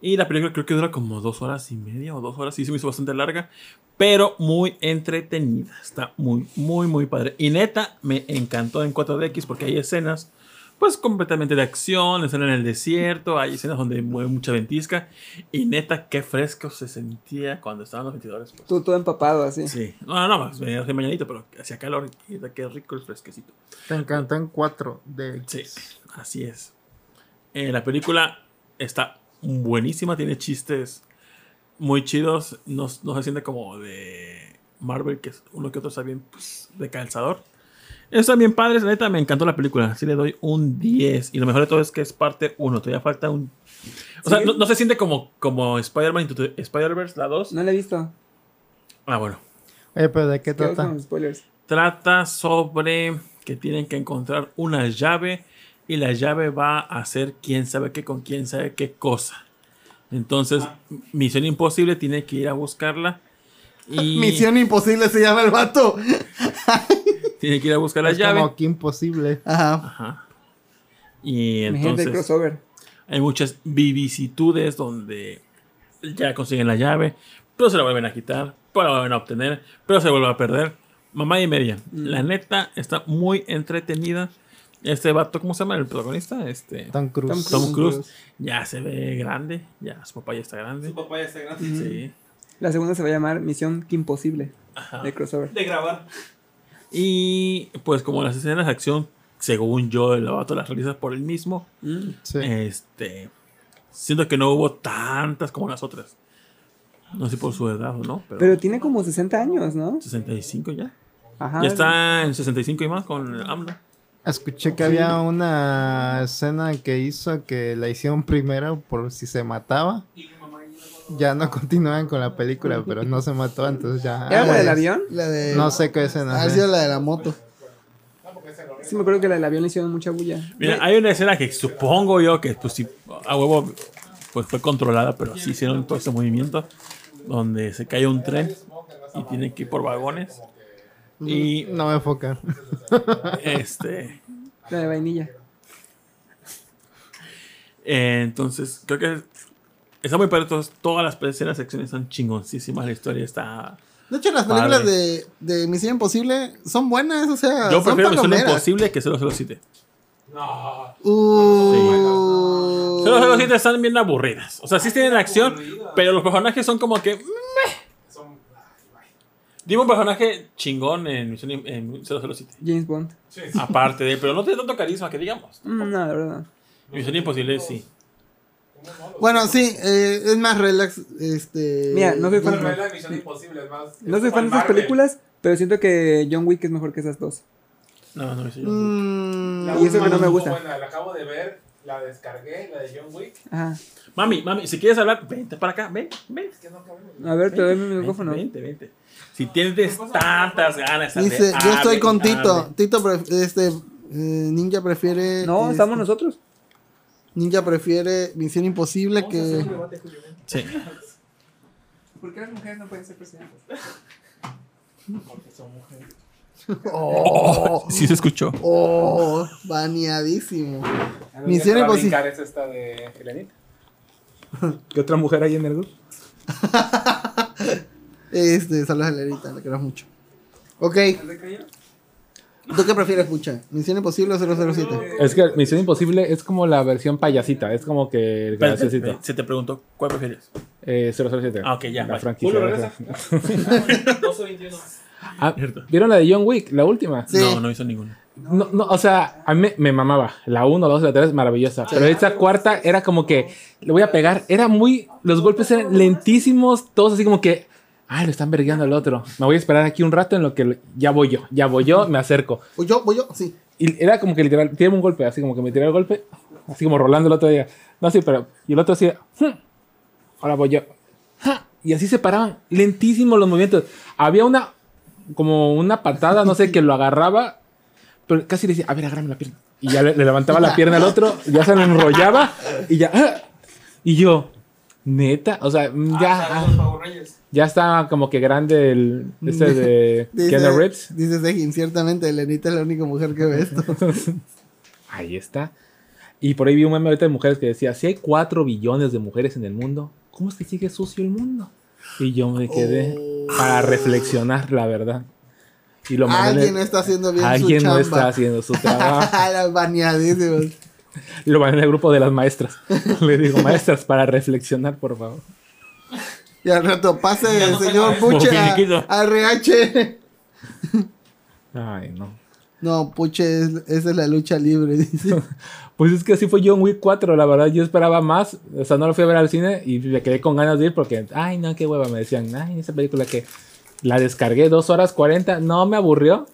Speaker 3: Y la película creo que dura como dos horas y media o dos horas, sí, se me hizo bastante larga, pero muy entretenida. Está muy, muy, muy padre. Y neta, me encantó en 4DX porque hay escenas, pues completamente de acción, escenas en el desierto, hay escenas donde mueve mucha ventisca. Y neta, qué fresco se sentía cuando estaban los ventiladores. pues.
Speaker 8: Tú todo empapado así.
Speaker 3: Sí. No, no, no, pues, venía hace mañanito, pero hacía calor y neta, qué rico el fresquecito.
Speaker 1: Te encantó en 4DX.
Speaker 3: Sí, así es. Eh, la película está buenísima, tiene chistes muy chidos. No, no se siente como de Marvel, que es uno que otro está bien pues, de calzador. Están bien padres, la neta, me encantó la película. Sí le doy un 10. Y lo mejor de todo es que es parte 1, todavía falta un... O sea,
Speaker 8: Sí.
Speaker 3: no, no se siente como, como Spider-Man Into the Spider-Verse, la 2.
Speaker 8: No la he visto.
Speaker 3: Ah, bueno.
Speaker 1: Oye, Eh, pero ¿de qué
Speaker 8: Quedó
Speaker 1: trata?
Speaker 8: con spoilers.
Speaker 3: trata sobre que tienen que encontrar una llave y la llave va a ser quién sabe qué con quién sabe qué cosa. Entonces,
Speaker 1: Ah.
Speaker 3: Misión Imposible tiene que ir a buscarla y
Speaker 4: Misión imposible se llama el vato.
Speaker 3: tiene que ir a buscar la
Speaker 1: es
Speaker 3: llave.
Speaker 1: como que imposible.
Speaker 4: Ajá.
Speaker 3: Ajá. Y
Speaker 8: Imagínate el
Speaker 3: entonces
Speaker 8: crossover.
Speaker 3: hay muchas vicisitudes donde ya consiguen la llave, pero se la vuelven a quitar, pero la vuelven a obtener, pero se vuelve a perder. Mamá y media. La neta está muy entretenida. Este vato, ¿cómo se llama el protagonista? Este
Speaker 1: Tom Cruise.
Speaker 3: Tom Cruise ya se ve grande, ya su papá ya está grande.
Speaker 9: Su papá ya está grande.
Speaker 3: Sí.
Speaker 8: La segunda se va a llamar Misión que Imposible.
Speaker 3: Ajá.
Speaker 8: De crossover.
Speaker 9: De grabar.
Speaker 3: Y pues como las escenas de acción, según yo, el vato las realiza por él mismo.
Speaker 1: Sí.
Speaker 3: Este, siento que no hubo tantas como las otras. No sé por su edad o no, pero,
Speaker 8: Pero tiene como 60 años, ¿no?
Speaker 3: 65 ya.
Speaker 8: Ajá.
Speaker 4: Ah,
Speaker 3: Ya está en 65 y más con AMLO.
Speaker 1: Escuché que había una escena que hizo que la hicieron primero por si se mataba. Ya no continúan con la película, pero no se mató, entonces Ah, ya.
Speaker 8: ¿Era la del avión?
Speaker 4: La de-
Speaker 1: No sé qué escena. eh.
Speaker 4: Ha
Speaker 1: es.
Speaker 4: sido la de la moto.
Speaker 8: Sí, me acuerdo que la del avión le hicieron mucha bulla.
Speaker 3: Mira, hay una escena que supongo yo que pues sí, a huevo pues fue controlada, pero sí hicieron todo ese movimiento donde se cae un tren y tiene que ir por vagones. Y
Speaker 1: no me enfoca.
Speaker 3: Este,
Speaker 8: La de vainilla.
Speaker 3: eh, entonces creo que está muy padre, todas- todas las escenas, secciones están chingoncísimas, la historia está
Speaker 4: De hecho, las
Speaker 3: Padre.
Speaker 4: películas de, de Misión Imposible son buenas, o sea,
Speaker 3: Yo
Speaker 4: Ah, son
Speaker 3: prefiero Misión
Speaker 4: palomeras.
Speaker 3: Imposible que 007.
Speaker 4: Uh,
Speaker 3: 007 están bien aburridas. O sea, sí tienen acción, pero los personajes son como que. meh. Dime un personaje chingón en, Misión Im- en 007.
Speaker 8: James Bond.
Speaker 3: Aparte de, pero no tiene tanto carisma que digamos.
Speaker 8: Mm, No, la verdad.
Speaker 3: Misión Imposible sí.
Speaker 4: Bueno, sí, eh, es más relax. Este,
Speaker 8: Mira, no soy fan-
Speaker 4: Bueno, relax.
Speaker 18: Misión Imposible, es más.
Speaker 8: No soy fan de esas películas, pero siento que John Wick es mejor que esas dos.
Speaker 3: No, no,
Speaker 8: Mm.
Speaker 3: sí.
Speaker 4: Mm,
Speaker 18: La
Speaker 8: Y eso que
Speaker 18: última
Speaker 8: no me
Speaker 18: estuvo
Speaker 8: gusta.
Speaker 18: buena, la acabo de ver, la descargué, la de John Wick.
Speaker 8: Ajá.
Speaker 3: Mami, mami, si quieres hablar, vente para acá, ven, ven.
Speaker 8: A ver, te doy mi
Speaker 3: Vente,
Speaker 8: micrófono.
Speaker 3: Vente, vente. Si tienes tantas ganas, de
Speaker 4: Dice, yo estoy
Speaker 3: hable,
Speaker 4: con Tito.
Speaker 3: hable.
Speaker 4: Tito, pref- este, eh, Ninja prefiere.
Speaker 8: No,
Speaker 4: este,
Speaker 8: estamos nosotros.
Speaker 4: Ninja prefiere Misión Imposible que.
Speaker 3: Sí.
Speaker 5: ¿Por qué las mujeres no pueden ser presidentas?
Speaker 18: Porque son mujeres.
Speaker 4: Oh,
Speaker 3: Sí se escuchó.
Speaker 4: Oh, baneadísimo.
Speaker 18: Misión
Speaker 4: Misión Imposible.
Speaker 18: Imposible. es esta de Helenita.
Speaker 6: ¿Qué otra mujer hay en el grupo?
Speaker 4: Este, saludos a Lerita, la quiero mucho. Ok. ¿Tú qué prefieres, pucha? ¿Misión Imposible o 007?
Speaker 6: Es que Misión Imposible es como la versión payasita. Es como que el
Speaker 3: Espérate,
Speaker 6: graciosito.
Speaker 3: Se te preguntó, ¿cuál prefieres?
Speaker 6: Eh, 007.
Speaker 3: Ah, ok, ya,
Speaker 6: La
Speaker 3: bye.
Speaker 6: franquicia.
Speaker 3: Julio,
Speaker 6: gracias.
Speaker 18: 1221.
Speaker 6: Ah, ¿Vieron la de John Wick? La última.
Speaker 3: No, no hizo ninguna.
Speaker 6: No, no, o sea, a mí me, me mamaba. La 1, la 2, la 3, maravillosa. Pero esta cuarta era como que le voy a pegar. Era muy. Los golpes eran lentísimos, todos así como que. Ay, lo están vergueando al otro. Me voy a esperar aquí un rato en lo que lo- ya voy yo, ya voy yo, me acerco.
Speaker 4: Voy Pues yo, voy yo, sí.
Speaker 6: Y era como que literal, tiré un golpe, así como que me tiré el golpe, así como Rolando el otro día. No, sí, pero. Y el otro así, "Hmm, ahora voy yo. Ja", Y así se paraban, lentísimos los movimientos. Había una, como una patada, no sé, que lo agarraba, pero casi le decía, a ver, agárrame la pierna. Y ya le, le levantaba la pierna al otro, ya se lo enrollaba, y ya. "Ah". Y yo, neta, o sea, mm,
Speaker 9: Ah,
Speaker 6: ya.
Speaker 8: ah.
Speaker 6: ya está como que grande el. Este de. Keanu Reeves.
Speaker 4: Dice, dice Sejin, ciertamente Helenita es la única mujer que ve esto.
Speaker 6: Ahí está. Y por ahí vi un meme ahorita de mujeres que decía, si hay 4 billones de mujeres en el mundo, ¿cómo es que sigue sucio el mundo? Y yo me quedé
Speaker 4: Oh.
Speaker 6: para reflexionar, la verdad. Y lo mandé en
Speaker 4: Alguien
Speaker 6: el-
Speaker 4: no está haciendo bien
Speaker 6: Alguien
Speaker 4: su
Speaker 6: no
Speaker 4: chamba.
Speaker 6: está haciendo su trabajo.
Speaker 4: Las baneadísimas.
Speaker 6: Y lo mandé en el grupo de las maestras. Le digo, maestras, para reflexionar, por favor.
Speaker 4: Y al rato pase
Speaker 6: Ya no
Speaker 4: el
Speaker 6: tengo
Speaker 4: señor
Speaker 6: eso.
Speaker 4: Puche
Speaker 6: Como finiquito.
Speaker 4: a, a RH.
Speaker 6: Ay, no.
Speaker 4: No, Puche, es, esa es la lucha libre, dice.
Speaker 6: Pues es que así fue John Wick 4, la verdad yo esperaba más, o sea, no lo fui a ver al cine y me quedé con ganas de ir porque, ay, no, qué hueva, me decían, ay, esa película que la descargué dos horas 40, no me aburrió,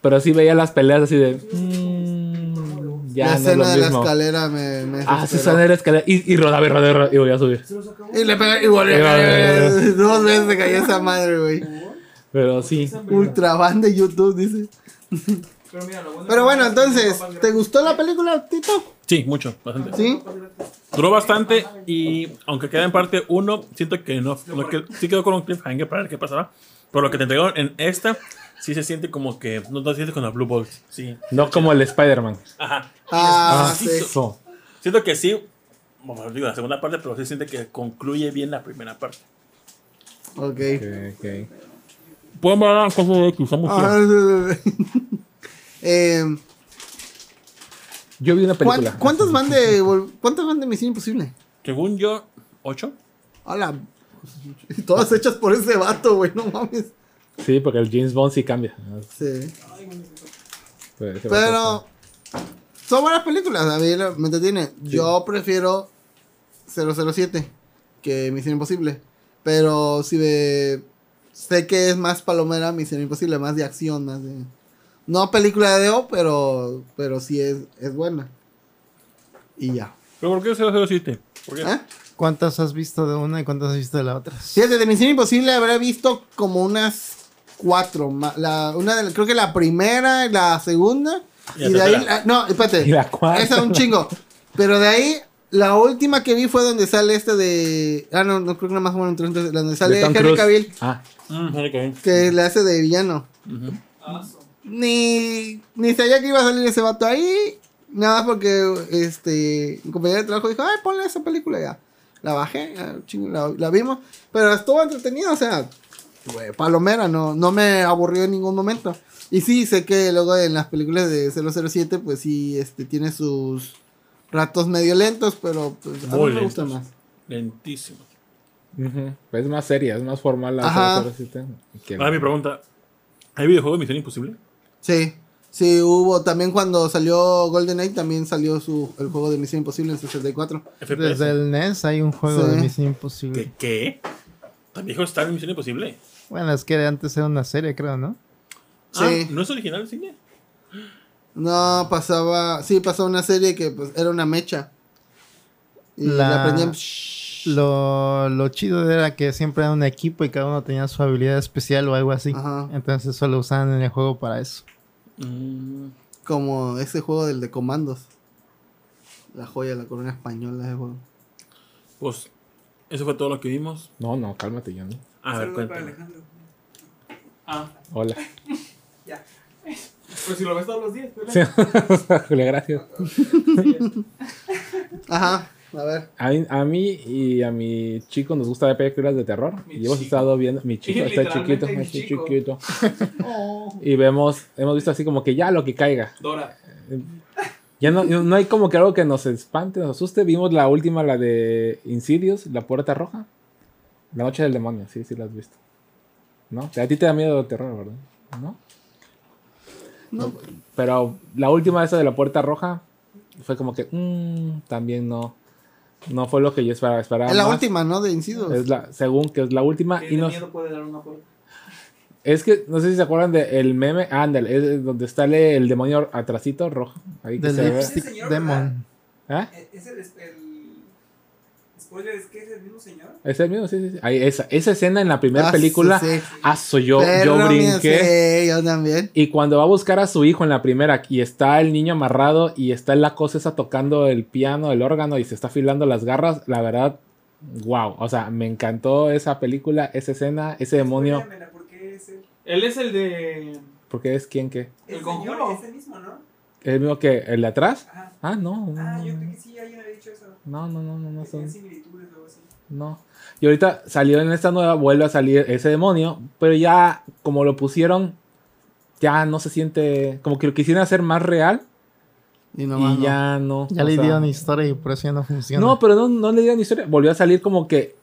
Speaker 6: pero sí veía las peleas así de, mm, ya
Speaker 4: la
Speaker 6: no es
Speaker 4: escena
Speaker 6: lo
Speaker 4: de la
Speaker 6: mismo.
Speaker 4: escalera me, me
Speaker 6: Ah,
Speaker 4: desesperó.
Speaker 6: sí, escena de la escalera, y, y rodaba y rodaba y rodaba, y volvía a subir.
Speaker 4: Y le pega y volvió a
Speaker 6: Iba,
Speaker 4: caer. eh,
Speaker 6: iba, iba.
Speaker 4: Dos veces se cayó esa madre, güey.
Speaker 6: Pero sí,
Speaker 4: Ultra fan de YouTube, dice.
Speaker 18: Pero mira, lo bueno
Speaker 4: Pero bueno, entonces, ¿te gustó la película, Tito?
Speaker 3: Sí, mucho, bastante.
Speaker 4: ¿Sí?
Speaker 3: Duró bastante y aunque queda en parte 1, siento que no. lo que, sí quedó con un cliffhanger para ver qué pasaba. Pero lo que te entregaron en esta, sí se siente como que. No te sientes con la Blue Balls. Sí.
Speaker 6: no como el Spider-Man.
Speaker 3: Ajá.
Speaker 4: Ah, sí.
Speaker 6: eso.
Speaker 3: Siento que sí. Bueno, digo la segunda parte, pero sí siente que concluye bien la primera parte.
Speaker 4: Ok.
Speaker 6: Ok.
Speaker 3: Pueden ver las cosas de X, somos
Speaker 4: Ah, eh,
Speaker 6: Yo vi una película.
Speaker 4: ¿cuán- ¿Cuántos van de vol- cuántos van de Misión Imposible?
Speaker 3: Según yo, 8.
Speaker 4: Hola. Todas hechas por ese vato, güey, no mames.
Speaker 6: Sí, porque el James Bond sí cambia. Ah, pues,
Speaker 4: Sí.
Speaker 6: Pero ese vato
Speaker 4: Pero son buenas películas, a mí la- me entretiene. Yo prefiero 007 que Misión Imposible. Pero si ve- sé que es más palomera Misión Imposible, más de acción, más de... No película de O, pero, pero sí es, es buena. Y ya. ¿Eh?
Speaker 3: ¿Pero por qué 007? ¿Por
Speaker 1: Ah.
Speaker 3: qué?
Speaker 1: ¿Cuántas has visto de una y cuántas has visto de la otra?
Speaker 4: Fíjate, de Misión Imposible habré visto como unas cuatro. ma- La, una de, creo que la primera y la segunda.
Speaker 6: Y
Speaker 4: Y,
Speaker 6: la
Speaker 4: de ahí.
Speaker 6: tercera.
Speaker 4: la- no, espérate.
Speaker 6: Y la cuarta.
Speaker 4: Esa es un chingo. Pero de ahí, la última que vi fue donde sale este de. Ah, no, no creo que nada más fueron tres. entonces, Donde sale
Speaker 6: De Tom
Speaker 4: Henry
Speaker 6: Cruise.
Speaker 4: Cavill,
Speaker 6: Ah.
Speaker 3: Henry Cavill.
Speaker 4: que le hace de villano. Ni, ni sabía que iba a salir ese vato ahí. Nada más porque este, un compañero de trabajo dijo, ay, ponle esa película ya. La bajé, ah, chingo, la, la vimos. Pero estuvo entretenido, o sea, güey, palomera, no, no me aburrió en ningún momento. Y sí, sé que luego en las películas de 007, pues sí, este, tiene sus ratos medio lentos, pero pues, a mí
Speaker 3: Muy
Speaker 4: me gusta
Speaker 3: lentos.
Speaker 4: más.
Speaker 3: Lentísimo.
Speaker 6: Ujú. Es más seria, es más formal la
Speaker 4: Ajá.
Speaker 6: 007. Que-
Speaker 9: Ah,
Speaker 3: Ahora mi pregunta. ¿Hay videojuego de Misión Imposible?
Speaker 4: Sí, sí, hubo. También cuando salió GoldenEye, también salió su, el juego de Misión Imposible en 64.
Speaker 1: Desde el NES hay un juego
Speaker 4: Sí.
Speaker 1: de Misión Imposible.
Speaker 3: ¿Qué? ¿Qué? ¿También dijo Star en Misión Imposible?
Speaker 1: Bueno, es que antes era una serie, creo, ¿no?
Speaker 3: Sí. Ah, ¿No es original el cine?
Speaker 4: No, pasaba. Sí, pasaba una serie que pues, era una mecha. Y la, prendían.
Speaker 1: lo, lo chido era que siempre era un equipo y cada uno tenía su habilidad especial o algo así. Entonces eso lo usaban en el juego para eso.
Speaker 18: Mm.
Speaker 4: Como ese juego del de comandos. La joya de la corona española. ese juego.
Speaker 3: Pues, eso fue todo lo que vimos.
Speaker 6: No, no, cálmate, yo no.
Speaker 18: Saludos
Speaker 3: A ver,
Speaker 18: para
Speaker 3: cuéntame.
Speaker 18: Alejandro.
Speaker 9: Ah,
Speaker 6: Hola.
Speaker 18: Ya.
Speaker 9: pues si lo ves todos los días.
Speaker 6: Sí. Julia, gracias.
Speaker 4: Ajá, a ver.
Speaker 6: A mí, a mí y a mi chico nos gusta ver películas de terror. y hemos estado viendo. Mi chico está chiquito,
Speaker 9: Literalmente mi
Speaker 6: está
Speaker 9: chico.
Speaker 6: chiquito.
Speaker 9: Oh.
Speaker 6: Y vemos, hemos visto así como que ya lo que caiga.
Speaker 9: Dora.
Speaker 6: Ya no, no hay como que algo que nos espante, nos asuste. Vimos la última, la de Insidious, La Puerta Roja. La Noche del Demonio, sí, sí la has visto. ¿No? A ti te da miedo el terror, ¿verdad? ¿No?
Speaker 4: No.
Speaker 6: Pero la última esa de La Puerta Roja fue como que mm, también no. No fue lo que yo esperaba. esperaba
Speaker 4: Es la
Speaker 6: más.
Speaker 4: última, ¿no? De Incidos.
Speaker 6: Es la, según que es la última.
Speaker 9: ¿Qué
Speaker 6: Ah, Y
Speaker 9: de
Speaker 6: nos,
Speaker 9: miedo puede dar una puerta?
Speaker 6: es que no sé si se acuerdan del meme. Ándale, es donde está el, el demonio atrasito rojo. Ahí que
Speaker 1: The
Speaker 6: se ve.
Speaker 1: Lipstick
Speaker 18: Ese señor,
Speaker 1: Demon.
Speaker 6: ¿Ah?
Speaker 18: E- Es el, el- Spoiler, es que es el mismo señor.
Speaker 6: Es el mismo, sí, sí. sí. Ahí, esa, esa escena en la primera
Speaker 4: Ah,
Speaker 6: película.
Speaker 4: sí, sí.
Speaker 6: Ah, soy yo,
Speaker 4: Pero,
Speaker 6: yo
Speaker 4: mira,
Speaker 6: brinqué.
Speaker 4: sí, yo también.
Speaker 6: Y cuando va a buscar a su hijo en la primera, y está el niño amarrado, y está la cosa esa tocando el piano, el órgano, y se está afilando las garras, la verdad, wow. O sea, me encantó esa película, esa escena, ese demonio.
Speaker 18: Espóilamela, ¿por qué es el,
Speaker 9: Él es el de.
Speaker 6: Porque es quien que.
Speaker 18: el
Speaker 9: El
Speaker 18: señor?
Speaker 9: conjuro.
Speaker 18: Es el mismo, ¿no?
Speaker 6: ¿El mismo que el de atrás?
Speaker 18: Ajá.
Speaker 6: Ah, no. no,
Speaker 18: Ah,
Speaker 6: no,
Speaker 18: yo
Speaker 6: no.
Speaker 18: creí que sí, alguien había dicho eso.
Speaker 6: No, no, no, no, no
Speaker 18: Que tienen
Speaker 6: son-
Speaker 18: similitudes o algo así.
Speaker 6: No. Y ahorita salió en esta nueva, vuelve a salir ese demonio, pero ya como lo pusieron, ya no se siente, como que lo quisieran hacer más real.
Speaker 4: Y,
Speaker 1: más no.
Speaker 6: ya no.
Speaker 1: Ya
Speaker 6: o
Speaker 1: le
Speaker 6: sea,
Speaker 1: dieron historia y por eso ya no funciona.
Speaker 6: No, pero no, no le dieron historia. Volvió a salir como que...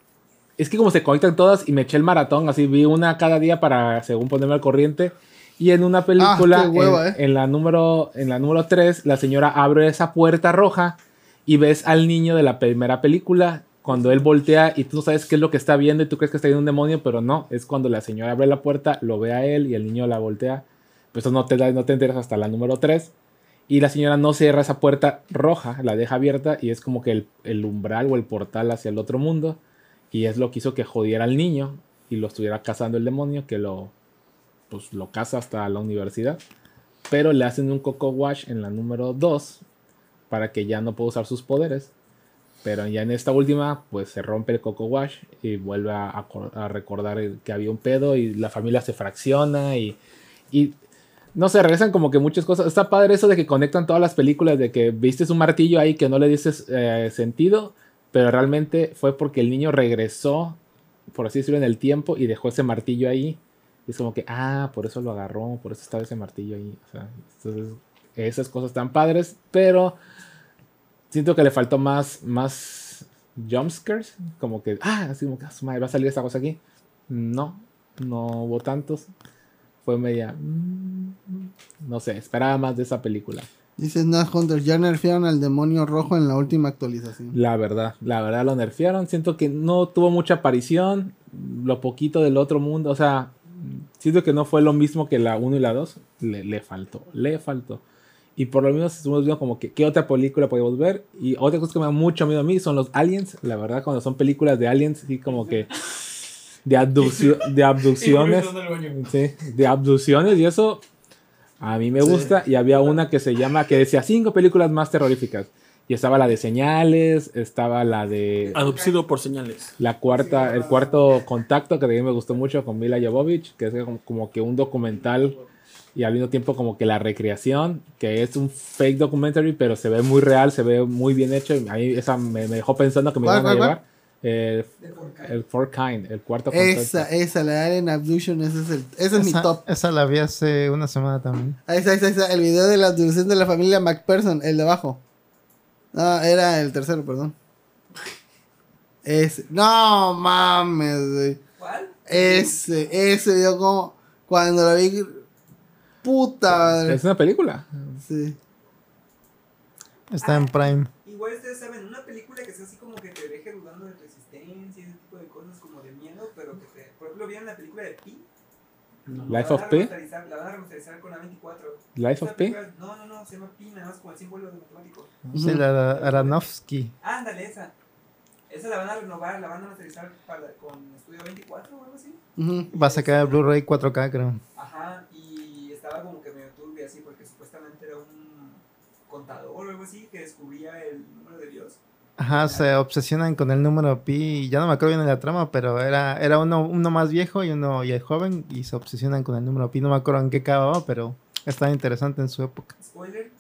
Speaker 6: Es que como se conectan todas y me eché el maratón, así vi una cada día para, según ponerme al corriente. Y en una película,
Speaker 4: Ah, qué hueva, eh.
Speaker 6: en, en la número, en la número 3, la señora abre esa puerta roja y ves al niño de la primera película. Cuando él voltea y tú no sabes qué es lo que está viendo y tú crees que está viendo un demonio, pero no, es cuando la señora abre la puerta, lo ve a él y el niño la voltea. Pues eso no te, da- no te enteras hasta la número 3. Y la señora no cierra esa puerta roja, la deja abierta y es como que el, el umbral o el portal hacia el otro mundo. Y es lo que hizo que jodiera al niño y lo estuviera cazando el demonio, que lo, pues, lo caza hasta la universidad. Pero le hacen un coco wash en la número 2 para que ya no pueda usar sus poderes. Pero ya en esta última, pues se rompe el coco wash y vuelve a, a cor- a recordar el- que había un pedo y la familia se fracciona y, y no sé, regresan como que muchas cosas. Está padre eso de que conectan todas las películas, de que viste un martillo ahí que no le dices eh, sentido, pero realmente fue porque el niño regresó, por así decirlo, en el tiempo y dejó ese martillo ahí. Y es como que, ah, por eso lo agarró, por eso estaba ese martillo ahí. O sea, entonces, esas cosas tan padres, pero siento que le faltó más, más jumpscares, como que, ah, así como que, "Ah, su madre, va a salir esta cosa aquí. No, no hubo tantos. Fue media, mm, no sé, esperaba más de esa película.
Speaker 4: Dices, no, Hunter, ya nerfearon al demonio rojo en la última actualización.
Speaker 6: La verdad, la verdad lo nerfearon. Siento que no tuvo mucha aparición. Lo poquito del otro mundo, o sea, siento que no fue lo mismo que la 1 y la 2. le, le faltó, le faltó. Y por lo menos estuvimos viendo como que qué otra película podemos ver. Y otra cosa que me da mucho miedo a mí son los aliens. La verdad, cuando son películas de aliens, sí como que de, abduccio- de abducciones. sí, de abducciones y eso a mí me gusta. Y había una que se llama, que decía cinco películas más terroríficas. Y estaba la de señales, estaba la de...
Speaker 3: Abducido por señales.
Speaker 6: La cuarta, el cuarto contacto que también me gustó mucho con Mila Jovovich, que es como, como que un documental y al mismo tiempo como que la recreación, que es un fake documentary, pero se ve muy real, se ve muy bien hecho. y A mí esa me, me dejó pensando que me
Speaker 4: ¿Cuál,
Speaker 6: iban a
Speaker 4: cuál,
Speaker 6: llevar. El, el Four Kind, el cuarto contacto.
Speaker 4: Esa, esa, la de Alien Abduction, ese es, el, ese es mi
Speaker 1: Esa-
Speaker 4: top.
Speaker 1: Esa la vi hace una semana también.
Speaker 4: Ahí está, ahí está, ahí está, el video de la abducción de la familia McPherson, el de abajo. No, era el tercero, perdón. Ese. No mames, güey. ¿Cuál? Ese, ese video como cuando lo vi. Puta madre.
Speaker 6: Es una película.
Speaker 4: Sí.
Speaker 1: Está en Prime.
Speaker 5: Igual ustedes saben, una película que sea así como que te deje dudando de tu existencia, ese tipo de cosas como de miedo, pero que te... Por ejemplo, ¿vieron la película de Pi?
Speaker 6: Life
Speaker 5: La
Speaker 6: of
Speaker 5: van a
Speaker 6: P.
Speaker 5: remasterizar- La van a remasterizar con A24.
Speaker 6: Life
Speaker 5: Esa
Speaker 6: of P.
Speaker 5: película- No, no, no, se llama Pi, nada más con el símbolo de matemático.
Speaker 1: Sí, la de Aronofsky.
Speaker 5: Ándale, esa. Esa la van a renovar, la van a remasterizar para, con Estudio 24 o algo así.
Speaker 1: Va a sacar el Blu-ray 4K, creo.
Speaker 5: Ajá, y estaba como que medio turbia así, porque supuestamente era un contador o algo así que descubría el número de Dios.
Speaker 1: Ajá, se obsesionan con el número pi. Ya no me acuerdo bien de la trama, pero era, era uno, uno más viejo y uno ya joven y se obsesionan con el número pi. No me acuerdo en qué acababa, pero estaba interesante en su época.
Speaker 5: ¿Spoiler?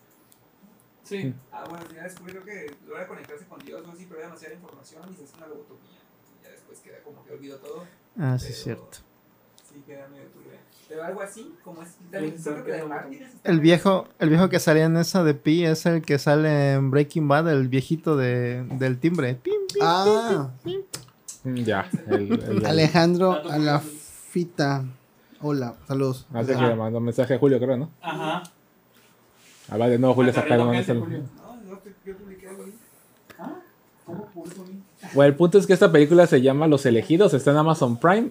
Speaker 5: Sí. Ah, bueno, al final descubrió que logra conectarse con Dios o así, pero era demasiada información y se hace una lobotomía. Y ya después queda como que olvidó todo.
Speaker 1: Ah, sí, es cierto.
Speaker 5: Sí, queda medio turbia. Pero algo así, como es. También creo que la de Mártires está-
Speaker 1: El viejo, el viejo que salía en esa de pi es el que sale en Breaking Bad, el viejito de, del timbre. Pi.
Speaker 4: Ah,
Speaker 6: Ya. el- el- el-
Speaker 4: Alejandro Alafita. Hola, saludos.
Speaker 6: Hace que le mandó un mensaje a Julio, creo, ¿no?
Speaker 9: Ajá.
Speaker 6: A ver, de nuevo Julio
Speaker 9: Hasta
Speaker 6: sacaron
Speaker 9: reloj es Ah, de
Speaker 6: ese-
Speaker 9: Julio.
Speaker 5: No, no, que yo publiqué algo ahí. ¿Ah? ¿Cómo publico a mí?
Speaker 6: Bueno, el punto es que esta película se llama Los Elegidos, está en Amazon Prime.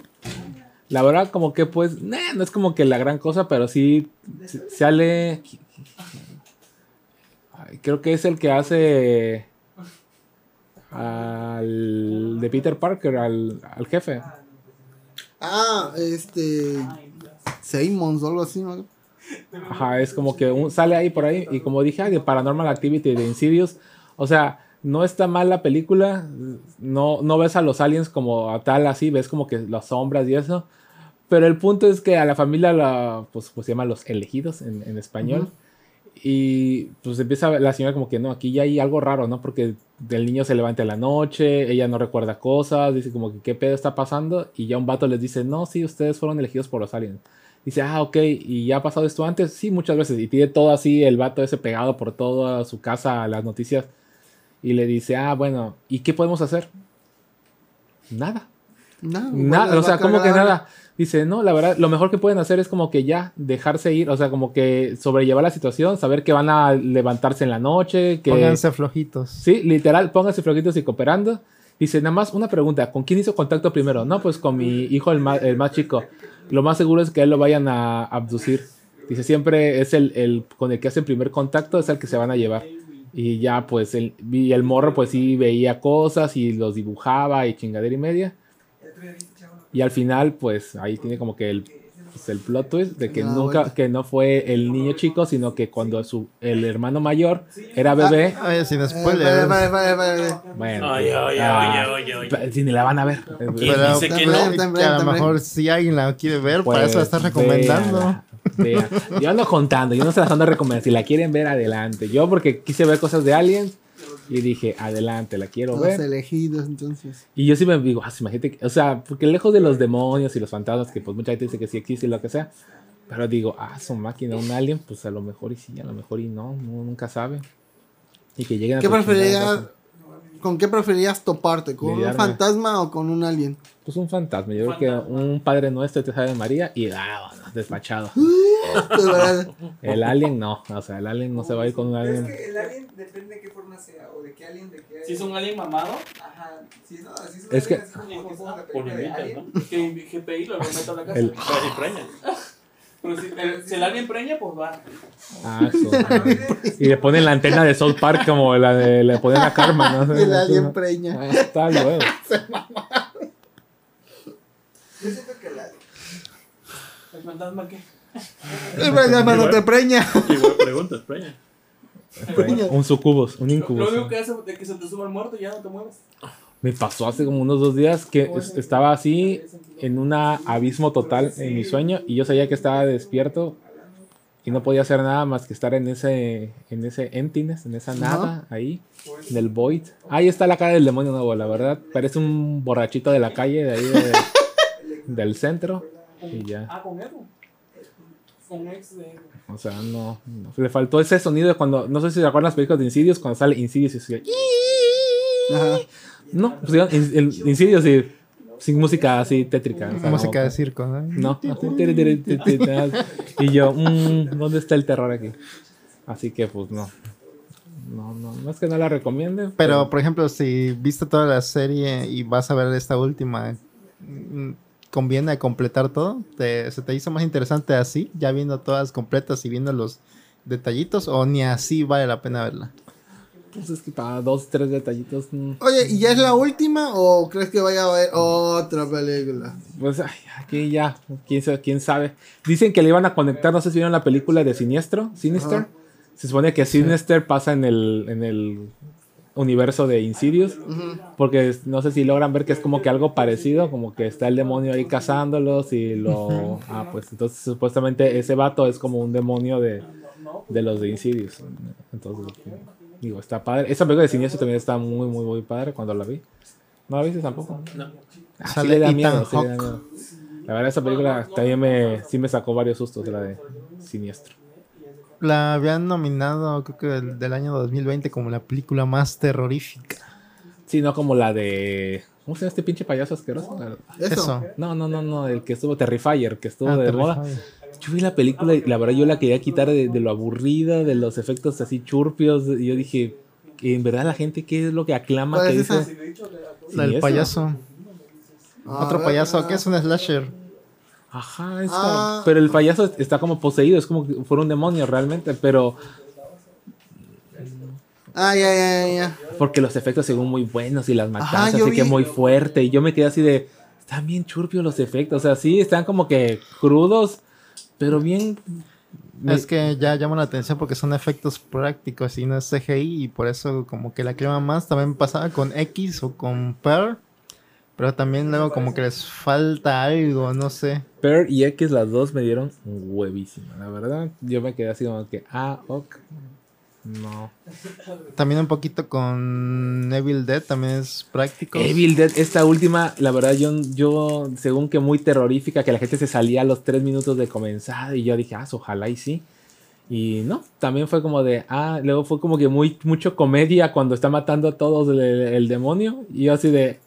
Speaker 6: La verdad, como que pues, nah, no es como que la gran cosa, pero sí sí- sale. Ay, creo que es el que hace al de Peter Parker, al, al jefe.
Speaker 4: Ah, este. Seymons o algo así, ¿no?
Speaker 6: Ajá, es como que un- sale ahí por ahí. Y como dije, ay, de Paranormal Activity, de Insidious. O sea, no está mal la película. No, no ves a los aliens como a tal así, ves como que las sombras y eso. Pero el punto es que a la familia, la, pues, pues se llama los elegidos en, en español.
Speaker 4: Ujú.
Speaker 6: Y pues empieza la señora como que no, aquí ya hay algo raro, ¿no? Porque el niño se levanta en la noche, ella no recuerda cosas, dice como que qué pedo está pasando. Y ya un vato les dice, no, sí, ustedes fueron elegidos por los aliens. Dice, ah, ok, ¿y ya ha pasado esto antes? Sí, muchas veces. Y tiene todo así, el vato ese pegado por toda su casa, las noticias. Y le dice, ah, bueno, ¿y qué podemos hacer? Nada.
Speaker 4: Nada,
Speaker 6: Nada, o sea, como que nada. Dice, no, la verdad, lo mejor que pueden hacer es como que ya dejarse ir, o sea, como que sobrellevar la situación, saber que van a levantarse en la noche, que...
Speaker 1: Pónganse flojitos.
Speaker 6: Sí, literal, pónganse flojitos y cooperando. Dice, nada más una pregunta, ¿con quién hizo contacto primero? No, pues con mi hijo, el más, el más chico. Lo más seguro es que a él lo vayan a abducir. Dice, siempre es el, el con el que hacen primer contacto, es el que se van a llevar. Y ya, pues, el, y el morro, pues sí, veía cosas y los dibujaba y chingadera y media. Y al final, pues, ahí tiene como que el, pues, el plot twist de que
Speaker 4: Ah,
Speaker 6: nunca,
Speaker 4: bueno.
Speaker 6: que no fue el niño chico, sino que cuando su, el hermano mayor
Speaker 4: Ah,
Speaker 6: era bebé.
Speaker 1: Oye, sin
Speaker 4: Eh, Vale, vale, vale, vale.
Speaker 6: Bueno,
Speaker 7: Oye, oye,
Speaker 6: ah,
Speaker 7: oye, oye,
Speaker 6: pa- si ni la van a ver.
Speaker 1: Pero
Speaker 7: dice que
Speaker 1: pero
Speaker 7: no?
Speaker 1: que a lo mejor si alguien la quiere ver, para
Speaker 6: Pues,
Speaker 1: eso la estás recomendando.
Speaker 6: Vean, yo ando contando, yo no se las ando recomendando. Si la quieren ver, adelante. Yo porque quise ver cosas de aliens y dije, adelante, la quiero
Speaker 4: Los
Speaker 6: ver.
Speaker 4: elegidos, entonces.
Speaker 6: Y yo sí me digo, ah, sí, imagínate, que- o sea, porque lejos de los demonios y los fantasmas, que pues mucha gente dice que sí existe y lo que sea, pero digo, ah, su máquina, un alien, pues a lo mejor y sí, a lo mejor y no, uno nunca sabe. Y que lleguen a
Speaker 4: ¿Qué
Speaker 6: tu chingada
Speaker 4: preferirías?
Speaker 6: casa.
Speaker 4: ¿Con qué preferirías toparte? ¿Con un
Speaker 6: Lidiarme.
Speaker 4: fantasma o con un alien?
Speaker 6: Pues un fantasma, yo creo que un padre nuestro te sabe María y ah, bueno, despachado.
Speaker 4: Pues,
Speaker 6: el alien no, o sea, el alien no se va a ir con un
Speaker 5: Pero es
Speaker 6: alien.
Speaker 5: que el alien depende de qué forma sea, o de qué alien, de qué...
Speaker 9: Si es un alien mamado.
Speaker 5: Ajá, si no, si es un
Speaker 6: Es que-
Speaker 5: alien así como tipo la
Speaker 9: Por
Speaker 5: película de
Speaker 9: limitas,
Speaker 5: Alien.
Speaker 9: ¿no? Que GPI lo meto a la casa.
Speaker 6: El-
Speaker 9: Pero si preña. Pero si, el, si el alien preña, pues va.
Speaker 6: Ah, eso. y le ponen la antena de South Park como la de, le ponen a Karma, ¿no?
Speaker 4: El alien preña.
Speaker 6: Ah, está luego.
Speaker 18: Yo siento que la.
Speaker 9: El fantasma que.
Speaker 4: El fantasma Ah, no te preña.
Speaker 7: Igual preguntas, preña.
Speaker 4: Preña.
Speaker 6: Un sucubus, un
Speaker 9: Lo
Speaker 6: incubus.
Speaker 9: único que hace de que se te suba el muerto y ya no te mueves.
Speaker 6: Me pasó hace como unos dos días que es- estaba así en un abismo total en mi sueño y yo sabía que estaba despierto y no podía hacer nada más que estar en ese en ese emptiness, en esa
Speaker 4: Ajá.
Speaker 6: nada ahí del void. Ahí está la cara del demonio nuevo, la verdad. Parece un borrachito de la calle de ahí de- del centro y ya.
Speaker 9: Ah, con Evo.
Speaker 5: Eh,
Speaker 9: Con ex de.
Speaker 6: O sea, no, no. Le faltó ese sonido de cuando. No sé si se acuerdan las películas de Insidious, cuando sale Insidious y se. No, pues digan, in- el Insidious y. Sin música así tétrica. o sea,
Speaker 1: Música
Speaker 6: no,
Speaker 1: de circo, ¿no?
Speaker 6: No. así, tiri, tiri, tiri, tiri, Y yo, mm, ¿dónde está el terror aquí? Así que, pues no. No, no, no es que no la recomiende.
Speaker 1: Pero, por ejemplo, si viste toda la serie y vas a ver esta última, mm, ¿conviene completar todo? ¿Te- ¿Se te hizo más interesante así, ya viendo todas completas y viendo los detallitos? ¿O ni así vale la pena verla?
Speaker 6: Pues es que para dos, tres detallitos. mm,
Speaker 4: Oye, ¿y ya es la última o crees que vaya a haber otra película?
Speaker 6: Pues ay, aquí ya, quién sa- quién sabe. Dicen que le iban a conectar, no sé si vieron la película de Siniestro, Sinister.
Speaker 4: Ajá.
Speaker 6: Se supone que Sinister pasa en el, en el universo de Insidious, porque es- no sé si logran ver que es como que algo parecido, como que está el demonio ahí cazándolos y lo... Ah, pues entonces supuestamente ese vato es como un demonio de, de los de Insidious. Entonces, digo, está padre. Esa película de Siniestro también está muy, muy, muy padre cuando la vi. ¿No la viste tampoco?
Speaker 7: No.
Speaker 6: Ah, sí
Speaker 1: Sale
Speaker 6: le da
Speaker 1: Ethan
Speaker 6: miedo, sí le da
Speaker 1: Hawke.
Speaker 6: miedo. La verdad, esa película también me, sí me sacó varios sustos, la de Siniestro.
Speaker 1: La habían nominado, creo que del, del año 2020, como la película más terrorífica.
Speaker 6: Sí, no como la de... ¿Cómo se llama este pinche payaso asqueroso? La-
Speaker 4: Eso.
Speaker 1: Eso.
Speaker 6: No, no, no, no, el que estuvo Terrifier, que estuvo
Speaker 1: Ah,
Speaker 6: de
Speaker 1: Terrifier.
Speaker 6: moda. Yo vi la película y la verdad yo la quería quitar de, de lo aburrida, de los efectos así churpios. Y yo dije, ¿en verdad la gente qué es lo que aclama?
Speaker 4: ¿Cuál
Speaker 6: que
Speaker 4: es Pues esa?
Speaker 6: dice?
Speaker 1: La del
Speaker 6: Siniestro.
Speaker 1: payaso.
Speaker 4: Ah,
Speaker 1: Otro
Speaker 4: ¿verdad?
Speaker 1: payaso, que es un slasher.
Speaker 6: Ajá, es
Speaker 4: Ah.
Speaker 6: como- pero el payaso está como poseído, es como que fuera un demonio realmente, pero
Speaker 4: Ah, ya, ya, ya, ya.
Speaker 6: porque los efectos según muy buenos y las matanzas,
Speaker 4: yo
Speaker 6: así que
Speaker 4: vi.
Speaker 6: muy fuerte. Y yo me quedé así de, están bien churpios los efectos, o sea, sí, están como que crudos, pero bien... me-
Speaker 1: Es que ya llama la atención porque son efectos prácticos y no es CGI y por eso como que la crema más también pasaba con X o con Pearl. Pero también luego como que les falta algo, no sé.
Speaker 6: Pearl y X, las dos me dieron huevísima, la verdad. Yo me quedé así como que, ah, ok. No.
Speaker 1: También un poquito con Evil Dead también es práctico.
Speaker 6: Evil Dead, esta última, la verdad, yo, yo, según que muy terrorífica, que la gente se salía a los tres minutos de comenzar y yo dije, ah, ojalá y sí. Y no, también fue como de, ah, luego fue como que muy, mucho comedia cuando está matando a todos el, el demonio y yo así de,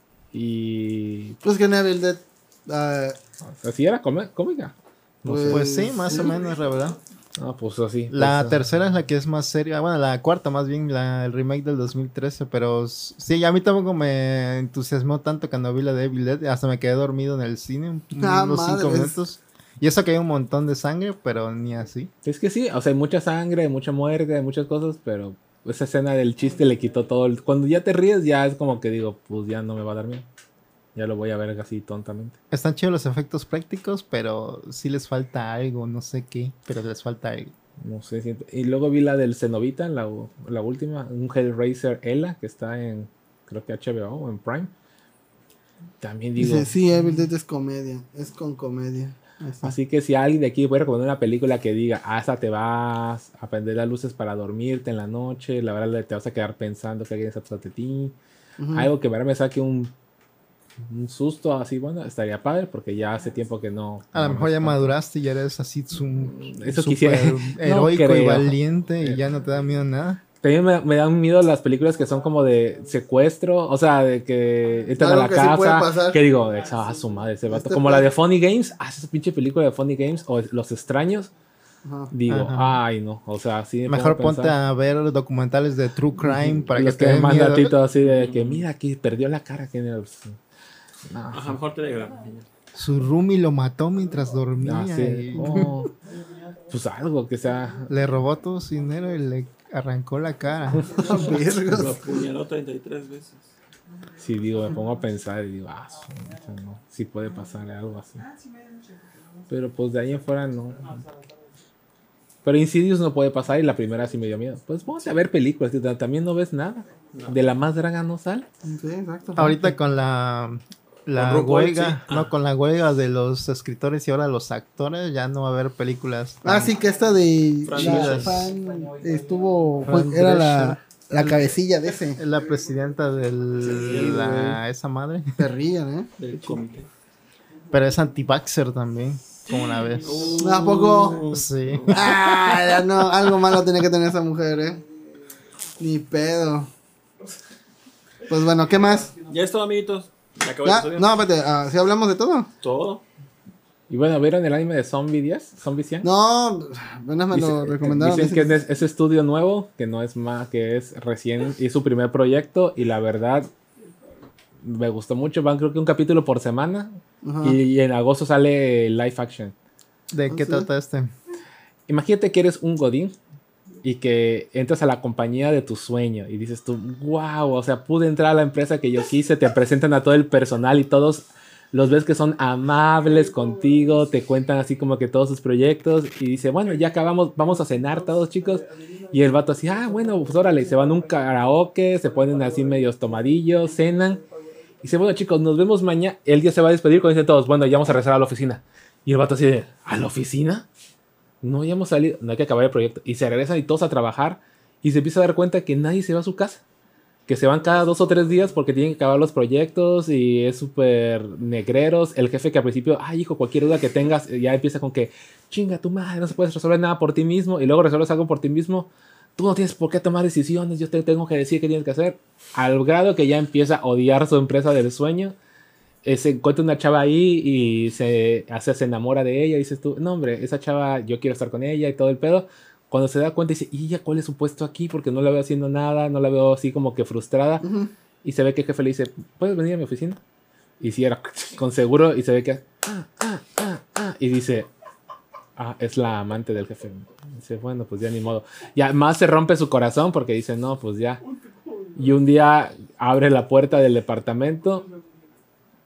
Speaker 6: y
Speaker 4: Pues que Neville Dead. ah,
Speaker 6: así era come- cómica. No sé.
Speaker 1: Pues sí, más o menos, la verdad.
Speaker 6: Ah, pues así.
Speaker 1: La
Speaker 6: pues,
Speaker 1: tercera es la que es más seria, bueno, la cuarta más bien, la, el remake del 2013, pero s- sí, a mí tampoco me entusiasmó tanto cuando vi la de Evil Dead, hasta me quedé dormido en el cine un-
Speaker 4: Ah,
Speaker 1: unos cinco
Speaker 4: madres.
Speaker 1: minutos. Y eso que hay un montón de sangre, pero ni así.
Speaker 6: Es que sí, o sea, hay mucha sangre, hay mucha muerte, hay muchas cosas, pero esa escena del chiste le quitó todo. el- Cuando ya te ríes, ya es como que digo, pues ya no me va a dar miedo. Ya lo voy a ver así tontamente.
Speaker 1: Están chidos los efectos prácticos, pero sí les falta algo, no sé qué, pero les falta algo.
Speaker 6: No sé, siento- Y luego vi la del Cenobita, la, u- la última, un Hellraiser Ella, que está en, creo que HBO o en Prime. También digo...
Speaker 4: Dice, sí, Evil Dead es comedia. Es con comedia. Ahí está.
Speaker 6: Así que si alguien de aquí puede recomendar una película que diga, ah, esa te vas a prender las luces para dormirte en la noche, la verdad te vas a quedar pensando que alguien se atrás de ti,
Speaker 4: Ujú.
Speaker 6: algo que para mí me saque un, un susto así, bueno, estaría padre porque ya hace tiempo que no.
Speaker 1: A lo
Speaker 6: no
Speaker 1: mejor
Speaker 6: me
Speaker 1: ya
Speaker 6: espanto.
Speaker 1: maduraste y ya eres así un
Speaker 6: Eso quisiera- No
Speaker 1: heroico y
Speaker 6: creo.
Speaker 1: valiente y ya no te da miedo nada.
Speaker 6: También me, me dan miedo las películas que son como de secuestro, o sea, de que entran
Speaker 4: Algo
Speaker 6: a la
Speaker 4: que sí puede
Speaker 6: casa,
Speaker 4: pasar.
Speaker 6: que digo, esa ah, su madre, ese vato.
Speaker 4: Este
Speaker 6: Como la
Speaker 4: plan-
Speaker 6: de Funny Games, ah, esa pinche película de Funny Games o Los Extraños,
Speaker 4: Ajá.
Speaker 6: digo,
Speaker 1: Ajá.
Speaker 6: ay, no, o sea, sí. me pongo
Speaker 1: Mejor
Speaker 6: a pensar.
Speaker 1: ponte a ver documentales de True Crime para que
Speaker 6: los
Speaker 1: te
Speaker 6: que,
Speaker 1: den
Speaker 6: más
Speaker 1: miedo.
Speaker 6: datitos así de que mira aquí perdió la cara que en el- pues, No,
Speaker 7: Ajá, mejor Telegram.
Speaker 1: Su Rumi lo mató mientras dormía.
Speaker 6: Ah, sí.
Speaker 1: y-
Speaker 6: Oh. Pues algo que sea.
Speaker 1: Le robó todo su dinero y le arrancó la cara. Vergas.
Speaker 7: Lo apuñaló 33 veces.
Speaker 6: Si digo, me pongo a pensar y digo, ah, su mecha, no. Si puede pasar algo así. Pero pues de ahí en fuera no. Pero Insidious no puede pasar y la primera sí me dio miedo. Pues ponte a ver películas, que ta- también no ves nada. De la más draga no sale.
Speaker 4: Sí, exacto.
Speaker 1: Ahorita con la, la
Speaker 4: Con Rogue One,
Speaker 1: huelga, no, con la huelga de los escritores y ahora los actores, ya no va a haber películas.
Speaker 4: Ah,
Speaker 1: tan-
Speaker 4: sí, que esta de.
Speaker 1: Fran
Speaker 4: la
Speaker 1: Drescher.
Speaker 4: Fran estuvo. fue-
Speaker 1: Fran
Speaker 4: era la,
Speaker 1: Drescher.
Speaker 4: la
Speaker 1: El-
Speaker 4: cabecilla de ese.
Speaker 1: Es la presidenta de esa madre.
Speaker 4: Perrilla, ¿eh?
Speaker 7: Del comité.
Speaker 1: Pero es anti-vaxxer también, como una vez.
Speaker 4: Uh. ¿A poco?
Speaker 1: Sí.
Speaker 4: Ah, ya no, algo malo tenía que tener esa mujer, ¿eh? Ni pedo. Pues bueno, ¿qué más?
Speaker 7: Ya es todo, amiguitos. Se acabó
Speaker 4: Ya,
Speaker 7: el episodio.
Speaker 4: No, espérate, ah, ¿sí hablamos de todo?
Speaker 7: Todo.
Speaker 6: Y bueno, ¿vieron el anime de Zombie 10? ¿Zombie 100?
Speaker 4: No, apenas me lo
Speaker 6: Dice- eh,
Speaker 4: recomendaron.
Speaker 6: Dicen que
Speaker 4: dicen-
Speaker 6: es, de- es estudio nuevo, que no es más, que es recién, y su primer proyecto, y la verdad me gustó mucho. Van creo que un capítulo por semana,
Speaker 1: Ajá.
Speaker 6: y, y en agosto sale live action.
Speaker 1: ¿De qué trata este?
Speaker 6: Imagínate que eres un godín y que entras a la compañía de tu sueño y dices tú, wow, o sea, pude entrar a la empresa que yo quise, te presentan a todo el personal y todos los ves que son amables contigo, te cuentan así como que todos sus proyectos y dice, bueno, ya acabamos, vamos a cenar todos chicos. Y el vato así, ah, bueno, pues órale, y se van a un karaoke, se ponen así medios tomadillos, cenan. Y dice, bueno chicos, nos vemos mañana. Él ya se va a despedir cuando dicen todos, bueno, ya vamos a regresar a la oficina. Y el vato así, de, ¿a la oficina? no ya hemos salido, no hay que acabar el proyecto. Y se regresan y todos a trabajar y se empieza a dar cuenta que nadie se va a su casa. Que se van cada dos o tres días porque tienen que acabar los proyectos y es súper negreros. El jefe que al principio, ay hijo, cualquier duda que tengas, eh, ya empieza con que, chinga tu madre, no se puedes resolver nada por ti mismo. Y luego resuelves algo por ti mismo. Tú no tienes por qué tomar decisiones, yo te tengo que decir qué tienes que hacer. Al grado que ya empieza a odiar su empresa del sueño eh, se encuentra una chava ahí y se hace, se enamora de ella. Y dices tú, no, hombre, esa chava, yo quiero estar con ella y todo el pedo. Cuando se da cuenta, dice, ¿y ella cuál es su puesto aquí? Porque no la veo haciendo nada, no la veo así como que frustrada. Y se ve que el jefe le dice, ¿puedes venir a mi oficina? Y si era con seguro, y se ve que. "Ah, ah, ah, ah", y dice, ah, es la amante del jefe. Dice, bueno, pues ya ni modo. Y además se rompe su corazón porque dice, no, pues ya. Y un día abre la puerta del departamento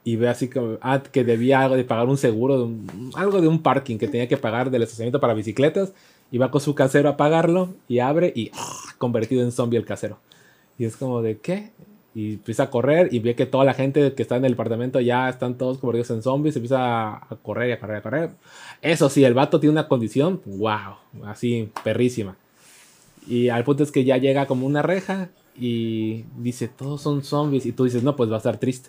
Speaker 6: y ve así como ah, que debía algo de pagar un seguro, de un- algo de un parking que tenía que pagar del estacionamiento para bicicletas. Y va con su casero a pagarlo y abre y ¡ah! convertido en zombie el casero. Y es como de qué? Y empieza a correr y ve que toda la gente que está en el departamento ya están todos convertidos en zombies. Empieza a a correr y a correr y a correr. Eso sí, el vato tiene una condición, wow, así perrísima. Y al punto es que ya llega como una reja y dice, todos son zombies. Y tú dices, no, pues va a estar triste.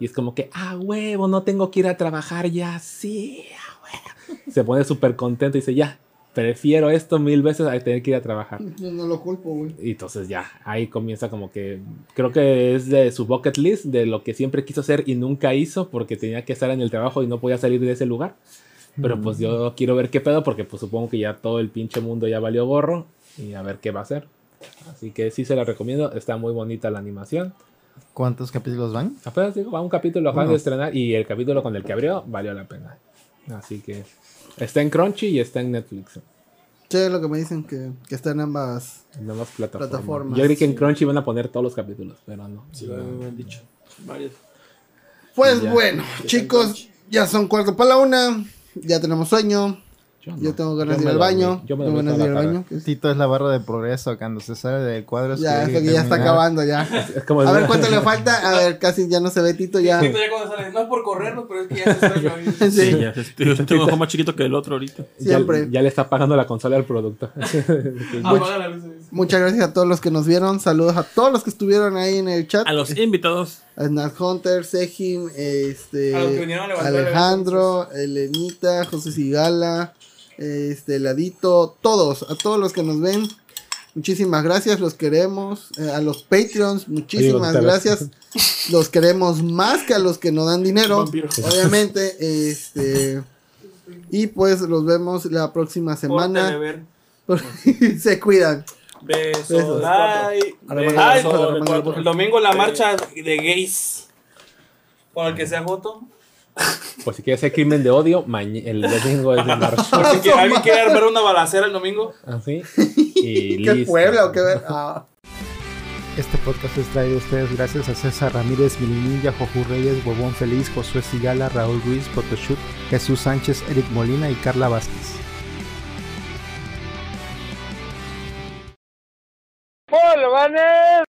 Speaker 6: Y es como que, ah, huevo, no tengo que ir a trabajar ya, sí, ah, huevo. Se pone súper contento y dice, ya, prefiero esto mil veces a tener que ir a trabajar.
Speaker 4: Yo no lo culpo, güey.
Speaker 6: Y entonces ya, ahí comienza como que, creo que es de su bucket list, de lo que siempre quiso hacer y nunca hizo porque tenía que estar en el trabajo y no podía salir de ese lugar. Pero pues yo quiero ver qué pedo porque pues supongo que ya todo el pinche mundo ya valió gorro y a ver qué va a hacer. Así que sí se la recomiendo, está muy bonita la animación.
Speaker 1: ¿Cuántos capítulos van?
Speaker 6: Apenas digo, va un capítulo acaban
Speaker 1: Uno.
Speaker 6: de estrenar y el capítulo con el que abrió valió la pena. Así que está en Crunchy y está en Netflix.
Speaker 4: Sí, es lo que me dicen que, que está en ambas.
Speaker 6: En ambas plataformas.
Speaker 4: Plataformas.
Speaker 6: Yo creí que en Crunchy van a poner todos los capítulos, pero no.
Speaker 7: Sí, lo han dicho. Varios.
Speaker 4: Pues
Speaker 6: Ya.
Speaker 4: bueno,
Speaker 6: Ya
Speaker 4: chicos, ya son cuarto para la una. Ya tenemos sueño. Yo, tengo ganas de ir al baño. tengo ganas de ir al baño.
Speaker 1: Tito es la barra de progreso. Cuando se sale del cuadro es
Speaker 4: Ya,
Speaker 1: que
Speaker 4: es que ya está
Speaker 1: terminar.
Speaker 4: acabando ya.
Speaker 6: como el-
Speaker 4: A ver cuánto le falta. A ver, casi ya no se ve Tito ya.
Speaker 5: Tito ya cuando sale, no es por correrlo, pero es que ya se está lloviendo.
Speaker 4: Sí.
Speaker 3: Sí, ya, este, este tengo un ojo más chiquito que el otro ahorita.
Speaker 6: Ya-
Speaker 4: Siempre. Ah,
Speaker 6: Ya, le está pagando la consola al producto. Pues,
Speaker 5: Apaga la luz.
Speaker 4: Muchas gracias a todos los que nos vieron. Saludos a todos los que estuvieron ahí en el chat.
Speaker 3: A los invitados.
Speaker 4: A Snack Hunter, Sejim, este,
Speaker 5: A los que vinieron a levantar
Speaker 4: Alejandro, Elenita, José Sigala, este, Ladito, todos, a todos los que nos ven. Muchísimas gracias, los queremos. Eh, a los Patreons, muchísimas
Speaker 6: Oye, otra vez.
Speaker 4: gracias. Los queremos más que a los que nos dan dinero,
Speaker 7: Vampiro.
Speaker 4: obviamente. Este, y pues los vemos la próxima
Speaker 9: Pórtale,
Speaker 4: semana.
Speaker 9: ver.
Speaker 4: Se cuidan.
Speaker 7: Besos.
Speaker 4: Besos.
Speaker 9: Ay,
Speaker 4: A la mano,
Speaker 9: ay,
Speaker 4: a la mano, a la
Speaker 9: el
Speaker 4: mano.
Speaker 9: domingo la marcha de gays. Por el que sea Joto.
Speaker 6: Por pues si quieres hacer crimen de odio, mañe- el domingo es de marzo.
Speaker 19: Porque alguien quiere armar una balacera el domingo.
Speaker 6: Así. Y listo.
Speaker 4: o qué ver? Ah.
Speaker 1: Este podcast es traído a ustedes gracias a César Ramírez, Milinilla, Joju Reyes, Huevón Feliz, Josué Sigala, Raúl Ruiz, Photoshoot, Jesús Sánchez, Eric Molina y Carla Vázquez.
Speaker 2: Paul Vanes.